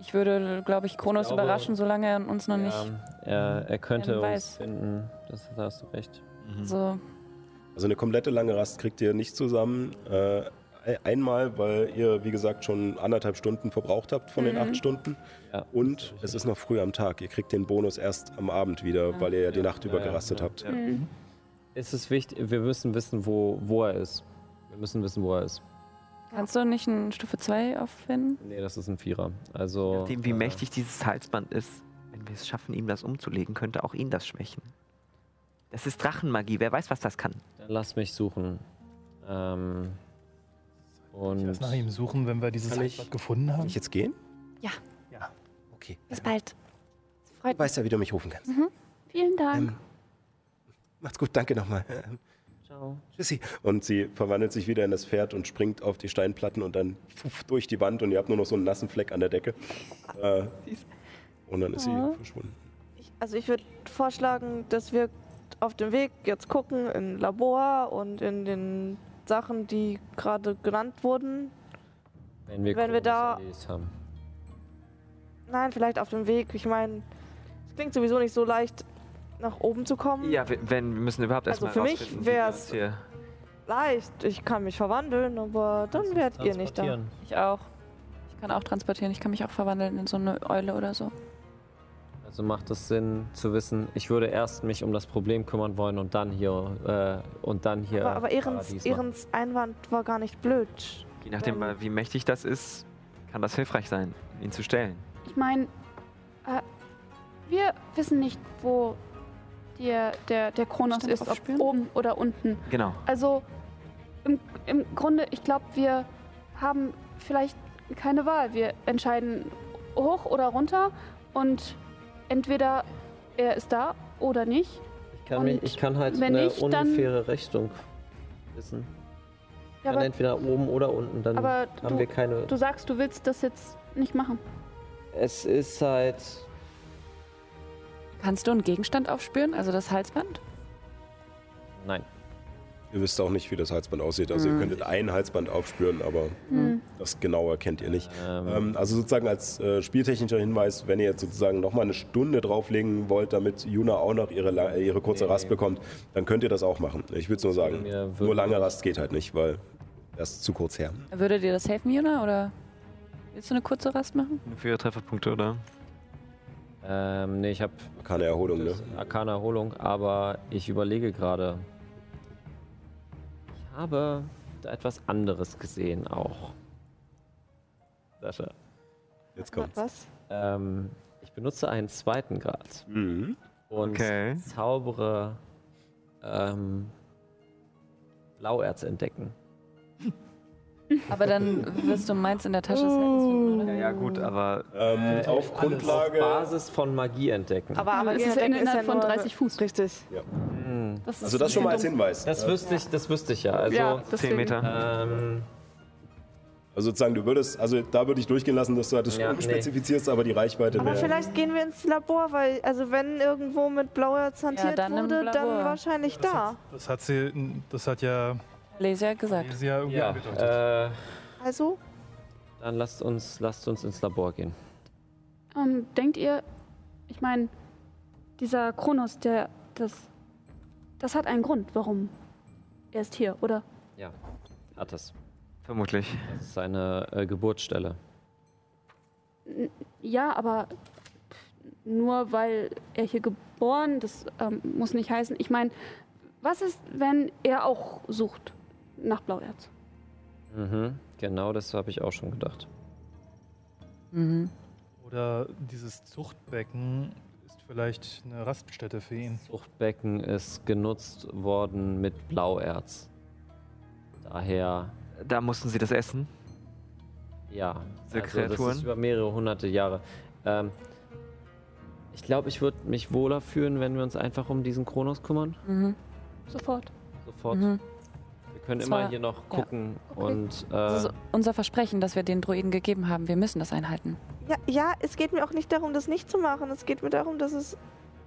Speaker 3: ich würde, glaube ich, Kronos
Speaker 6: glaube-
Speaker 3: überraschen, solange er uns noch nicht.
Speaker 6: Ähm, er, er könnte
Speaker 3: Ähm,
Speaker 6: uns
Speaker 3: weiß.
Speaker 6: finden. Das da hast du recht.
Speaker 3: So,
Speaker 2: Also eine komplette lange Rast kriegt ihr nicht zusammen. Äh, einmal, weil ihr, wie gesagt, schon anderthalb Stunden verbraucht habt von den
Speaker 3: Mhm.
Speaker 2: acht Stunden. Und es ist noch früh am Tag. Ihr kriegt den Bonus erst am Abend wieder, weil ihr ja die Nacht über
Speaker 6: ja,
Speaker 2: gerastet
Speaker 6: ja.
Speaker 2: habt.
Speaker 5: Ja.
Speaker 6: Mhm. Es ist wichtig, wir müssen wissen, wo, wo er ist. Wir müssen wissen, wo er ist.
Speaker 3: kannst du nicht eine Stufe 2 aufwenden?
Speaker 6: Nee, das ist ein Vierer. Also.
Speaker 5: Nachdem, wie
Speaker 6: äh,
Speaker 5: mächtig dieses Halsband ist, wenn wir es schaffen, ihm das umzulegen, könnte auch ihn das schwächen. Das ist Drachenmagie. Wer weiß, was das kann?
Speaker 6: Dann lass mich suchen. Ähm, Und
Speaker 1: Lass nach ihm suchen, wenn wir dieses
Speaker 2: Kann ich-
Speaker 1: Halbblatt gefunden haben.
Speaker 2: Kann ich jetzt gehen?
Speaker 23: Ja.
Speaker 1: Ja.
Speaker 2: Okay.
Speaker 23: Bis bald.
Speaker 2: Du weißt ja, wie du mich rufen kannst.
Speaker 23: Mhm.
Speaker 4: Vielen Dank.
Speaker 2: Ähm, macht's gut, danke nochmal. Ähm,
Speaker 5: Ciao.
Speaker 2: Tschüssi. Und sie verwandelt sich wieder in das Pferd und springt auf die Steinplatten und dann fuff durch die Wand und ihr habt nur noch so einen nassen Fleck an der Decke. Äh, und dann ist
Speaker 7: Ja.
Speaker 2: sie verschwunden.
Speaker 7: Also ich würde vorschlagen, dass wir auf dem Weg jetzt gucken im Labor und in den Sachen, die gerade genannt wurden.
Speaker 6: wenn wir,
Speaker 7: wenn wir
Speaker 6: Kronos
Speaker 7: da-
Speaker 6: erledigt haben.
Speaker 7: Nein, vielleicht auf dem Weg. Ich meine, es klingt sowieso nicht so leicht, nach oben zu kommen.
Speaker 5: Ja, wir, wenn, wir müssen überhaupt
Speaker 7: Also
Speaker 5: erstmal
Speaker 7: für mich
Speaker 5: rausfinden, wie
Speaker 7: wär's-
Speaker 5: wir uns
Speaker 7: Leicht. Ich kann mich verwandeln, aber dann werdet ihr nicht da.
Speaker 3: Ich auch. Ich kann auch transportieren. Ich kann mich auch verwandeln in so eine Eule oder so.
Speaker 6: Also macht es Sinn zu wissen, ich würde erst mich um das Problem kümmern wollen und dann hier äh, und dann hier.
Speaker 7: Aber, aber Ehrens,
Speaker 6: Paradies machen.
Speaker 7: Ehrens Einwand war gar nicht blöd.
Speaker 5: hier- Je nachdem, äh, wie mächtig das ist, kann das hilfreich sein, ihn zu stellen.
Speaker 4: Ich meine, äh, wir wissen nicht, wo der, der, der Kronos
Speaker 23: Stimmt,
Speaker 4: ist, ob oben oder unten.
Speaker 5: Genau.
Speaker 4: Also im, im Grunde, ich glaube, wir haben vielleicht keine Wahl. Wir entscheiden hoch oder runter und entweder er ist da oder nicht.
Speaker 6: Ich kann, mich,
Speaker 4: Und
Speaker 6: ich kann halt
Speaker 4: wenn
Speaker 6: eine
Speaker 4: nicht, dann-
Speaker 6: ungefähre Richtung wissen.
Speaker 4: Ja,
Speaker 6: kann
Speaker 4: aber-
Speaker 6: entweder oben oder unten, dann
Speaker 4: Aber
Speaker 6: haben
Speaker 4: du,
Speaker 6: wir keine.
Speaker 4: du sagst, du willst das jetzt nicht machen.
Speaker 6: Es ist halt.
Speaker 3: Kannst du einen Gegenstand aufspüren? Also das Halsband?
Speaker 6: Nein.
Speaker 2: Ihr wisst auch nicht, wie das Halsband aussieht. Also
Speaker 3: Hm.
Speaker 2: ihr könntet ein Halsband aufspüren, aber
Speaker 4: Mhm.
Speaker 3: Hm.
Speaker 2: das genauer kennt ihr nicht. Ähm, also sozusagen als äh, spieltechnischer Hinweis, wenn ihr jetzt sozusagen nochmal eine Stunde drauflegen wollt, damit Juna auch noch ihre, la- ihre kurze Rast bekommt, dann könnt ihr das auch machen. Ich würde es nur sagen. Nur lange Rast geht halt nicht, weil das ist zu kurz her.
Speaker 3: Würde dir das helfen, Juna? Oder willst du eine kurze Rast machen?
Speaker 5: Für ihre Trefferpunkte, oder?
Speaker 6: Ähm, nee, ich habe.
Speaker 2: Arkane Erholung, ne?
Speaker 6: Arkane Erholung, aber ich überlege gerade. Ich habe da etwas anderes gesehen auch. Sascha.
Speaker 2: Jetzt
Speaker 6: kommt's.
Speaker 7: Was?
Speaker 6: Ähm, ich benutze einen zweiten Grad. Und
Speaker 5: Okay.
Speaker 6: zaubere ähm, Blauerz entdecken.
Speaker 3: Aber dann wirst du meins in der Tasche des Heldes finden, oder?
Speaker 5: Ja, gut, aber.
Speaker 2: Ähm,
Speaker 6: Äh, alles. Auf Basis von Magie entdecken.
Speaker 7: Aber, aber
Speaker 4: Es ist
Speaker 7: Ehrens
Speaker 4: in-
Speaker 7: ist
Speaker 4: innerhalb
Speaker 7: ja
Speaker 4: von
Speaker 7: nur-
Speaker 4: 30 Fuß.
Speaker 7: Richtig.
Speaker 6: Hm.
Speaker 4: Das
Speaker 2: Also das schon mal als Hinweis.
Speaker 6: Das wüsste ich, das wüsste ich ja. Also
Speaker 2: Ja, deswegen. Zehn
Speaker 5: Äh,
Speaker 2: Meter.
Speaker 6: Ähm,
Speaker 2: Also sozusagen, du würdest, also da würde ich durchgehen lassen, dass du halt das
Speaker 6: Ja,
Speaker 2: schon
Speaker 6: nee.
Speaker 2: spezifizierst, aber die Reichweite
Speaker 7: Aber
Speaker 2: wäre-
Speaker 7: vielleicht gehen wir ins Labor, weil, also wenn irgendwo mit blauer hantiert
Speaker 3: dann im
Speaker 7: wurde, dann
Speaker 3: Labor.
Speaker 7: wahrscheinlich da.
Speaker 1: Das hat sie, das hat ja
Speaker 2: Oh.
Speaker 3: Lesia gesagt.
Speaker 1: sie ja irgendwie
Speaker 6: ja,
Speaker 1: angedeutet.
Speaker 6: äh,
Speaker 7: Also?
Speaker 6: dann lasst uns, lasst uns ins Labor gehen.
Speaker 4: Ähm, denkt ihr, ich meine, dieser Kronos, der, das, das hat einen Grund, warum er ist hier, oder?
Speaker 6: Ja, hat es.
Speaker 5: Vermutlich.
Speaker 6: Das ist seine äh, Geburtsstelle.
Speaker 4: N ja, aber nur weil er hier geboren, das ähm, muss nicht heißen. Ich meine, was ist, wenn er auch sucht nach Blauerz?
Speaker 6: Mhm, genau das habe ich auch schon gedacht.
Speaker 3: Mhm.
Speaker 1: Oder dieses Zuchtbecken ist vielleicht eine Raststätte für ihn.
Speaker 6: Zuchtbecken ist genutzt worden mit Blauerz. Daher.
Speaker 5: Da mussten sie das essen?
Speaker 6: Ja. also
Speaker 5: Diese
Speaker 6: Das
Speaker 5: Kreaturen?
Speaker 6: ist über mehrere hunderte Jahre. Ähm, ich glaube, ich würde mich wohler fühlen, wenn wir uns einfach um diesen Kronos kümmern.
Speaker 3: Mhm.
Speaker 4: Sofort.
Speaker 6: Sofort.
Speaker 3: Mhm.
Speaker 6: Wir können
Speaker 3: Das
Speaker 6: immer
Speaker 3: war-
Speaker 6: hier noch
Speaker 3: ja.
Speaker 6: gucken
Speaker 3: Okay.
Speaker 6: und. Äh,
Speaker 3: Das ist unser Versprechen, das wir den Druiden gegeben haben. Wir müssen das einhalten.
Speaker 7: Ja, ja, es geht mir auch nicht darum, das nicht zu machen. Es geht mir darum, dass es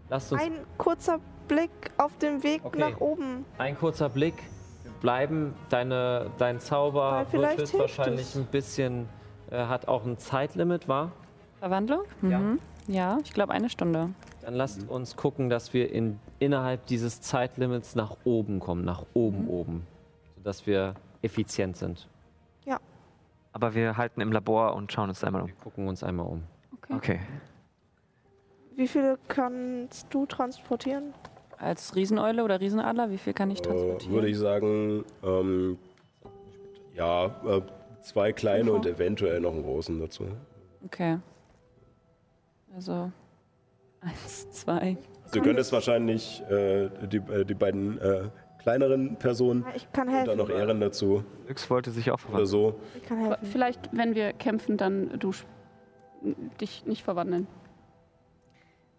Speaker 6: Lasst uns
Speaker 7: ein kurzer Blick auf dem Weg
Speaker 6: Okay.
Speaker 7: nach oben.
Speaker 6: Ein kurzer Blick bleiben. Deine, dein Zauber
Speaker 7: Weil
Speaker 6: wird
Speaker 7: vielleicht
Speaker 6: höchstwahrscheinlich
Speaker 7: hilft es.
Speaker 6: ein bisschen, äh, hat auch ein Zeitlimit, war.
Speaker 3: Verwandlung? Mhm. Ja, ich glaube eine Stunde.
Speaker 6: Dann lasst
Speaker 5: Mhm.
Speaker 6: uns gucken, dass wir in, innerhalb dieses Zeitlimits nach oben kommen, nach oben, oben. Sodass wir effizient sind.
Speaker 5: Aber wir halten im Labor und schauen uns einmal um. Wir
Speaker 4: Mhm.
Speaker 6: gucken uns einmal um.
Speaker 5: Okay. okay.
Speaker 7: Wie viele kannst du transportieren?
Speaker 3: Als Rieseneule oder Riesenadler, wie viel kann ich
Speaker 2: Äh,
Speaker 3: transportieren?
Speaker 2: würde ich sagen, ähm, ja, äh, zwei kleine und eventuell noch einen großen dazu.
Speaker 3: Okay. Also eins, zwei.
Speaker 2: Also ihr könnt es wahrscheinlich äh, die, äh, die beiden äh, kleineren Personen.
Speaker 7: Ich kann
Speaker 2: Und dann
Speaker 7: helfen.
Speaker 2: noch Ehren dazu.
Speaker 5: Nix wollte sich auch
Speaker 2: Oder so.
Speaker 7: Ich kann helfen.
Speaker 4: Vielleicht, wenn wir kämpfen, dann du sch- dich nicht verwandeln.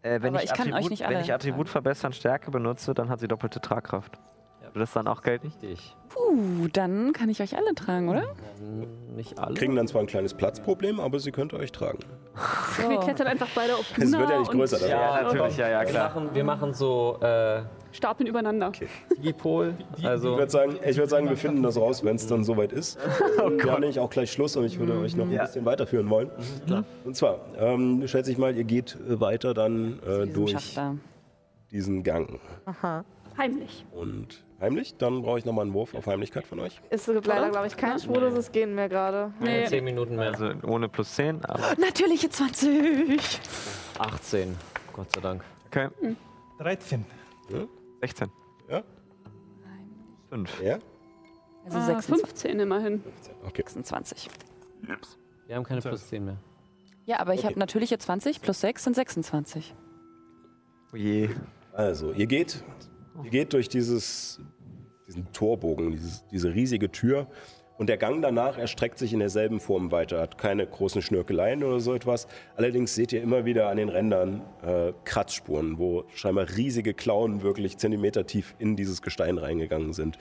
Speaker 5: Äh, wenn
Speaker 4: Aber
Speaker 5: ich,
Speaker 4: ich kann euch
Speaker 5: Attribut,
Speaker 4: nicht alle
Speaker 5: wenn ich Attribut verbessern Stärke benutze, dann hat sie doppelte Tragkraft. Würde das dann auch gelten?
Speaker 6: Richtig.
Speaker 3: Uh,
Speaker 10: Puh, dann kann ich euch alle tragen, oder?
Speaker 6: Hm, Nicht alle.
Speaker 2: Kriegen dann zwar ein kleines Platzproblem, aber sie könnt euch tragen.
Speaker 4: Wir klettern einfach beide auf
Speaker 2: Es wird ja
Speaker 4: Luna
Speaker 2: nicht größer.
Speaker 4: und
Speaker 2: dadurch.
Speaker 6: Ja, natürlich,
Speaker 2: ja,
Speaker 6: Wir machen, wir machen so äh,
Speaker 4: stapeln übereinander.
Speaker 6: Dipol.
Speaker 2: Also, ich würde sagen, ich würd sagen, wir finden das raus, wenn es dann soweit ist. Oh wir haben nämlich auch gleich Schluss und ich würde euch noch ein
Speaker 5: Ja.
Speaker 2: bisschen weiterführen wollen. Und zwar, ähm, schätze ich mal, ihr geht äh, weiter dann äh, durch diesen Gang.
Speaker 7: Aha.
Speaker 4: Heimlich.
Speaker 2: Und heimlich, dann brauche ich nochmal einen Wurf auf Heimlichkeit von euch.
Speaker 7: Es gibt leider, glaube ich, kein schwuloses Gehen mehr gerade.
Speaker 4: Äh,
Speaker 6: Zehn Minuten mehr.
Speaker 5: Also ohne plus 10, aber
Speaker 10: Natürliche 20.
Speaker 6: 18. Gott sei Dank.
Speaker 5: okay.
Speaker 8: 13.
Speaker 5: 16.
Speaker 2: Ja?
Speaker 5: 5.
Speaker 2: Ja?
Speaker 4: Also 15 immerhin.
Speaker 2: Okay.
Speaker 10: 26.
Speaker 6: Wir haben keine plus 10 mehr.
Speaker 10: Ja, aber ich
Speaker 2: Okay.
Speaker 10: habe natürliche 20 plus 6 sind 26.
Speaker 4: Oh
Speaker 2: Also, ihr geht, ihr geht durch dieses, diesen Torbogen, dieses, diese riesige Tür. Und der Gang danach erstreckt sich in derselben Form weiter, hat keine großen Schnörkeleien oder so etwas. Allerdings seht ihr immer wieder an den Rändern äh, Kratzspuren, wo scheinbar riesige Klauen wirklich Zentimeter tief in dieses Gestein reingegangen sind.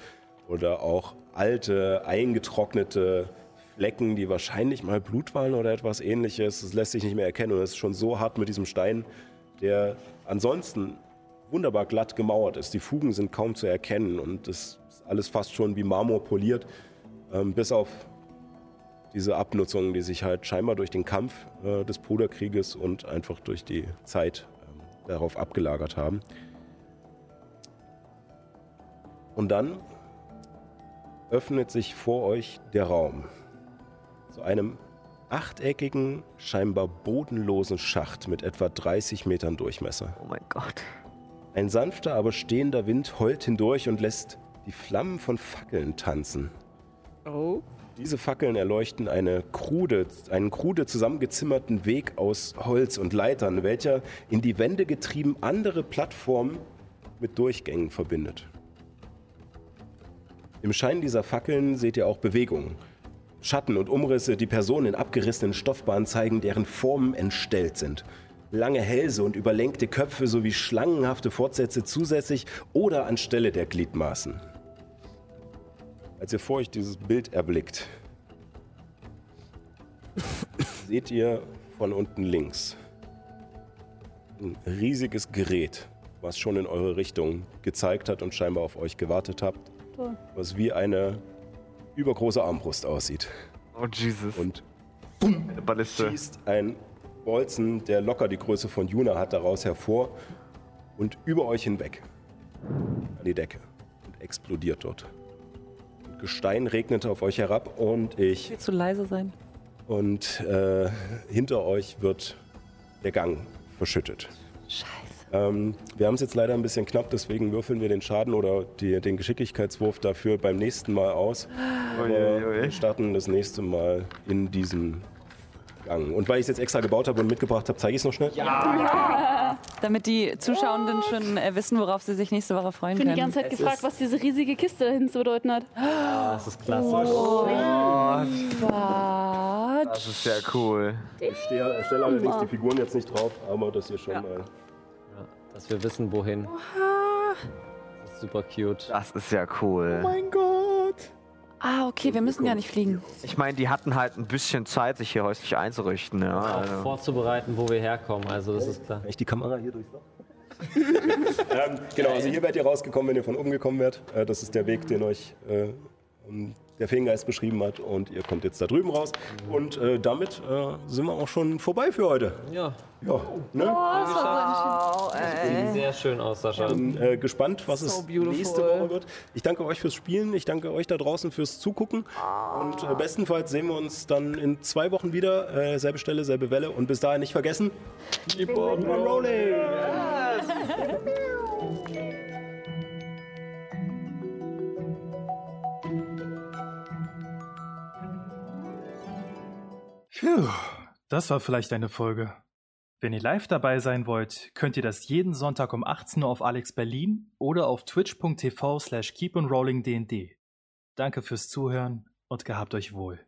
Speaker 2: Oder auch alte, eingetrocknete Flecken, die wahrscheinlich mal Blut waren oder etwas ähnliches. Das lässt sich nicht mehr erkennen und es ist schon so hart mit diesem Stein, der ansonsten wunderbar glatt gemauert ist. Die Fugen sind kaum zu erkennen und es ist alles fast schon wie Marmor poliert, ähm, bis auf diese Abnutzung, die sich halt scheinbar durch den Kampf äh, des Bruderkrieges und einfach durch die Zeit ähm, darauf abgelagert haben. Und dann öffnet sich vor euch der Raum zu einem achteckigen, scheinbar bodenlosen Schacht mit etwa 30 Metern Durchmesser.
Speaker 5: Oh mein Gott.
Speaker 2: Ein sanfter, aber stehender Wind heult hindurch und lässt die Flammen von Fackeln tanzen.
Speaker 10: Oh.
Speaker 2: Diese Fackeln erleuchten eine krude, einen krude zusammengezimmerten Weg aus Holz und Leitern, welcher in die Wände getrieben andere Plattformen mit Durchgängen verbindet. Im Schein dieser Fackeln seht ihr auch Bewegungen. Schatten und Umrisse, die Personen in abgerissenen Stoffbahnen zeigen, deren Formen entstellt sind. Lange Hälse und überlenkte Köpfe sowie schlangenhafte Fortsätze zusätzlich oder anstelle der Gliedmaßen. Als ihr vor euch dieses Bild erblickt, seht ihr von unten links ein riesiges Gerät, was schon in eure Richtung gezeigt hat und scheinbar auf euch gewartet habt
Speaker 4: Toll.
Speaker 2: was wie eine übergroße Armbrust aussieht.
Speaker 5: Oh Jesus.
Speaker 2: Und bumm, schießt ein Bolzen, der locker die Größe von Juna hat, daraus hervor und über euch hinweg an die Decke und explodiert dort. Und Gestein regnete auf euch herab und ich
Speaker 9: Willst du leise sein?
Speaker 2: und äh, hinter euch wird der Gang verschüttet. Scheiße. Ähm, wir haben es jetzt leider ein bisschen knapp, deswegen würfeln wir den Schaden oder die, den Geschicklichkeitswurf dafür beim nächsten Mal aus.
Speaker 5: Ui,
Speaker 2: Aber
Speaker 5: ui, ui.
Speaker 2: Wir starten das nächste Mal in diesem Gang. Und weil ich es jetzt extra gebaut habe und mitgebracht habe, zeige ich es noch schnell.
Speaker 10: Damit die Zuschauenden schon äh, wissen, worauf sie sich nächste Woche freuen
Speaker 4: Ich bin
Speaker 6: Ähm,
Speaker 10: können.
Speaker 4: die ganze Zeit gefragt, was diese riesige Kiste dahin zu bedeuten hat.
Speaker 6: Das ist klassisch.
Speaker 10: Quatsch.
Speaker 5: Das ist ja cool.
Speaker 2: Ich stehe, stelle allerdings die Figuren jetzt nicht drauf, aber dass ihr schon mal.
Speaker 6: Dass wir wissen, wohin. Das ist super cute.
Speaker 5: Das ist ja cool.
Speaker 4: Oh
Speaker 10: mein Gott. Ah, okay, wir müssen gar nicht fliegen.
Speaker 5: Ich meine, die hatten halt ein bisschen Zeit, sich hier häuslich einzurichten. Ja,
Speaker 6: Auch
Speaker 5: also.
Speaker 6: vorzubereiten, wo wir herkommen, also das ist klar.
Speaker 2: Ich die Kamera hier durchs Loch? ähm, genau, also hier werdet ihr rausgekommen, wenn ihr von oben gekommen wärt. Äh, das ist der Weg, den euch äh, ähm, der Feengeist beschrieben hat. Und ihr kommt jetzt da drüben raus. Und äh, damit äh, sind wir auch schon vorbei für heute.
Speaker 6: Ja.
Speaker 2: Ja, ne?
Speaker 7: Wow, ey.
Speaker 6: Sieht sehr schön aus, Sascha.
Speaker 2: Bin, äh, gespannt, was
Speaker 7: So
Speaker 2: es
Speaker 7: beautiful.
Speaker 2: nächste Woche wird. Ich danke euch fürs Spielen, ich danke euch da draußen fürs Zugucken und äh, bestenfalls sehen wir uns dann in zwei Wochen wieder, äh, selbe Stelle, selbe Welle und bis dahin nicht vergessen, keep on rolling!
Speaker 1: Phew, das war vielleicht eine Folge.
Speaker 8: Wenn ihr live dabei sein wollt, könnt ihr das jeden Sonntag um 18 Uhr auf Alex Berlin oder auf twitch.tv slash keeponrollingdnd. Danke fürs Zuhören und gehabt euch wohl.